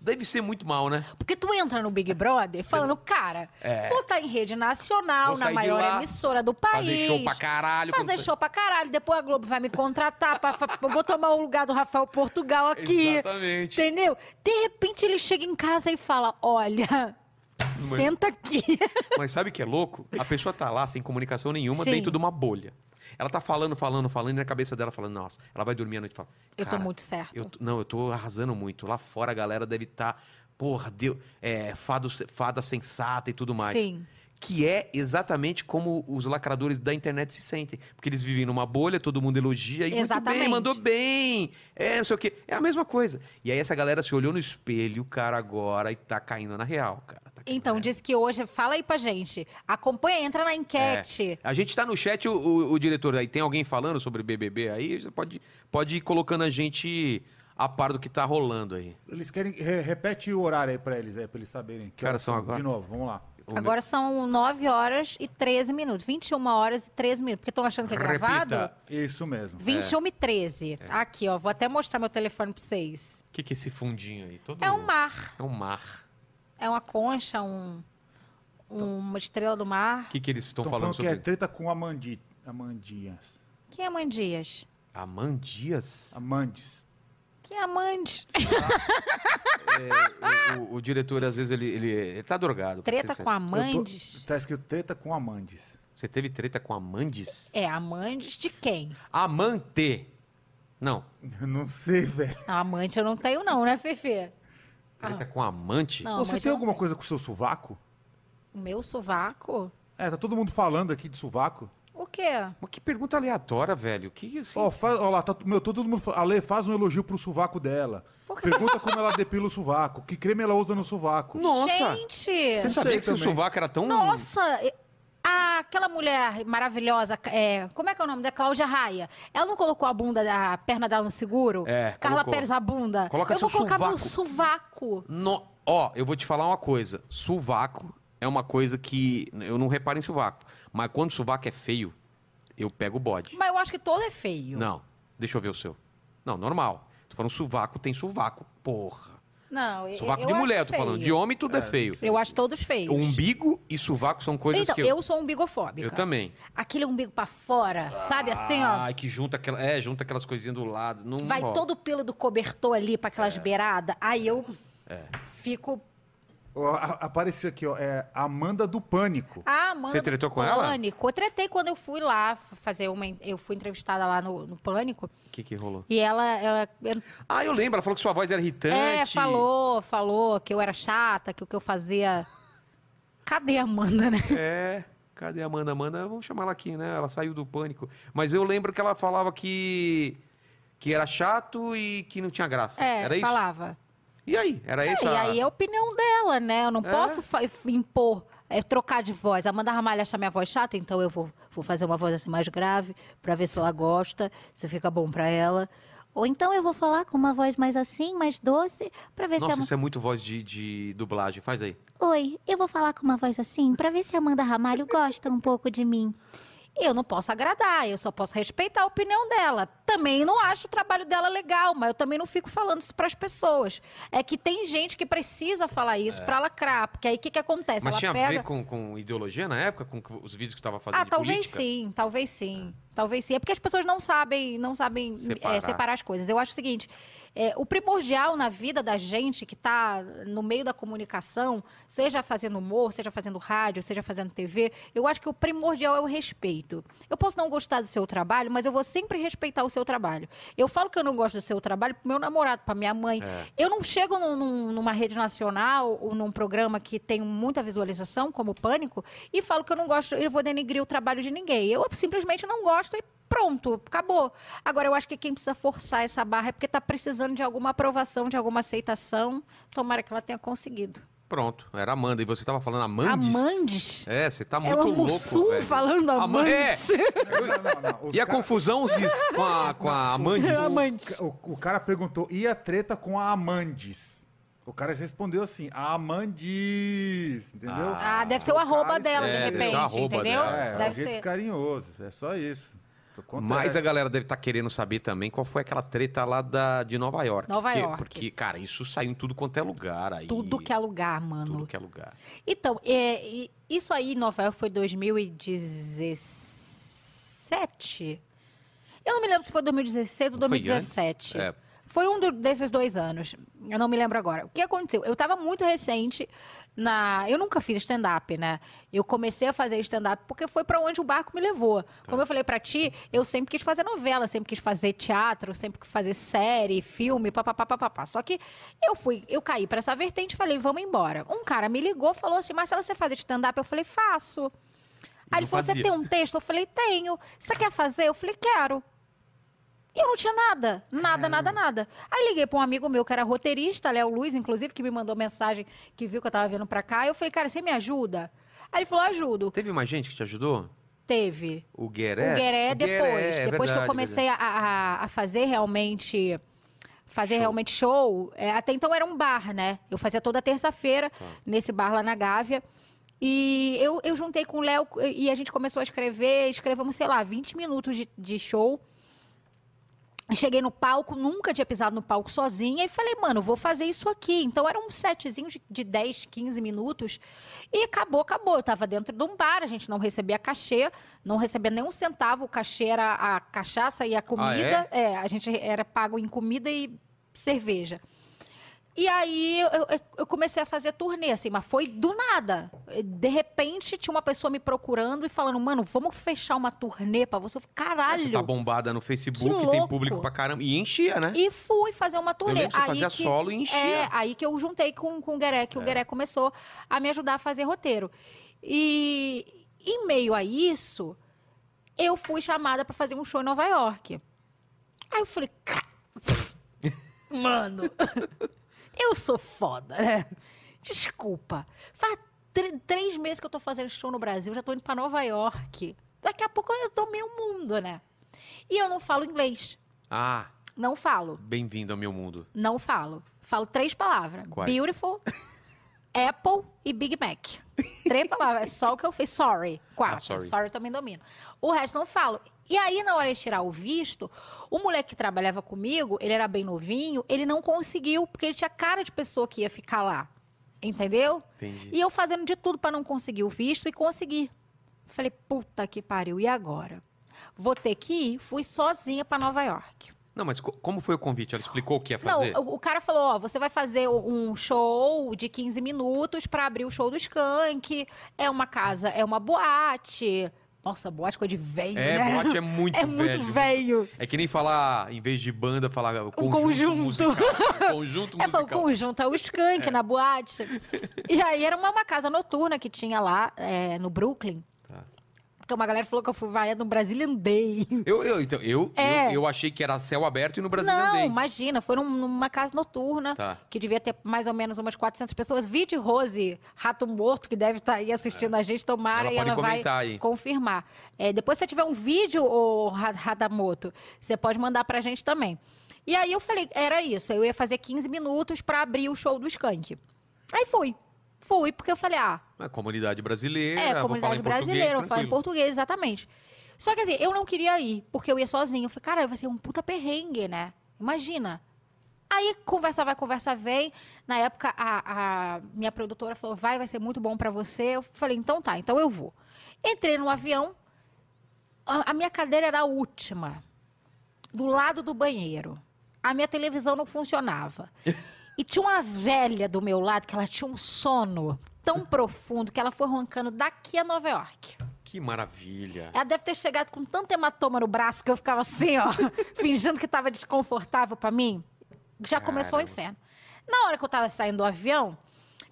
[SPEAKER 2] deve ser muito mal, né?
[SPEAKER 3] Porque tu entra no Big Brother falando, cara, tu tá em rede nacional,
[SPEAKER 2] É. Vou
[SPEAKER 3] na
[SPEAKER 2] sair de
[SPEAKER 3] maior
[SPEAKER 2] lá,
[SPEAKER 3] emissora do país.
[SPEAKER 2] Fazer show pra caralho.
[SPEAKER 3] Fazer
[SPEAKER 2] quando-
[SPEAKER 3] show pra caralho, depois a Globo vai me contratar, pra, pra- eu [laughs] vou tomar o lugar do Rafael Portugal aqui.
[SPEAKER 2] Exatamente.
[SPEAKER 3] Entendeu? De repente ele chega em casa e fala: Olha,
[SPEAKER 2] [laughs]
[SPEAKER 3] senta aqui.
[SPEAKER 2] Mas sabe o que é louco? A pessoa tá lá sem comunicação nenhuma,
[SPEAKER 3] Sim.
[SPEAKER 2] dentro de uma bolha. Ela tá falando, falando, falando, e na cabeça dela falando, nossa, ela vai dormir à noite e fala.
[SPEAKER 3] Eu tô
[SPEAKER 2] "Cara,
[SPEAKER 3] muito certo."
[SPEAKER 2] eu tô- não, eu tô arrasando muito. Lá fora a galera deve estar, porra, deu, é, fado, fada sensata e tudo mais.
[SPEAKER 3] Sim.
[SPEAKER 2] Que é exatamente como os lacradores da internet se sentem. Porque eles vivem numa bolha, todo mundo elogia. E muito bem,
[SPEAKER 3] Exatamente.
[SPEAKER 2] mandou bem. É, não sei o quê. É a mesma coisa. E aí essa galera se olhou no espelho, cara, agora, e tá caindo na real, cara. Tá caindo
[SPEAKER 3] Então,
[SPEAKER 2] na
[SPEAKER 3] diz que hoje, fala aí pra gente. Acompanha, entra na enquete.
[SPEAKER 2] A gente tá no chat, o, o- o diretor aí, tem alguém falando sobre BBB aí? Você pode, pode ir colocando a gente a par do que tá rolando aí.
[SPEAKER 5] Eles querem. re- repete o horário aí pra eles, aí, pra eles saberem. Que
[SPEAKER 2] Cara,
[SPEAKER 5] horas
[SPEAKER 2] são agora?
[SPEAKER 5] De novo, vamos lá.
[SPEAKER 2] O
[SPEAKER 3] Agora são 9 horas e 13 minutos. 21 horas e 13 minutos. Porque estão achando que é
[SPEAKER 2] Repita.
[SPEAKER 3] gravado?
[SPEAKER 5] Isso mesmo.
[SPEAKER 3] 21 e 13. Aqui, ó. Vou até mostrar meu telefone pra vocês.
[SPEAKER 2] meu- que, que é esse fundinho aí? Todo
[SPEAKER 3] É um mar.
[SPEAKER 2] É um mar.
[SPEAKER 3] É uma concha, um, uma estrela do mar.
[SPEAKER 2] O que, que eles estão
[SPEAKER 5] Estão
[SPEAKER 2] falando
[SPEAKER 5] falando que
[SPEAKER 2] sobre?
[SPEAKER 5] é treta com Amandi, Amandias.
[SPEAKER 3] Quem é Mandias?
[SPEAKER 2] Amandias?
[SPEAKER 5] Amandes.
[SPEAKER 3] Quem é Amande?
[SPEAKER 2] O, o- o diretor, às vezes, ele, ele, ele tá drogado. pra
[SPEAKER 3] Treta
[SPEAKER 2] ser
[SPEAKER 3] com
[SPEAKER 2] sério.
[SPEAKER 3] Amandes?
[SPEAKER 5] Tá escrito treta com Amandes.
[SPEAKER 2] Você teve treta com Amandes?
[SPEAKER 3] É, Amandes de quem?
[SPEAKER 2] Amante! Não.
[SPEAKER 5] Eu não sei, velho.
[SPEAKER 3] Não, amante eu não tenho não, né, Fefe? Ah,
[SPEAKER 2] Treta com amante?
[SPEAKER 3] Não, é um
[SPEAKER 5] Você
[SPEAKER 3] amante
[SPEAKER 5] tem
[SPEAKER 3] eu-
[SPEAKER 5] alguma coisa com o seu sovaco?
[SPEAKER 3] O meu sovaco?
[SPEAKER 5] É, tá todo mundo falando aqui de sovaco.
[SPEAKER 3] O quê?
[SPEAKER 2] Mas que pergunta aleatória, velho. Que assim?
[SPEAKER 5] Ó, faz- ó lá, tá, meu, todo mundo fala, Ale, faz um elogio pro sovaco dela.
[SPEAKER 3] Por que-
[SPEAKER 5] Pergunta como ela depila o sovaco. Que creme ela usa no sovaco.
[SPEAKER 2] Nossa!
[SPEAKER 3] Gente!
[SPEAKER 2] Você sabia
[SPEAKER 5] sei
[SPEAKER 2] que seu
[SPEAKER 5] também.
[SPEAKER 2] sovaco era tão.
[SPEAKER 3] Nossa! e- Ah, aquela mulher maravilhosa, é, como é que é o nome da Cláudia Raia? Ela não colocou a bunda, da- a perna dela no seguro?
[SPEAKER 2] É,
[SPEAKER 3] Carla
[SPEAKER 2] colocou.
[SPEAKER 3] Pérez a bunda.
[SPEAKER 2] Coloca
[SPEAKER 3] eu
[SPEAKER 2] seu
[SPEAKER 3] vou colocar meu
[SPEAKER 2] sovaco.
[SPEAKER 3] sovaco.
[SPEAKER 2] No- Ó, eu vou te falar uma coisa. Sovaco é uma coisa que eu não reparo em sovaco. Mas quando sovaco é feio, eu pego o bode.
[SPEAKER 3] Mas eu acho que todo é feio.
[SPEAKER 2] Não, deixa eu ver o seu. Não, normal. Tô falando sovaco, tem sovaco. Porra.
[SPEAKER 3] Não, eu,
[SPEAKER 2] Sovaco
[SPEAKER 3] eu
[SPEAKER 2] de
[SPEAKER 3] acho
[SPEAKER 2] mulher, eu tô
[SPEAKER 3] feio.
[SPEAKER 2] falando. De homem tudo é, feio.
[SPEAKER 3] Eu acho todos feios.
[SPEAKER 2] Umbigo e sovaco são coisas
[SPEAKER 3] Então,
[SPEAKER 2] que
[SPEAKER 3] eu...
[SPEAKER 2] eu...
[SPEAKER 3] sou umbigofóbica.
[SPEAKER 2] Eu também.
[SPEAKER 3] Aquele umbigo pra fora, sabe? Assim, ó.
[SPEAKER 2] Ai, que junta aquela, é, junta aquelas coisinhas do lado. Não
[SPEAKER 3] Vai
[SPEAKER 2] rola.
[SPEAKER 3] todo o pelo do cobertor ali pra
[SPEAKER 2] É.
[SPEAKER 3] aquelas beiradas. Aí eu fico.
[SPEAKER 5] Ó, a- apareceu aqui, ó. É Amanda do Pânico.
[SPEAKER 2] [laughs]
[SPEAKER 3] Ah, mano.
[SPEAKER 2] Você tretou com ela?
[SPEAKER 3] Pânico. Eu tretei quando eu fui lá fazer uma. en- Eu fui entrevistada lá no, no Pânico.
[SPEAKER 2] O que que rolou?
[SPEAKER 3] E ela. ela
[SPEAKER 2] Ah, eu lembro. Ela falou que sua voz era irritante.
[SPEAKER 3] é, falou, falou que eu era chata, que o que eu fazia. [laughs] Cadê a Amanda, né?
[SPEAKER 2] É. Cadê a Amanda? Amanda, vamos chamar ela aqui, né? Ela saiu do pânico. Mas eu lembro que ela falava que que era chato e que não tinha graça.
[SPEAKER 3] É,
[SPEAKER 2] era isso?
[SPEAKER 3] falava.
[SPEAKER 2] E aí? Era
[SPEAKER 3] É,
[SPEAKER 2] isso?
[SPEAKER 3] e aí é a opinião dela, né? Eu não
[SPEAKER 2] É?
[SPEAKER 3] posso fa- impor, é, trocar de voz. Amanda Ramalho acha minha voz chata, então eu vou, vou fazer uma voz assim mais grave pra ver se ela gosta, se fica bom pra ela. Ou então eu vou falar com uma voz mais assim, mais doce, pra ver
[SPEAKER 2] Nossa,
[SPEAKER 3] se a...
[SPEAKER 2] isso é muito voz de, de dublagem. Faz aí.
[SPEAKER 6] Oi, eu vou falar com uma voz assim pra ver se a Amanda Ramalho gosta um pouco de mim.
[SPEAKER 3] Eu não posso agradar, eu só posso respeitar a opinião dela. Também não acho o trabalho dela legal, mas eu também não fico falando isso pras pessoas. É que tem gente que precisa falar isso pra lacrar, porque aí o que, que acontece?
[SPEAKER 2] É. Mas
[SPEAKER 3] ela
[SPEAKER 2] tinha
[SPEAKER 3] pega...
[SPEAKER 2] a ver com, com ideologia na época, com que- os vídeos que tava fazendo
[SPEAKER 3] Ah,
[SPEAKER 2] de
[SPEAKER 3] talvez
[SPEAKER 2] política?
[SPEAKER 3] sim, talvez sim. Talvez sim. É porque as pessoas não sabem, não sabem é,
[SPEAKER 2] Separar.
[SPEAKER 3] separar, as coisas. Eu acho o seguinte: é, o primordial na vida da gente que está no meio da comunicação, seja fazendo humor, seja fazendo rádio, seja fazendo TV, eu acho que o primordial é o respeito. Eu posso não gostar do seu trabalho, mas eu vou sempre respeitar o seu seu trabalho. Eu falo que eu não gosto do seu trabalho pro meu namorado, pra minha mãe. Eu não chego num- num- numa rede nacional ou num programa que tem muita visualização, como o Pânico, e falo que eu não gosto, eu vou denigrir o trabalho de ninguém. Eu simplesmente não gosto e pronto, acabou. Agora, eu acho que quem precisa forçar essa barra é porque tá precisando de alguma aprovação, de alguma aceitação. Tomara que ela tenha conseguido.
[SPEAKER 2] Pronto, era Amanda. E você tava falando Amandes?
[SPEAKER 3] Amandes?
[SPEAKER 2] É, você tá
[SPEAKER 3] É
[SPEAKER 2] muito
[SPEAKER 3] o
[SPEAKER 2] louco,
[SPEAKER 3] Mussum
[SPEAKER 2] velho.
[SPEAKER 3] falando
[SPEAKER 2] Ama- é.
[SPEAKER 3] Amandes.
[SPEAKER 5] Não, não, não. Os
[SPEAKER 2] E a
[SPEAKER 5] cara-
[SPEAKER 2] confusão, Ziz, com a, com a Amandes?
[SPEAKER 3] É,
[SPEAKER 5] os
[SPEAKER 3] Amandes.
[SPEAKER 5] ca- O, o cara perguntou, e a treta com a Amandes? O cara respondeu assim, a Amandes, entendeu?
[SPEAKER 3] Ah, deve ser o arroba
[SPEAKER 5] cara
[SPEAKER 3] dela, de
[SPEAKER 2] escreve.
[SPEAKER 3] repente,
[SPEAKER 2] É, o arroba
[SPEAKER 3] entendeu?
[SPEAKER 2] dela.
[SPEAKER 5] É, é um
[SPEAKER 3] deve
[SPEAKER 5] jeito
[SPEAKER 3] ser.
[SPEAKER 5] carinhoso, é só isso. Acontece.
[SPEAKER 2] Mas a galera deve estar querendo saber também qual foi aquela treta lá da, de Nova York.
[SPEAKER 3] Nova
[SPEAKER 2] porque,
[SPEAKER 3] York.
[SPEAKER 2] Porque, cara, isso saiu em tudo quanto é lugar aí.
[SPEAKER 3] Tudo que é lugar, mano.
[SPEAKER 2] Tudo que é lugar.
[SPEAKER 3] Então, é, e- isso aí em Nova York foi 2017? Eu não me lembro se foi 2016 ou
[SPEAKER 2] Não foi antes?
[SPEAKER 3] 2017.
[SPEAKER 2] É.
[SPEAKER 3] Foi um do- desses dois anos. Eu não me lembro agora. O que aconteceu? Eu estava muito recente na. Eu nunca fiz stand-up, né? Eu comecei a fazer stand-up porque foi para onde o barco me levou.
[SPEAKER 2] Tá.
[SPEAKER 3] Como eu falei para ti, eu sempre quis fazer novela, sempre quis fazer teatro, sempre quis fazer série, filme, papapá, papapá. Só que eu fui, eu caí para essa vertente e falei, vamos embora. Um cara me ligou, falou assim: Marcela, você faz stand-up? Eu falei, faço.
[SPEAKER 2] não
[SPEAKER 3] Aí ele falou:
[SPEAKER 2] fazia.
[SPEAKER 3] você tem um texto? Eu falei, tenho. Você quer fazer? Eu falei, quero. E eu não tinha nada, nada, nada, nada. Aí liguei para um amigo meu que era roteirista, Léo Luiz, inclusive, que me mandou mensagem que viu que eu tava vindo pra cá. Eu falei, cara, você me ajuda? Aí ele falou, ajudo.
[SPEAKER 2] Teve mais gente que te ajudou?
[SPEAKER 3] Teve.
[SPEAKER 2] O Gueré?
[SPEAKER 3] O Gueré depois.
[SPEAKER 2] é
[SPEAKER 3] depois que eu
[SPEAKER 2] verdade,
[SPEAKER 3] comecei a, a- a fazer realmente. Fazer
[SPEAKER 2] Show.
[SPEAKER 3] realmente show. é, até então era um bar, né? Eu fazia toda terça-feira
[SPEAKER 2] Tá.
[SPEAKER 3] nesse bar lá na Gávea. E eu, eu juntei com o Léo e a gente começou a escrever. Escrevemos, sei lá, 20 minutos de, de show. Cheguei no palco, nunca tinha pisado no palco sozinha e falei, mano, vou fazer isso aqui. Então era um setzinho de, de 10, 15 minutos e acabou, acabou. Eu tava dentro de um bar, a gente não recebia cachê, não recebia nenhum centavo. O cachê era a cachaça
[SPEAKER 2] Ah,
[SPEAKER 3] e a comida. é, a gente era pago em comida e cerveja. E aí eu, eu- eu comecei a fazer turnê, assim, mas foi do nada. De repente tinha uma pessoa me procurando e falando, mano, vamos fechar uma turnê pra você. Eu falei,
[SPEAKER 2] É,
[SPEAKER 3] Caralho!
[SPEAKER 2] Você tá bombada no Facebook,
[SPEAKER 3] Que
[SPEAKER 2] tem
[SPEAKER 3] louco.
[SPEAKER 2] público pra caramba. E enchia, né?
[SPEAKER 3] E fui fazer uma
[SPEAKER 2] Eu
[SPEAKER 3] turnê.
[SPEAKER 2] lembro que você
[SPEAKER 3] Aí
[SPEAKER 2] fazia É.
[SPEAKER 3] que-
[SPEAKER 2] solo e enchia.
[SPEAKER 3] É, aí que eu juntei com, com o Gueré, que o Gueré começou a me ajudar a fazer roteiro. E em meio a isso, eu fui chamada para fazer um show em Nova York. Aí eu falei, "Ca- mano, [laughs] eu sou foda, né? Desculpa. Faz tr- três meses que eu tô fazendo show no Brasil, já tô indo para Nova York. Daqui a pouco eu domino o mundo, né? E eu não falo inglês.
[SPEAKER 2] Ah,
[SPEAKER 3] Não falo.
[SPEAKER 2] bem-vindo ao meu mundo.
[SPEAKER 3] Não falo. Falo três palavras:
[SPEAKER 2] Quais? [laughs]
[SPEAKER 3] beautiful, apple e Big Mac. Três palavras. É só o que eu fiz. Sorry. Quatro.
[SPEAKER 2] Ah, sorry.
[SPEAKER 3] sorry. eu também domino. O resto não falo. E aí, na hora de tirar o visto, o moleque que trabalhava comigo, ele era bem novinho, ele não conseguiu, porque ele tinha cara de pessoa que ia ficar lá. Entendeu?
[SPEAKER 2] Entendi.
[SPEAKER 3] E eu fazendo de tudo para não conseguir o visto e consegui. Falei, puta que pariu, e agora? Vou ter que ir. Fui sozinha para Nova York.
[SPEAKER 2] Não, mas co- como foi o convite? Ela explicou o que ia
[SPEAKER 3] Não,
[SPEAKER 2] fazer?
[SPEAKER 3] o, o cara falou, ó, você vai fazer um show de 15 minutos pra abrir o show do Skank. É uma casa, é uma boate. Nossa, boate coisa de velho, [laughs]
[SPEAKER 2] é,
[SPEAKER 3] né?
[SPEAKER 2] boate é muito
[SPEAKER 3] é
[SPEAKER 2] velho.
[SPEAKER 3] muito velho. Um
[SPEAKER 2] É que nem falar, em vez de banda, falar o conjunto.
[SPEAKER 3] conjunto. [laughs]
[SPEAKER 2] musical. O conjunto
[SPEAKER 3] É, foi o
[SPEAKER 2] musical.
[SPEAKER 3] conjunto, é o Skank na boate. E aí era uma, uma casa noturna que tinha lá, é, no Brooklyn.
[SPEAKER 2] Tá.
[SPEAKER 3] Porque uma galera falou que eu fui um vaiada no Brazilian Day.
[SPEAKER 2] Eu, eu, então, eu,
[SPEAKER 3] É.
[SPEAKER 2] eu, eu achei que era céu aberto e no Brasil
[SPEAKER 3] Não,
[SPEAKER 2] andei.
[SPEAKER 3] imagina, foi num- numa casa noturna.
[SPEAKER 2] Tá.
[SPEAKER 3] que devia ter mais ou menos umas 400 pessoas. Vide Rose, Rato Morto, que deve estar aí assistindo a gente, tomara
[SPEAKER 2] É. Ela
[SPEAKER 3] e
[SPEAKER 2] pode
[SPEAKER 3] ela vai
[SPEAKER 2] comentar aí.
[SPEAKER 3] confirmar. É, depois, se você tiver um vídeo, ô, Ra- Radamoto, você pode mandar pra gente também. E aí eu falei, era isso, eu ia fazer 15 minutos pra abrir o show do Skank. Aí fui. Fui, porque eu falei, ah,
[SPEAKER 2] É comunidade brasileira,
[SPEAKER 3] é,
[SPEAKER 2] vou falar
[SPEAKER 3] comunidade
[SPEAKER 2] em
[SPEAKER 3] brasileira, eu
[SPEAKER 2] português,
[SPEAKER 3] vou falar em
[SPEAKER 2] tranquilo.
[SPEAKER 3] português, exatamente. Só que assim, eu não queria ir, porque eu ia sozinho. Eu falei, cara, vai ser um puta perrengue, né? Imagina. Aí conversa vai, conversa vem. Na época, a, a minha produtora falou, vai, vai ser muito bom pra você. Eu falei, então tá, então eu vou. Entrei no avião, a, a minha cadeira era a última, do lado do banheiro. A minha televisão não funcionava. E tinha uma velha do meu lado que ela tinha um sono tão profundo que ela foi roncando daqui a Nova York.
[SPEAKER 2] Que Que maravilha.
[SPEAKER 3] Ela deve ter chegado com tanto hematoma no braço que eu ficava
[SPEAKER 2] [laughs]
[SPEAKER 3] assim, ó, fingindo que tava desconfortável pra mim. Já começou o
[SPEAKER 2] Caramba.
[SPEAKER 3] inferno. Na hora que eu tava saindo do avião,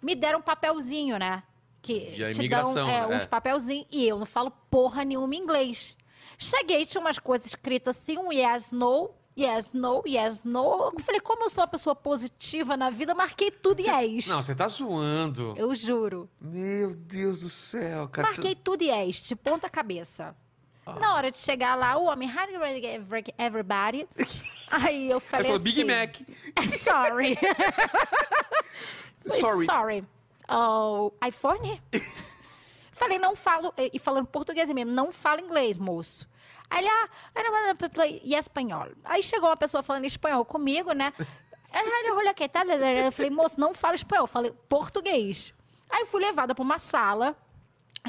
[SPEAKER 3] me deram um papelzinho, né? Que
[SPEAKER 2] De
[SPEAKER 3] te dão
[SPEAKER 2] imigração,
[SPEAKER 3] é,
[SPEAKER 2] né?
[SPEAKER 3] uns papelzinhos. E eu não falo porra nenhuma em inglês. Cheguei, tinha umas coisas escritas assim, um yes, no, yes, no, yes, no. Eu falei, como eu sou uma pessoa positiva na vida, marquei tudo yes.
[SPEAKER 2] Não, você tá zoando.
[SPEAKER 3] É. Eu juro.
[SPEAKER 2] Meu Deus do céu, cara. Ah.
[SPEAKER 3] Marquei tudo yes, de ponta cabeça. Na hora de chegar lá, o homem, how do you every-
[SPEAKER 2] [laughs]
[SPEAKER 3] everybody? Aí eu
[SPEAKER 2] Aí
[SPEAKER 3] falei
[SPEAKER 2] falou
[SPEAKER 3] assim,
[SPEAKER 2] Big Mac.
[SPEAKER 3] [laughs] Sorry. Falei,
[SPEAKER 2] Sorry.
[SPEAKER 3] Sorry. Oh, iPhone? falei, não falo, eh, e e falando português mesmo, não falo inglês, moço. Aí lá, e espanhol. Aí chegou uma pessoa falando espanhol comigo, né? Olha que tal? Eu falei, moço, não falo espanhol, falei português. Aí eu fui levada para uma sala,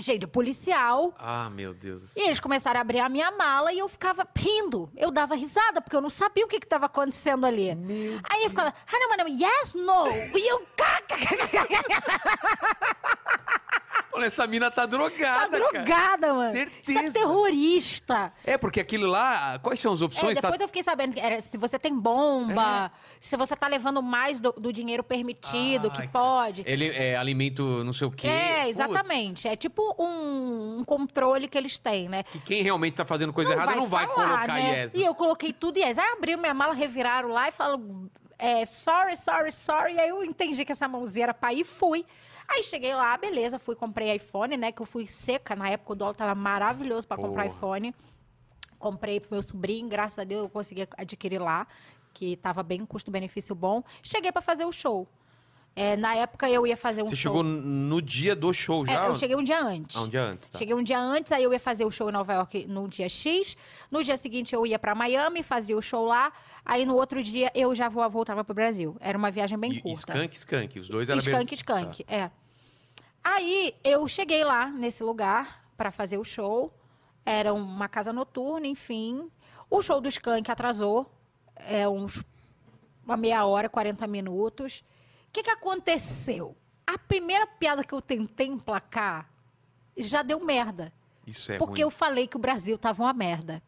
[SPEAKER 3] cheia de policial.
[SPEAKER 2] Ah, meu Deus do céu.
[SPEAKER 3] E eles começaram a abrir a minha mala e eu ficava rindo. Eu dava risada, porque eu não sabia o que estava acontecendo ali. Aí eu ficava, ah, não, mano, yes, no. E eu,
[SPEAKER 2] Olha, essa mina tá
[SPEAKER 3] tá
[SPEAKER 2] drogada, cara.
[SPEAKER 3] drogada, mano. Você é
[SPEAKER 2] Certeza.
[SPEAKER 3] terrorista.
[SPEAKER 2] É, porque aquilo lá, quais são as
[SPEAKER 3] É,
[SPEAKER 2] opções? Tá- É.
[SPEAKER 3] depois eu fiquei sabendo que era se você tem bomba, se você tá levando mais do, do dinheiro permitido, que
[SPEAKER 2] Ai,
[SPEAKER 3] pode.
[SPEAKER 2] Ele é alimento não sei o quê.
[SPEAKER 3] É,
[SPEAKER 2] Putz,
[SPEAKER 3] exatamente. É tipo um, um controle que eles têm, né?
[SPEAKER 2] que quem realmente tá fazendo coisa errada
[SPEAKER 3] vai
[SPEAKER 2] não vai
[SPEAKER 3] falar,
[SPEAKER 2] colocar
[SPEAKER 3] né?
[SPEAKER 2] yes.
[SPEAKER 3] E eu coloquei tudo yes. Aí abriram minha mala, reviraram lá e falaram é, sorry, sorry, sorry. Aí eu entendi que essa mãozinha era pra ir e fui. Aí cheguei lá, beleza, fui, comprei iPhone, né? Que eu fui seca. Na época o dólar tava maravilhoso pra comprar
[SPEAKER 2] Porra.
[SPEAKER 3] iPhone. Comprei pro meu sobrinho, graças a Deus eu consegui adquirir lá, que tava bem custo-benefício bom. Cheguei pra fazer o show. É, na época eu ia fazer um
[SPEAKER 2] Você
[SPEAKER 3] show.
[SPEAKER 2] chegou no dia do show já?
[SPEAKER 3] É, eu cheguei um dia antes.
[SPEAKER 2] Ah, um dia antes, tá.
[SPEAKER 3] Cheguei um dia antes, aí eu ia fazer o show em Nova York no dia X. No dia seguinte eu ia pra Miami, fazia o show lá. Aí no outro dia eu já vo- voltava pro Brasil. Era uma viagem bem
[SPEAKER 2] E- e
[SPEAKER 3] curta.
[SPEAKER 2] Skank, Skank. Os dois eram bem-
[SPEAKER 3] Skank, Skank,
[SPEAKER 2] Tá.
[SPEAKER 3] é. Aí eu cheguei lá nesse lugar pra fazer o show. Era uma casa noturna, enfim. O show do Skank atrasou é, uns uma meia hora, 40 minutos. O que, que aconteceu? A primeira piada que eu tentei emplacar já deu merda.
[SPEAKER 2] Tá. Isso é
[SPEAKER 3] porque eu
[SPEAKER 2] ruim.
[SPEAKER 3] falei que o Brasil tava uma merda.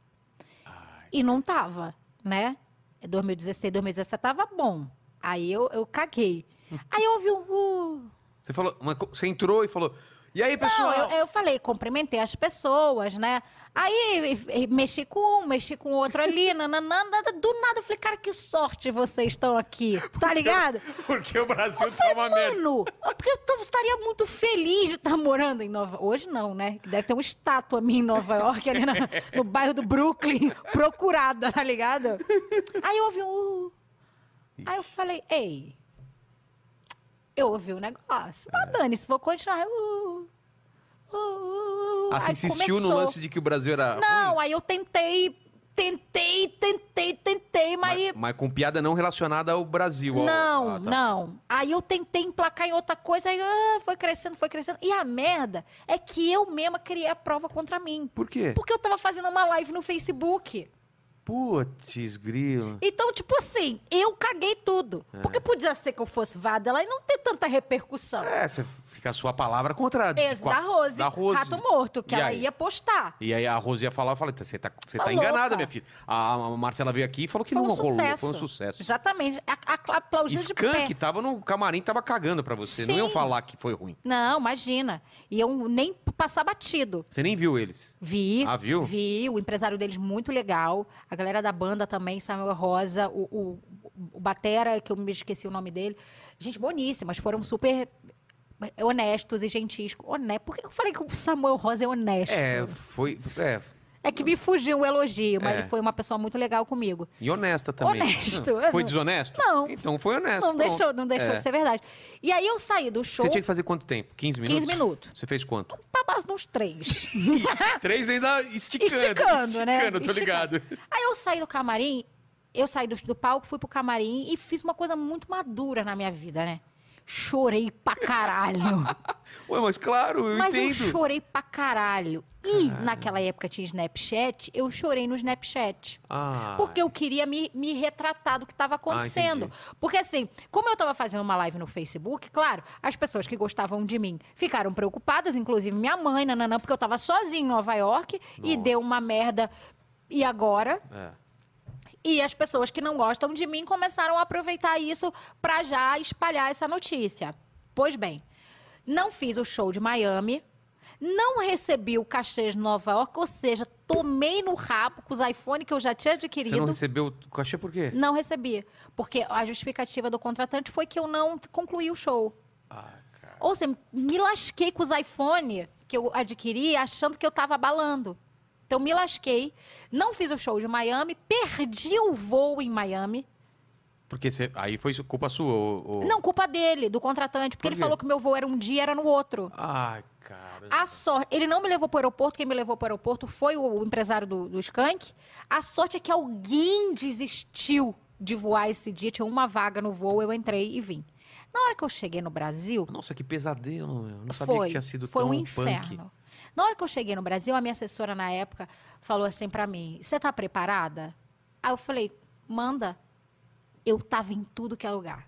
[SPEAKER 3] E não tava, né? 2016, 2017 tava bom. Aí eu, eu caguei. Aí eu ouvi um. uh.
[SPEAKER 2] Você falou, uma co- você entrou e falou. E aí,
[SPEAKER 3] Não,
[SPEAKER 2] pessoal?
[SPEAKER 3] eu, eu falei, cumprimentei as pessoas, né? Aí e- e mexi com um, mexi com outro ali, [laughs] nananã, nada- do nada eu falei, cara, que sorte vocês
[SPEAKER 2] [laughs]
[SPEAKER 3] estão aqui, tá ligado?
[SPEAKER 2] Porque o Brasil tá uma merda.
[SPEAKER 3] Mano, porque eu tô- estaria muito feliz de estar morando em Nova Hoje não, né? Que Deve ter uma estátua minha em Nova York, ali na- no bairro do Brooklyn, [laughs] procurada, tá ligado? Aí eu ouvi um. "Uh". Aí eu falei, ei. Eu ouvi um negócio.
[SPEAKER 2] É.
[SPEAKER 3] Mas dane-se, vou continuar. Eu, "Uh, uh, uh, uh".
[SPEAKER 2] Ah, você
[SPEAKER 3] Aí
[SPEAKER 2] insistiu no
[SPEAKER 3] começou.
[SPEAKER 2] lance de que o Brasil era.
[SPEAKER 3] Não,
[SPEAKER 2] ruim?
[SPEAKER 3] aí eu tentei, tentei, tentei, tentei, mas. aí-
[SPEAKER 2] mas, mas com piada não relacionada ao Brasil. ao-
[SPEAKER 3] não,
[SPEAKER 2] Ah, tá.
[SPEAKER 3] não. Aí eu tentei emplacar em outra coisa, aí ah, foi crescendo, foi crescendo. E a merda é que eu mesma criei a prova contra mim.
[SPEAKER 2] Por quê?
[SPEAKER 3] Porque eu tava fazendo uma live no Facebook.
[SPEAKER 2] Putz, grilo.
[SPEAKER 3] Então, tipo assim, eu caguei tudo.
[SPEAKER 2] É.
[SPEAKER 3] Porque podia ser que eu fosse Vadela e não ter tanta repercussão.
[SPEAKER 2] É, você fica a sua palavra contra a de
[SPEAKER 3] Esse da
[SPEAKER 2] quatro-
[SPEAKER 3] Rose,
[SPEAKER 2] Da Rose.
[SPEAKER 3] Rato Morto, que
[SPEAKER 2] E
[SPEAKER 3] ela
[SPEAKER 2] aí?
[SPEAKER 3] ia postar.
[SPEAKER 2] E aí a Rose ia falar, eu falei, você tá, você tá
[SPEAKER 3] Tá
[SPEAKER 2] enganada,
[SPEAKER 3] louca.
[SPEAKER 2] minha filha. A, a Marcela veio aqui e falou que
[SPEAKER 3] Foi
[SPEAKER 2] não
[SPEAKER 3] um
[SPEAKER 2] rolou,
[SPEAKER 3] sucesso.
[SPEAKER 2] foi um sucesso.
[SPEAKER 3] Exatamente. A, a, aplaudindo de pé.
[SPEAKER 2] Skank tava no camarim, tava cagando pra você. Não
[SPEAKER 3] Sim.
[SPEAKER 2] iam falar que foi ruim.
[SPEAKER 3] Não, imagina. E eu nem passar batido.
[SPEAKER 2] Você nem viu eles.
[SPEAKER 3] Vi.
[SPEAKER 2] Ah, viu?
[SPEAKER 3] Vi. O empresário deles muito legal. A galera da banda também, Samuel Rosa, o, o, o Batera, que eu me esqueci o nome dele. Gente boníssimas, foram super honestos e gentis. Honesto. Por que eu falei que o Samuel Rosa é honesto?
[SPEAKER 2] É, foi. É,
[SPEAKER 3] É que me fugiu o elogio, mas
[SPEAKER 2] É.
[SPEAKER 3] ele foi uma pessoa muito legal comigo.
[SPEAKER 2] e honesta também.
[SPEAKER 3] Honesto,
[SPEAKER 2] Não, Foi
[SPEAKER 3] não-
[SPEAKER 2] desonesto?
[SPEAKER 3] não.
[SPEAKER 2] Então foi honesto.
[SPEAKER 3] não
[SPEAKER 2] pronto.
[SPEAKER 3] deixou, não deixou
[SPEAKER 2] É.
[SPEAKER 3] de ser verdade. E aí eu saí do show,
[SPEAKER 2] Você tinha que fazer quanto tempo? 15 minutos?
[SPEAKER 3] 15 minutos.
[SPEAKER 2] Você fez quanto?
[SPEAKER 3] pra base de uns três.
[SPEAKER 2] Três ainda esticando.
[SPEAKER 3] Esticando, né?
[SPEAKER 2] Esticando, tô ligado.
[SPEAKER 3] Aí eu saí do camarim, eu saí do, do palco, fui pro camarim e fiz uma coisa muito madura na minha vida, né? Chorei pra caralho.
[SPEAKER 2] Ué, mas claro, [laughs] eu
[SPEAKER 3] Mas eu
[SPEAKER 2] entendo.
[SPEAKER 3] chorei pra caralho. E naquela época tinha Snapchat, eu chorei no Snapchat.
[SPEAKER 2] Ah,
[SPEAKER 3] Porque eu queria me, me retratar do que estava acontecendo. porque assim, como eu estava fazendo uma live no Facebook, claro, as pessoas que gostavam de mim ficaram preocupadas, inclusive minha mãe, nananã, porque eu estava sozinha em Nova York e
[SPEAKER 2] Nossa.
[SPEAKER 3] deu uma merda. E agora?
[SPEAKER 2] é.
[SPEAKER 3] E as pessoas que não gostam de mim começaram a aproveitar isso para já espalhar essa notícia. Pois bem, não fiz o show de Miami, não recebi o cachê de Nova York, ou seja, tomei no rabo com os iPhone que eu já tinha
[SPEAKER 2] Você não
[SPEAKER 3] adquirido.
[SPEAKER 2] recebeu o cachê por quê?
[SPEAKER 3] Não recebi. Porque a justificativa do contratante foi que eu não concluí o show.
[SPEAKER 2] Ah, cara.
[SPEAKER 3] Ou seja, me lasquei com os iPhone que eu adquiri achando que eu tava abalando. Então me lasquei, não fiz o show de Miami, perdi o voo em Miami.
[SPEAKER 2] Porque você- aí foi su- culpa sua, ou...
[SPEAKER 3] Não, culpa dele, do contratante, porque
[SPEAKER 2] Por
[SPEAKER 3] ele
[SPEAKER 2] quê?
[SPEAKER 3] falou que meu voo era um dia, era no outro.
[SPEAKER 2] Ai, cara.
[SPEAKER 3] A sorte, ele não me levou pro aeroporto, quem me levou pro aeroporto foi o empresário do, do Skank. A sorte é que alguém desistiu de voar esse dia, tinha uma vaga no voo, eu entrei e vim. Na hora que eu cheguei no Brasil,
[SPEAKER 2] Nossa, que pesadelo, meu. Eu não sabia
[SPEAKER 3] foi,
[SPEAKER 2] que tinha sido
[SPEAKER 3] foi
[SPEAKER 2] tão
[SPEAKER 3] um
[SPEAKER 2] punk.
[SPEAKER 3] inferno. Na hora que eu cheguei no Brasil, a minha assessora na época falou assim pra mim: "Você tá preparada?" Aí eu falei: "Manda". Eu tava em tudo que é lugar.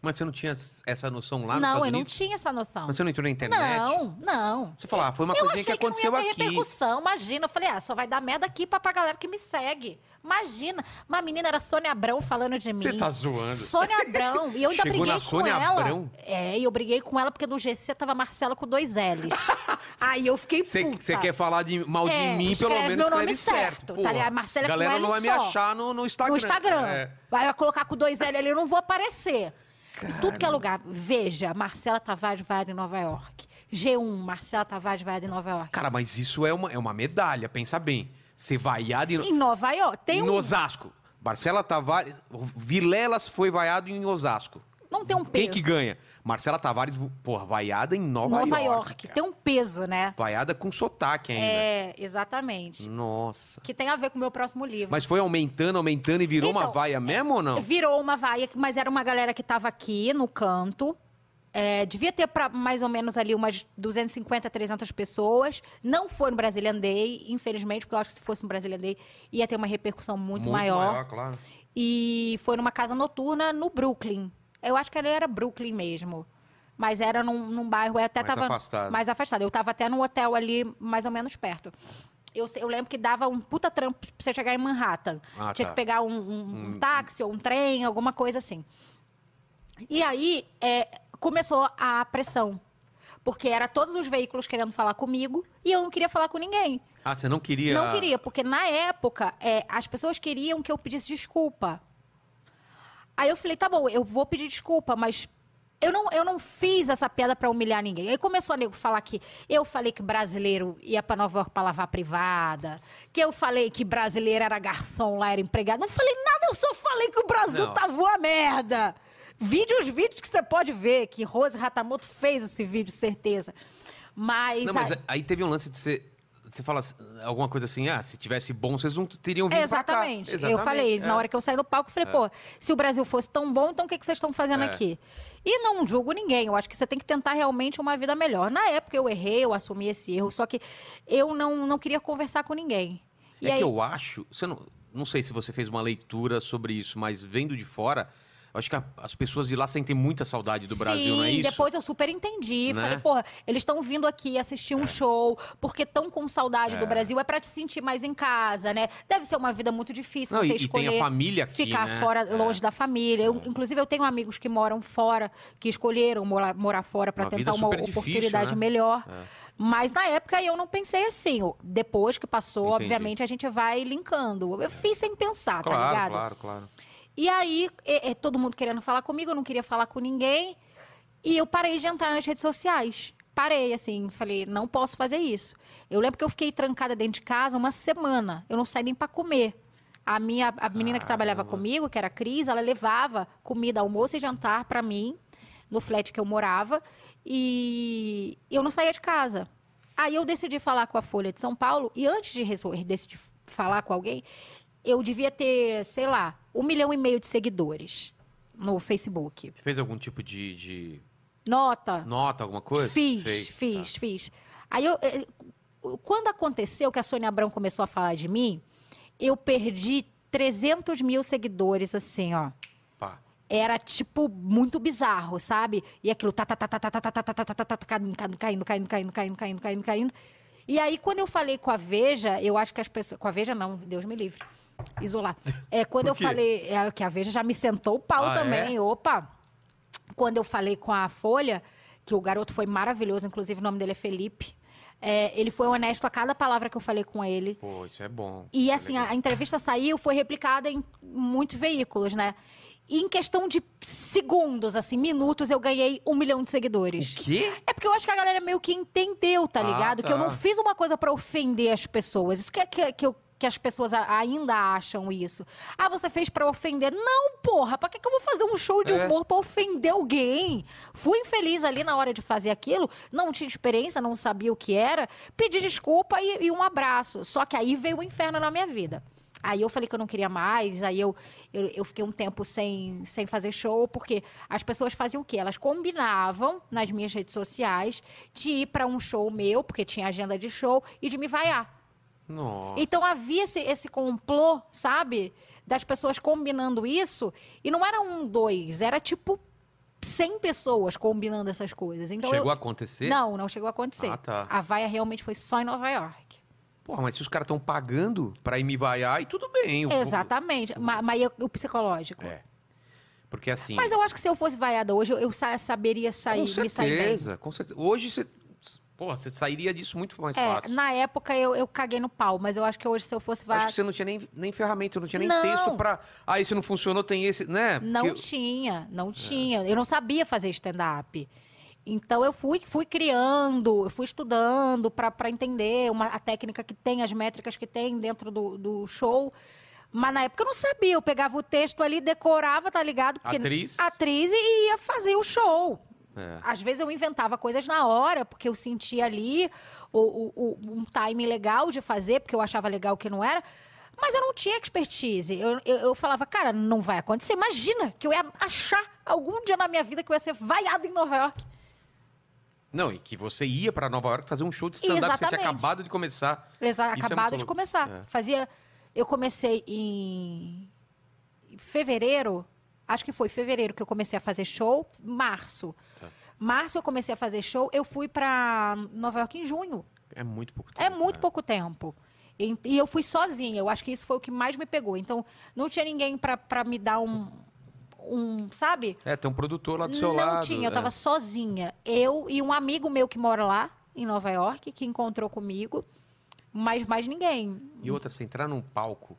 [SPEAKER 2] Mas você não tinha essa noção lá nos
[SPEAKER 3] não,
[SPEAKER 2] Estados
[SPEAKER 3] eu não
[SPEAKER 2] Unidos?
[SPEAKER 3] tinha essa noção.
[SPEAKER 2] Mas você não entrou na internet?
[SPEAKER 3] Não, não.
[SPEAKER 2] Você falou, ah, foi uma
[SPEAKER 3] eu
[SPEAKER 2] coisinha
[SPEAKER 3] achei
[SPEAKER 2] que
[SPEAKER 3] que, não ia
[SPEAKER 2] aconteceu
[SPEAKER 3] ter
[SPEAKER 2] aqui.
[SPEAKER 3] repercussão, imagina. Eu falei, ah, só vai dar merda aqui pra, pra galera que me segue. Imagina. Uma menina era Sônia Abrão falando de mim.
[SPEAKER 2] Você tá zoando.
[SPEAKER 3] Sônia Abrão. E eu ainda
[SPEAKER 2] Chegou na
[SPEAKER 3] briguei com
[SPEAKER 2] Sônia
[SPEAKER 3] ela.
[SPEAKER 2] Abrão?
[SPEAKER 3] É, e eu briguei com ela porque no GC tava Marcela com
[SPEAKER 2] [laughs]
[SPEAKER 3] dois L's. Aí eu fiquei
[SPEAKER 2] Você
[SPEAKER 3] puta.
[SPEAKER 2] você quer falar de, mal de
[SPEAKER 3] É,
[SPEAKER 2] mim, pelo
[SPEAKER 3] escreve
[SPEAKER 2] menos
[SPEAKER 3] meu nome
[SPEAKER 2] escreve certo.
[SPEAKER 3] certo, tá
[SPEAKER 2] porra.
[SPEAKER 3] ligado? Marcela com
[SPEAKER 2] Galera
[SPEAKER 3] L
[SPEAKER 2] não vai me
[SPEAKER 3] só.
[SPEAKER 2] achar no, no Instagram.
[SPEAKER 3] No Instagram.
[SPEAKER 2] É.
[SPEAKER 3] Vai colocar com dois L ali, eu não vou aparecer. Em tudo que é lugar. Veja, Marcela Tavares vai em Nova York. G1, Marcela Tavares vai em Nova York.
[SPEAKER 2] Cara, mas isso é uma, é uma medalha, pensa bem. Você vaiado em,
[SPEAKER 3] Em Nova York. Tem
[SPEAKER 2] em
[SPEAKER 3] um
[SPEAKER 2] Osasco. Marcela Tavares... Vilelas foi vaiado em Osasco.
[SPEAKER 3] Não tem um
[SPEAKER 2] Quem
[SPEAKER 3] peso.
[SPEAKER 2] que ganha? Marcela Tavares, porra, vaiada em Nova,
[SPEAKER 3] Nova
[SPEAKER 2] York.
[SPEAKER 3] York.
[SPEAKER 2] cara.
[SPEAKER 3] Tem um peso, né?
[SPEAKER 2] Vaiada com sotaque ainda.
[SPEAKER 3] É, exatamente.
[SPEAKER 2] Nossa.
[SPEAKER 3] Que tem a ver com o meu próximo livro.
[SPEAKER 2] Mas foi aumentando, aumentando e virou uma
[SPEAKER 3] Então,
[SPEAKER 2] vaia mesmo ou não?
[SPEAKER 3] Virou uma vaia, mas era uma galera que tava aqui no canto. É, devia ter pra mais ou menos ali umas 250, 300 pessoas. Não foi no Brazilian Day, infelizmente, porque eu acho que se fosse no Brazilian Day ia ter uma repercussão muito, maior.
[SPEAKER 2] claro.
[SPEAKER 3] E foi numa casa noturna no Brooklyn. Eu acho que ele era Brooklyn mesmo. Mas era num, num bairro, eu até
[SPEAKER 2] Mais
[SPEAKER 3] Tá, tava
[SPEAKER 2] afastado.
[SPEAKER 3] mais afastado. Eu tava até num hotel ali, mais ou menos perto. Eu, sei- eu lembro que dava um puta trampo pra você chegar em Manhattan.
[SPEAKER 2] Ah,
[SPEAKER 3] Tinha
[SPEAKER 2] tá.
[SPEAKER 3] que pegar um, um- um táxi ou um trem, alguma coisa assim. E aí é, começou a pressão. Porque era todos os veículos querendo falar comigo e eu não queria falar com ninguém.
[SPEAKER 2] Ah, você não queria...
[SPEAKER 3] Não queria, porque na época é, as pessoas queriam que eu pedisse desculpa. Aí eu falei, tá bom, eu vou pedir desculpa, mas eu não, eu não fiz essa piada pra humilhar ninguém. Aí começou a nego falar que eu falei que brasileiro ia pra Nova York pra lavar privada, que eu falei que brasileiro era garçom lá, era empregado. Não falei nada, eu só falei que o Brasil
[SPEAKER 2] Não.
[SPEAKER 3] tava uma merda. Vide os vídeos que você pode ver, que Rose Ratamoto fez esse vídeo, certeza. Mas,
[SPEAKER 2] Não, mas
[SPEAKER 3] a-
[SPEAKER 2] aí teve um lance de você... Você fala assim, alguma coisa assim, ah, se tivesse bom, vocês não teriam vindo pra cá.
[SPEAKER 3] Exatamente. Eu falei, na
[SPEAKER 2] é.
[SPEAKER 3] hora que eu saí no palco, eu falei, pô, se o Brasil fosse tão bom, então o que, que vocês estão fazendo
[SPEAKER 2] É.
[SPEAKER 3] aqui? E não julgo ninguém. Eu acho que você tem que tentar realmente uma vida melhor. Na época eu errei, eu assumi esse erro, só que eu não, não queria conversar com ninguém. E
[SPEAKER 2] é
[SPEAKER 3] aí,
[SPEAKER 2] que eu acho, você não, não sei se você fez uma leitura sobre isso, mas vendo de fora, eu acho que a- as pessoas de lá sentem muita saudade do Brasil,
[SPEAKER 3] Sim,
[SPEAKER 2] não é isso?
[SPEAKER 3] depois eu super entendi.
[SPEAKER 2] Né? É.
[SPEAKER 3] Falei, porra, eles estão vindo aqui assistir um show porque estão com saudade do Brasil. É pra te sentir mais em casa, né? Deve ser uma vida muito difícil
[SPEAKER 2] não,
[SPEAKER 3] você
[SPEAKER 2] e, e
[SPEAKER 3] escolher.
[SPEAKER 2] tem a família aqui,
[SPEAKER 3] ficar
[SPEAKER 2] né?
[SPEAKER 3] fora,
[SPEAKER 2] É.
[SPEAKER 3] longe da família. Eu, inclusive, eu tenho amigos que moram fora, que escolheram morar, morar fora para
[SPEAKER 2] Uma vida
[SPEAKER 3] tentar uma
[SPEAKER 2] super difícil,
[SPEAKER 3] oportunidade
[SPEAKER 2] né?
[SPEAKER 3] melhor.
[SPEAKER 2] É.
[SPEAKER 3] Mas na época eu não pensei assim. Depois que passou,
[SPEAKER 2] Entendi.
[SPEAKER 3] obviamente, a gente vai linkando. Eu fiz sem pensar, tá
[SPEAKER 2] Claro,
[SPEAKER 3] ligado?
[SPEAKER 2] claro, claro.
[SPEAKER 3] E aí, é- é todo mundo querendo falar comigo, eu não queria falar com ninguém. E eu parei de entrar nas redes sociais. Parei, assim, falei, não posso fazer isso. Eu lembro que eu fiquei trancada dentro de casa uma semana. Eu não saí nem para comer. A minha a menina que trabalhava
[SPEAKER 2] Caramba.
[SPEAKER 3] comigo, que era a Cris, ela levava comida, almoço e jantar para mim, no flat que eu morava. E eu não saía de casa. Aí eu decidi falar com a Folha de São Paulo. E antes de resol- decidir falar com alguém, eu devia ter, sei lá, um milhão e meio de seguidores. no Facebook.
[SPEAKER 2] Você fez algum tipo de, de
[SPEAKER 3] Nota.
[SPEAKER 2] nota, alguma coisa?
[SPEAKER 3] Fiz,
[SPEAKER 2] Fez,
[SPEAKER 3] fiz,
[SPEAKER 2] tá.
[SPEAKER 3] fiz. Aí eu, eh, quando aconteceu que a Sônia Abrão começou a falar de mim, eu perdi 300 mil seguidores, assim, ó.
[SPEAKER 2] Pá.
[SPEAKER 3] Era, tipo, muito bizarro, sabe? E aquilo, tá, tá, tá, tá, tá, tá, tá, tá, tá, tá, tá, tá, tá, caindo, caindo, caindo, caindo, caindo, caindo, caindo, caindo, caindo. E aí, quando eu falei com a Veja, eu acho que as pessoas... Com a Veja, não. Deus me livre. Isolar.
[SPEAKER 2] [laughs]
[SPEAKER 3] É, quando
[SPEAKER 2] Por
[SPEAKER 3] eu
[SPEAKER 2] quê?
[SPEAKER 3] falei... É, que a Veja já me sentou o pau
[SPEAKER 2] Ah, é?
[SPEAKER 3] também. Opa! quando eu falei com a Folha, que o garoto foi maravilhoso, inclusive o nome dele é Felipe, é, ele foi honesto a cada palavra que eu falei com ele.
[SPEAKER 2] Pô, isso é bom.
[SPEAKER 3] E
[SPEAKER 2] Isso é
[SPEAKER 3] assim,
[SPEAKER 2] legal.
[SPEAKER 3] a, a entrevista saiu, foi replicada em muitos veículos, né? E em questão de segundos, assim, minutos, eu ganhei um milhão de seguidores.
[SPEAKER 2] O quê?
[SPEAKER 3] É porque eu acho que a galera meio que entendeu, tá
[SPEAKER 2] Ah,
[SPEAKER 3] ligado? Que eu
[SPEAKER 2] tá.
[SPEAKER 3] não fiz uma coisa pra ofender as pessoas. Isso que, é- que, é- que eu- que as pessoas a- ainda acham isso. Ah, você fez pra ofender. Não, porra! Pra que, que eu vou fazer um show de
[SPEAKER 2] É.
[SPEAKER 3] humor pra ofender alguém? Fui infeliz ali na hora de fazer aquilo, não tinha experiência, não sabia o que era, pedi desculpa e, e um abraço. Só que aí veio o inferno na minha vida. Aí eu falei que eu não queria mais, aí eu, eu, eu fiquei um tempo sem, sem fazer show, porque as pessoas faziam o quê? Elas combinavam nas minhas redes sociais de ir pra um show meu, porque tinha agenda de show, e de me vaiar.
[SPEAKER 2] Nossa.
[SPEAKER 3] Então havia esse, esse complô, sabe? Das pessoas combinando isso. E não era um, dois, era tipo 100 pessoas combinando essas coisas. Então
[SPEAKER 2] Chegou
[SPEAKER 3] eu...
[SPEAKER 2] a acontecer?
[SPEAKER 3] Não, não chegou a acontecer.
[SPEAKER 2] Ah, tá.
[SPEAKER 3] A vaia realmente foi só em Nova York.
[SPEAKER 2] Porra, mas se os caras estão pagando pra ir me vaiar, e tudo bem. o-
[SPEAKER 3] Exatamente. Ma- Mas, eu- o psicológico.
[SPEAKER 2] É. Porque assim.
[SPEAKER 3] Mas eu acho que se eu fosse vaiada hoje, eu, eu sa- saberia sair,
[SPEAKER 2] com
[SPEAKER 3] Tá me sair bem.
[SPEAKER 2] certeza, com certeza. Hoje você. Porra, você sairia disso muito mais
[SPEAKER 3] É,
[SPEAKER 2] fácil.
[SPEAKER 3] na época eu, eu caguei no pau, mas eu acho que hoje se eu fosse vaiada.
[SPEAKER 2] Acho que você não tinha nem, nem ferramenta, não tinha nem
[SPEAKER 3] Não.
[SPEAKER 2] texto pra. Ah, esse não funcionou, tem esse. Né? Porque
[SPEAKER 3] Não
[SPEAKER 2] eu- É.
[SPEAKER 3] tinha, não tinha. Eu não sabia fazer stand-up. Então eu fui, fui criando, eu fui estudando para entender uma, a técnica que tem, as métricas que tem dentro do, do show. Mas na época eu não sabia. Eu pegava o texto ali, decorava, tá ligado?
[SPEAKER 2] Atriz.
[SPEAKER 3] Atriz e ia fazer o show.
[SPEAKER 2] É.
[SPEAKER 3] Às vezes eu inventava coisas na hora, porque eu sentia ali o, o- o- um time legal de fazer, porque eu achava legal que não era. Mas eu não tinha expertise. Eu, eu, eu falava, cara, não vai acontecer. Imagina que eu ia achar algum dia na minha vida que eu ia ser vaiado em Nova York.
[SPEAKER 2] Não, e que você ia pra Nova York fazer um show de stand-up que você tinha
[SPEAKER 3] Exatamente.
[SPEAKER 2] acabado de começar.
[SPEAKER 3] Exa
[SPEAKER 2] Isso é
[SPEAKER 3] acabado
[SPEAKER 2] muito
[SPEAKER 3] de
[SPEAKER 2] louco.
[SPEAKER 3] começar.
[SPEAKER 2] É.
[SPEAKER 3] Fazia. Eu comecei em fevereiro. Acho que foi fevereiro que eu comecei a fazer show. Março.
[SPEAKER 2] Tá.
[SPEAKER 3] Março eu comecei a fazer show. Eu fui pra Nova York em junho.
[SPEAKER 2] É muito pouco tempo.
[SPEAKER 3] É muito
[SPEAKER 2] né?
[SPEAKER 3] pouco tempo. E, e eu fui sozinha. Eu acho que isso foi o que mais me pegou. Então, não tinha ninguém pra- pra me dar um. um sabe?
[SPEAKER 2] É, tem um produtor lá do seu
[SPEAKER 3] não
[SPEAKER 2] lado.
[SPEAKER 3] tinha. Eu
[SPEAKER 2] é.
[SPEAKER 3] tava sozinha. Eu e um amigo meu que mora lá, em Nova York, que encontrou comigo. Mas mais ninguém.
[SPEAKER 2] E outra, se entrar num palco,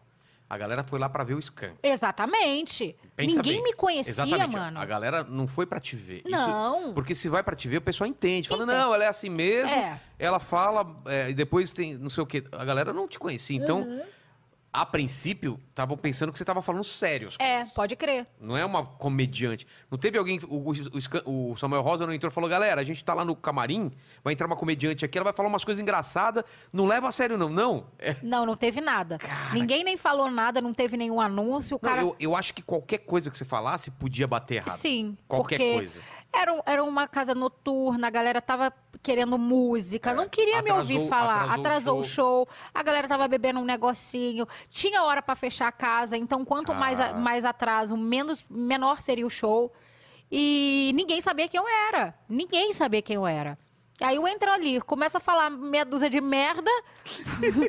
[SPEAKER 2] a galera foi lá pra ver o Skank.
[SPEAKER 3] Exatamente.
[SPEAKER 2] Pensa
[SPEAKER 3] ninguém
[SPEAKER 2] bem.
[SPEAKER 3] me conhecia,
[SPEAKER 2] Exatamente.
[SPEAKER 3] mano.
[SPEAKER 2] A galera não foi pra te ver. Isso-
[SPEAKER 3] Não.
[SPEAKER 2] porque se vai pra te ver, o pessoal entende. Fala,
[SPEAKER 3] Então.
[SPEAKER 2] não, ela é assim mesmo.
[SPEAKER 3] É.
[SPEAKER 2] Ela fala, é, e depois tem não sei o quê. A galera não te conhecia. Então,
[SPEAKER 3] Uhum.
[SPEAKER 2] a princípio, estavam pensando que você tava falando sério. as
[SPEAKER 3] É,
[SPEAKER 2] coisas.
[SPEAKER 3] pode crer.
[SPEAKER 2] Não é uma comediante. Não teve alguém. O, o- o Scan- o Samuel Rosa não entrou e falou: galera, a gente tá lá no camarim, vai entrar uma comediante aqui, ela vai falar umas coisas engraçadas. Não leva a sério, não. Não. É,
[SPEAKER 3] Não, não teve nada.
[SPEAKER 2] Cara.
[SPEAKER 3] Ninguém nem falou nada, não teve nenhum anúncio. O
[SPEAKER 2] não,
[SPEAKER 3] cara.
[SPEAKER 2] eu, eu acho que qualquer coisa que você falasse podia bater errado.
[SPEAKER 3] Sim.
[SPEAKER 2] Qualquer
[SPEAKER 3] porque
[SPEAKER 2] coisa.
[SPEAKER 3] Era, um- era uma casa noturna, a galera tava querendo música,
[SPEAKER 2] É,
[SPEAKER 3] não queria me
[SPEAKER 2] atrasou-
[SPEAKER 3] ouvir falar.
[SPEAKER 2] atrasou o
[SPEAKER 3] Atrasou, o show. a galera tava bebendo um negocinho, tinha hora pra fechar a casa, então quanto mais, a-
[SPEAKER 2] Ah.
[SPEAKER 3] mais atraso, menos, menor seria o show. E ninguém sabia quem eu era. Ninguém sabia quem eu era. Aí eu entro ali, começo a falar meia dúzia de merda. [laughs]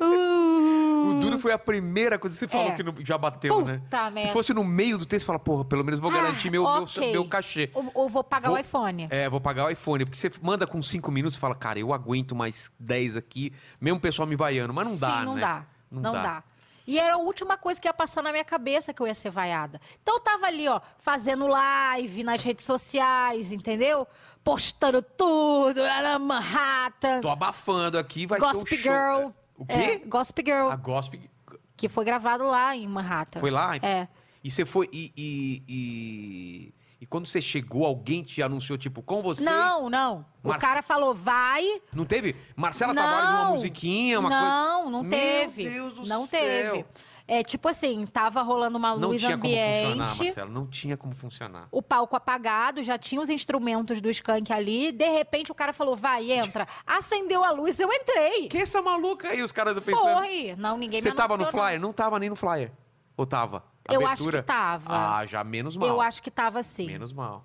[SPEAKER 3] Uh.
[SPEAKER 2] O duro foi a primeira coisa que você falou
[SPEAKER 3] É.
[SPEAKER 2] que não- já bateu, né?
[SPEAKER 3] Puta merda.
[SPEAKER 2] Se fosse no meio do texto, fala, porra, pelo menos vou
[SPEAKER 3] Ah,
[SPEAKER 2] garantir meu, meu-
[SPEAKER 3] ok.
[SPEAKER 2] meu cachê.
[SPEAKER 3] Ou, ou vou pagar
[SPEAKER 2] Vou-
[SPEAKER 3] o iPhone.
[SPEAKER 2] É, vou pagar o iPhone, porque você manda com cinco minutos e fala, cara, eu aguento mais 10 aqui, mesmo o pessoal me vaiando, mas não dá,
[SPEAKER 3] Sim, não
[SPEAKER 2] né?
[SPEAKER 3] dá.
[SPEAKER 2] Não
[SPEAKER 3] Não,
[SPEAKER 2] dá.
[SPEAKER 3] dá. E era a última coisa que ia passar na minha cabeça que eu ia ser vaiada. Então eu tava ali, ó, fazendo live nas redes sociais, entendeu? Postando tudo, lá na Manhattan.
[SPEAKER 2] Tô abafando aqui, vai
[SPEAKER 3] Gossip
[SPEAKER 2] ser o show.
[SPEAKER 3] Girl.
[SPEAKER 2] É, O
[SPEAKER 3] É,
[SPEAKER 2] quê?
[SPEAKER 3] Gossip
[SPEAKER 2] A
[SPEAKER 3] Girl,
[SPEAKER 2] Gossip
[SPEAKER 3] que foi gravado lá em Manhattan.
[SPEAKER 2] foi lá?
[SPEAKER 3] É.
[SPEAKER 2] E você foi, e, e, e- e quando você chegou, alguém te anunciou, tipo, com vocês?
[SPEAKER 3] Não, não.
[SPEAKER 2] Marce-
[SPEAKER 3] O cara falou, vai.
[SPEAKER 2] Não teve? Marcela Tavares, uma
[SPEAKER 3] Não.
[SPEAKER 2] musiquinha, uma coisa...
[SPEAKER 3] não, não
[SPEAKER 2] Meu
[SPEAKER 3] teve.
[SPEAKER 2] Deus do
[SPEAKER 3] não
[SPEAKER 2] céu.
[SPEAKER 3] teve. É tipo assim, tava rolando uma
[SPEAKER 2] Não
[SPEAKER 3] luz
[SPEAKER 2] tinha como funcionar,
[SPEAKER 3] ambiente.
[SPEAKER 2] Marcelo. Não tinha como funcionar.
[SPEAKER 3] O palco apagado, já tinha os instrumentos do skunk ali. De repente o cara falou: vai,
[SPEAKER 2] [laughs]
[SPEAKER 3] entra. Acendeu a luz, eu entrei.
[SPEAKER 2] Que essa maluca aí, os caras do pensando.
[SPEAKER 3] Foi. Não, ninguém
[SPEAKER 2] Você
[SPEAKER 3] me
[SPEAKER 2] tava no
[SPEAKER 3] anunciou, não.
[SPEAKER 2] flyer? Não tava nem no flyer. Ou tava?
[SPEAKER 3] Eu acho
[SPEAKER 2] Abertura?
[SPEAKER 3] que tava.
[SPEAKER 2] Ah, já menos mal.
[SPEAKER 3] Eu acho que tava sim.
[SPEAKER 2] Menos mal.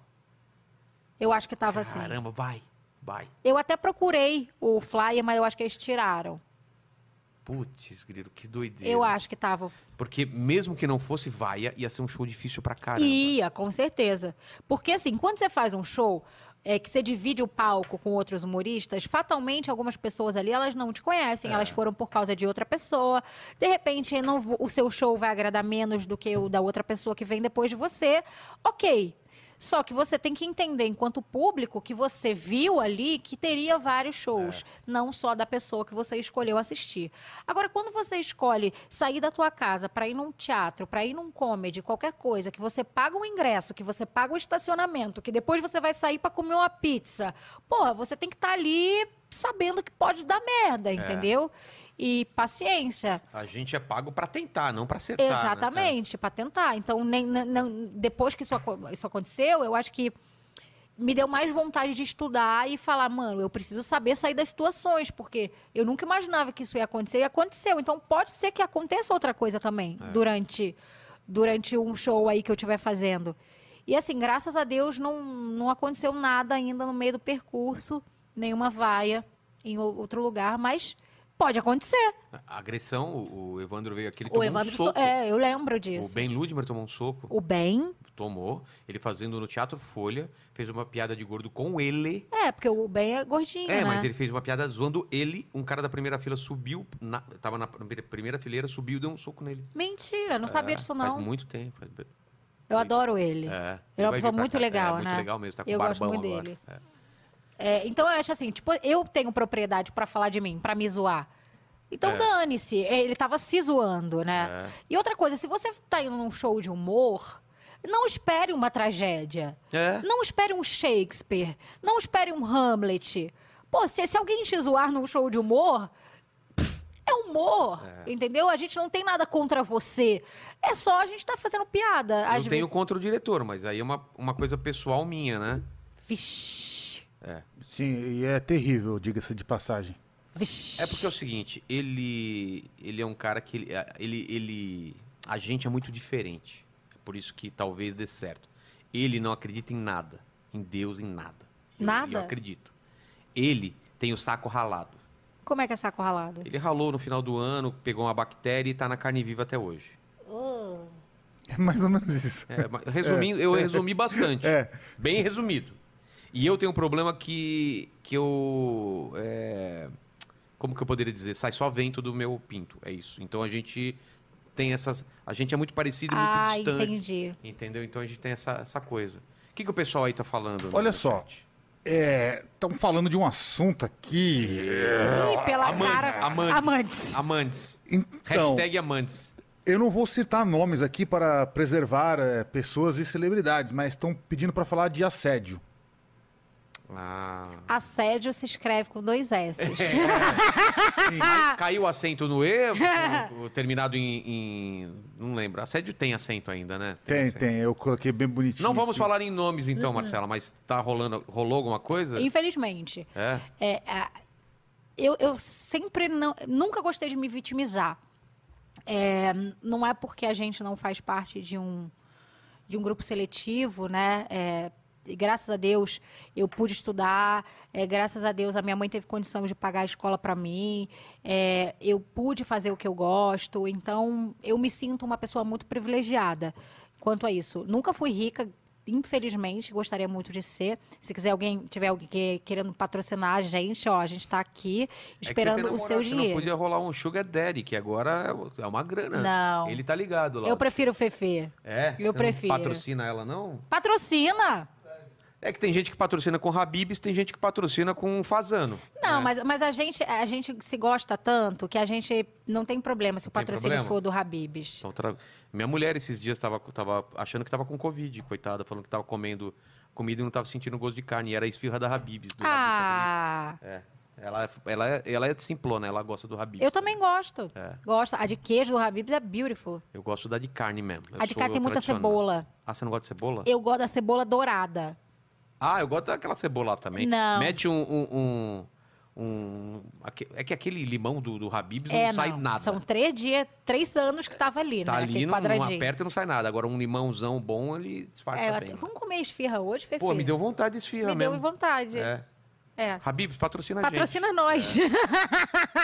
[SPEAKER 3] Eu acho que tava assim.
[SPEAKER 2] Caramba, vai. Vai.
[SPEAKER 3] Eu até procurei o flyer, mas eu acho que eles tiraram.
[SPEAKER 2] Putz, grilo, que doideira.
[SPEAKER 3] Eu acho que tava.
[SPEAKER 2] Porque mesmo que não fosse vaia, ia ser um show difícil pra caramba.
[SPEAKER 3] Ia, com certeza. Porque assim, quando você faz um show, é que você divide o palco com outros humoristas, fatalmente algumas pessoas ali, elas não te conhecem, elas foram por causa de outra pessoa. De repente, não vo- o seu show vai agradar menos do que o da outra pessoa que vem depois de você. OK. Só que você tem que entender, enquanto público, que você viu ali que teria vários shows, não só da pessoa que você escolheu assistir. Agora, quando você escolhe sair da tua casa para ir num teatro, para ir num comedy, qualquer coisa, que você paga um ingresso, que você paga um estacionamento, que depois você vai sair para comer uma pizza, porra, você tem que estar ali sabendo que pode dar merda, entendeu? E paciência.
[SPEAKER 2] A gente é pago pra tentar, não pra acertar. né, cara?
[SPEAKER 3] Exatamente, pra tentar. Então, nem, não- não- depois que isso, aco- isso aconteceu, eu acho que me deu mais vontade de estudar e falar, mano, eu preciso saber sair das situações, porque eu nunca imaginava que isso ia acontecer e aconteceu. Então, pode ser que aconteça outra coisa também
[SPEAKER 2] É.
[SPEAKER 3] durante, durante um show aí que eu estiver fazendo. E assim, graças a Deus, não, não aconteceu nada ainda no meio do percurso, nenhuma vaia em ou- outro lugar, mas pode acontecer.
[SPEAKER 2] É. A agressão, o, o Evandro veio aqui, ele
[SPEAKER 3] O
[SPEAKER 2] tomou
[SPEAKER 3] Evandro,
[SPEAKER 2] um
[SPEAKER 3] so-
[SPEAKER 2] soco.
[SPEAKER 3] é, eu lembro
[SPEAKER 2] O
[SPEAKER 3] disso.
[SPEAKER 2] Ben Ludmer tomou um soco.
[SPEAKER 3] O bem.
[SPEAKER 2] Tomou. Ele fazendo no Teatro Folha, fez uma piada de gordo com ele.
[SPEAKER 3] É, porque o Ben é gordinho,
[SPEAKER 2] É,
[SPEAKER 3] né?
[SPEAKER 2] mas ele fez uma piada zoando ele. Um cara da primeira fila subiu, na, tava na pr- primeira fileira, subiu e deu um soco nele.
[SPEAKER 3] Mentira, não sabia
[SPEAKER 2] É,
[SPEAKER 3] disso
[SPEAKER 2] Faz
[SPEAKER 3] não.
[SPEAKER 2] muito tempo. Faz...
[SPEAKER 3] Eu adoro ele.
[SPEAKER 2] É.
[SPEAKER 3] Ele é uma
[SPEAKER 2] vai vir
[SPEAKER 3] pessoa
[SPEAKER 2] pra
[SPEAKER 3] muito
[SPEAKER 2] cá.
[SPEAKER 3] legal,
[SPEAKER 2] é,
[SPEAKER 3] né?
[SPEAKER 2] Muito legal mesmo, tá com
[SPEAKER 3] Eu gosto
[SPEAKER 2] barbão
[SPEAKER 3] muito
[SPEAKER 2] agora.
[SPEAKER 3] dele.
[SPEAKER 2] É.
[SPEAKER 3] É, então eu acho assim, tipo, eu tenho propriedade pra falar de mim, pra me zoar. Então
[SPEAKER 2] É.
[SPEAKER 3] dane-se. É, Ele tava se zoando, né?
[SPEAKER 2] É.
[SPEAKER 3] E outra coisa, se você tá indo num show de humor, não espere uma tragédia.
[SPEAKER 2] É.
[SPEAKER 3] Não espere um Shakespeare. Não espere um Hamlet. Pô, se, se alguém te zoar num show de humor. pff, É humor, entendeu? A gente não tem nada contra você. É só a gente tá fazendo piada.
[SPEAKER 2] Eu
[SPEAKER 3] Às
[SPEAKER 2] tenho contra o diretor, mas aí é uma, uma coisa pessoal minha, né?
[SPEAKER 3] vezes- Vixi.
[SPEAKER 5] Sim, e é terrível, diga-se de passagem.
[SPEAKER 3] Vixi.
[SPEAKER 2] É porque é o seguinte, ele ele é um cara que ele ele, ele- a gente é muito diferente. É por isso que talvez dê certo. Ele não acredita em nada, em Deus, em nada. Eu-
[SPEAKER 3] Nada?
[SPEAKER 2] Eu acredito. Ele tem o saco ralado.
[SPEAKER 3] Como é que é saco ralado?
[SPEAKER 2] Ele ralou no final do ano, pegou uma bactéria e tá na carne viva até hoje.
[SPEAKER 5] É mais ou menos isso.
[SPEAKER 2] É, mas resumindo, eu resumi bastante.
[SPEAKER 5] É.
[SPEAKER 2] Bem resumido. E eu tenho um problema que, que eu. é, como que eu poderia dizer? Sai só vento do meu pinto. É isso. Então a gente tem essas. A gente é muito parecido e muito
[SPEAKER 3] Ah,
[SPEAKER 2] distante.
[SPEAKER 3] entendi.
[SPEAKER 2] Entendeu? Então a gente tem essa, essa coisa. O que, que o pessoal aí tá falando? no-
[SPEAKER 5] Olha
[SPEAKER 2] no
[SPEAKER 5] só.
[SPEAKER 2] chat?
[SPEAKER 5] Estamos falando de um assunto aqui.
[SPEAKER 2] É.
[SPEAKER 3] Ih, pela
[SPEAKER 2] Amantes,
[SPEAKER 3] cara.
[SPEAKER 2] amantes.
[SPEAKER 3] Amantes.
[SPEAKER 2] Amantes.
[SPEAKER 5] Então,
[SPEAKER 2] Hashtag amantes.
[SPEAKER 5] eu não vou citar nomes aqui para preservar eh, pessoas e celebridades, mas estão pedindo para falar de assédio.
[SPEAKER 2] Ah.
[SPEAKER 3] [laughs] Assédio se escreve com
[SPEAKER 2] [laughs]
[SPEAKER 3] dois S.
[SPEAKER 2] Caiu o acento no E, o- o terminado em, em- Não lembro. Assédio tem acento ainda, né?
[SPEAKER 5] Tem,
[SPEAKER 2] acento.
[SPEAKER 5] tem, eu coloquei bem bonitinho.
[SPEAKER 2] Não vamos
[SPEAKER 5] aqui.
[SPEAKER 2] falar em nomes então,
[SPEAKER 3] Uhum.
[SPEAKER 2] Marcela, mas tá rolando, rolou alguma coisa?
[SPEAKER 3] Infelizmente.
[SPEAKER 2] É.
[SPEAKER 3] É, a- eu, eu sempre não, nunca gostei de me vitimizar. É, não é porque a gente não faz parte de um, de um grupo seletivo, né? É, e graças a Deus eu pude estudar, é, graças a Deus a minha mãe teve condição de pagar a escola para mim, é, eu pude fazer o que eu gosto, então eu me sinto uma pessoa muito privilegiada quanto a isso. Nunca fui rica, infelizmente, gostaria muito de ser. Se quiser alguém, tiver alguém que- querendo patrocinar a gente, ó, a gente tá
[SPEAKER 2] É
[SPEAKER 3] aqui esperando o seu
[SPEAKER 2] Não
[SPEAKER 3] dinheiro.
[SPEAKER 2] podia rolar um Sugar Daddy, que agora é uma grana.
[SPEAKER 3] Não.
[SPEAKER 2] Ele tá ligado lá.
[SPEAKER 3] Eu prefiro o Fefe.
[SPEAKER 2] É?
[SPEAKER 3] eu
[SPEAKER 2] Você
[SPEAKER 3] prefiro.
[SPEAKER 2] Não patrocina ela, não?
[SPEAKER 3] Patrocina!
[SPEAKER 2] É que tem gente que patrocina com Habibs, tem gente que patrocina com Fazano.
[SPEAKER 3] Não,
[SPEAKER 2] né?
[SPEAKER 3] mas, mas a, gente, a gente se gosta tanto que a gente não tem problema se o
[SPEAKER 2] Não tem
[SPEAKER 3] patrocínio
[SPEAKER 2] problema?
[SPEAKER 3] for do Habibs.
[SPEAKER 2] Então, tra- Minha mulher esses dias tava, tava achando que tava com Covid, coitada, falando que tava comendo comida e não tava sentindo gosto de carne. E era a esfirra da Habibs. é Do Habib's,
[SPEAKER 3] Ah,
[SPEAKER 2] acredita? É. Ela, ela, é- ela é simplona, ela gosta do Habib.
[SPEAKER 3] Eu também gosto.
[SPEAKER 2] É.
[SPEAKER 3] Gosto. A de queijo do Habib's é beautiful.
[SPEAKER 2] Eu gosto da de carne mesmo. Eu
[SPEAKER 3] a de
[SPEAKER 2] sou
[SPEAKER 3] cá tem muita
[SPEAKER 2] tradicional.
[SPEAKER 3] cebola.
[SPEAKER 2] Ah, você não gosta de cebola?
[SPEAKER 3] Eu gosto da cebola dourada.
[SPEAKER 2] Ah, eu gosto daquela cebola lá também.
[SPEAKER 6] Não.
[SPEAKER 2] Mete um. um, um, um- aque- é que aquele limão do, do Habib não
[SPEAKER 3] é,
[SPEAKER 2] sai
[SPEAKER 3] não.
[SPEAKER 2] nada.
[SPEAKER 3] São três dias, três anos que tava ali,
[SPEAKER 2] tá
[SPEAKER 3] né?
[SPEAKER 2] ali,
[SPEAKER 3] Aquele
[SPEAKER 2] não, não
[SPEAKER 3] quadradinho.
[SPEAKER 2] aperta e não sai nada. Agora, um limãozão bom, ele disfarça
[SPEAKER 3] É, eu
[SPEAKER 2] bem.
[SPEAKER 3] até- vamos comer esfirra hoje, Fefe?
[SPEAKER 2] Pô, me deu vontade de esfirra
[SPEAKER 3] Me deu
[SPEAKER 2] mesmo.
[SPEAKER 3] vontade. É.
[SPEAKER 2] É. Habib, patrocina,
[SPEAKER 3] Patrocina nós.
[SPEAKER 2] a gente.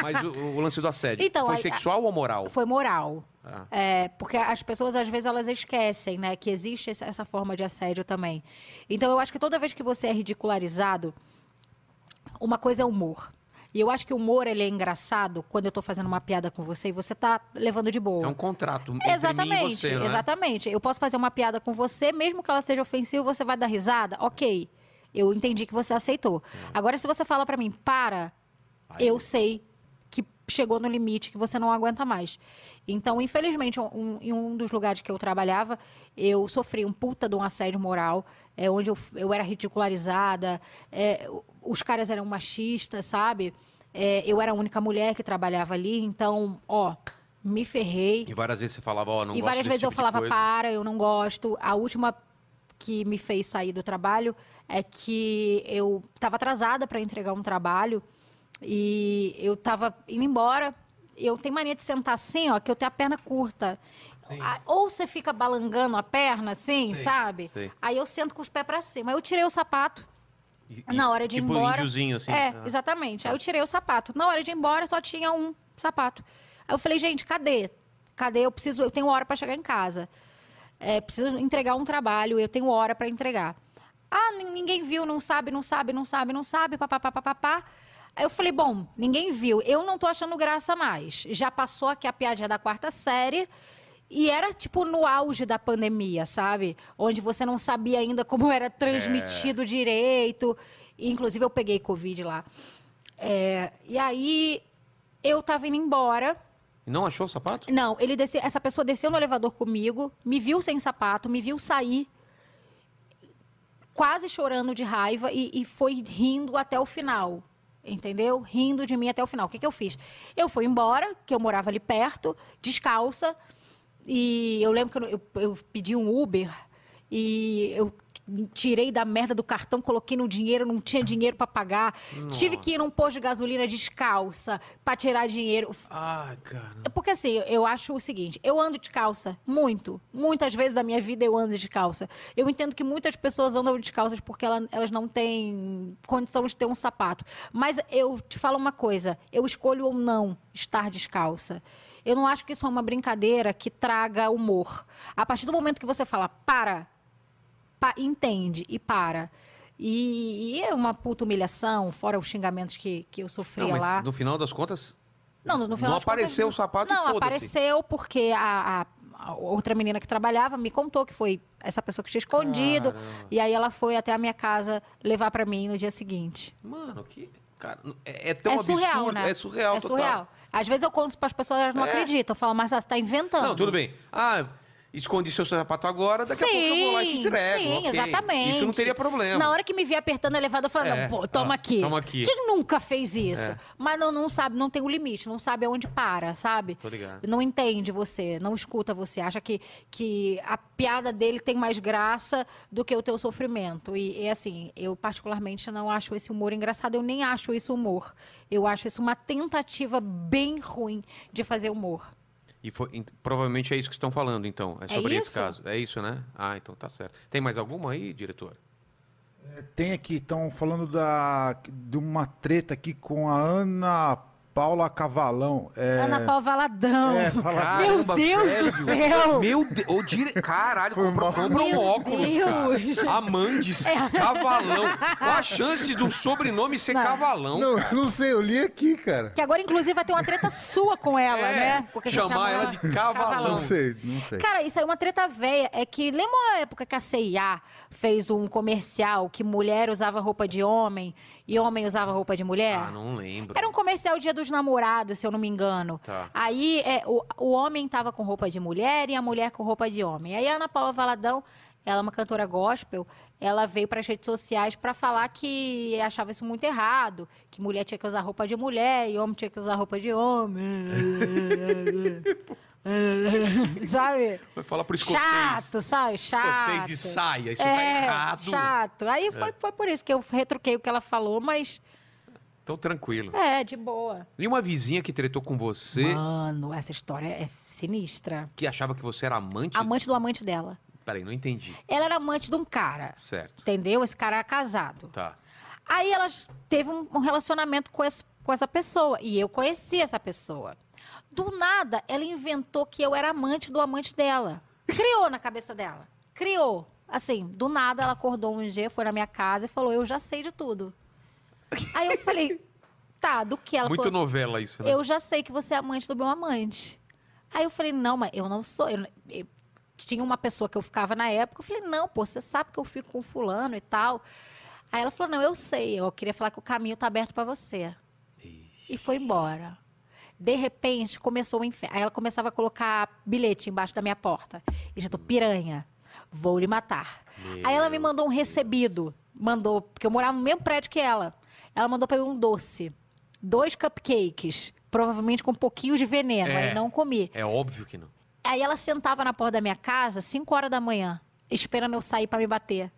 [SPEAKER 2] Mas o, o lance do assédio
[SPEAKER 3] Então,
[SPEAKER 2] foi
[SPEAKER 3] aí-
[SPEAKER 2] sexual ou moral?
[SPEAKER 3] [laughs] Foi moral.
[SPEAKER 2] Ah.
[SPEAKER 3] É, porque as pessoas, às vezes, elas esquecem, né? Que existe esse- essa forma de assédio também. Então, eu acho que toda vez que você é ridicularizado, uma coisa é humor. E eu acho que o humor, ele é engraçado quando eu tô fazendo uma piada com você e você tá levando de boa.
[SPEAKER 2] É um contrato entre mim e
[SPEAKER 3] Exatamente,
[SPEAKER 2] você, né?
[SPEAKER 3] exatamente. Eu posso fazer uma piada com você, mesmo que ela seja ofensiva, você vai dar risada? Ok. Eu entendi que você aceitou. Agora, se você fala pra mim, para,
[SPEAKER 2] É. Aí-
[SPEAKER 3] eu sei que chegou no limite, que você não aguenta mais. Então, infelizmente, um- em um dos lugares que eu trabalhava, eu sofri um puta de um assédio moral, é, onde eu, eu era ridicularizada, é, o- os caras eram machistas, sabe? É, eu era a única mulher que trabalhava ali, então, ó, me ferrei
[SPEAKER 2] E várias vezes você falava, ó, não
[SPEAKER 3] e
[SPEAKER 2] gosto
[SPEAKER 3] várias
[SPEAKER 2] desse
[SPEAKER 3] vezes
[SPEAKER 2] tipo
[SPEAKER 3] eu falava,
[SPEAKER 2] de coisa.
[SPEAKER 3] para, eu não gosto. A última que me fez sair do trabalho é que eu estava atrasada para entregar um trabalho e eu estava indo embora. Eu tenho mania de sentar assim, ó, que eu tenho a perna curta. A- Ou você fica balangando a perna assim,
[SPEAKER 2] Sei,
[SPEAKER 3] sabe?
[SPEAKER 2] sei.
[SPEAKER 3] Aí eu sento com os pés para cima. Aí eu tirei o sapato.
[SPEAKER 2] E- e-
[SPEAKER 3] Na hora de ir
[SPEAKER 2] tipo
[SPEAKER 3] embora.
[SPEAKER 2] índiozinho, assim.
[SPEAKER 3] É,
[SPEAKER 2] Ah.
[SPEAKER 3] exatamente.
[SPEAKER 2] Tá.
[SPEAKER 3] Aí eu tirei o sapato. Na hora de ir embora, só tinha um sapato. Aí eu falei, gente, cadê? Cadê? Eu preciso, eu tenho hora para chegar em casa. É, preciso entregar um trabalho, eu tenho hora para entregar. Ah, nin- ninguém viu, não sabe, não sabe, não sabe, não sabe, papapá, papapá. Aí eu falei, bom, ninguém viu. Eu não tô achando graça mais. Já passou aqui a piadinha da quarta série. E era tipo no auge da pandemia, sabe? Onde você não sabia ainda como [laughs] era transmitido direito. Inclusive, eu peguei Covid lá. É, e aí, eu tava indo embora.
[SPEAKER 2] E Não achou o sapato?
[SPEAKER 3] É, Não, ele desce- essa pessoa desceu no elevador comigo, me viu sem sapato, me viu sair, quase chorando de raiva e, e foi rindo até o final. Entendeu? Rindo de mim até o final. O que, que eu fiz? Eu fui embora, que eu morava ali perto, descalça. E eu lembro que eu, não- eu- eu pedi um Uber e eu tirei da merda do cartão, coloquei no dinheiro, não tinha dinheiro pra pagar. Tive que ir num posto de gasolina descalça pra tirar dinheiro.
[SPEAKER 2] Ai, cara.
[SPEAKER 3] É Porque assim, eu acho o seguinte, eu ando de calça muito. Muitas vezes da minha vida eu ando de calça. Eu entendo que muitas pessoas andam de calças porque ela- elas não têm condição de ter um sapato. Mas eu te falo uma coisa, eu escolho ou não estar descalça. Eu não acho que isso é uma brincadeira que traga humor. A partir do momento que você fala, para, pa- entende e para. E, e é uma puta humilhação, fora os xingamentos que, que eu sofria
[SPEAKER 2] Não, mas
[SPEAKER 3] lá.
[SPEAKER 2] no final das contas,
[SPEAKER 3] Não, no, no final
[SPEAKER 2] Não
[SPEAKER 3] das contas, é
[SPEAKER 2] apareceu o sapato e
[SPEAKER 3] Não,
[SPEAKER 2] foda-se.
[SPEAKER 3] apareceu porque a, a- a outra menina que trabalhava me contou que foi essa pessoa que tinha escondido.
[SPEAKER 2] Caramba.
[SPEAKER 3] E aí ela foi até a minha casa levar pra mim no dia seguinte.
[SPEAKER 2] mano, que. Cara, é, é tão
[SPEAKER 3] é
[SPEAKER 2] absurdo.
[SPEAKER 3] surreal, né?
[SPEAKER 2] É surreal,
[SPEAKER 3] É
[SPEAKER 2] total.
[SPEAKER 3] surreal. Às vezes eu conto isso pras pessoas, elas não
[SPEAKER 2] É.
[SPEAKER 3] acreditam. Falam, mas você tá inventando.
[SPEAKER 2] Não, tudo bem. Ah, escondi seu sapato agora, daqui a pouco eu vou lá e te
[SPEAKER 3] Sim,
[SPEAKER 2] entrego.
[SPEAKER 3] sim,
[SPEAKER 2] ok.
[SPEAKER 3] exatamente.
[SPEAKER 2] Isso não teria problema.
[SPEAKER 3] Na hora que me vi apertando o elevador, eu falei,
[SPEAKER 2] É,
[SPEAKER 3] não, pô, toma
[SPEAKER 2] ah,
[SPEAKER 3] aqui.
[SPEAKER 2] toma aqui.
[SPEAKER 3] Quem nunca fez isso?
[SPEAKER 2] É.
[SPEAKER 3] Mas não, não sabe, não tem o limite, não sabe aonde para, sabe?
[SPEAKER 2] Tô ligado.
[SPEAKER 3] não entende você, não escuta você, acha que, que a piada dele tem mais graça do que o teu sofrimento. E, e, assim, eu particularmente não acho esse humor engraçado, eu nem acho isso humor. Eu acho isso uma tentativa bem ruim de fazer humor.
[SPEAKER 2] E foi- ent- provavelmente é isso que estão falando, então. É
[SPEAKER 3] É
[SPEAKER 2] sobre esse
[SPEAKER 3] isso?
[SPEAKER 2] caso. É isso, né? Ah, então tá certo. Tem mais alguma aí, diretor?
[SPEAKER 5] Tem aqui, estão falando da, de uma treta aqui com a Ana Paula Cavalão. É,
[SPEAKER 3] Ana Paula Valadão.
[SPEAKER 5] é, fala-
[SPEAKER 3] Meu
[SPEAKER 2] Caramba,
[SPEAKER 3] Deus
[SPEAKER 2] velho.
[SPEAKER 3] do céu!
[SPEAKER 2] Meu Deus, o dire... caralho,
[SPEAKER 5] Foi
[SPEAKER 2] compra,
[SPEAKER 5] mal.
[SPEAKER 2] compra um
[SPEAKER 3] Meu
[SPEAKER 2] óculos,
[SPEAKER 3] Deus. É.
[SPEAKER 2] cara. Amandes, cavalão. Qual a chance do sobrenome ser cavalão?
[SPEAKER 4] Não, eu não sei, eu li aqui, cara.
[SPEAKER 3] Que agora, inclusive, vai ter uma treta sua com ela,
[SPEAKER 2] É,
[SPEAKER 3] né? Porque você
[SPEAKER 2] chamar
[SPEAKER 3] chama
[SPEAKER 2] ela de cavalão.
[SPEAKER 4] Não sei, não sei.
[SPEAKER 3] Cara, isso é uma treta velha. É que lembra a época que a CIA fez um comercial que mulher usava roupa de homem e homem usava roupa de mulher?
[SPEAKER 2] Ah, não lembro.
[SPEAKER 3] É. Era um comercial Dia dos Namorados, se eu não me engano.
[SPEAKER 2] Tá.
[SPEAKER 3] Aí é, o, o homem tava com roupa de mulher e a mulher com roupa de homem. Aí a Ana Paula Valadão, ela é uma cantora gospel, ela veio para as redes sociais para falar que achava isso muito errado, que mulher tinha que usar roupa de mulher e homem tinha que usar roupa de
[SPEAKER 2] [laughs]
[SPEAKER 3] homem. [laughs] sabe?
[SPEAKER 2] Vai falar pro escocês.
[SPEAKER 3] Chato, sabe?
[SPEAKER 2] Escocês
[SPEAKER 3] Chato.
[SPEAKER 2] de saia, isso tá
[SPEAKER 3] é,
[SPEAKER 2] errado. É.
[SPEAKER 3] chato. Aí foi, foi por isso que eu retruquei o que ela falou, mas
[SPEAKER 2] Então tranquilo.
[SPEAKER 3] é, de boa.
[SPEAKER 2] E uma vizinha que tretou com você,
[SPEAKER 3] Mano, essa história é sinistra.
[SPEAKER 2] que achava que você era amante?
[SPEAKER 3] Amante do amante dela.
[SPEAKER 2] Peraí, não entendi.
[SPEAKER 3] Ela era amante de um cara,
[SPEAKER 2] Certo.
[SPEAKER 3] entendeu? Esse cara era casado.
[SPEAKER 2] Tá.
[SPEAKER 3] Aí ela teve um um relacionamento com, esse- com essa pessoa. E eu conheci essa pessoa. Do nada, ela inventou que eu era amante do amante dela. Criou na cabeça dela. Criou. Assim, do nada, ela acordou um dia, foi na minha casa e falou: Eu já sei de tudo. Aí eu falei: Tá, do que ela
[SPEAKER 2] Muito
[SPEAKER 3] falou?
[SPEAKER 2] novela isso, né?
[SPEAKER 3] Eu já sei que você é amante do meu amante. Aí eu falei, não, mas eu não sou. eu não- eu- tinha uma pessoa que eu ficava na época, eu falei, não, pô, você sabe que eu fico com fulano e tal. Aí ela falou, não, eu sei, eu queria falar que o caminho tá aberto pra você. E foi embora. De repente, começou o inferno. Aí ela começava a colocar bilhete embaixo da minha porta. E
[SPEAKER 2] Hum.
[SPEAKER 3] já tô piranha, vou lhe matar. Aí ela me mandou um recebido. Mandou, porque eu morava no mesmo prédio que ela. Ela mandou pra mim um doce. Dois cupcakes, provavelmente com um pouquinho de veneno.
[SPEAKER 2] É.
[SPEAKER 3] Aí não comi.
[SPEAKER 2] É óbvio que não.
[SPEAKER 3] Aí ela sentava na porta da minha casa, 5 horas da manhã, esperando eu sair pra me bater.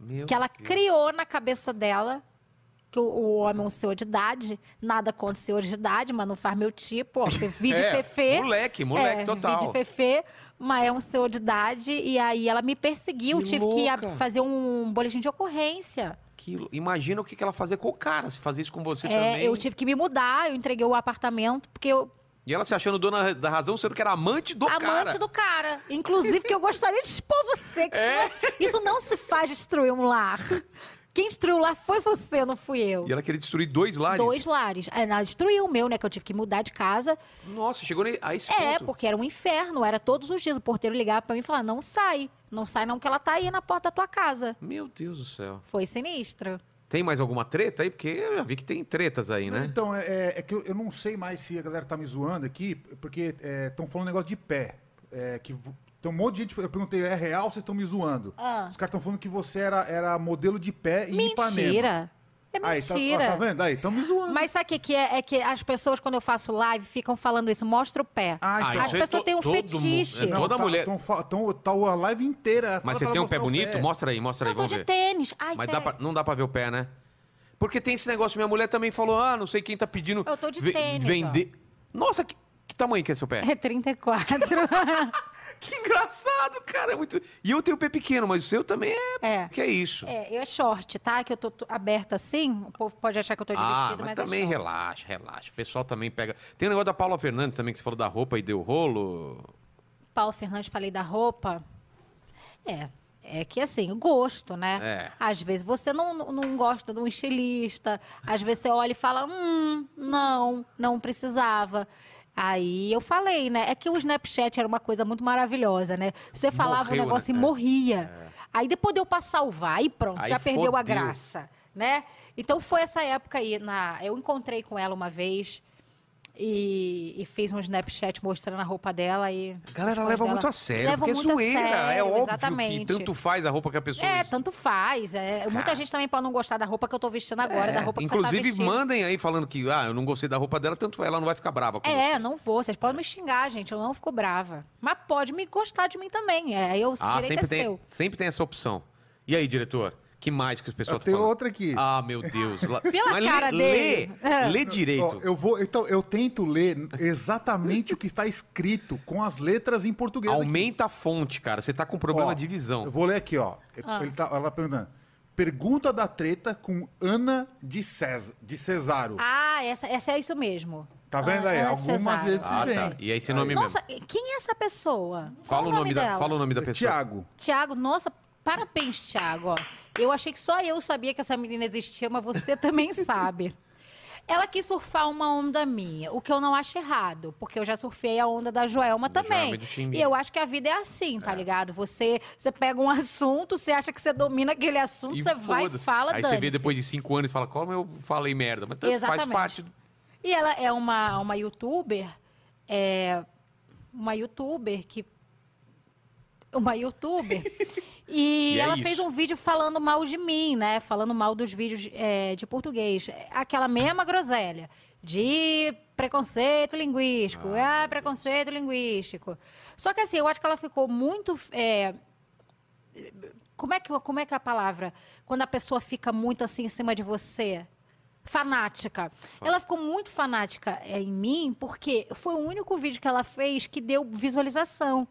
[SPEAKER 2] Meu
[SPEAKER 3] que ela
[SPEAKER 2] Deus.
[SPEAKER 3] criou na cabeça dela que o, o homem é um senhor de idade. Nada contra o senhor de idade, mas não faz meu tipo. Ó,
[SPEAKER 2] [laughs]
[SPEAKER 3] vídeo
[SPEAKER 2] É,
[SPEAKER 3] fefe.
[SPEAKER 2] Moleque, moleque
[SPEAKER 3] é,
[SPEAKER 2] total.
[SPEAKER 3] Vidi Fefe, mas é um senhor de idade. E aí ela me perseguiu.
[SPEAKER 2] Que
[SPEAKER 3] tive que ab-
[SPEAKER 2] louca.
[SPEAKER 3] fazer um boletim de ocorrência.
[SPEAKER 2] Aquilo. Imagina o que que ela fazia com o cara, se fazia isso com você
[SPEAKER 3] É,
[SPEAKER 2] também.
[SPEAKER 3] eu tive que me mudar, eu entreguei o apartamento, porque eu.
[SPEAKER 2] E ela se achando dona da razão, sendo que era amante do cara.
[SPEAKER 3] amante do cara. Inclusive, que eu gostaria de expor você. Que
[SPEAKER 2] É?
[SPEAKER 3] isso, não, isso não se faz destruir um lar. Quem destruiu o lar foi você, não fui eu.
[SPEAKER 2] E ela queria destruir dois lares.
[SPEAKER 3] Dois lares. É, Ela destruiu o meu, né? Que eu tive que mudar de casa.
[SPEAKER 2] Nossa, chegou ne- a esse
[SPEAKER 3] É,
[SPEAKER 2] ponto.
[SPEAKER 3] porque era um inferno. Era todos os dias. O porteiro ligava pra mim e falava: não sai. Não sai, não, que ela tá aí na porta da tua casa.
[SPEAKER 2] Meu Deus do céu.
[SPEAKER 3] Foi sinistro.
[SPEAKER 2] Tem mais alguma treta aí? Porque eu já vi que tem tretas aí, né?
[SPEAKER 5] Então, é- é, é que eu, eu não sei mais se a galera tá me zoando aqui, porque estão falando um negócio de pé. É, que vo- tem um monte de gente. Eu perguntei, é real ou vocês estão me zoando?
[SPEAKER 3] Ah.
[SPEAKER 5] Os caras estão falando que você era, era modelo de pé em Ipanema.
[SPEAKER 3] Mentira. É
[SPEAKER 5] Aí, tá, ó,
[SPEAKER 3] mentira.
[SPEAKER 5] tá vendo? Aí, estão me zoando.
[SPEAKER 3] Mas sabe o que, que é? É que as pessoas, quando eu faço live, ficam falando isso, mostra o pé.
[SPEAKER 5] Ah, então.
[SPEAKER 3] As pessoas têm um
[SPEAKER 2] é todo mu-
[SPEAKER 3] fetiche.
[SPEAKER 2] é, toda
[SPEAKER 5] tá,
[SPEAKER 2] mulher.
[SPEAKER 5] Tão, fa- tão, tá a live inteira.
[SPEAKER 2] Mas
[SPEAKER 5] falando
[SPEAKER 2] você
[SPEAKER 5] pra
[SPEAKER 2] tem um pé
[SPEAKER 5] mostrar o
[SPEAKER 2] bonito? Mostra aí, mostra aí,
[SPEAKER 3] eu tô
[SPEAKER 2] vamos
[SPEAKER 3] de
[SPEAKER 2] ver.
[SPEAKER 3] tênis. Ai,
[SPEAKER 2] Mas dá
[SPEAKER 3] peraí.
[SPEAKER 2] pra- não dá pra ver o pé, né? Porque tem esse negócio, minha mulher também falou, ah, não sei quem tá pedindo.
[SPEAKER 3] Eu tô de
[SPEAKER 2] ve-
[SPEAKER 3] tênis,
[SPEAKER 2] Vender. Nossa, que, que tamanho que é seu
[SPEAKER 3] [laughs]
[SPEAKER 2] pé?
[SPEAKER 3] É 34.
[SPEAKER 2] Que engraçado, cara. É muito... E eu tenho pé pequeno, mas o seu também é.
[SPEAKER 3] é.
[SPEAKER 2] Que é isso?
[SPEAKER 3] É, eu é short, tá? Que eu tô, tô aberta assim. O povo pode achar que eu tô de
[SPEAKER 2] Ah,
[SPEAKER 3] vestido,
[SPEAKER 2] mas,
[SPEAKER 3] mas,
[SPEAKER 2] também
[SPEAKER 3] é short.
[SPEAKER 2] relaxa, relaxa. O pessoal também pega. Tem o negócio da Paula Fernandes também, que você falou da roupa e deu rolo.
[SPEAKER 3] Paulo Fernandes, falei da roupa. É. É que assim, o gosto, né?
[SPEAKER 2] É.
[SPEAKER 3] Às vezes você não, não- não gosta de um estilista, às vezes você olha e fala, hum, não, não precisava. Aí eu falei, né? É que o Snapchat era uma coisa muito maravilhosa, né? Você falava
[SPEAKER 2] Morreu,
[SPEAKER 3] um negócio
[SPEAKER 2] né?
[SPEAKER 3] e
[SPEAKER 2] É.
[SPEAKER 3] morria. Aí depois deu pra salvar e pronto,
[SPEAKER 2] Aí
[SPEAKER 3] já perdeu a
[SPEAKER 2] fodeu.
[SPEAKER 3] graça, né? Então foi essa época aí. Na... Eu encontrei com ela uma vez e, e fiz um Snapchat mostrando a roupa dela e.
[SPEAKER 2] A galera
[SPEAKER 3] as
[SPEAKER 2] leva
[SPEAKER 3] coisas
[SPEAKER 2] muito
[SPEAKER 3] dela.
[SPEAKER 2] a sério,
[SPEAKER 3] Levam
[SPEAKER 2] porque é
[SPEAKER 3] muito a
[SPEAKER 2] zoeira. é
[SPEAKER 3] sério,
[SPEAKER 2] óbvio que
[SPEAKER 3] exatamente.
[SPEAKER 2] tanto faz a roupa que a pessoa
[SPEAKER 3] É,
[SPEAKER 2] usa.
[SPEAKER 3] tanto faz. É. Muita
[SPEAKER 2] Cara. É,
[SPEAKER 3] gente também pode não gostar da roupa que eu tô vestindo agora, da roupa que você tá
[SPEAKER 2] Inclusive,
[SPEAKER 3] vestindo.
[SPEAKER 2] mandem aí falando que, ah, eu não gostei da roupa dela, tanto ela não vai ficar brava com
[SPEAKER 3] É,
[SPEAKER 2] você.
[SPEAKER 3] não vou. Vocês podem me xingar, gente. Eu não fico brava. Mas pode me gostar de mim também. É, eu
[SPEAKER 2] Ah,
[SPEAKER 3] direito
[SPEAKER 2] sempre
[SPEAKER 3] é
[SPEAKER 2] tem,
[SPEAKER 3] seu.
[SPEAKER 2] sempre tem essa opção. E aí, diretor? Que mais que o pessoal
[SPEAKER 5] Eu
[SPEAKER 2] tá
[SPEAKER 5] tenho
[SPEAKER 2] falando?
[SPEAKER 5] outra aqui.
[SPEAKER 2] Ah, meu Deus. Lá-
[SPEAKER 3] [laughs] Pela
[SPEAKER 2] lê-
[SPEAKER 3] cara
[SPEAKER 2] lê,
[SPEAKER 3] dele. É. [laughs]
[SPEAKER 2] Lê direito.
[SPEAKER 5] Ó, eu vou, então, eu tento ler exatamente [laughs] o que está escrito com as letras em português. aqui.
[SPEAKER 2] Aumenta a fonte, cara. Você tá com problema
[SPEAKER 5] Ó,
[SPEAKER 2] de visão.
[SPEAKER 5] Eu vou ler aqui, ó.
[SPEAKER 3] Ah.
[SPEAKER 5] Ele tá, ela tá perguntando. Pergunta da treta com Ana de, César, de Cesaro.
[SPEAKER 3] Ah, essa, essa é isso mesmo.
[SPEAKER 5] tá vendo aí?
[SPEAKER 3] Ah, Ana de
[SPEAKER 5] Algumas
[SPEAKER 3] Cesaro.
[SPEAKER 5] vezes
[SPEAKER 2] Ah,
[SPEAKER 5] vem.
[SPEAKER 2] tá. E aí, esse nome mesmo.
[SPEAKER 3] Nossa, quem é essa pessoa?
[SPEAKER 2] Fala o nome, da,
[SPEAKER 3] dela.
[SPEAKER 2] fala o
[SPEAKER 5] É
[SPEAKER 2] nome da pessoa.
[SPEAKER 5] Tiago.
[SPEAKER 3] Tiago, nossa, parabéns, Tiago. ó. Eu achei que só eu sabia que essa menina existia, mas você [laughs] também sabe. Ela quis surfar uma onda minha, o que eu não acho errado, porque eu já surfei a onda da Joelma
[SPEAKER 2] Da
[SPEAKER 3] também.
[SPEAKER 2] Joelma e do Chimbinha.
[SPEAKER 3] e eu acho que a vida é assim, tá ligado? Você, você pega um [laughs] assunto, você acha que você domina aquele assunto,
[SPEAKER 2] E
[SPEAKER 3] você vai e
[SPEAKER 2] foda-se.
[SPEAKER 3] fala,
[SPEAKER 2] Aí você vê
[SPEAKER 3] dane-se.
[SPEAKER 2] depois de cinco anos e fala, como eu falei merda? Mas tanto faz
[SPEAKER 3] Exatamente.
[SPEAKER 2] parte do...
[SPEAKER 3] E ela é uma, uma youtuber, é, uma youtuber que. Uma youtuber E,
[SPEAKER 2] E é
[SPEAKER 3] ela
[SPEAKER 2] isso.
[SPEAKER 3] fez um vídeo falando mal de mim, né? Falando mal dos vídeos é, de português. Aquela mesma groselha. De preconceito linguístico. Ah, preconceito linguístico. Só que assim, eu acho que ela ficou muito. é, como, é que, como é que é a palavra? Quando a pessoa fica muito assim em cima de você. Fanática. Ela ficou muito fanática é, em mim, porque foi o único vídeo que ela fez que deu visualização.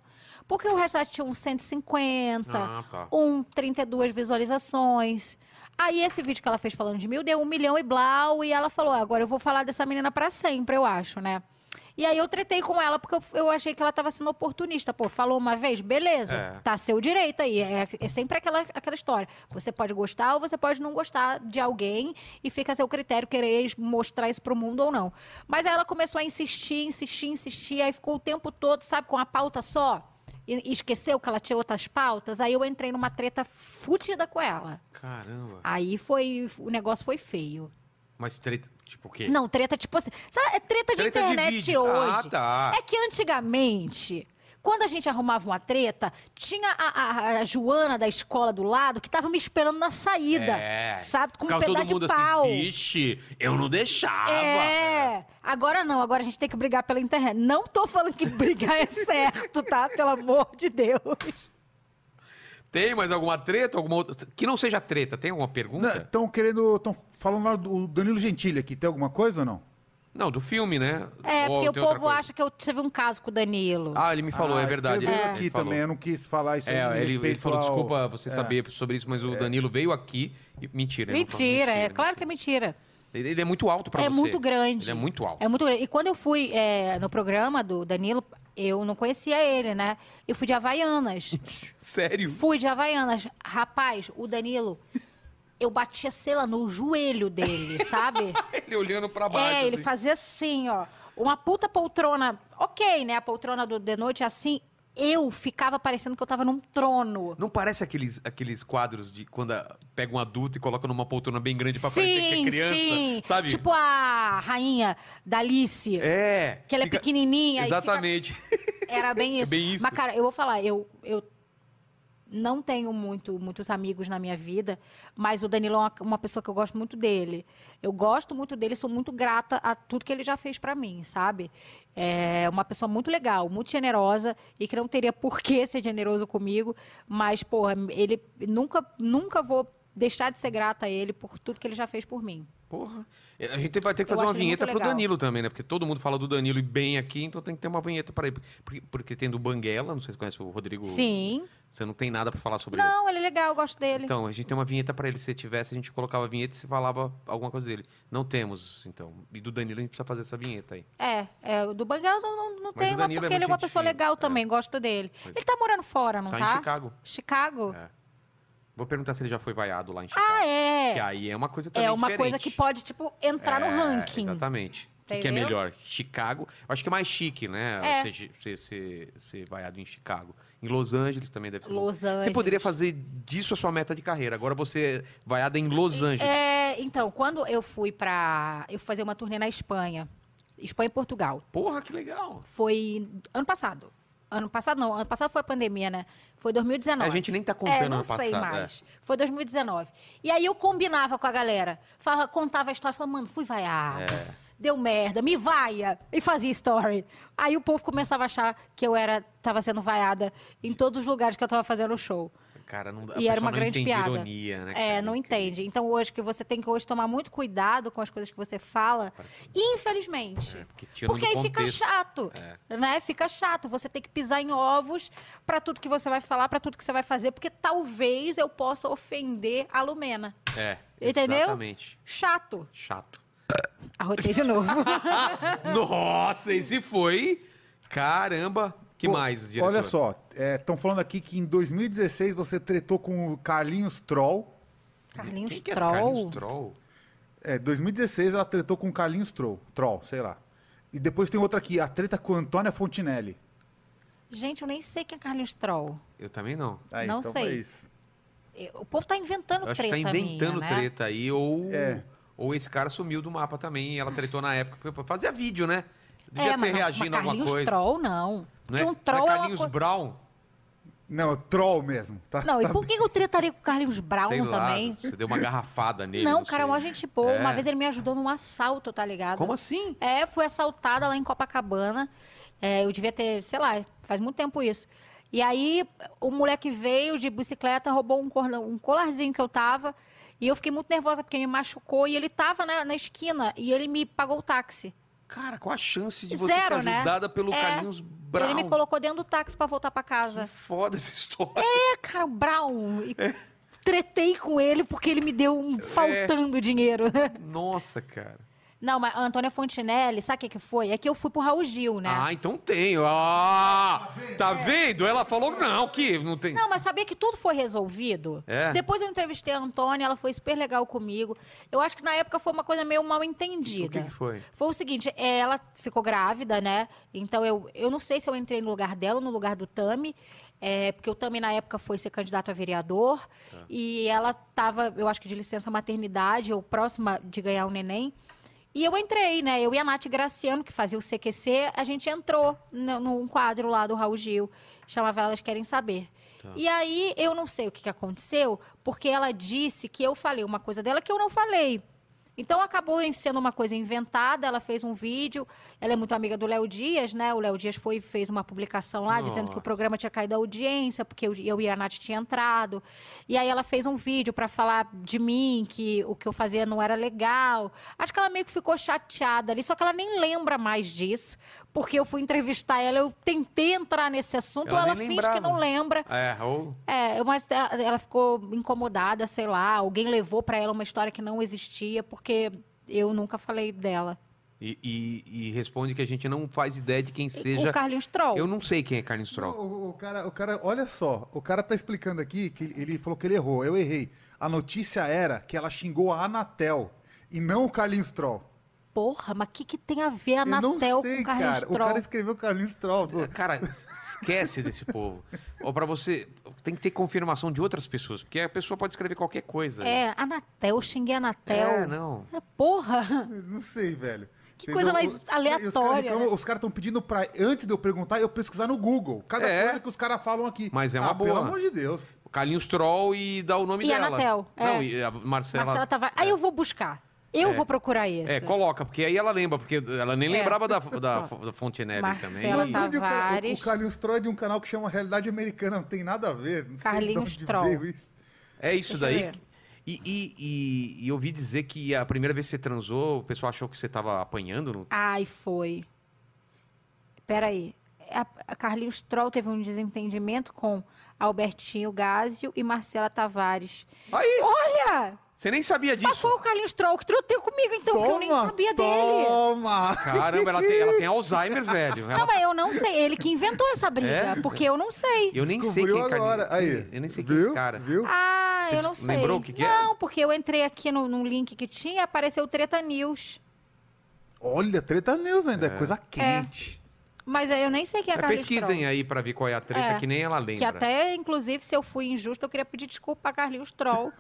[SPEAKER 3] Porque o resto ela tinha um uns 150,
[SPEAKER 2] Ah, tá.
[SPEAKER 3] um 32 visualizações. Aí esse vídeo que ela fez falando de mil deu um milhão e blau. E ela falou, "Ah, agora eu vou falar dessa menina pra sempre, eu acho, né? E aí eu tretei com ela porque eu, eu achei que ela tava sendo oportunista. Pô, falou uma vez, beleza,
[SPEAKER 2] É.
[SPEAKER 3] tá seu direito aí. É, é sempre aquela, aquela história. Você pode gostar ou você pode não gostar de alguém e fica a seu critério querer es- mostrar isso pro mundo ou não. Mas aí ela começou a insistir, insistir, insistir. Aí ficou o tempo todo, sabe, com a pauta só. E e esqueceu que ela tinha outras pautas. Aí eu entrei numa treta fudida com ela.
[SPEAKER 2] Caramba.
[SPEAKER 3] Aí foi. O negócio foi feio.
[SPEAKER 2] Mas treta, tipo o quê?
[SPEAKER 3] Não, treta tipo assim. Sabe, é treta de
[SPEAKER 2] Treta de
[SPEAKER 3] internet
[SPEAKER 2] vídeo.
[SPEAKER 3] hoje.
[SPEAKER 2] Ah, tá.
[SPEAKER 3] É que antigamente. Quando a gente arrumava uma treta, tinha a, a- a Joana da escola do lado que tava me esperando na saída.
[SPEAKER 2] É.
[SPEAKER 3] Sabe? Com um
[SPEAKER 2] Ficava
[SPEAKER 3] pedaço
[SPEAKER 2] todo mundo
[SPEAKER 3] de pau.
[SPEAKER 2] assim, vixe, eu não deixava.
[SPEAKER 3] É, agora não, agora a gente tem que brigar pela internet. Não tô falando que brigar é certo, tá? Pelo amor de Deus.
[SPEAKER 2] Tem mais alguma treta? Alguma outra... Que não seja treta, tem alguma pergunta?
[SPEAKER 5] Estão querendo. Estão falando lá do Danilo Gentili aqui. Tem alguma coisa ou não?
[SPEAKER 2] Não, do filme, né?
[SPEAKER 3] É,
[SPEAKER 2] Ou
[SPEAKER 3] porque o
[SPEAKER 2] tem outra
[SPEAKER 3] povo
[SPEAKER 2] coisa?
[SPEAKER 3] acha que eu tive um caso com o Danilo.
[SPEAKER 2] Ah, ele me falou,
[SPEAKER 5] Ah,
[SPEAKER 2] é verdade.
[SPEAKER 5] escreveu
[SPEAKER 2] ele- ele
[SPEAKER 5] aqui
[SPEAKER 2] falou.
[SPEAKER 5] também. Eu não quis falar isso aí em
[SPEAKER 2] É, ele, ele
[SPEAKER 5] respeito
[SPEAKER 2] falou,
[SPEAKER 5] ao-
[SPEAKER 2] desculpa você
[SPEAKER 5] É.
[SPEAKER 2] saber sobre isso, mas o Danilo veio aqui e... Mentira. ele não falou
[SPEAKER 3] mentira, é claro que é mentira.
[SPEAKER 2] Ele ele é muito alto pra
[SPEAKER 3] É
[SPEAKER 2] você.
[SPEAKER 3] muito grande.
[SPEAKER 2] Ele é muito alto.
[SPEAKER 3] É muito grande. E quando eu fui é, no programa do Danilo, eu não conhecia ele, né? Eu fui de Havaianas.
[SPEAKER 2] [laughs] Sério?
[SPEAKER 3] Fui de Havaianas. Rapaz, o Danilo, eu batia, sei lá, no joelho
[SPEAKER 2] [laughs]
[SPEAKER 3] dele, sabe?
[SPEAKER 2] Ele olhando pra baixo.
[SPEAKER 3] É, ele
[SPEAKER 2] assim.
[SPEAKER 3] fazia assim, ó. Uma puta poltrona. Ok, né? A poltrona do de noite é assim. Eu ficava parecendo que eu tava num trono.
[SPEAKER 2] Não parece aqueles, aqueles quadros de quando a- pega um adulto e coloca numa poltrona bem grande pra parecer que é criança? Sabe?
[SPEAKER 3] Tipo a rainha da Alice.
[SPEAKER 2] É.
[SPEAKER 3] Que ela é
[SPEAKER 2] fica-
[SPEAKER 3] pequenininha. e fica-
[SPEAKER 2] Exatamente.
[SPEAKER 3] Era bem
[SPEAKER 2] É
[SPEAKER 3] isso.
[SPEAKER 2] bem isso.
[SPEAKER 3] Mas, cara, eu vou falar, eu, eu não tenho muito, muitos amigos na minha vida, mas o Danilo é uma, uma pessoa que eu gosto muito dele. Eu gosto muito dele, sou muito grata a tudo que ele já fez pra mim, sabe? É uma pessoa muito legal, muito generosa e que não teria por que ser generoso comigo, mas, porra, ele nunca, nunca vou deixar de ser grata a ele por tudo que ele já fez por mim.
[SPEAKER 2] Porra. [laughs] A gente vai ter que
[SPEAKER 3] Eu
[SPEAKER 2] fazer uma
[SPEAKER 3] acho ele
[SPEAKER 2] vinheta
[SPEAKER 3] muito
[SPEAKER 2] pro
[SPEAKER 3] legal.
[SPEAKER 2] Danilo também, né? Porque todo mundo fala do Danilo e bem aqui, então tem que ter uma vinheta pra ele. Porque, porque tem do Banguela, não sei se conhece o Rodrigo.
[SPEAKER 3] Sim.
[SPEAKER 2] Você não tem nada pra falar sobre ele.
[SPEAKER 3] Não, ele é legal, eu gosto dele.
[SPEAKER 2] Então, a gente tem uma vinheta pra ele. Se tivesse, a gente colocava a vinheta e se falava alguma coisa dele. Não temos, então. E do Danilo a gente precisa fazer essa vinheta aí.
[SPEAKER 3] É, é, o do Banguela não, não, não
[SPEAKER 2] Mas
[SPEAKER 3] tem,
[SPEAKER 2] o
[SPEAKER 3] mas
[SPEAKER 2] Danilo é
[SPEAKER 3] porque ele é
[SPEAKER 2] muito
[SPEAKER 3] uma
[SPEAKER 2] gente
[SPEAKER 3] pessoa
[SPEAKER 2] fina,
[SPEAKER 3] legal
[SPEAKER 2] é.
[SPEAKER 3] também, gosto dele.
[SPEAKER 2] Pois é.
[SPEAKER 3] Ele tá morando fora, não
[SPEAKER 2] Tá
[SPEAKER 3] tá?
[SPEAKER 2] em Chicago.
[SPEAKER 3] Chicago?
[SPEAKER 2] É. Vou perguntar se ele já foi vaiado lá em Chicago.
[SPEAKER 3] Ah,
[SPEAKER 2] Que
[SPEAKER 3] é.
[SPEAKER 2] aí é uma coisa também
[SPEAKER 3] É uma
[SPEAKER 2] diferente.
[SPEAKER 3] coisa que pode, tipo, entrar
[SPEAKER 2] É,
[SPEAKER 3] no ranking.
[SPEAKER 2] Exatamente. O que, que é
[SPEAKER 3] Entendeu?
[SPEAKER 2] melhor? Chicago. Eu acho que é mais chique, né?
[SPEAKER 3] É.
[SPEAKER 2] Ser, chi- ser, ser, ser vaiado em Chicago. Em Los Angeles também deve ser. bom.
[SPEAKER 3] Los Angeles.
[SPEAKER 2] Você poderia fazer disso a sua meta de carreira. Agora você é vaiada em Los Angeles.
[SPEAKER 3] É, então, quando eu fui pra. Eu fui fazer uma turnê na Espanha. Espanha e Portugal.
[SPEAKER 2] Porra, que legal.
[SPEAKER 3] Foi ano passado. Ano passado não, ano passado foi a pandemia, né? Foi
[SPEAKER 2] A
[SPEAKER 3] 2019.
[SPEAKER 2] gente nem tá contando
[SPEAKER 3] é, não
[SPEAKER 2] ano
[SPEAKER 3] sei
[SPEAKER 2] passado. é.
[SPEAKER 3] mais. Foi 2019. E aí eu combinava com a galera. Falava, contava a história, falava, mano, fui vaiada.
[SPEAKER 2] É.
[SPEAKER 3] Deu merda, me vaia. E fazia story. Aí o povo começava a achar que eu era, tava sendo vaiada em todos os lugares que eu tava fazendo o show.
[SPEAKER 2] Cara, não dá.
[SPEAKER 3] E era uma
[SPEAKER 2] não
[SPEAKER 3] grande
[SPEAKER 2] entende
[SPEAKER 3] piada.
[SPEAKER 2] ironia, né?
[SPEAKER 3] É,
[SPEAKER 2] cara?
[SPEAKER 3] não
[SPEAKER 2] Incrível.
[SPEAKER 3] entende. Então hoje que você tem que hoje tomar muito cuidado com as coisas que você fala, infelizmente.
[SPEAKER 2] É, porque tirando
[SPEAKER 3] Porque
[SPEAKER 2] do
[SPEAKER 3] aí fica
[SPEAKER 2] contexto. É.
[SPEAKER 3] chato, né? Fica chato. Você tem que pisar em ovos pra tudo que você vai falar, pra tudo que você vai fazer, porque talvez eu possa ofender a Lumena.
[SPEAKER 2] É,
[SPEAKER 3] Entendeu?
[SPEAKER 2] exatamente.
[SPEAKER 3] Chato.
[SPEAKER 2] Chato.
[SPEAKER 3] Arrotei
[SPEAKER 2] [laughs]
[SPEAKER 3] de novo.
[SPEAKER 2] Nossa, esse foi. Caramba. Que
[SPEAKER 5] Pô,
[SPEAKER 2] mais, diretor?
[SPEAKER 5] Olha só, estão falando aqui que em 2016 você tretou com o Carlinhos Troll.
[SPEAKER 3] Carlinhos
[SPEAKER 2] Quem que é
[SPEAKER 3] Troll.
[SPEAKER 2] Carlinhos Troll?
[SPEAKER 5] É, 2016 ela tretou com o Carlinhos Troll, Troll, sei lá. E depois tem outra aqui, a treta com Antônia Fontinelli.
[SPEAKER 3] Gente, eu nem sei quem é Carlinhos Troll.
[SPEAKER 2] Eu também não.
[SPEAKER 3] Não
[SPEAKER 5] então
[SPEAKER 3] sei.
[SPEAKER 5] É isso.
[SPEAKER 3] Eu- O povo tá inventando
[SPEAKER 2] Eu acho que
[SPEAKER 3] treta
[SPEAKER 2] tá inventando
[SPEAKER 3] minha, né?
[SPEAKER 2] treta aí, ou,
[SPEAKER 5] É.
[SPEAKER 2] ou esse cara sumiu do mapa também e ela tretou na época. porque Fazia vídeo, né? Devia
[SPEAKER 3] é,
[SPEAKER 2] ter
[SPEAKER 3] mas não-
[SPEAKER 2] reagindo
[SPEAKER 3] mas
[SPEAKER 2] a alguma
[SPEAKER 3] Carlinhos
[SPEAKER 2] coisa.
[SPEAKER 3] Troll, não.
[SPEAKER 2] Não é,
[SPEAKER 3] Porque um
[SPEAKER 2] não
[SPEAKER 3] troll
[SPEAKER 2] é
[SPEAKER 3] é, uma
[SPEAKER 2] Carlinhos
[SPEAKER 3] coisa...
[SPEAKER 2] Brown?
[SPEAKER 5] Não, é troll mesmo, tá?
[SPEAKER 3] Não,
[SPEAKER 5] [laughs]
[SPEAKER 3] e
[SPEAKER 5] tá
[SPEAKER 3] por que eu tretaria com o Carlinhos
[SPEAKER 2] [laughs]
[SPEAKER 3] Brown
[SPEAKER 2] Sei lá,
[SPEAKER 3] também?
[SPEAKER 2] você deu uma garrafada nele.
[SPEAKER 3] não,
[SPEAKER 2] sei.
[SPEAKER 3] cara, é mó gente boa.
[SPEAKER 2] É.
[SPEAKER 3] Uma vez ele me ajudou num assalto, tá ligado?
[SPEAKER 2] Como assim?
[SPEAKER 3] É, fui assaltada lá em Copacabana. É, eu devia ter, sei lá, faz muito tempo isso. E aí, o moleque veio de bicicleta, roubou um, corna- um colarzinho que eu tava. E eu fiquei muito nervosa, porque me machucou. E ele tava na, na esquina, e ele me pagou o táxi.
[SPEAKER 2] Cara, qual a chance de você
[SPEAKER 3] Zero,
[SPEAKER 2] ser
[SPEAKER 3] né?
[SPEAKER 2] ajudada pelo
[SPEAKER 3] É.
[SPEAKER 2] Carlinhos Brown?
[SPEAKER 3] Ele me colocou dentro do táxi pra voltar pra
[SPEAKER 2] Que
[SPEAKER 3] casa.
[SPEAKER 2] foda essa história.
[SPEAKER 3] É, cara, o Brown. E
[SPEAKER 2] É.
[SPEAKER 3] Tretei com ele, porque ele me deu um faltando dinheiro. [laughs]
[SPEAKER 2] Nossa, cara.
[SPEAKER 3] Não, mas a Antônia Fontinelli, sabe o que, que foi? É que eu fui pro Raul Gil, né?
[SPEAKER 2] Ah, então tem. Ah, tá vendo? Ela falou não, que não tem.
[SPEAKER 3] Não, mas sabia que tudo foi resolvido?
[SPEAKER 2] É?
[SPEAKER 3] Depois eu entrevistei a Antônia, ela foi super legal comigo. Eu acho que na época foi uma coisa meio mal entendida.
[SPEAKER 2] O que, que foi?
[SPEAKER 3] Foi o seguinte, é, ela ficou grávida, né? Então eu, eu não sei se eu entrei no lugar dela ou no lugar do Tami, é, porque o Tami na época foi ser candidato a vereador e ela estava, eu acho que de licença maternidade ou próxima de ganhar o neném. E eu entrei, né? Eu e a Nath Graciano, que fazia o CQC, a gente entrou no- num quadro lá do Raul Gil, chamava Elas Querem Saber.
[SPEAKER 2] Tá.
[SPEAKER 3] E aí eu não sei o que, que aconteceu, porque ela disse que eu falei uma coisa dela que eu não falei. Então acabou em- sendo uma coisa inventada, ela fez um vídeo, ela é muito amiga do Léo Dias, né? O Léo Dias foi e fez uma publicação lá dizendo que o
[SPEAKER 2] Nossa.
[SPEAKER 3] programa tinha caído da audiência, porque eu, eu e a Nath tinha entrado. E aí ela fez um vídeo pra falar de mim, que o que eu fazia não era legal. Acho que ela meio que ficou chateada ali, só que ela nem lembra mais disso, porque eu fui entrevistar ela, eu tentei entrar nesse assunto,
[SPEAKER 2] Ela
[SPEAKER 3] ela,
[SPEAKER 2] nem
[SPEAKER 3] finge
[SPEAKER 2] lembrava.
[SPEAKER 3] que não lembra.
[SPEAKER 2] É, ou.
[SPEAKER 3] É, eu- mas a- ela ficou incomodada, sei lá. Alguém levou pra ela uma história que não existia, porque eu nunca falei dela.
[SPEAKER 2] E, e- e responde que a gente não faz ideia de quem seja.
[SPEAKER 3] O Carlinhos Troll.
[SPEAKER 2] Eu não sei quem é Carlinhos Troll.
[SPEAKER 5] O, o cara, o cara, olha só, o cara tá explicando aqui que ele ele falou que ele errou, eu errei. A notícia era que ela xingou a Anatel e não o Carlinhos Troll.
[SPEAKER 3] Porra, mas o que, que tem a ver a
[SPEAKER 5] eu não
[SPEAKER 3] Anatel Tá com
[SPEAKER 5] sei,
[SPEAKER 3] o Carlinhos
[SPEAKER 5] cara. O
[SPEAKER 3] Troll?
[SPEAKER 5] cara escreveu Carlinhos Troll.
[SPEAKER 2] Cara, esquece desse povo. Ou pra você. Tem que ter confirmação de outras pessoas, porque a pessoa pode escrever qualquer coisa.
[SPEAKER 3] É, Anatel, eu xinguei a Anatel.
[SPEAKER 5] né?
[SPEAKER 2] É, não.
[SPEAKER 3] É, Porra,
[SPEAKER 5] Não sei, velho.
[SPEAKER 3] Que coisa mais
[SPEAKER 5] O-
[SPEAKER 3] aleatória,
[SPEAKER 5] Os caras reclamam-
[SPEAKER 3] né?
[SPEAKER 5] os caras estão pedindo pra. Antes de eu perguntar, eu pesquisar no Google. Cada
[SPEAKER 2] É.
[SPEAKER 5] coisa que os caras falam aqui.
[SPEAKER 2] Mas é uma
[SPEAKER 5] ah, Pelo
[SPEAKER 2] boa.
[SPEAKER 5] amor de Deus.
[SPEAKER 2] Carlinhos Troll e dá o nome
[SPEAKER 3] E
[SPEAKER 2] dela.
[SPEAKER 3] Anatel,
[SPEAKER 2] Não,
[SPEAKER 3] é.
[SPEAKER 2] e a Marcela.
[SPEAKER 3] Marcela Tavares. Aí eu vou buscar. Eu vou procurar esse.
[SPEAKER 2] É, coloca, porque aí ela lembra, porque ela nem
[SPEAKER 3] É.
[SPEAKER 2] lembrava da, da,
[SPEAKER 3] [laughs]
[SPEAKER 2] da Fontenelle
[SPEAKER 3] Marcela
[SPEAKER 2] também.
[SPEAKER 3] Ela
[SPEAKER 5] De
[SPEAKER 3] tá-
[SPEAKER 5] onde o, cara, o,
[SPEAKER 3] Tavares.
[SPEAKER 5] o Carlinhos Troll é de um canal que chama Realidade Americana, não tem nada a ver. Não
[SPEAKER 3] Carlinhos
[SPEAKER 5] sei de onde
[SPEAKER 3] Troll.
[SPEAKER 5] veio isso.
[SPEAKER 2] É isso
[SPEAKER 3] Deixa eu
[SPEAKER 2] daí.
[SPEAKER 3] ver.
[SPEAKER 2] E, e, e, e eu ouvi dizer que a primeira vez que você transou, o pessoal achou que você tava apanhando. não?
[SPEAKER 3] Ai, foi. Peraí. A, a Carlinhos Troll teve um desentendimento com Albertinho Gásio e Marcela Tavares.
[SPEAKER 2] Aí,
[SPEAKER 3] Olha!
[SPEAKER 2] você nem sabia
[SPEAKER 3] Mas foi
[SPEAKER 2] disso.
[SPEAKER 3] o Carlinhos Troll que troteou comigo, então, porque eu nem sabia dele.
[SPEAKER 5] toma.
[SPEAKER 2] Caramba, ela tem, ela tem Alzheimer, velho. Ela-
[SPEAKER 3] Não, mas eu não sei. Ele que inventou essa briga,
[SPEAKER 2] É?
[SPEAKER 3] porque eu não sei.
[SPEAKER 2] eu nem sei
[SPEAKER 5] Descobriu
[SPEAKER 2] quem é
[SPEAKER 5] agora.
[SPEAKER 2] Carlinhos-
[SPEAKER 5] Aí,
[SPEAKER 2] Eu nem sei quem é
[SPEAKER 5] viu?
[SPEAKER 2] esse cara.
[SPEAKER 5] Viu?
[SPEAKER 3] Ah,
[SPEAKER 2] Você
[SPEAKER 3] eu não
[SPEAKER 2] des-
[SPEAKER 3] sei.
[SPEAKER 2] lembrou o que que é?
[SPEAKER 3] não, porque eu entrei aqui no, num link que tinha, apareceu o Treta News.
[SPEAKER 5] Olha, treta news ainda, é coisa quente.
[SPEAKER 3] Mas aí eu nem sei quem é
[SPEAKER 2] Mas
[SPEAKER 3] Carlinhos Troll.
[SPEAKER 2] pesquisem aí pra ver qual é a treta,
[SPEAKER 3] É.
[SPEAKER 2] que nem ela lembra.
[SPEAKER 3] Que até, inclusive, se eu fui injusta, eu queria pedir desculpa a Carlinhos
[SPEAKER 2] [laughs]
[SPEAKER 3] Troll.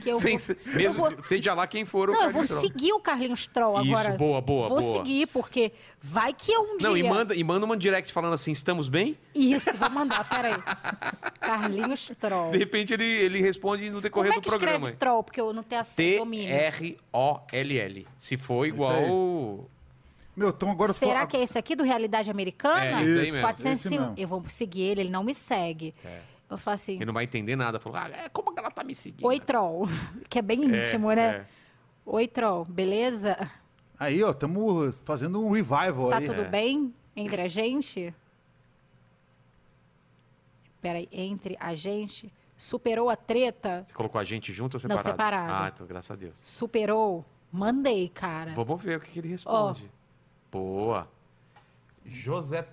[SPEAKER 3] Que eu
[SPEAKER 2] Sem,
[SPEAKER 3] vou-
[SPEAKER 2] mesmo,
[SPEAKER 3] eu vou-
[SPEAKER 2] seja lá quem for o
[SPEAKER 3] Não, eu vou
[SPEAKER 2] Carlinhos Troll.
[SPEAKER 3] seguir o Carlinhos Troll
[SPEAKER 2] Isso,
[SPEAKER 3] agora.
[SPEAKER 2] boa, boa,
[SPEAKER 3] vou
[SPEAKER 2] boa.
[SPEAKER 3] seguir, porque vai que eu um dia...
[SPEAKER 2] Não, e manda, e manda uma direct falando assim, estamos bem?
[SPEAKER 3] Isso, vou mandar, peraí.
[SPEAKER 2] [laughs]
[SPEAKER 3] Carlinhos Troll.
[SPEAKER 2] De repente ele, ele responde no
[SPEAKER 3] Como
[SPEAKER 2] decorrer
[SPEAKER 3] é que
[SPEAKER 2] do programa.
[SPEAKER 3] escreve Troll? Porque eu não tenho assim, domínio.
[SPEAKER 2] T-R-O-L-L. Se for
[SPEAKER 5] É aí.
[SPEAKER 2] igual.
[SPEAKER 5] Meu, então agora
[SPEAKER 3] Será
[SPEAKER 5] só-
[SPEAKER 3] que é esse aqui do Realidade Americana?
[SPEAKER 2] É, esse aí mesmo. É.
[SPEAKER 3] 405.
[SPEAKER 5] Esse mesmo.
[SPEAKER 3] Eu vou seguir ele, ele não me segue. Eu falo assim,
[SPEAKER 2] Ele não vai entender nada. Falou, ah, é, como que ela tá me seguindo?
[SPEAKER 3] oi Troll, [laughs] que é bem íntimo,
[SPEAKER 2] É,
[SPEAKER 3] né?
[SPEAKER 2] é.
[SPEAKER 3] Oi Troll, beleza?
[SPEAKER 5] Aí, ó, estamos fazendo um revival
[SPEAKER 3] Tá
[SPEAKER 5] aí.
[SPEAKER 3] tudo bem entre a gente? Peraí, entre a gente? Superou a treta?
[SPEAKER 2] Você colocou a gente junto ou
[SPEAKER 3] Não,
[SPEAKER 2] separado?
[SPEAKER 3] separado.
[SPEAKER 2] Ah, então, graças a Deus.
[SPEAKER 3] Superou? Mandei, cara.
[SPEAKER 2] Vamos ver o que, que ele responde. Boa. José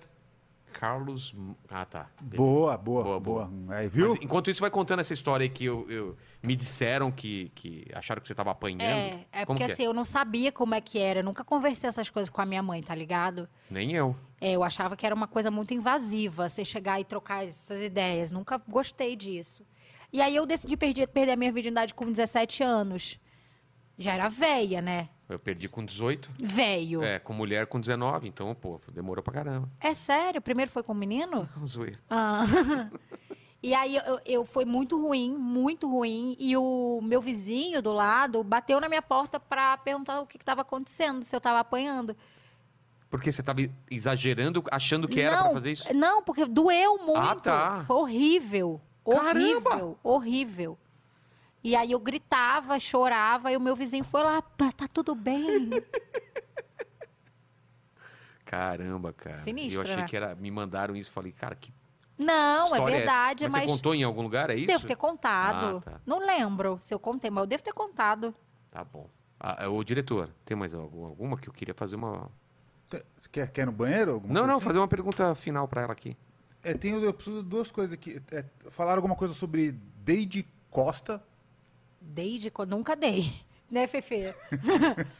[SPEAKER 2] Carlos. M- Ah, tá. Beleza.
[SPEAKER 5] Boa, boa,
[SPEAKER 2] Boa, boa.
[SPEAKER 5] boa. Aí, viu?
[SPEAKER 2] Mas, enquanto isso, vai contando essa história aí que eu, eu- me disseram que, que acharam que você tava apanhando.
[SPEAKER 3] É, é
[SPEAKER 2] Como
[SPEAKER 3] porque
[SPEAKER 2] que
[SPEAKER 3] assim, eu não sabia como é que era. Eu nunca conversei essas coisas com a minha mãe, tá ligado?
[SPEAKER 2] Nem eu.
[SPEAKER 3] É, eu achava que era uma coisa muito invasiva você chegar e trocar essas ideias. Nunca gostei disso. E aí eu decidi perder, perder a minha virgindade com 17 anos. Já era velha, né?
[SPEAKER 2] Eu perdi com 18.
[SPEAKER 3] Velho. É.
[SPEAKER 2] É, com mulher com 19. Então, pô, demorou pra caramba. [laughs]
[SPEAKER 3] sério? Primeiro foi com o menino?
[SPEAKER 2] Zoeira.
[SPEAKER 3] Ah. [laughs] E aí eu, eu foi muito ruim, muito ruim. E o meu vizinho do lado bateu na minha porta pra perguntar o que estava acontecendo, se eu tava apanhando.
[SPEAKER 2] Porque você tava exagerando, achando que era
[SPEAKER 3] não,
[SPEAKER 2] pra fazer isso?
[SPEAKER 3] Não, porque doeu muito.
[SPEAKER 2] Ah, tá.
[SPEAKER 3] Foi horrível. Horrível,
[SPEAKER 2] Caramba!
[SPEAKER 3] horrível. E aí eu gritava, chorava, e o meu vizinho foi lá, "Pá, tá tudo bem.
[SPEAKER 2] Caramba, cara.
[SPEAKER 3] Sinistro,
[SPEAKER 2] Eu achei
[SPEAKER 3] né?
[SPEAKER 2] que era. Me mandaram isso. Falei, cara, que
[SPEAKER 3] Não,
[SPEAKER 2] história
[SPEAKER 3] é verdade,
[SPEAKER 2] essa? Mas,
[SPEAKER 3] mas,
[SPEAKER 2] você contou em algum lugar, é isso?
[SPEAKER 3] devo ter contado.
[SPEAKER 2] Ah, tá.
[SPEAKER 3] Não lembro se eu contei, mas eu devo ter contado.
[SPEAKER 2] Tá bom. Ah, ô, diretor, tem mais algum- alguma que eu queria fazer uma.
[SPEAKER 5] Te- Quer, quer ir no banheiro? alguma
[SPEAKER 2] não,
[SPEAKER 5] coisa
[SPEAKER 2] não,
[SPEAKER 5] assim?
[SPEAKER 2] fazer uma pergunta final pra ela aqui.
[SPEAKER 5] É, tem, eu preciso de duas coisas aqui. É, falaram alguma coisa sobre Deide Costa.
[SPEAKER 3] Dei de co- nunca dei, [laughs] né, Fefe? [laughs]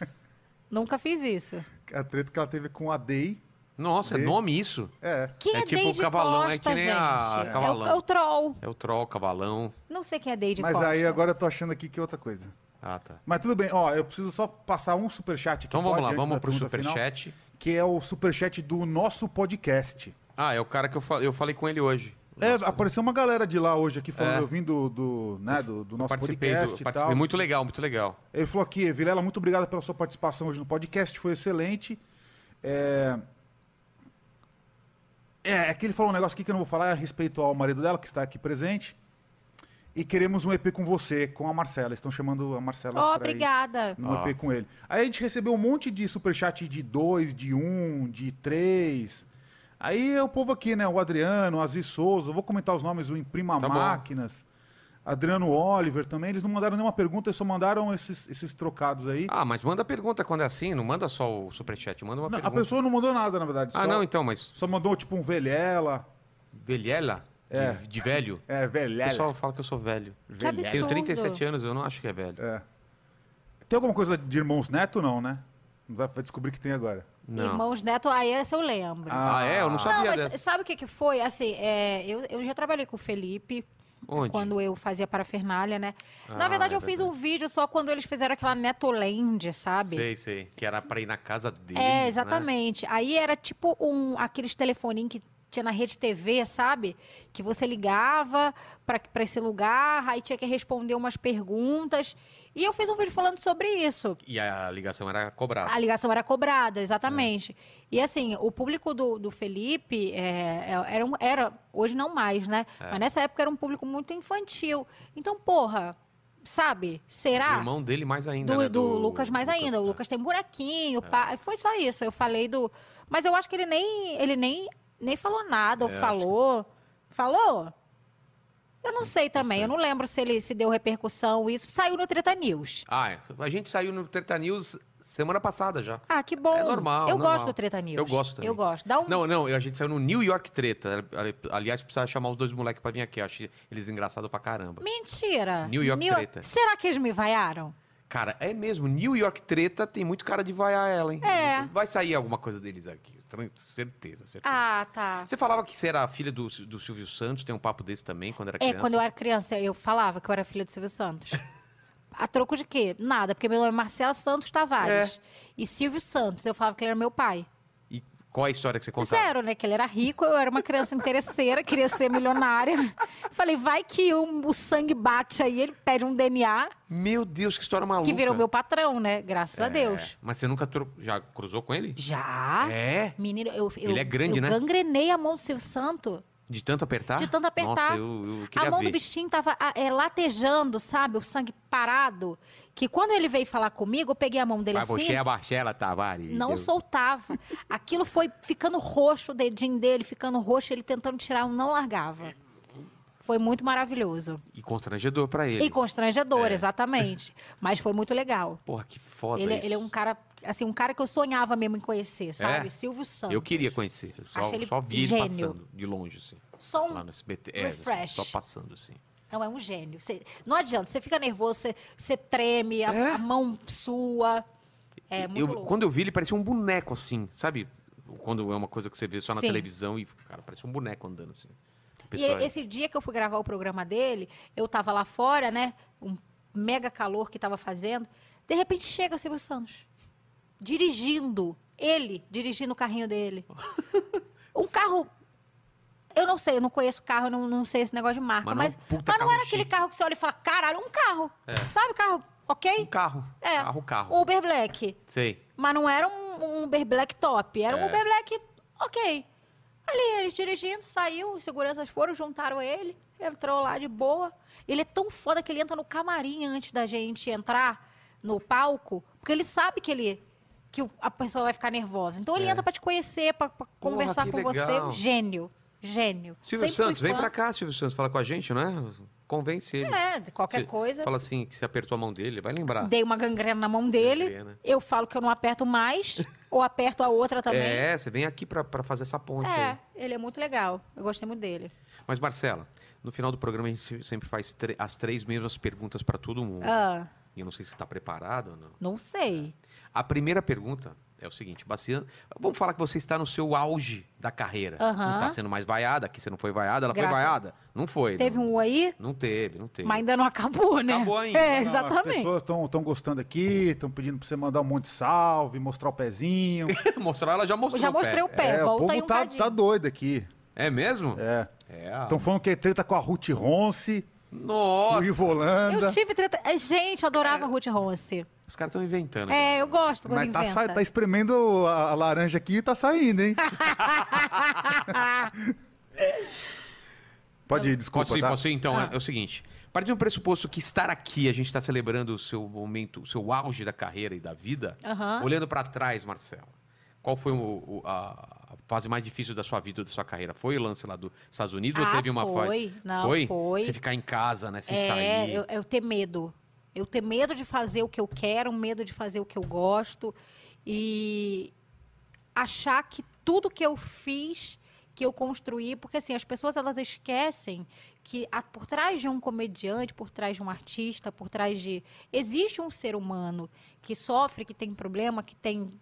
[SPEAKER 3] nunca fiz isso.
[SPEAKER 5] A treta que ela teve com a Dei.
[SPEAKER 2] Nossa, é
[SPEAKER 5] De-
[SPEAKER 2] nome isso?
[SPEAKER 5] É.
[SPEAKER 3] Quem
[SPEAKER 2] É
[SPEAKER 3] é,
[SPEAKER 2] tipo
[SPEAKER 3] Deide
[SPEAKER 2] o cavalão, é
[SPEAKER 3] Costa,
[SPEAKER 2] que nem
[SPEAKER 3] gente?
[SPEAKER 2] a cavalão.
[SPEAKER 3] É, o, é o troll.
[SPEAKER 2] É o troll, cavalão.
[SPEAKER 3] Não sei quem é Deide
[SPEAKER 5] Mas
[SPEAKER 3] Costa.
[SPEAKER 5] aí agora eu tô achando aqui que é outra coisa.
[SPEAKER 2] Ah, tá.
[SPEAKER 5] Mas tudo bem, ó, eu preciso só passar um superchat aqui.
[SPEAKER 2] Então vamos
[SPEAKER 5] pode,
[SPEAKER 2] lá,
[SPEAKER 5] antes
[SPEAKER 2] vamos
[SPEAKER 5] da
[SPEAKER 2] pro
[SPEAKER 5] pergunta final,
[SPEAKER 2] superchat.
[SPEAKER 5] Que é o superchat do nosso podcast.
[SPEAKER 2] Ah, é o cara que eu, fa- eu falei com ele hoje.
[SPEAKER 5] É, apareceu uma galera de lá hoje aqui falando,
[SPEAKER 2] É.
[SPEAKER 5] eu vim do, do, né, do, do
[SPEAKER 2] Eu
[SPEAKER 5] nosso
[SPEAKER 2] participei,
[SPEAKER 5] podcast
[SPEAKER 2] do,
[SPEAKER 5] e
[SPEAKER 2] participei.
[SPEAKER 5] tal.
[SPEAKER 2] Muito legal, muito legal.
[SPEAKER 5] Ele falou aqui, Vilela, muito obrigado pela sua participação hoje no podcast, foi excelente. É... É, é que ele falou um negócio aqui que eu não vou falar a respeito ao marido dela, que está aqui presente. E queremos um EP com você, com a Marcela. Estão chamando a Marcela
[SPEAKER 3] Ó,
[SPEAKER 5] pra ir
[SPEAKER 3] obrigada.
[SPEAKER 5] num
[SPEAKER 2] Ah.
[SPEAKER 5] EP um com ele. Aí a gente recebeu um monte de superchat de dois, de um, de três. Aí o povo aqui, né? O Adriano, o Aziz Souza, eu vou comentar os nomes, o Imprima
[SPEAKER 2] Tá bom.
[SPEAKER 5] Máquinas, Adriano Oliver também. Eles não mandaram nenhuma pergunta, eles só mandaram esses, esses trocados aí.
[SPEAKER 2] Ah, mas manda pergunta quando é assim, não manda só o superchat, manda uma
[SPEAKER 5] Não, a
[SPEAKER 2] pergunta.
[SPEAKER 5] pessoa não mandou nada, na verdade.
[SPEAKER 2] Ah,
[SPEAKER 5] só,
[SPEAKER 2] não, então, mas
[SPEAKER 5] só mandou tipo um velhela.
[SPEAKER 2] velhela? De, de velho?
[SPEAKER 5] É,
[SPEAKER 2] O
[SPEAKER 5] velhela.
[SPEAKER 2] pessoal fala que eu sou velho.
[SPEAKER 3] Que absurdo.
[SPEAKER 2] Tenho 37 anos, eu não acho que é velho.
[SPEAKER 5] É. Tem alguma coisa de irmãos neto, não, né? Vai, vai descobrir que tem agora.
[SPEAKER 2] Não.
[SPEAKER 3] Irmãos Neto, aí essa eu lembro.
[SPEAKER 2] Ah, é? Eu não
[SPEAKER 3] Não,
[SPEAKER 2] sabia
[SPEAKER 3] mas
[SPEAKER 2] dessa.
[SPEAKER 3] sabe o que, que foi? Assim, é, eu, eu já trabalhei com o Felipe
[SPEAKER 2] Onde?
[SPEAKER 3] quando eu fazia parafernália, né?
[SPEAKER 2] Ah,
[SPEAKER 3] Na verdade,
[SPEAKER 2] é
[SPEAKER 3] eu fiz um vídeo só quando eles fizeram aquela Netoland, sabe?
[SPEAKER 2] Sei, né? sei. Que era pra ir na casa dele.
[SPEAKER 3] É, exatamente. Aí era tipo um aqueles telefoninhos que tinha na rede TV, sabe? Que você ligava pra pra esse lugar, aí tinha que responder umas perguntas. E eu fiz um vídeo falando sobre isso.
[SPEAKER 2] E a ligação era cobrada.
[SPEAKER 3] A ligação era cobrada, exatamente.
[SPEAKER 2] É.
[SPEAKER 3] E assim, o público do, do Felipe é, é- era, um- era, hoje não mais, né?
[SPEAKER 2] É.
[SPEAKER 3] Mas nessa época era um público muito infantil. Então, porra, sabe? Será?
[SPEAKER 2] O irmão dele mais ainda,
[SPEAKER 3] do,
[SPEAKER 2] né?
[SPEAKER 3] do Lucas mais ainda. O
[SPEAKER 2] né?
[SPEAKER 3] Lucas tem buraquinho,
[SPEAKER 2] É.
[SPEAKER 3] pá. Foi só isso. Eu falei do. Mas eu acho que ele nem, ele nem, nem falou nada, ou
[SPEAKER 2] É, acho
[SPEAKER 3] falou. Falou? Eu não sei também. Eu não lembro se ele se deu repercussão, isso. Saiu no Treta News.
[SPEAKER 2] Ah, é. a gente saiu no Treta News semana passada já.
[SPEAKER 3] Ah, que bom.
[SPEAKER 2] É normal,
[SPEAKER 3] Eu
[SPEAKER 2] normal.
[SPEAKER 3] gosto do Treta News.
[SPEAKER 2] Eu gosto também.
[SPEAKER 3] Eu gosto. Dá um.
[SPEAKER 2] Não, não, a gente saiu no New York Treta. Ali- Aliás, precisava chamar os dois moleques pra vir aqui. Eu achei eles engraçados pra caramba.
[SPEAKER 3] Mentira.
[SPEAKER 2] New York Treta.
[SPEAKER 3] Será que eles me vaiaram?
[SPEAKER 2] Cara, é mesmo. New York Treta tem muito cara de vaiar ela, hein?
[SPEAKER 3] É.
[SPEAKER 2] Vai sair alguma coisa deles aqui. tran- Certeza, certeza.
[SPEAKER 3] Ah, tá.
[SPEAKER 2] Você falava que você era a filha do, do Silvio Santos, tem um papo desse também, quando era
[SPEAKER 3] É,
[SPEAKER 2] criança.
[SPEAKER 3] quando eu era criança, eu falava que eu era filha do
[SPEAKER 2] [laughs]
[SPEAKER 3] Silvio Santos. A troco de quê? Nada, porque meu nome é Marcela Santos Tavares.
[SPEAKER 2] É.
[SPEAKER 3] E Silvio Santos, eu falava que ele era meu pai.
[SPEAKER 2] E qual a história que você contava?
[SPEAKER 3] Zero, né? Que ele era rico, eu era uma criança interesseira, [laughs] queria ser milionária. Falei, vai que o, o sangue bate aí, ele pede um DNA,
[SPEAKER 2] Meu Deus, que história maluca.
[SPEAKER 3] que virou meu patrão, né? Graças a
[SPEAKER 2] Tá É,
[SPEAKER 3] Deus.
[SPEAKER 2] Mas você nunca tro- já cruzou com ele?
[SPEAKER 3] Já.
[SPEAKER 2] É?
[SPEAKER 3] Menino, eu, eu-
[SPEAKER 2] Ele é grande,
[SPEAKER 3] eu
[SPEAKER 2] né?
[SPEAKER 3] gangrenei a mão do Silvio Santo.
[SPEAKER 2] De tanto apertar?
[SPEAKER 3] De tanto
[SPEAKER 2] Nossa,
[SPEAKER 3] apertar.
[SPEAKER 2] eu, eu queria
[SPEAKER 3] a mão
[SPEAKER 2] ver.
[SPEAKER 3] do bichinho tava ah, é, latejando, sabe? O sangue parado. Que quando ele veio falar comigo, eu peguei a mão dele
[SPEAKER 2] Mas
[SPEAKER 3] assim.
[SPEAKER 2] você é a Marcela Tavares.
[SPEAKER 3] Não
[SPEAKER 2] eu-
[SPEAKER 3] soltava. Aquilo foi ficando roxo, o dedinho dele ficando roxo, ele tentando tirar, eu não largava. Foi muito maravilhoso.
[SPEAKER 2] E constrangedor pra ele.
[SPEAKER 3] E constrangedor, exatamente. Mas foi muito legal.
[SPEAKER 2] Porra, que foda
[SPEAKER 3] Ele,
[SPEAKER 2] isso.
[SPEAKER 3] ele é um cara, assim, um cara que eu sonhava mesmo em conhecer, sabe?
[SPEAKER 2] É?
[SPEAKER 3] Silvio Santos.
[SPEAKER 2] Eu queria conhecer. eu Só,
[SPEAKER 3] Achei ele
[SPEAKER 2] só vi ele
[SPEAKER 3] gênio.
[SPEAKER 2] passando, de longe, assim.
[SPEAKER 3] Só
[SPEAKER 2] Lá
[SPEAKER 3] um...
[SPEAKER 2] no SBT. É,
[SPEAKER 3] refresh.
[SPEAKER 2] só passando, assim.
[SPEAKER 3] Não, é um gênio. Você- Não adianta, você fica nervoso, você, você treme, a,
[SPEAKER 2] É?
[SPEAKER 3] a mão sua. É muito
[SPEAKER 2] Eu-
[SPEAKER 3] louco.
[SPEAKER 2] quando eu vi, ele parecia um boneco, assim, sabe? Quando é uma coisa que você vê só na
[SPEAKER 3] Sim.
[SPEAKER 2] televisão e, cara, parece um boneco andando, assim. A
[SPEAKER 3] E
[SPEAKER 2] pessoa-
[SPEAKER 3] esse dia que eu fui gravar o programa dele, eu tava lá fora, né? Um mega calor que tava fazendo. De repente chega o Silvio Santos.
[SPEAKER 2] [laughs]
[SPEAKER 3] Dirigindo. Ele dirigindo o carrinho dele. Um carro Eu não sei, eu não conheço carro, eu não, não sei esse negócio de marca.
[SPEAKER 2] Mas não é
[SPEAKER 3] Mas,
[SPEAKER 2] um
[SPEAKER 3] mas,
[SPEAKER 2] puta
[SPEAKER 3] não
[SPEAKER 2] carro
[SPEAKER 3] era aquele
[SPEAKER 2] chique.
[SPEAKER 3] carro que você olha e fala, caralho, um carro. Sabe, carro,
[SPEAKER 2] Um
[SPEAKER 3] ok?
[SPEAKER 2] carro.
[SPEAKER 3] É.
[SPEAKER 2] Carro, carro.
[SPEAKER 3] Uber Black.
[SPEAKER 2] Sei.
[SPEAKER 3] Mas não era um, um Uber Black top, era um
[SPEAKER 2] É.
[SPEAKER 3] Uber Black ok. Ali, ele dirigindo, saiu, os seguranças foram, juntaram ele, entrou lá de boa. Ele é tão foda que ele entra no camarim antes da gente entrar no palco, porque ele sabe que ele que o- a pessoa vai ficar nervosa. Então ele entra pra te conhecer, pra, pra conversar
[SPEAKER 2] É. que
[SPEAKER 3] com
[SPEAKER 2] legal.
[SPEAKER 3] você. Gênio, gênio.
[SPEAKER 2] Silvio
[SPEAKER 3] Sempre fui
[SPEAKER 2] Santos, vem
[SPEAKER 3] fã.
[SPEAKER 2] pra cá, Silvio Santos, fala com a gente, não é? Convence ele.
[SPEAKER 3] É, qualquer
[SPEAKER 2] Se-
[SPEAKER 3] coisa.
[SPEAKER 2] Fala assim, que você apertou a mão dele, ele vai lembrar. é, né?
[SPEAKER 3] Dei uma gangrena na mão dele.
[SPEAKER 2] Gangrena.
[SPEAKER 3] Eu falo que eu não
[SPEAKER 2] [laughs]
[SPEAKER 3] aperto mais, ou aperto a outra também.
[SPEAKER 2] É, você vem aqui pra, pra fazer essa ponte
[SPEAKER 3] É,
[SPEAKER 2] aí.
[SPEAKER 3] ele é muito legal. Eu gostei muito dele.
[SPEAKER 2] Mas, Marcela, no final do programa a gente sempre faz tre- as três mesmas perguntas pra todo mundo.
[SPEAKER 3] Ah,
[SPEAKER 2] E eu não sei se você tá preparado ou não.
[SPEAKER 3] não sei.
[SPEAKER 2] A primeira pergunta é o seguinte, Bacian, vamos falar que você está no seu auge da carreira. Não
[SPEAKER 3] Aham.
[SPEAKER 2] está sendo mais vaiada, aqui você não foi vaiada, ela
[SPEAKER 3] Graças
[SPEAKER 2] foi
[SPEAKER 3] a-
[SPEAKER 2] vaiada? Não foi.
[SPEAKER 3] Teve
[SPEAKER 2] não,
[SPEAKER 3] um aí,
[SPEAKER 2] não teve, não teve.
[SPEAKER 3] mas ainda não acabou, né?
[SPEAKER 2] Acabou ainda.
[SPEAKER 3] [laughs] É,
[SPEAKER 5] As
[SPEAKER 3] exatamente.
[SPEAKER 5] pessoas estão gostando aqui, estão pedindo pra você mandar um monte de salve, mostrar o pezinho.
[SPEAKER 2] Mostrar, ela já [laughs]
[SPEAKER 3] Eu
[SPEAKER 2] mostrou
[SPEAKER 3] já
[SPEAKER 2] o pé.
[SPEAKER 3] mostrei o [laughs] pé,
[SPEAKER 5] é, o
[SPEAKER 3] volta aí
[SPEAKER 5] povo
[SPEAKER 3] um
[SPEAKER 5] tá,
[SPEAKER 3] cadinho.
[SPEAKER 5] tá doido aqui.
[SPEAKER 2] É mesmo?
[SPEAKER 5] É.
[SPEAKER 2] É. ah,
[SPEAKER 5] Estão falando que é treta com a Ruth Ronce, o
[SPEAKER 2] Nossa!
[SPEAKER 5] Ivo Holanda.
[SPEAKER 3] Eu tive treta. é, Gente, eu adorava Ruth Ronce.
[SPEAKER 2] Os caras estão inventando.
[SPEAKER 3] É, eu gosto quando
[SPEAKER 5] Mas tá,
[SPEAKER 3] inventa.
[SPEAKER 5] sa- tá espremendo a a laranja aqui e tá
[SPEAKER 3] [laughs]
[SPEAKER 5] saindo, hein? Pode ir, desculpa,
[SPEAKER 2] Posso ir,
[SPEAKER 5] tá?
[SPEAKER 2] posso ir? Então,
[SPEAKER 3] Ah.
[SPEAKER 2] é, é o seguinte. Partindo do pressuposto que estar aqui, a gente está celebrando o seu momento, o seu auge da carreira e da vida.
[SPEAKER 3] Aham.
[SPEAKER 2] Olhando pra trás, Marcelo, qual foi o- o- a, a fase mais difícil da sua vida ou da sua carreira? Foi o lance lá dos Estados Unidos ou
[SPEAKER 3] Ah,
[SPEAKER 2] teve uma fase?
[SPEAKER 3] foi. Não,
[SPEAKER 2] foi?
[SPEAKER 3] foi.
[SPEAKER 2] Você ficar em casa, né? Sem
[SPEAKER 3] é,
[SPEAKER 2] sair.
[SPEAKER 3] eu, eu ter medo. Eu ter medo de fazer o que eu quero, medo de fazer o que eu gosto. E achar que tudo que eu fiz, que eu construí, porque assim, as pessoas elas esquecem que a- por trás de um comediante, por trás de um artista, por trás de. Existe um ser humano que sofre, que tem problema, que tem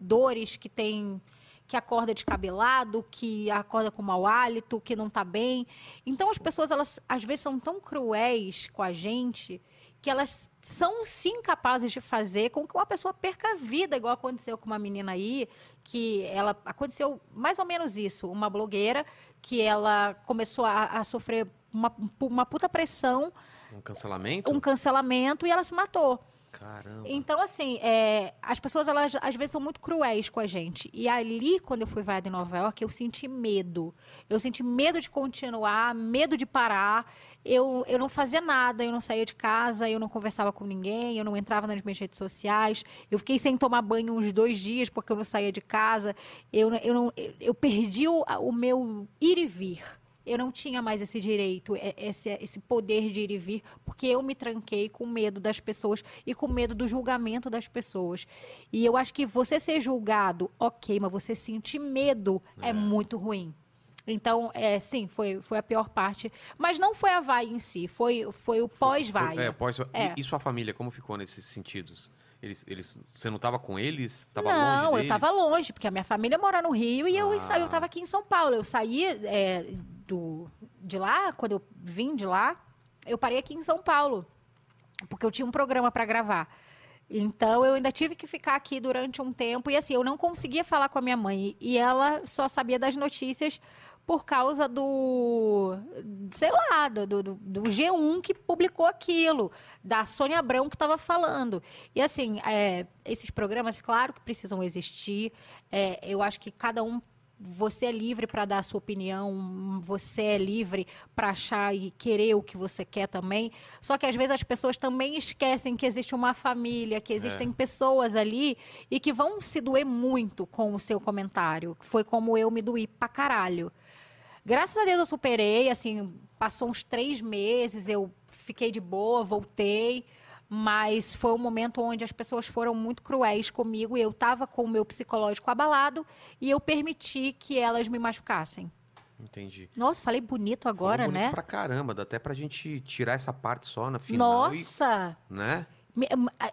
[SPEAKER 3] dores, que tem. que acorda descabelado, que acorda com mau hálito, que não tá bem. Então as pessoas, elas às vezes são tão cruéis com a gente que elas são sim capazes de fazer com que uma pessoa perca a vida, igual aconteceu com uma menina aí, que ela aconteceu mais ou menos isso, uma blogueira que ela começou a, a sofrer uma, uma puta pressão,
[SPEAKER 2] Um cancelamento?
[SPEAKER 3] um cancelamento e ela se matou.
[SPEAKER 2] Caramba.
[SPEAKER 3] Então, assim, é, as pessoas, elas às vezes são muito cruéis com a gente. E ali, quando eu fui vaiada em Nova York, eu senti medo. Eu senti medo de continuar, medo de parar. Eu, eu não fazia nada, eu não saía de casa, eu não conversava com ninguém, eu não entrava nas minhas redes sociais. Eu fiquei sem tomar banho uns dois dias porque eu não saía de casa. Eu, não- eu, não, eu, eu perdi o, o meu ir e vir. Eu não tinha mais esse direito, é- esse, esse poder de ir e vir, porque eu me tranquei com medo das pessoas e com medo do julgamento das pessoas. E eu acho que você ser julgado, ok, mas você sentir medo é,
[SPEAKER 2] É.
[SPEAKER 3] muito ruim. Então, é, sim, foi, foi a pior parte. Mas não foi a vai em si, foi, foi o pós-vai.
[SPEAKER 2] Foi- É, pós
[SPEAKER 3] É.
[SPEAKER 2] E, e sua família, como ficou nesses sentidos? Eles, eles, você não tava com eles? Tava longe
[SPEAKER 3] Não, eu
[SPEAKER 2] deles?
[SPEAKER 3] estava longe, porque a minha família mora no Rio e eu,
[SPEAKER 2] Ah.
[SPEAKER 3] sa- eu estava aqui em São Paulo. Eu saí é, do, de lá, quando eu vim de lá, eu parei aqui em São Paulo, porque eu tinha um programa para gravar. Então, eu ainda tive que ficar aqui durante um tempo. E assim, eu não conseguia falar com a minha mãe. E ela só sabia das notícias por causa do. Sei lá, do, do, do G1 que publicou aquilo, da Sônia Abrão que estava falando. E assim, é, esses programas, claro que precisam existir. É, eu acho que cada um. Você é livre para dar a sua opinião, você é livre para achar e querer o que você quer também. Só que às vezes as pessoas também esquecem que existe uma família, que existem pessoas ali e que vão se doer muito com o seu comentário. Foi como eu me doí pra caralho. Graças a Deus eu superei, assim, passou uns três meses, eu fiquei de boa, voltei. Mas foi um momento onde as pessoas foram muito cruéis comigo e eu estava com o meu psicológico abalado e eu permiti que elas me machucassem.
[SPEAKER 2] Entendi.
[SPEAKER 3] Nossa, falei bonito
[SPEAKER 2] Falou
[SPEAKER 3] agora,
[SPEAKER 2] bonito
[SPEAKER 3] né?
[SPEAKER 2] pra caramba, dá até pra gente tirar essa parte só na final. e-
[SPEAKER 3] Nossa!
[SPEAKER 2] né?
[SPEAKER 3] Me- em- a-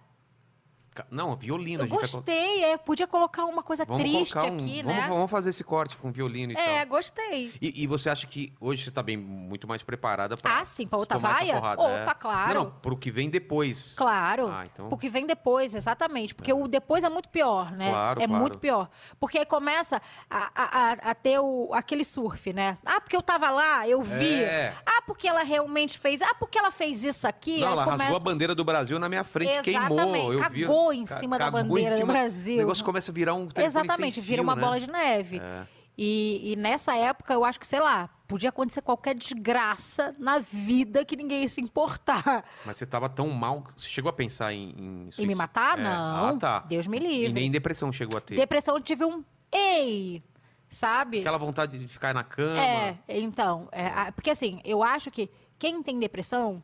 [SPEAKER 2] Ca- Não, violino.
[SPEAKER 3] eh, Eu
[SPEAKER 2] a gente vai colocar-
[SPEAKER 3] gostei, é. Podia colocar uma coisa triste
[SPEAKER 2] colocar um-
[SPEAKER 3] aqui,
[SPEAKER 2] vamos, então.
[SPEAKER 3] né?
[SPEAKER 2] vamos fazer esse corte com violino e
[SPEAKER 3] É,
[SPEAKER 2] tal.
[SPEAKER 3] gostei.
[SPEAKER 2] E, e você acha que hoje você tá bem, muito mais preparada pra.
[SPEAKER 3] Ah, sim, pra outra
[SPEAKER 2] tomar essa
[SPEAKER 3] vaia?
[SPEAKER 2] porrada,
[SPEAKER 3] Opa,
[SPEAKER 2] é.
[SPEAKER 3] claro.
[SPEAKER 2] Não, não, pro que vem depois.
[SPEAKER 3] Claro.
[SPEAKER 2] Ah, então.
[SPEAKER 3] O que vem depois, exatamente. Porque o depois é muito pior, né?
[SPEAKER 2] Claro,
[SPEAKER 3] é
[SPEAKER 2] claro.
[SPEAKER 3] muito pior. Porque aí começa a, a- a- a ter o, aquele surf, né? Ah, porque eu tava lá, eu vi.
[SPEAKER 2] É.
[SPEAKER 3] Ah, porque ela realmente fez. Ah, porque ela fez isso aqui.
[SPEAKER 2] Não,
[SPEAKER 3] aí
[SPEAKER 2] ela rasgou
[SPEAKER 3] começa-
[SPEAKER 2] a bandeira do Brasil na minha frente,
[SPEAKER 3] Exatamente,
[SPEAKER 2] queimou. Eu vi.
[SPEAKER 3] cagou em
[SPEAKER 2] Ca-
[SPEAKER 3] cima da
[SPEAKER 2] cagou em
[SPEAKER 3] bandeira do
[SPEAKER 2] cima.
[SPEAKER 3] Brasil.
[SPEAKER 2] O negócio começa a virar um telefone sem
[SPEAKER 3] Exatamente, vira
[SPEAKER 2] fio,
[SPEAKER 3] uma
[SPEAKER 2] né?
[SPEAKER 3] bola de neve.
[SPEAKER 2] É.
[SPEAKER 3] E, e nessa época, eu acho que, sei lá, podia acontecer qualquer desgraça na vida que ninguém ia se importar.
[SPEAKER 2] É, Mas você tava tão mal. Você chegou a pensar em. em
[SPEAKER 3] E me
[SPEAKER 2] suicídio?
[SPEAKER 3] matar?
[SPEAKER 2] É.
[SPEAKER 3] Não.
[SPEAKER 2] Ah, tá.
[SPEAKER 3] Deus me
[SPEAKER 2] E
[SPEAKER 3] livre.
[SPEAKER 2] nem depressão chegou a ter.
[SPEAKER 3] Depressão, eu tive um ei, sabe?
[SPEAKER 2] Aquela vontade de ficar na cama.
[SPEAKER 3] É, então, é, a- porque assim, eu acho que quem tem depressão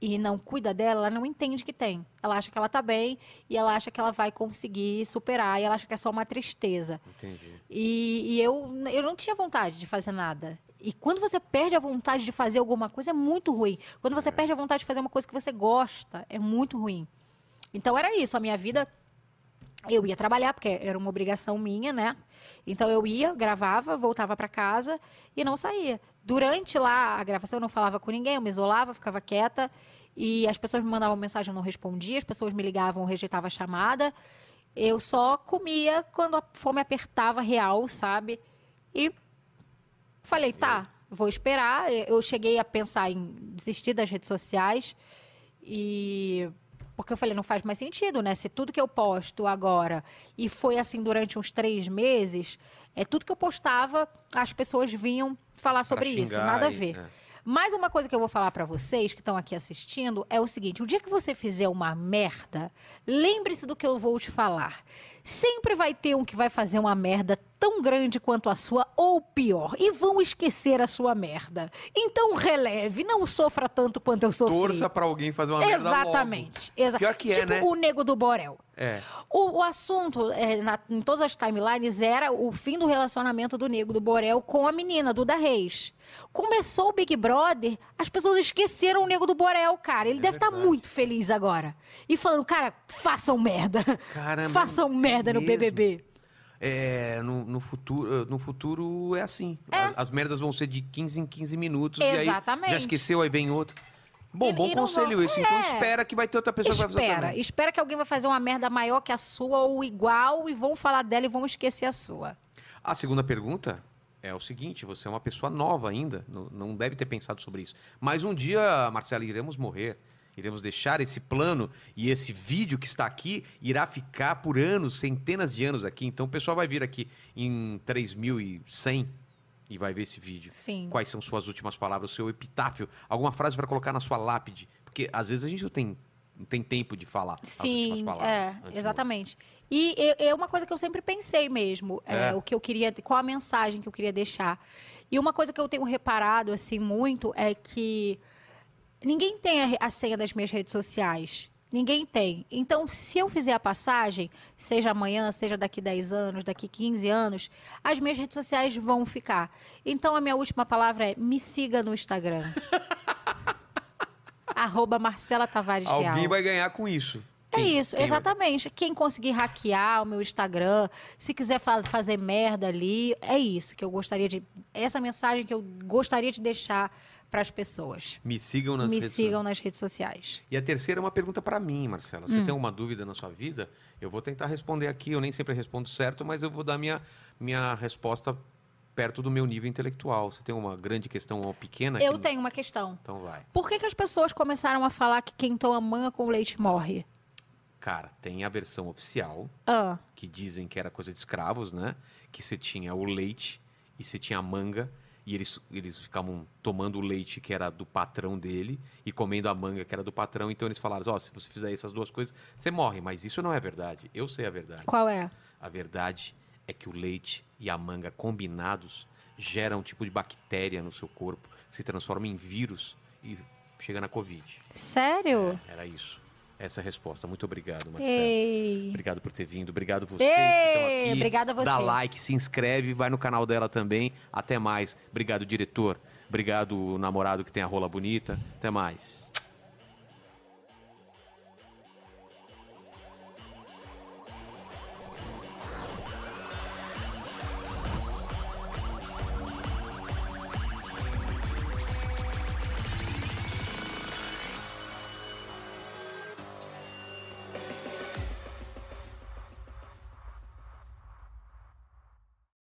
[SPEAKER 3] e não cuida dela, ela não entende que tem. Ela acha que ela tá bem e ela acha que ela vai conseguir superar e ela acha que é só uma tristeza.
[SPEAKER 2] Entendi.
[SPEAKER 3] E, e eu, eu não tinha vontade de fazer nada. E quando você perde a vontade de fazer alguma coisa, é muito ruim. Quando você perde a vontade de fazer uma coisa que você gosta, é muito ruim. Então era isso, a minha vida. Eu ia trabalhar, porque era uma obrigação minha, né? Então eu ia, gravava, voltava para casa e não saía. Durante lá a gravação eu não falava com ninguém, eu me isolava, ficava quieta. E as pessoas me mandavam mensagem, eu não respondia, as pessoas me ligavam, eu rejeitava a chamada. Eu só comia quando a fome apertava real, sabe? E falei, tá, vou esperar. E- Eu cheguei a pensar em desistir das redes sociais. E. Porque eu falei, não faz mais sentido, né? Se tudo que eu posto agora, e foi assim durante uns três meses, é tudo que eu postava, as pessoas vinham falar Ah, sobre
[SPEAKER 2] Pra
[SPEAKER 3] isso.
[SPEAKER 2] xingar
[SPEAKER 3] Nada a
[SPEAKER 2] e-
[SPEAKER 3] ver.
[SPEAKER 2] é.
[SPEAKER 3] Mas uma coisa que eu vou falar pra vocês que estão aqui assistindo é o seguinte: o dia que você fizer uma merda, lembre-se do que eu vou te falar. Sempre vai ter um que vai fazer uma merda tão grande quanto a sua ou pior e vão esquecer a sua merda. Então releve, não sofra tanto quanto eu sofri.
[SPEAKER 2] Torça pra alguém fazer uma merda logo.
[SPEAKER 3] Exatamente. Exa
[SPEAKER 2] Pior que é,
[SPEAKER 3] tipo
[SPEAKER 2] né?
[SPEAKER 3] o nego do Borel.
[SPEAKER 2] É.
[SPEAKER 3] O, o assunto é, na- em todas as timelines era o fim do relacionamento do Nego do Borel com a menina, Duda Reis. Começou o Big Brother, as pessoas esqueceram o Nego do Borel, cara. Ele
[SPEAKER 2] É
[SPEAKER 3] deve estar
[SPEAKER 2] verdade.
[SPEAKER 3] muito feliz agora. E falando, cara, façam merda.
[SPEAKER 2] Caramba,
[SPEAKER 3] façam
[SPEAKER 2] é
[SPEAKER 3] merda no
[SPEAKER 2] mesmo?
[SPEAKER 3] BBB.
[SPEAKER 2] É, no, no futuro, no futuro é assim. A- As, merdas vão ser de 15 em 15 minutos. E aí,
[SPEAKER 3] Exatamente.
[SPEAKER 2] já esqueceu, aí vem outro. Bom,
[SPEAKER 3] E-
[SPEAKER 2] bom
[SPEAKER 3] e não
[SPEAKER 2] conselho
[SPEAKER 3] vão-
[SPEAKER 2] isso. Então
[SPEAKER 3] É.
[SPEAKER 2] espera que vai ter outra pessoa que vai fazer
[SPEAKER 3] espera,
[SPEAKER 2] também.
[SPEAKER 3] espera que alguém vai fazer uma merda maior que a sua ou igual e vão falar dela e vão esquecer a sua.
[SPEAKER 2] A segunda pergunta é o seguinte: você é uma pessoa nova ainda, não, não deve ter pensado sobre isso. Mas um dia, Marcela, iremos morrer. Iremos deixar esse plano e esse vídeo que está aqui irá ficar por anos, centenas de anos aqui. Então o pessoal vai vir aqui em 3100 e vai ver esse vídeo.
[SPEAKER 3] Sim.
[SPEAKER 2] Quais são suas últimas palavras, o seu epitáfio, alguma frase para colocar na sua lápide? Porque às vezes a gente não tem, não tem tempo de falar as últimas
[SPEAKER 3] Sim,
[SPEAKER 2] palavras. antes de
[SPEAKER 3] é,
[SPEAKER 2] morrer.
[SPEAKER 3] exatamente. E e- é uma coisa que eu sempre pensei mesmo, é,
[SPEAKER 2] É.
[SPEAKER 3] o que eu queria, qual a mensagem que eu queria deixar. E uma coisa que eu tenho reparado assim muito é que ninguém tem a, re- a senha das minhas redes sociais. Ninguém tem. Então, se eu fizer a passagem, seja amanhã, seja daqui 10 anos, daqui 15 anos, as minhas redes sociais vão ficar. Então, a minha última palavra é: me siga
[SPEAKER 2] [laughs]
[SPEAKER 3] no Instagram. Arroba Marcela Tavares Real.
[SPEAKER 2] Alguém vai ganhar com isso.
[SPEAKER 3] É
[SPEAKER 2] Quem-
[SPEAKER 3] isso,
[SPEAKER 2] quem vai-
[SPEAKER 3] exatamente. Quem conseguir hackear o meu Instagram, se quiser fa- fazer merda ali, é isso que eu gostaria de. Essa mensagem que eu gostaria de deixar para as pessoas.
[SPEAKER 2] Me sigam nas
[SPEAKER 3] Me
[SPEAKER 2] redes
[SPEAKER 3] sigam
[SPEAKER 2] sociais.
[SPEAKER 3] nas redes sociais.
[SPEAKER 2] E a terceira é uma pergunta para mim, Marcela.
[SPEAKER 3] Hum.
[SPEAKER 2] Você tem alguma dúvida na sua vida? Eu vou tentar responder aqui. Eu nem sempre respondo certo, mas eu vou dar minha, minha resposta perto do meu nível intelectual. Você tem uma grande questão ou pequena?
[SPEAKER 3] Eu
[SPEAKER 2] é que-
[SPEAKER 3] tenho uma questão.
[SPEAKER 2] Então vai.
[SPEAKER 3] Por que, que as pessoas começaram a falar que quem toma manga com leite morre?
[SPEAKER 2] Cara, tem a versão oficial,
[SPEAKER 3] Ah,
[SPEAKER 2] que dizem que era coisa de escravos, né? Que você tinha o leite e você tinha a manga. E eles, eles ficavam tomando o leite que era do patrão dele e comendo a manga que era do patrão. Então eles falaram: Ó, se você fizer essas duas coisas, você morre. Mas isso não é verdade. Eu sei a verdade.
[SPEAKER 3] qual é?
[SPEAKER 2] A verdade é que o leite e a manga combinados geram um tipo de bactéria no seu corpo, que se transforma em vírus e chega na Covid.
[SPEAKER 3] Sério?
[SPEAKER 2] Era isso. Essa é a resposta. Muito obrigado, Marcelo.
[SPEAKER 3] Ei.
[SPEAKER 2] Obrigado por ter vindo. Obrigado vocês que
[SPEAKER 3] Ei,
[SPEAKER 2] estão aqui.
[SPEAKER 3] obrigada a você.
[SPEAKER 2] Dá like, se inscreve, vai no canal dela também. Até mais. Obrigado, diretor. Obrigado, namorado que tem a rola bonita. Até mais.